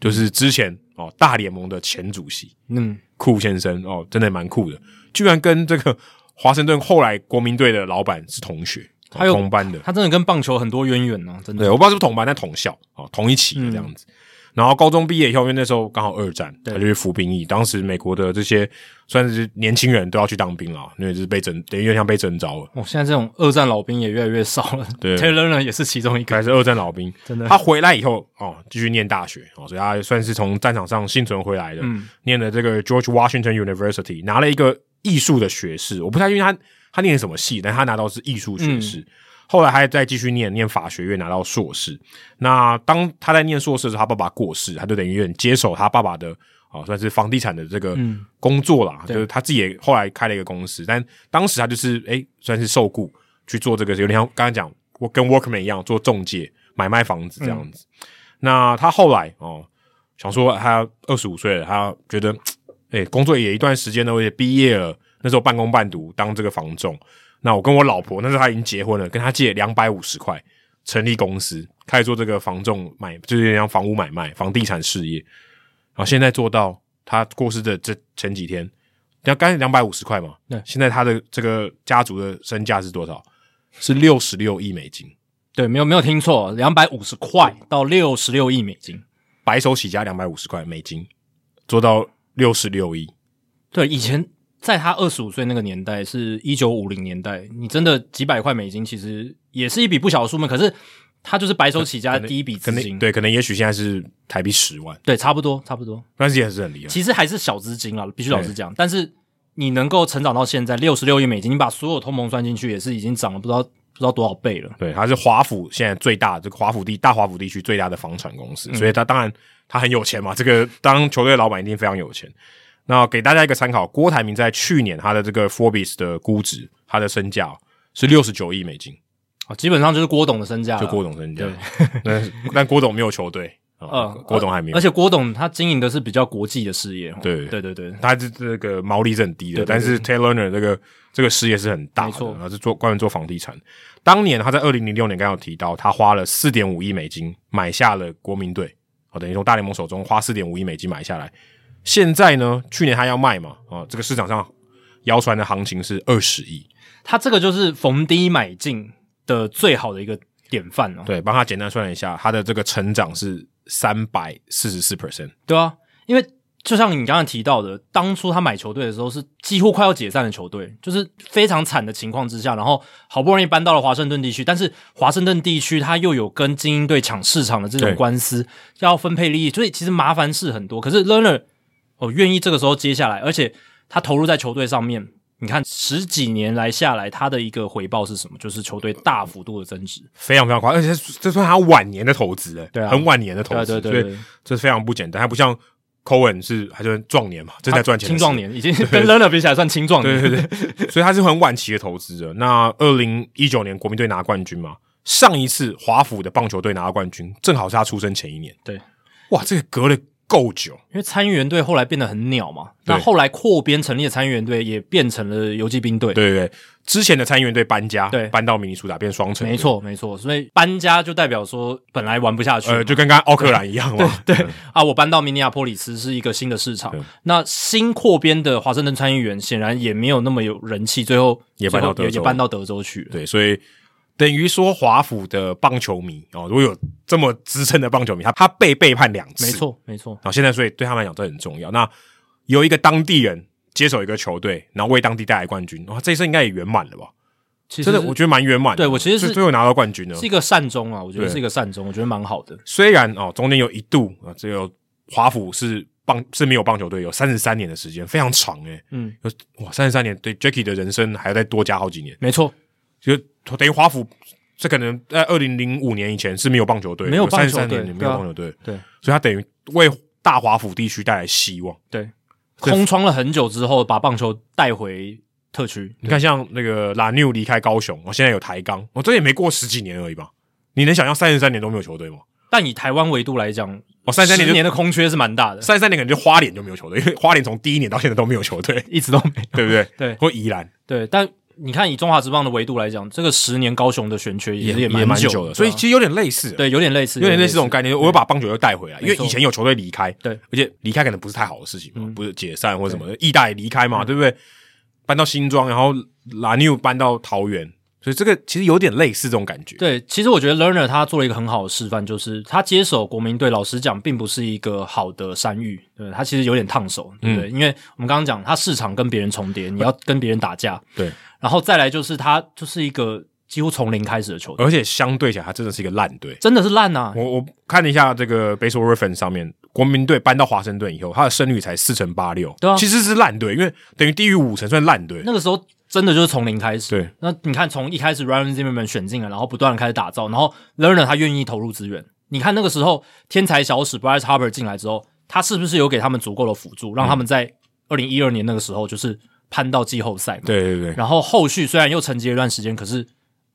B: 就是之前哦大联盟的前主席，
A: 嗯，
B: 酷先生哦，真的蛮酷的，居然跟这个华盛顿后来国民队的老板是同学，哦
A: 还有
B: 同班的。
A: 他真的跟棒球很多渊源呢、真的。
B: 对，我不知道是不是同班，但同校哦，同一起的这样子。然后高中毕业以后，因为那时候刚好二战，他
A: 嗯对
B: 就去服兵役。当时美国的这些算是年轻人都要去当兵了，因为就是被征，等于有点像被征召了。
A: 哦，现在这种二战老兵也越来越少了。
B: 对
A: Taylor 呢也是其中一个。
B: 还是二战老兵，
A: 真的
B: 他回来以后哦，继续念大学哦，所以他算是从战场上幸存回来的，
A: 嗯
B: 念了这个 George Washington University，拿了一个艺术的学士。我不太确定他他念的什么系，但他拿到是艺术
A: 嗯
B: 学士。后来还再继续念念法学院，拿到硕士。那当他在念硕士的时候，他爸爸过世，他就等于有点接手他爸爸的哦，算是房地产的这个
A: 嗯
B: 工作啦，
A: 对
B: 就是他自己也后来开了一个公司，但当时他就是诶、算是受雇去做这个，有点像刚才讲我跟 Workman 一样做中介买卖房子这样子。
A: 嗯
B: 那他后来哦，想说他二十五岁了，他觉得诶、工作也一段时间了，我也毕业了，那时候半工半读当这个房仲。那我跟我老婆那时候她已经结婚了，跟她借两百五十块，成立公司，开始做这个房仲买，就是有点像房屋买卖、房地产事业。然后现在做到他过世的这前几天，要刚两百五十块嘛，
A: 对
B: 现在他的这个家族的身价是多少？是六十六亿美金，
A: 对，没有没有听错，两百五十块到六十六亿美金。
B: 白手起家两百五十块美金，做到六十六亿。
A: 对，以前在他二十五岁那个年代，是一九五零年代，你真的几百块美金，其实也是一笔不小的数目。可是他就是白手起家的第一笔
B: 可
A: 资金，
B: 能对，可能也许现在是台币十万，
A: 对，差不多，差不多。
B: 但是也是很厉害。
A: 其实还是小资金啊，必须老实讲。但是你能够成长到现在六十六亿美金，你把所有通膨算进去，也是已经涨了不知道不知道多少倍了。
B: 对，他是华府现在最大这个华府地大华府地区最大的房产公司，所以他当然他很有钱嘛。这个当球队老板一定非常有钱。那给大家一个参考，郭台铭在去年他的这个 Forbes 的估值，他的身价哦是六十九亿美金，
A: 啊，基本上就是郭董的身价了，
B: 就郭董身价。但 但郭董没有球队，
A: 呃
B: 啊，郭董还没有
A: 而，且郭董他经营的是比较国际的事业哦，
B: 对
A: 对对对，
B: 他这这个毛利是很低的，
A: 对对对
B: 但是 Taylor Lerner 这个这个事业是很大的，
A: 没错
B: 他是做关于做房地产。当年他在二零零六年刚刚有提到，他花了四点五亿美金买下了国民队，哦，等于从大联盟手中花四点五亿美金买下来。现在呢，去年他要卖嘛，啊、这个市场上谣传的行情是二十亿，
A: 他这个就是逢低买进的最好的一个典范哦，
B: 对，帮他简单算了一下，他的这个成长是三百四十四 percent，
A: 对啊，因为就像你刚刚提到的，当初他买球队的时候是几乎快要解散的球队，就是非常惨的情况之下，然后好不容易搬到了华盛顿地区，但是华盛顿地区他又有跟精英队抢市场的这种
B: 对
A: 官司，要分配利益，所以其实麻烦事很多。可是 Lerner 哦愿意这个时候接下来，而且他投入在球队上面。你看十几年来下来，他的一个回报是什么？就是球队大幅度的增值。
B: 非常非常快，而且这这算他晚年的投资了，
A: 对啊
B: 很晚年的投
A: 对
B: 资，
A: 对对
B: 所
A: 对
B: 以这非常不简单。他不像 Cohen 是还是壮年嘛，正在赚钱，
A: 啊青壮，年已经跟 Lerner 比起来算青壮年。
B: 对对对，所以他是很晚期的投资者。那二零一九年国民队拿冠军嘛，上一次华府的棒球队拿到冠军，正好是他出生前一年。
A: 对，
B: 哇，这个隔了够久，
A: 因为参议员队后来变得很鸟嘛，
B: 对
A: 那后来扩编成立的参议员队也变成了游击兵队，
B: 对对对，之前的参议员队搬家，
A: 对
B: 搬到明尼苏达变双城，
A: 没，错没错，所以搬家就代表说本来玩不下去嘛，
B: 呃，就跟嗯刚刚奥克兰一样嘛，对
A: 啊，我搬到明尼亚波里斯是一个新的市场，那新扩编的华盛顿参议员显然也没有那么有人气，最后
B: 也搬到
A: 最后
B: 德
A: 也
B: 州
A: 也搬到德州去了，
B: 对，所以等于说华府的棒球迷哦，如果有这么资深的棒球迷，他他被背叛两次，
A: 没错没错，
B: 然后现在，所以对他们来讲这很重要。那有一个当地人接手一个球队，然后为当地带来冠军，哇，这一生应该也圆满了吧？
A: 其实
B: 真的，我觉得蛮圆满的。
A: 对我其实是
B: 最最后拿到冠军了
A: 是。一个善终啊，我觉得
B: 对
A: 是一个善终，我觉得蛮好的，
B: 虽然哦，中间有一度啊，只有华府是棒是没有棒球队，有三十三年的时间，非常长诶、
A: 嗯，
B: 有哇，三十三年，对 Jackie 的人生还要再多加好几年，
A: 没错，
B: 就等于华府这可能在二零零五年以前是没有棒球队，
A: 没有棒
B: 三
A: 球
B: 十
A: 队
B: 三年没
A: 对
B: 有
A: 啊
B: 棒球队，
A: 对
B: 所以他等于为大华府地区带来希望。
A: 对，空窗了很久之后，把棒球带回特区，
B: 你看，像那个拉纽离开高雄，我、现在有台钢，我、这也没过十几年而已吧？你能想象三十三年都没有球队吗？
A: 但以台湾维度来讲，
B: 哦，三十三
A: 十
B: 年就
A: 年的空缺是蛮大的，
B: 三十三年可能就花莲就没有球队，因为花莲从第一年到现在都没有球队，
A: 一直都没有。
B: 对不对？
A: 对
B: 或宜兰
A: 对，但你看以中华职棒的维度来讲，这个十年高雄的选缺也也蛮久
B: 所
A: 对
B: 以
A: 啊
B: 其实有点类似，，
A: 对有点类似，
B: 有点类似这种概念。我又把棒球又带回来，因为
A: 没错
B: 以前有球队离开，
A: 对嗯
B: 而且离开可能不是太好的事情嘛，不是解散或者什么，意大也离开嘛，对不对？搬到新庄，然后拉纽搬到桃园，所以这个其实有点类似这种感觉。
A: 对，其实我觉得 Lerner 他做了一个很好的示范，就是他接手国民队，老实讲，并不是一个好的山芋，对他其实有点烫手，对不
B: 嗯
A: 对？因为我们刚刚讲他市场跟别人重叠，你要跟别人打架，
B: 对，
A: 然后再来就是他就是一个几乎从零开始的球队，
B: 而且相对起来，它真的是一个烂队。
A: 真的是烂啊！
B: 我我看了一下这个 Baseball Reference 上面，国民队搬到华盛顿以后，他的胜率才四成八六，
A: 对啊
B: 其实是烂队，因为等于低于五成算烂队。
A: 那个时候真的就是从零开始。
B: 对，
A: 那你看从一开始 Ryan Zimmerman 选进来，然后不断的开始打造，然后 Lerner 他愿意投入资源。你看那个时候天才小史 Bryce Harper 进来之后，他是不是有给他们足够的辅助，让他们在二零一二年那个时候就是攀到季后赛嘛？
B: 对对对，
A: 然后后续虽然又沉寂了一段时间，可是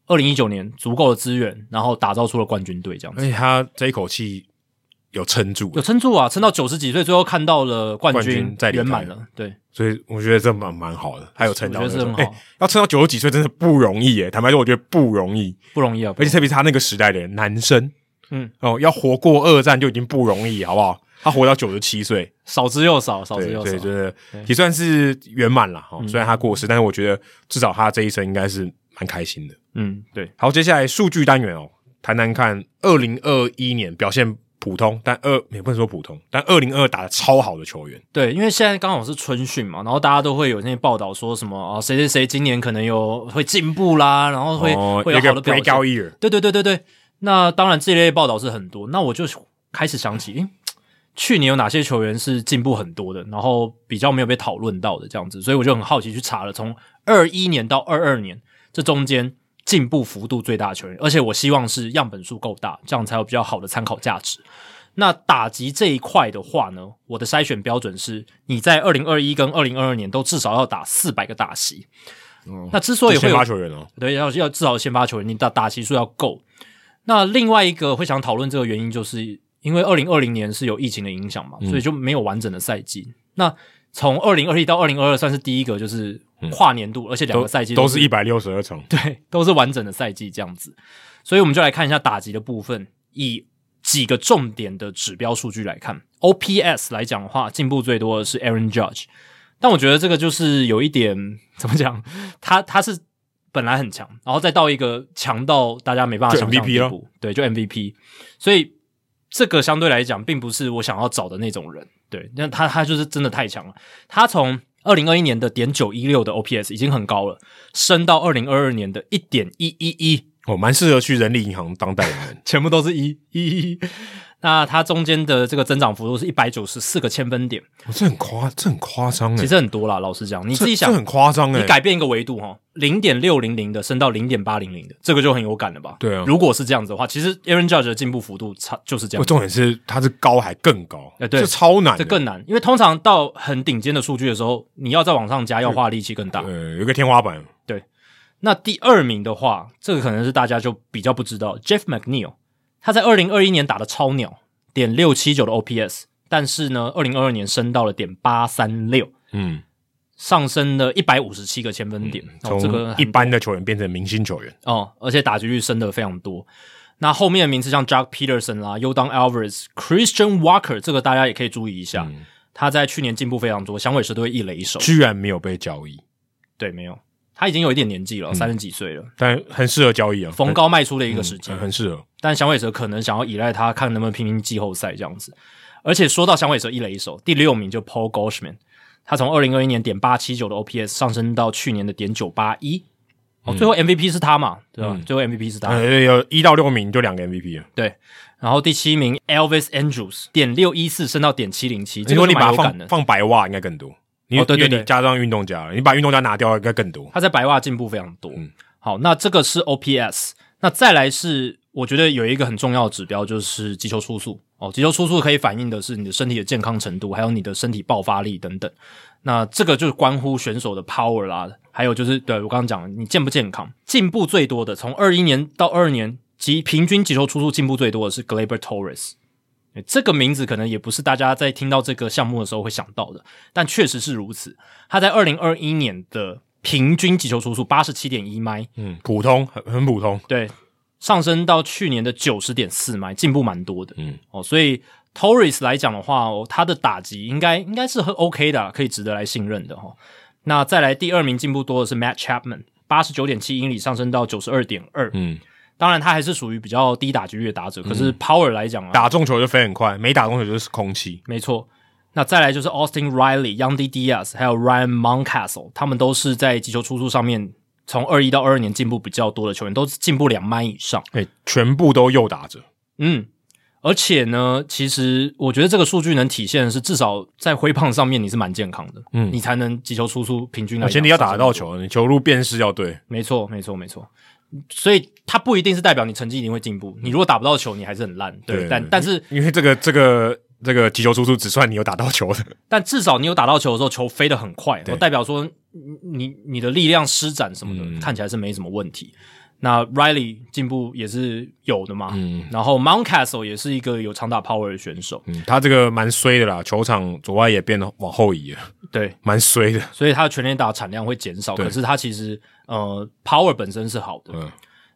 A: 二零一九年足够的资源，然后打造出了冠军队这样
B: 而
A: 子。
B: 且他这一口气有撑住
A: 有，撑住啊，撑到九十几岁，最后看到了冠
B: 冠军再离开
A: 圆满了。对，
B: 所以我觉得这蛮蛮好的，还有撑到
A: 我
B: 那
A: 觉
B: 种，
A: 得是很好
B: 哎要撑到九十几岁真的不容易耶，坦白说，我觉得不容易，
A: 不容易啊！不
B: 而
A: 容
B: 且
A: 易
B: 特别是他那个时代的人男生，
A: 嗯，
B: 哦，要活过二战就已经不容易，好不好？他活到九十七岁，
A: 少之又少，少之
B: 对
A: 又
B: 对，
A: 少。
B: 真的也算是圆满了
A: 嗯
B: 哈。虽然他过世，但是我觉得至少他这一生应该是蛮开心的。
A: 嗯，对。
B: 好，接下来数据单元哦，谈谈看二零二一年表现普通，但二也不能说普通，但二零二打的超好的球员，
A: 对，因为现在刚好是春训嘛，然后大家都会有那些报道说什么啊，谁谁谁今年可能有会进步啦，然后会、
B: 哦
A: 会
B: 有
A: 有
B: 一个
A: 好的表
B: breakout
A: 现。
B: year，
A: 对对对对对，那当然这类报道是很多，那我就开始想起，诶去年有哪些球员是进步很多的，然后比较没有被讨论到的这样子，所以我就很好奇去查了，从二一年到二二年这中间进步幅度最大的球员，而且我希望是样本数够大，这样才有比较好的参考价值。那打击这一块的话呢，我的筛选标准是你在二零二一跟二零二二年都至少要打四百个打席。那之所以会
B: 是先
A: 有
B: 发球员哦，
A: 对，要要至少先发球员，你打打席数要够。那另外一个会想讨论这个原因，就是因为二零二零年是有疫情的影响
B: 嗯
A: 嘛，所以就没有完整的赛季。那从二零二一到二零二二算是第一个，就是跨年度，而且两
B: 嗯都
A: 个赛季
B: 都
A: 是
B: 是一百六十二场，
A: 对，都是完整的赛季这样子。所以我们就来看一下打击的部分，以几个重点的指标数据来看，OPS 来讲的话，进步最多的是 Aaron Judge，但我觉得这个就是有一点怎么讲， 他他是本来很强，然后再到一个强到大家没办法
B: 就
A: 想象的
B: MVP
A: 地步，对，就 MVP，所以这个相对来讲，并不是我想要找的那种人。对，那他他就是真的太强了。他从二零二一年的点九一六的 OPS 已经很高了，升到二零二二年的一点一一一，，
B: 哦，蛮适合去人力银行当代言人
A: 全部都是一一一。那它中间的这个增长幅度是一百九十四个千分点，
B: 哦这很夸，这很夸张哎，
A: 其实很多啦。老实讲，你
B: 这
A: 自己想
B: 这，很夸张哎，
A: 你改变一个维度哈，零点六零零的升到零点八零零的，这个就很有感了吧？
B: 对啊
A: 如果是这样子的话，其实 Aaron Judge 的进步幅度差就是这样
B: 不，。重点是它是高还更高，
A: 哎对
B: 这超难的，
A: 这更难，因为通常到很顶尖的数据的时候，你要再往上加，要花力气更大。
B: 呃，有一个天花板，
A: 那第二名的话，这个可能是大家就比较不知道，Jeff McNeil，他在二零二一年打的超鸟，点六七九的 OPS，但是呢，二零二二年升到了点八三六，
B: 嗯，
A: 上升了一百五十七个千分点，哦、这个
B: 从
A: 很
B: 一般的球员变成明星球员，
A: 哦，而且打击率升的非常多。那后面的名字像 Jack Peterson 啦、Udon Alvarez、Christian Walker，这个大家也可以注意一下，
B: 嗯
A: 他在去年进步非常多，响尾蛇队一垒手，
B: 居然没有被交易，
A: 对，没有，他已经有一点年纪了，三十、几岁了，
B: 但很适合交易啊，
A: 逢高卖出的一个时
B: 嗯很
A: 机。
B: 很很适合，
A: 但响尾蛇可能想要依赖他，看能不能拼拼季后赛这样子。而且说到响尾蛇一垒一手，第六名就 Paul Goldschmidt，他从二零二一年点八七九的 OPS 上升到去年的点九八一，哦，
B: 嗯
A: 最后 MVP 是他嘛，对吧？最后 MVP 是他，
B: 呃，有一到六名就两个 MVP 了，
A: 对。然后第七名 Elvis Andrews 点六一四升到点七零七，这
B: 如
A: 个
B: 果
A: 就
B: 哎
A: 蛮
B: 你把它
A: 有感
B: 放
A: 的。
B: 放白袜应该更多，你
A: 哦对对
B: 因为
A: 对
B: 你加上运动家了，你把运动家拿掉应该更多，
A: 他在白袜进步非常多。好，那这个是 OPS，那再来是我觉得有一个很重要的指标就是击球出速哦，击球出速可以反映的是你的身体的健康程度，还有你的身体爆发力等等。那这个就是关乎选手的 power 啦，还有就是对我刚刚讲的你健不健康，进步最多的从二一年到二二年，及平均击球出速进步最多的是 Glaber Torres。这个名字可能也不是大家在听到这个项目的时候会想到的，但确实是如此。他在二零二一年的平均击球出速八十七点一迈，
B: 嗯，普通很很普通，
A: 对，上升到去年的九十点四迈，进步蛮多的。
B: 嗯，
A: 哦，所以 Torres 来讲的话，哦，他的打击应该应该是很 OK 的啊，可以值得来信任的哈、哦。那再来第二名进步多的是 Matt Chapman，八十九点七英里上升到九十二点二。
B: 嗯，
A: 当然他还是属于比较低打击率的打者，可是 Power 来讲啊，
B: 打中球就飞很快，没打中球就是空气，
A: 没错。那再来就是 Austin Riley、Yandy Diaz 还有 Ryan Mountcastle，他们都是在击球出速上面从二一到二二年进步比较多的球员，都是进步两迈以上。
B: 哎，全部都右打者，
A: 嗯，而且呢，其实我觉得这个数据能体现的是，至少在挥棒上面你是蛮健康的，
B: 嗯
A: 你才能击球出速平均来讲
B: 前提要打得
A: 上
B: 到
A: 升
B: 球，你球路辨识要对，
A: 没错，没错，没错。所以它不一定是代表你成绩一定会进步，你如果打不到球，你还是很烂，对。
B: 对
A: 但
B: 对
A: 但是
B: 因为这个这个这个击球输出只算你有打到球的，
A: 但至少你有打到球的时候，球飞得很快，
B: 对
A: 代表说你你你的力量施展什么的，
B: 嗯
A: 看起来是没什么问题。那 Riley 进步也是有的嘛，
B: 嗯
A: 然后 Mountcastle 也是一个有长打 power 的选手，
B: 嗯，他这个蛮衰的啦，球场左外也变得往后移了，
A: 对，
B: 蛮衰的。
A: 所以他的全垒打产量会减少，
B: 对
A: 可是他其实呃 power 本身是好的。
B: 嗯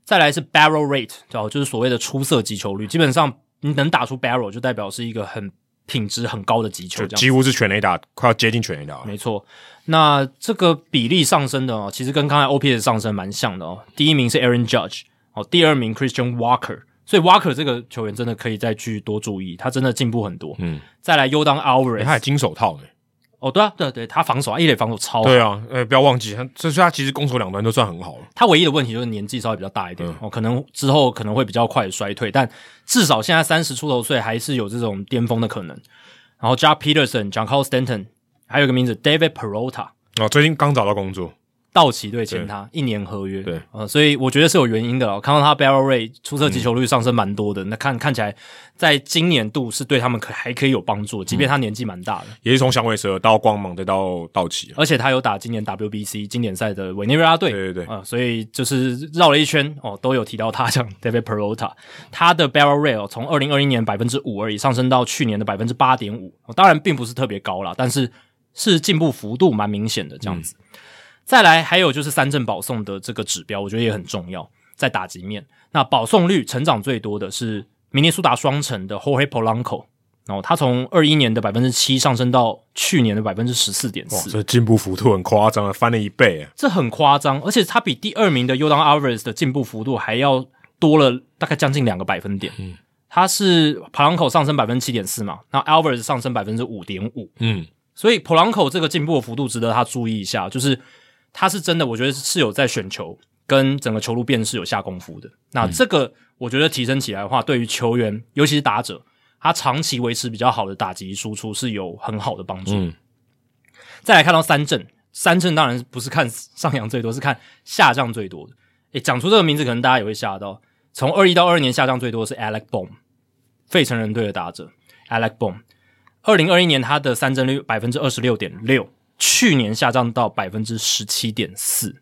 A: 再来是 barrel rate，哦，就是所谓的出色击球率，基本上你能打出 barrel 就代表是一个很品质很高的击球，
B: 就
A: 这样子
B: 几乎是全垒打，快要接近全垒打了。
A: 没错，那这个比例上升的哦，其实跟刚才 OPS 上升蛮像的哦。第一名是 Aaron Judge，哦，第二名 Christian Walker，所以 Walker 这个球员真的可以再去多注意，他真的进步很多。
B: 嗯，
A: 再来优当 a l v a
B: 欸
A: r
B: 他还
A: e
B: 金手套呢、
A: 哦，对啊，对啊对，他防守啊，一垒防守超好。
B: 对啊，呃、不要忘记，他这是他其实攻守两端都算很好了。
A: 他唯一的问题就是年纪稍微比较大一点、
B: 嗯
A: 哦，可能之后可能会比较快衰退，但至少现在三十出头岁还是有这种巅峰的可能。然后 Jack Peterson、John Carl Stanton，还有一个名字 David Perota，
B: 哦，最近刚找到工作，
A: 道奇队签他一年合约，
B: 对，
A: 呃，所以我觉得是有原因的了。我看到他 barrel rate 出色击球率上升蛮多的，那看看起来在今年度是对他们可还可以有帮助，即便他年纪蛮大的，
B: 也是从响尾蛇到光芒，再到道奇啊。
A: 而且他有打今年 WBC 经典赛的委内瑞拉队，
B: 对对对哎
A: 啊、所以就是绕了一圈哦，都有提到他，像 David Perota，他的 barrel rate 哦从二零二一年百分之五而已上升到去年的百分之八点五，哦当然并不是特别高啦，但是是进步幅度蛮明显的这样子。
B: 嗯
A: 再来还有就是三振保送的这个指标，我觉得也很重要，在打击面，那保送率成长最多的是明尼苏达双城的 Jorge Polanco。然后他从二一年的百分之七上升到去年的百分之十四点
B: 哇，
A: 四，
B: 这进步幅度很夸张啊，翻了一倍啊。
A: 这很夸张，而且他比第二名的 Udon Alvarez 的进步幅度还要多了大概将近两个百分点。嗯，他是 Polanco 上升百分之七点四嘛，那 Alvarez 上升百分之五点五，
B: 嗯，
A: 所以 Polanco 这个进步的幅度值得他注意一下，就是他是真的，我觉得是有在选球跟整个球路辨识有下功夫的。那这个我觉得提升起来的话，对于球员尤其是打者，他长期维持比较好的打击输出是有很好的帮助。
B: 嗯
A: 再来看到三振，三振当然不是看上扬最多，是看下降最多的。诶，讲出这个名字，可能大家也会吓到。从二一到二二年下降最多的是 Alec Bohm，费城人队的打者 Alec Bohm。二零二一年他的三振率百分之二十六点六，去年下降到百分之十七点四，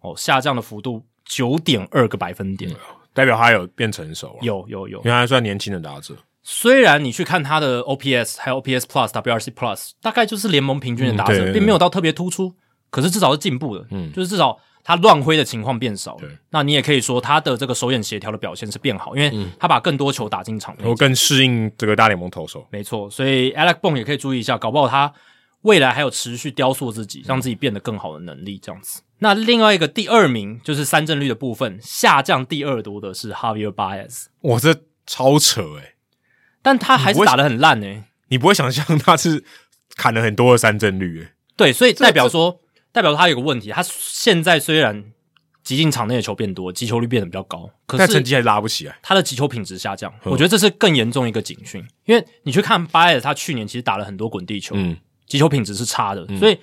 A: 哦，下降的幅度九点二个百分点，
B: 代表他有变成熟了，啊因
A: 有有有
B: 为。他还算年轻的打者。
A: 虽然你去看他的 OPS 还有 OPS Plus、WRC Plus，大概就是联盟平均的打
B: 嗯
A: 者，
B: 对
A: 并没有到特别突出，可是至少是进步的，
B: 嗯
A: 就是至少他乱挥的情况变少了
B: 对。
A: 那你也可以说他的这个手眼协调的表现是变好，因
B: 嗯
A: 为他把更多球打进场内。
B: 然后更适应这个大联盟投手。
A: 没错，所以 Alec b o n 也可以注意一下，搞不好他未来还有持续雕塑自己，让自己变得更好的能力，这样子。那另外一个第二名就是三振率的部分下降第二多的是 Javier Baez，
B: 哇，这超扯诶、
A: 但他还是打得很烂欸诶、
B: 你不会想象他是砍了很多的三振率、欸，
A: 对，所以代表说，代表他有个问题，他现在虽然极进场内的球变多，击球率变得比较高，可
B: 但成
A: 是
B: 绩嗯还拉不起来。
A: 他的击球品质下降，我觉得这是更严重一个警讯。因为你去看巴耶，他去年其实打了很多滚地球，
B: 嗯，
A: 击球品质是差的，所以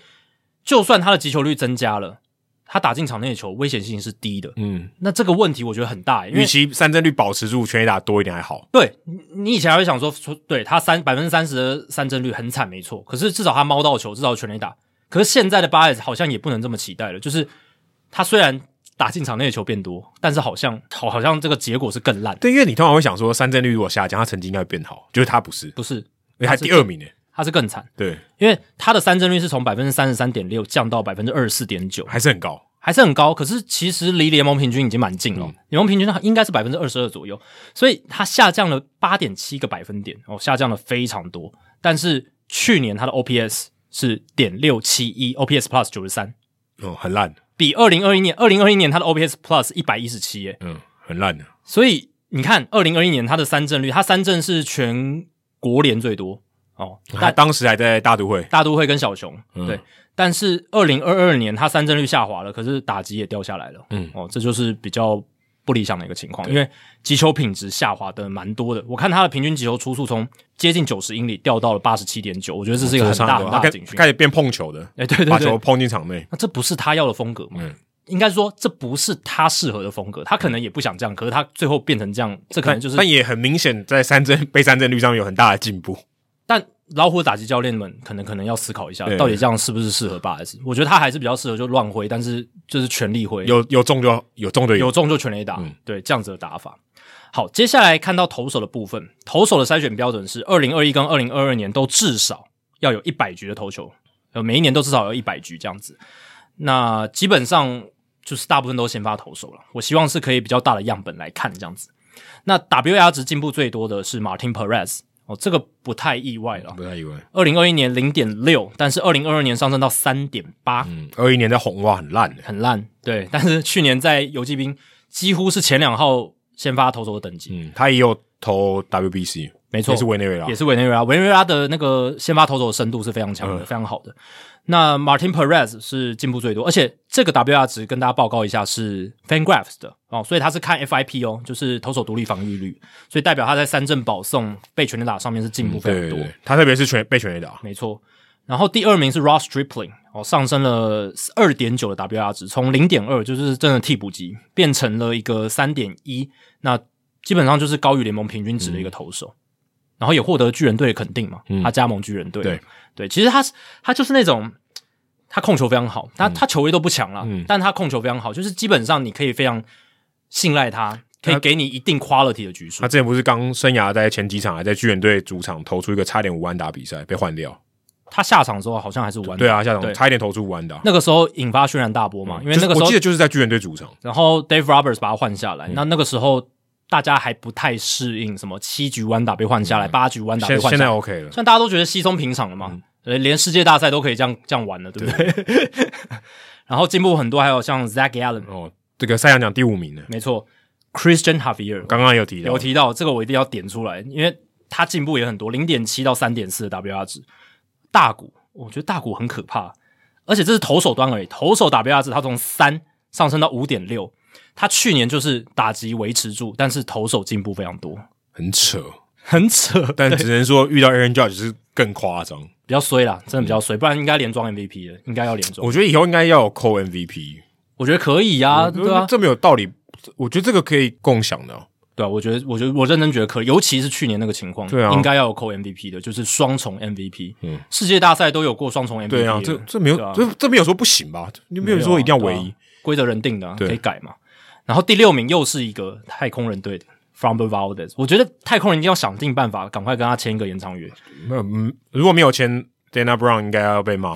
A: 就算他的击球率增加了，他打进场内的球危险性是低的。
B: 嗯，
A: 那这个问题我觉得很大，因为
B: 与其三振率保持住，全垒打多一点还好。
A: 对你你以前还会想说说，对他三百分之三十的三振率很惨，没错。可是至少他猫到球，至少全垒打。可是现在的巴耶好像也不能这么期待了，就是他虽然打进场内的球变多，但是好像好好像这个结果是更烂。
B: 对，因为你通常会想说，三振率如果下降，他成绩应该会变好，就是他不是，
A: 不是，
B: 因为他第二名欸诶、
A: 他是更惨，
B: 对，
A: 因为他的三振率是从百分之三十三点六降到百分之二十四点九，
B: 还是很高。
A: 还是很高。可是其实离联盟平均已经蛮近了，联盟平均它应该是百分之二十二左右，所以它下降了八点七个百分点，哦，下降了非常多。但是去年它的 OPS 是点六七一，OPS Plus 九十三，
B: 嗯，很烂，
A: 比二零二一年二零二一年它的 OPS Plus 一百一十七，耶。
B: 嗯，很烂的。
A: 所以你看二零二一年它的三振率，它三振是全国联最多哦，
B: 他当时还在大都会，
A: 大都会跟小熊，
B: 嗯
A: 对。但是二零二二年他三振率下滑了，可是打击也掉下来了，
B: 嗯
A: 哦，这就是比较不理想的一个情况，因为击球品质下滑的蛮多的。我看他的平均击球出速从接近九十英里掉到了八十七点九，我觉得这是一个很大
B: 差不
A: 很
B: 多
A: 大的
B: 他开
A: 警讯。
B: 开始变碰球的，
A: 哎，对对
B: 把球
A: 对，
B: 碰进场内。
A: 那这不是他要的风格嘛？
B: 嗯
A: 应该说这不是他适合的风格，他可能也不想这样，可是他最后变成这样，这可能就是
B: 但也很明显，在三振 被三振率上有很大的进步。
A: 但老虎的打击教练们可能可能要思考一下，
B: 对
A: 到底这样是不是适合巴尔斯？我觉得他还是比较适合就乱挥，但是就是全力挥，
B: 有有中就有中就有
A: 有中就全垒打，
B: 嗯
A: 对这样子的打法。好，接下来看到投手的部分，投手的筛选标准是二零二一跟二零二二年都至少要有一百局的投球，呃，每一年都至少有一百局这样子。那基本上就是大部分都先发投手了。我希望是可以比较大的样本来看这样子。那 WR 值进步最多的是 Martin Perez，哦，这个不太意外了。
B: 不太意外。
A: 二零二一年零点六，但是二零二二年上升到三点八，
B: 嗯，二一年在红袜很烂的，
A: 很烂。对，但是去年在游击兵几乎是前两号先发投手的等级。
B: 嗯，他也有投 WBC，
A: 没错
B: 也是委内瑞拉
A: 也，是委内瑞拉。委内瑞拉的那个先发投手的深度是非常强的，非常好
B: 嗯
A: 的。那 Martin Perez 是进步最多，而且这个 WR 值跟大家报告一下是 FanGraphs 的哦，所以他是看 FIP 哦，就是投手独立防御率，所以代表他在三振保送、被全垒打上面是进步非
B: 对
A: 常
B: 嗯对
A: 多。
B: 对，他特别是全被全垒打，
A: 没错。然后第二名是 Ross Stripling，哦，上升了二点九的 WR 值，从零点二就是真的替补级变成了一个三点一，那基本上就是高于联盟平均值的
B: 嗯
A: 一个投手，然后也获得巨人队的肯定嘛，他加盟巨人队，
B: 对
A: 对，其实他是他就是那种他控球非常好，
B: 嗯
A: 他、他球威都不强啦，但他控球非常好，就是基本上你可以非常信赖他，可以给你一定 quality 的局数
B: 他，之前不是刚生涯在前几场还在巨人队主场投出一个差点五安打比赛被换掉，
A: 他下场之后好像还是完
B: 对啊，嗯下场
A: 嗯对
B: 差一点投出五安打，
A: 那个时候引发轩然大波嘛，因为那
B: 就是
A: 个时
B: 我
A: 候
B: 记得就是在巨人队主场，
A: 然后 Dave Roberts 把他换下
B: 嗯
A: 来，那那个时候大家还不太适应，什么七局弯打被换下来，八局弯打被
B: 现
A: 换下
B: 嗯现
A: 来，
B: 在嗯
A: 虽
B: OK 了，
A: 然大家都觉得稀松平常了嘛，呃连世界大赛都可以这样这样玩了，对不对？ 然后进步很多，还有像 Zach Allen，
B: 哦，这个赛扬奖第五名呢，
A: 没错，Christian Javier
B: 刚刚有提到，
A: 有提到这个，我一定要点出来，因为他进步也很多，零点七到三点四的 WR 值，大股，我觉得大股很可怕，而且这是投手端而已，投手 WR 值它从三上升到五点六，他去年就是打击维持住，但是投手进步非常多，
B: 很扯，
A: 很扯，
B: 但只能说遇到 Aaron Judge 是更夸张，
A: 比较衰啦，真的比较衰，不然应该连装 MVP 了，应该要连装，我
B: 我觉得以后应该要有扣 MVP
A: 觉得可以啊，
B: 我觉得
A: 对啊，
B: 这没有道理，我觉得这个可以共享的哦，
A: 对啊，我觉得，我觉得我认真觉得可以，尤其是去年那个情况，
B: 对啊
A: 应该要有扣 MVP 的，就是双重 MVP，嗯，世界大赛都有过双重 MVP，
B: 对啊
A: 了，
B: 这这没有
A: 对啊
B: 这这没有说不行吧，你没有说一定要唯
A: 对
B: 一
A: 啊，规则人定的、啊，
B: 对
A: 可以改嘛。然后第六名又是一个太空人队的 From the Valdez，我觉得太空人一定要想尽办法，赶快跟他签一个延长约，
B: 那嗯，如果没有签 Dana Brown，应该要被骂。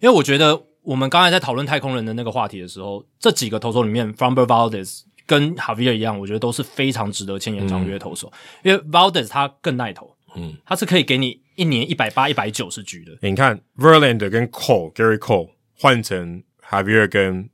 A: 因为我觉得我们刚才在讨论太空人的那个话题的时候，这几个投手里面 From the Valdez 跟 Javier 一样，我觉得都是非常值得签延长约的投手，因为 Valdez 他更耐投，嗯，他是可以给你一年一百八、一百九十局的，
B: 你看 Verlander 跟 Cole Gary Cole 换成 Javier 跟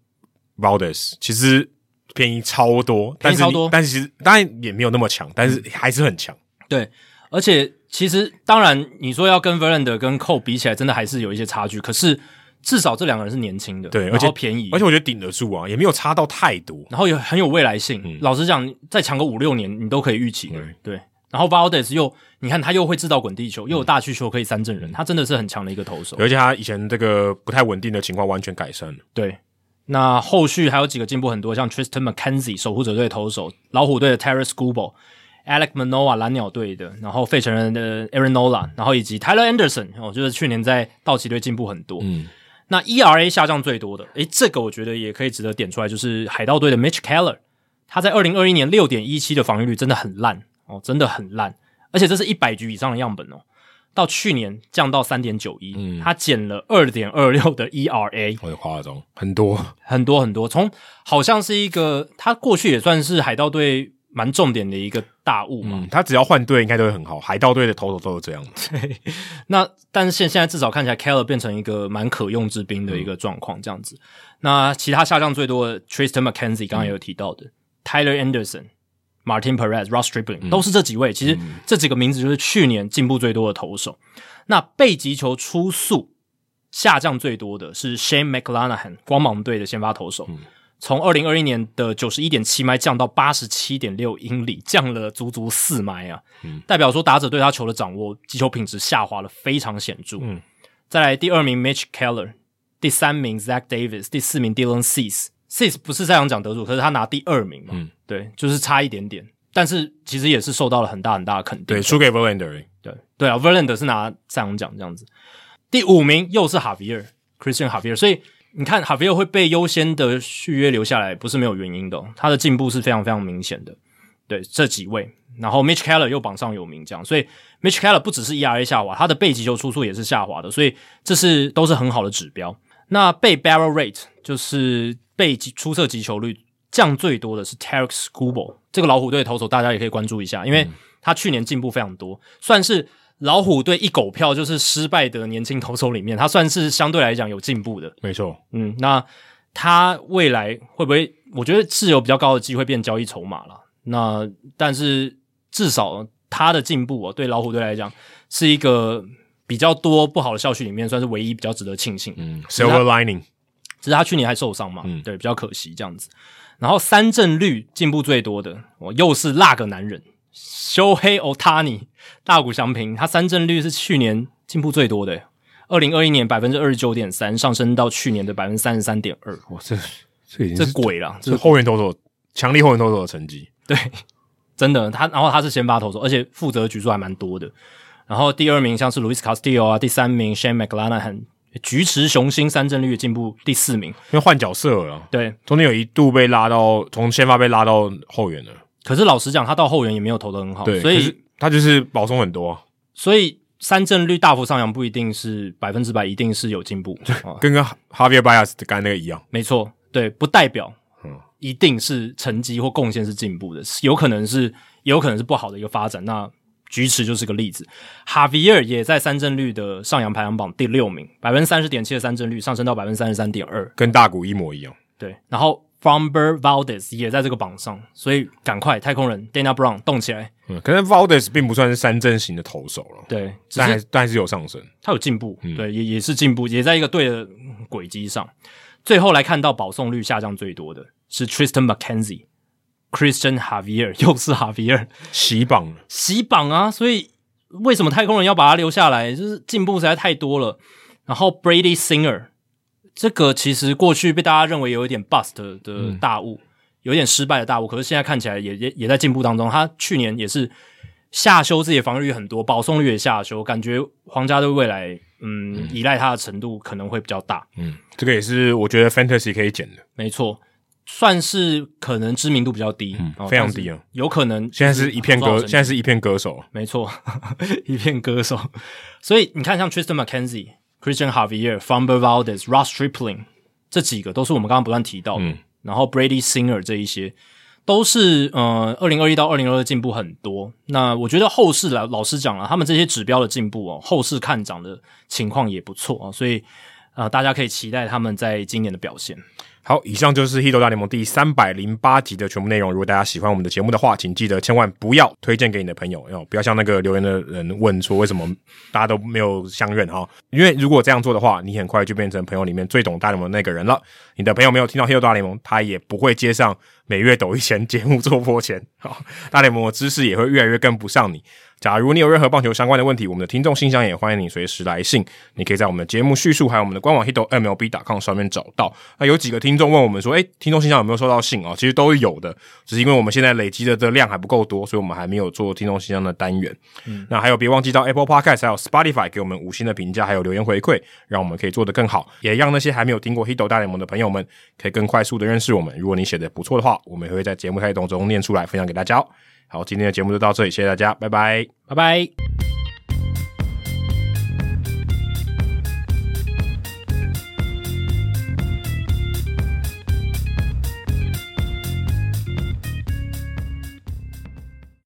B: Valdez，其实便宜超多，
A: 便
B: 但
A: 宜
B: 是
A: 超多
B: 但是其实当然也没有那么强，但是还是很强。
A: 对，而且其实当然，你说要跟 Verlander 跟 Cole 比起来，真的还是有一些差距。可是至少这两个人是年轻的，
B: 对，
A: 然
B: 而
A: 后
B: 且
A: 便宜，
B: 而且我觉得顶得住啊，也没有差到太多。
A: 然后也很有未来性。老实讲，再强个五六年，你都可以预期的。对，然后 Valdez 又，你看他又会制造滚地球，又有大需求可以三振人，他真的是很强的一个投手。
B: 而且他以前这个不太稳定的情况完全改善了。
A: 对，那后续还有几个进步很多，像 Tristan McKenzie 守护者队投手，老虎队的 Terrence g o o b l Alec Manoa 蓝鸟队的，然后费城人的 Aaron Nola，然后以及 Tyler Anderson 哦，就是去年在道奇队进步很多。嗯，那 ERA 下降最多的，诶，这个我觉得也可以值得点出来，就是海盗队的 Mitch Keller，他在二零二一年六点一七的防御率真的很烂哦，真的很烂，而且这是一百局以上的样本哦。到去年降到三点九一，他减了二点二六的 ERA，
B: 我的夸张很多，
A: 很多很多，从好像是一个他过去也算是海盗队蛮重点的一个大物嘛。
B: 嗯，他只要换队应该都会很好。海盗队的投手都是这样，
A: 那但是现现在至少看起来 Keller 变成一个蛮可用之兵的一个状况，这样子。那其他下降最多的 Tristan McKenzie 刚刚也有提到的、Tyler Anderson、Martin Perez、Ross Stripling、都是这几位，其实这几个名字就是去年进步最多的投手。那被击球出速下降最多的是 Shane McLanahan 光芒队的先发投手，从二零二一年的九十一点七迈降到八十七点六英里，降了足足四迈啊，代表说打者对他球的掌握、击球品质下滑了非常显著。
B: 嗯
A: 再来第二名 Mitch Keller，第三名 Zach Davis，第四名 Dylan Cease。Cease 不是赛扬奖得主，可是他拿第二名嘛，
B: 嗯
A: 对，就是差一点点，但是其实也是受到了很大很大的肯定
B: 对，。输给 Verlander，
A: 对对啊，Verlander 是拿赛扬奖这样子。第五名又是哈维尔，Christian 哈维尔，所以你看哈维尔会被优先的续约留下来，不是没有原因的哦、他的进步是非常非常明显的。对这几位，然后 Mitch Keller 又榜上有名，这样，所以 Mitch Keller 不只是 ERA 下滑，他的被击球出速也是下滑的，所以这是都是很好的指标。那被 barrel rate 就是被击出色击球率降最多的是 Tarek s c o o b l 这个老虎队投手，大家也可以关注一下，因为他去年进步非常多，算是老虎队一狗票就是失败的年轻投手里面，他算是相对来讲有进步的。
B: 没错，
A: 嗯，那他未来会不会？我觉得是有比较高的机会变交易筹码了。那但是至少他的进步哦，对老虎队来讲是一个比较多不好的校区里面算是唯一比较值得庆幸。
B: 嗯，silver lining，
A: 只是他去年还受伤嘛，
B: 嗯
A: 对，比较可惜这样子。然后三振率进步最多的，我又是那个男人，修黑欧塔尼大谷翔平，他三振率是去年进步最多的，二零二一年百分之二十九点三，上升到去年的百分之三十三点二，
B: 哇，这这已经
A: 这
B: 是
A: 鬼啦，这
B: 是后援投手强力后援投手的成绩，
A: 真的，他然后他是先发投手，而且负责的局数还蛮多的。然后第二名像是 Luis Castillo 啊，第三名 Shane McLanahan，菊池雄心三振率的进步第四名，
B: 因为换角色了啊，
A: 对。
B: 中间有一度被拉到从先发被拉到后援了，
A: 可是老实讲，他到后援也没有投的很好，
B: 对，
A: 哦所
B: 可
A: 以
B: 是他就是保送很多啊，
A: 所以三振率大幅上扬不一定是百分之百，一定是有进步。啊、
B: 跟跟 Javier Bias 干那个一样，
A: 没错，对，不代表
B: 嗯
A: 一定是成绩或贡献是进步的，有可能是也有可能是不好的一个发展。那菊池就是个例子，哈维尔也在三振率的上扬排行榜第六名，百分之三十点七的三振率上升到百分之三十三点二。
B: 跟大谷一模一样。
A: 对，然后 Fromber Valdez 也在这个榜上，所以赶快太空人 Dana Brown 动起来。
B: 嗯，可是 Valdes 并不算是三阵型的投手了，
A: 对，只
B: 但
A: 是
B: 还但还是有上升。
A: 他有进步，对，也也是进步，也在一个对的嗯轨迹上。最后来看到保送率下降最多的是 Tristan McKenzie、Christian Javier，又是 Javier
B: 洗榜了，
A: 洗榜啊！所以为什么太空人要把他留下来？就是进步实在太多了。然后 Brady Singer 这个其实过去被大家认为有一点 bust 的的
B: 嗯
A: 大物，有点失败的大物，可是现在看起来也也也在进步当中。他去年也是下修自己的防御率很多，保送率也下修，感觉皇家队未来嗯依赖他的程度可能会比较大。
B: 嗯，这个也是我觉得 Fantasy 可以捡的，
A: 没错，算是可能知名度比较低，哦
B: 非常低
A: 但
B: 啊，
A: 是有可能
B: 现在是一片歌，
A: 好
B: 现在是一片歌手，
A: 没错， 一片歌手。所以你看，像 Tristan McKenzie、Christian Javier、Fumber Valdez、Ross Stripling 这几个，都是我们刚刚不断提到的。
B: 嗯
A: 然后 Brady Singer 这一些，都是呃，二零二一到二零二二进步很多。那我觉得后世老老实讲了，他们这些指标的进步哦，后世看涨的情况也不错啊、所以呃，大家可以期待他们在今年的表现。
B: 好，以上就是《h i t 大联盟》第三百零八集的全部内容。如果大家喜欢我们的节目的话，请记得千万不要推荐给你的朋友，哦，不要像那个留言的人问说为什么大家都没有相认哈、因为如果这样做的话，你很快就变成朋友里面最懂大联盟的那个人了。你的朋友没有听到《h i t 大联盟》，他也不会接上每月抖一钱节目做播钱，好、大联盟的知识也会越来越跟不上你。假如你有任何棒球相关的问题，我们的听众信箱也欢迎你随时来信。你可以在我们的节目叙述还有我们的官网 hito mlb.com 上面找到。那有几个听众问我们说，诶，听众信箱有没有收到信哦？其实都是有的，只是因为我们现在累积的这量还不够多，所以我们还没有做听众信箱的单元。嗯那还有别忘记到 Apple Podcast 还有 Spotify 给我们五星的评价，还有留言回馈，让我们可以做得更好，也让那些还没有听过 Hito 大联盟的朋友们可以更快速的认识我们。如果你写的不错的话，我们也会在节目开头中念出来，分享给大家、哦。好，今天的节目就到这里，谢谢大家，拜拜。
A: 拜拜。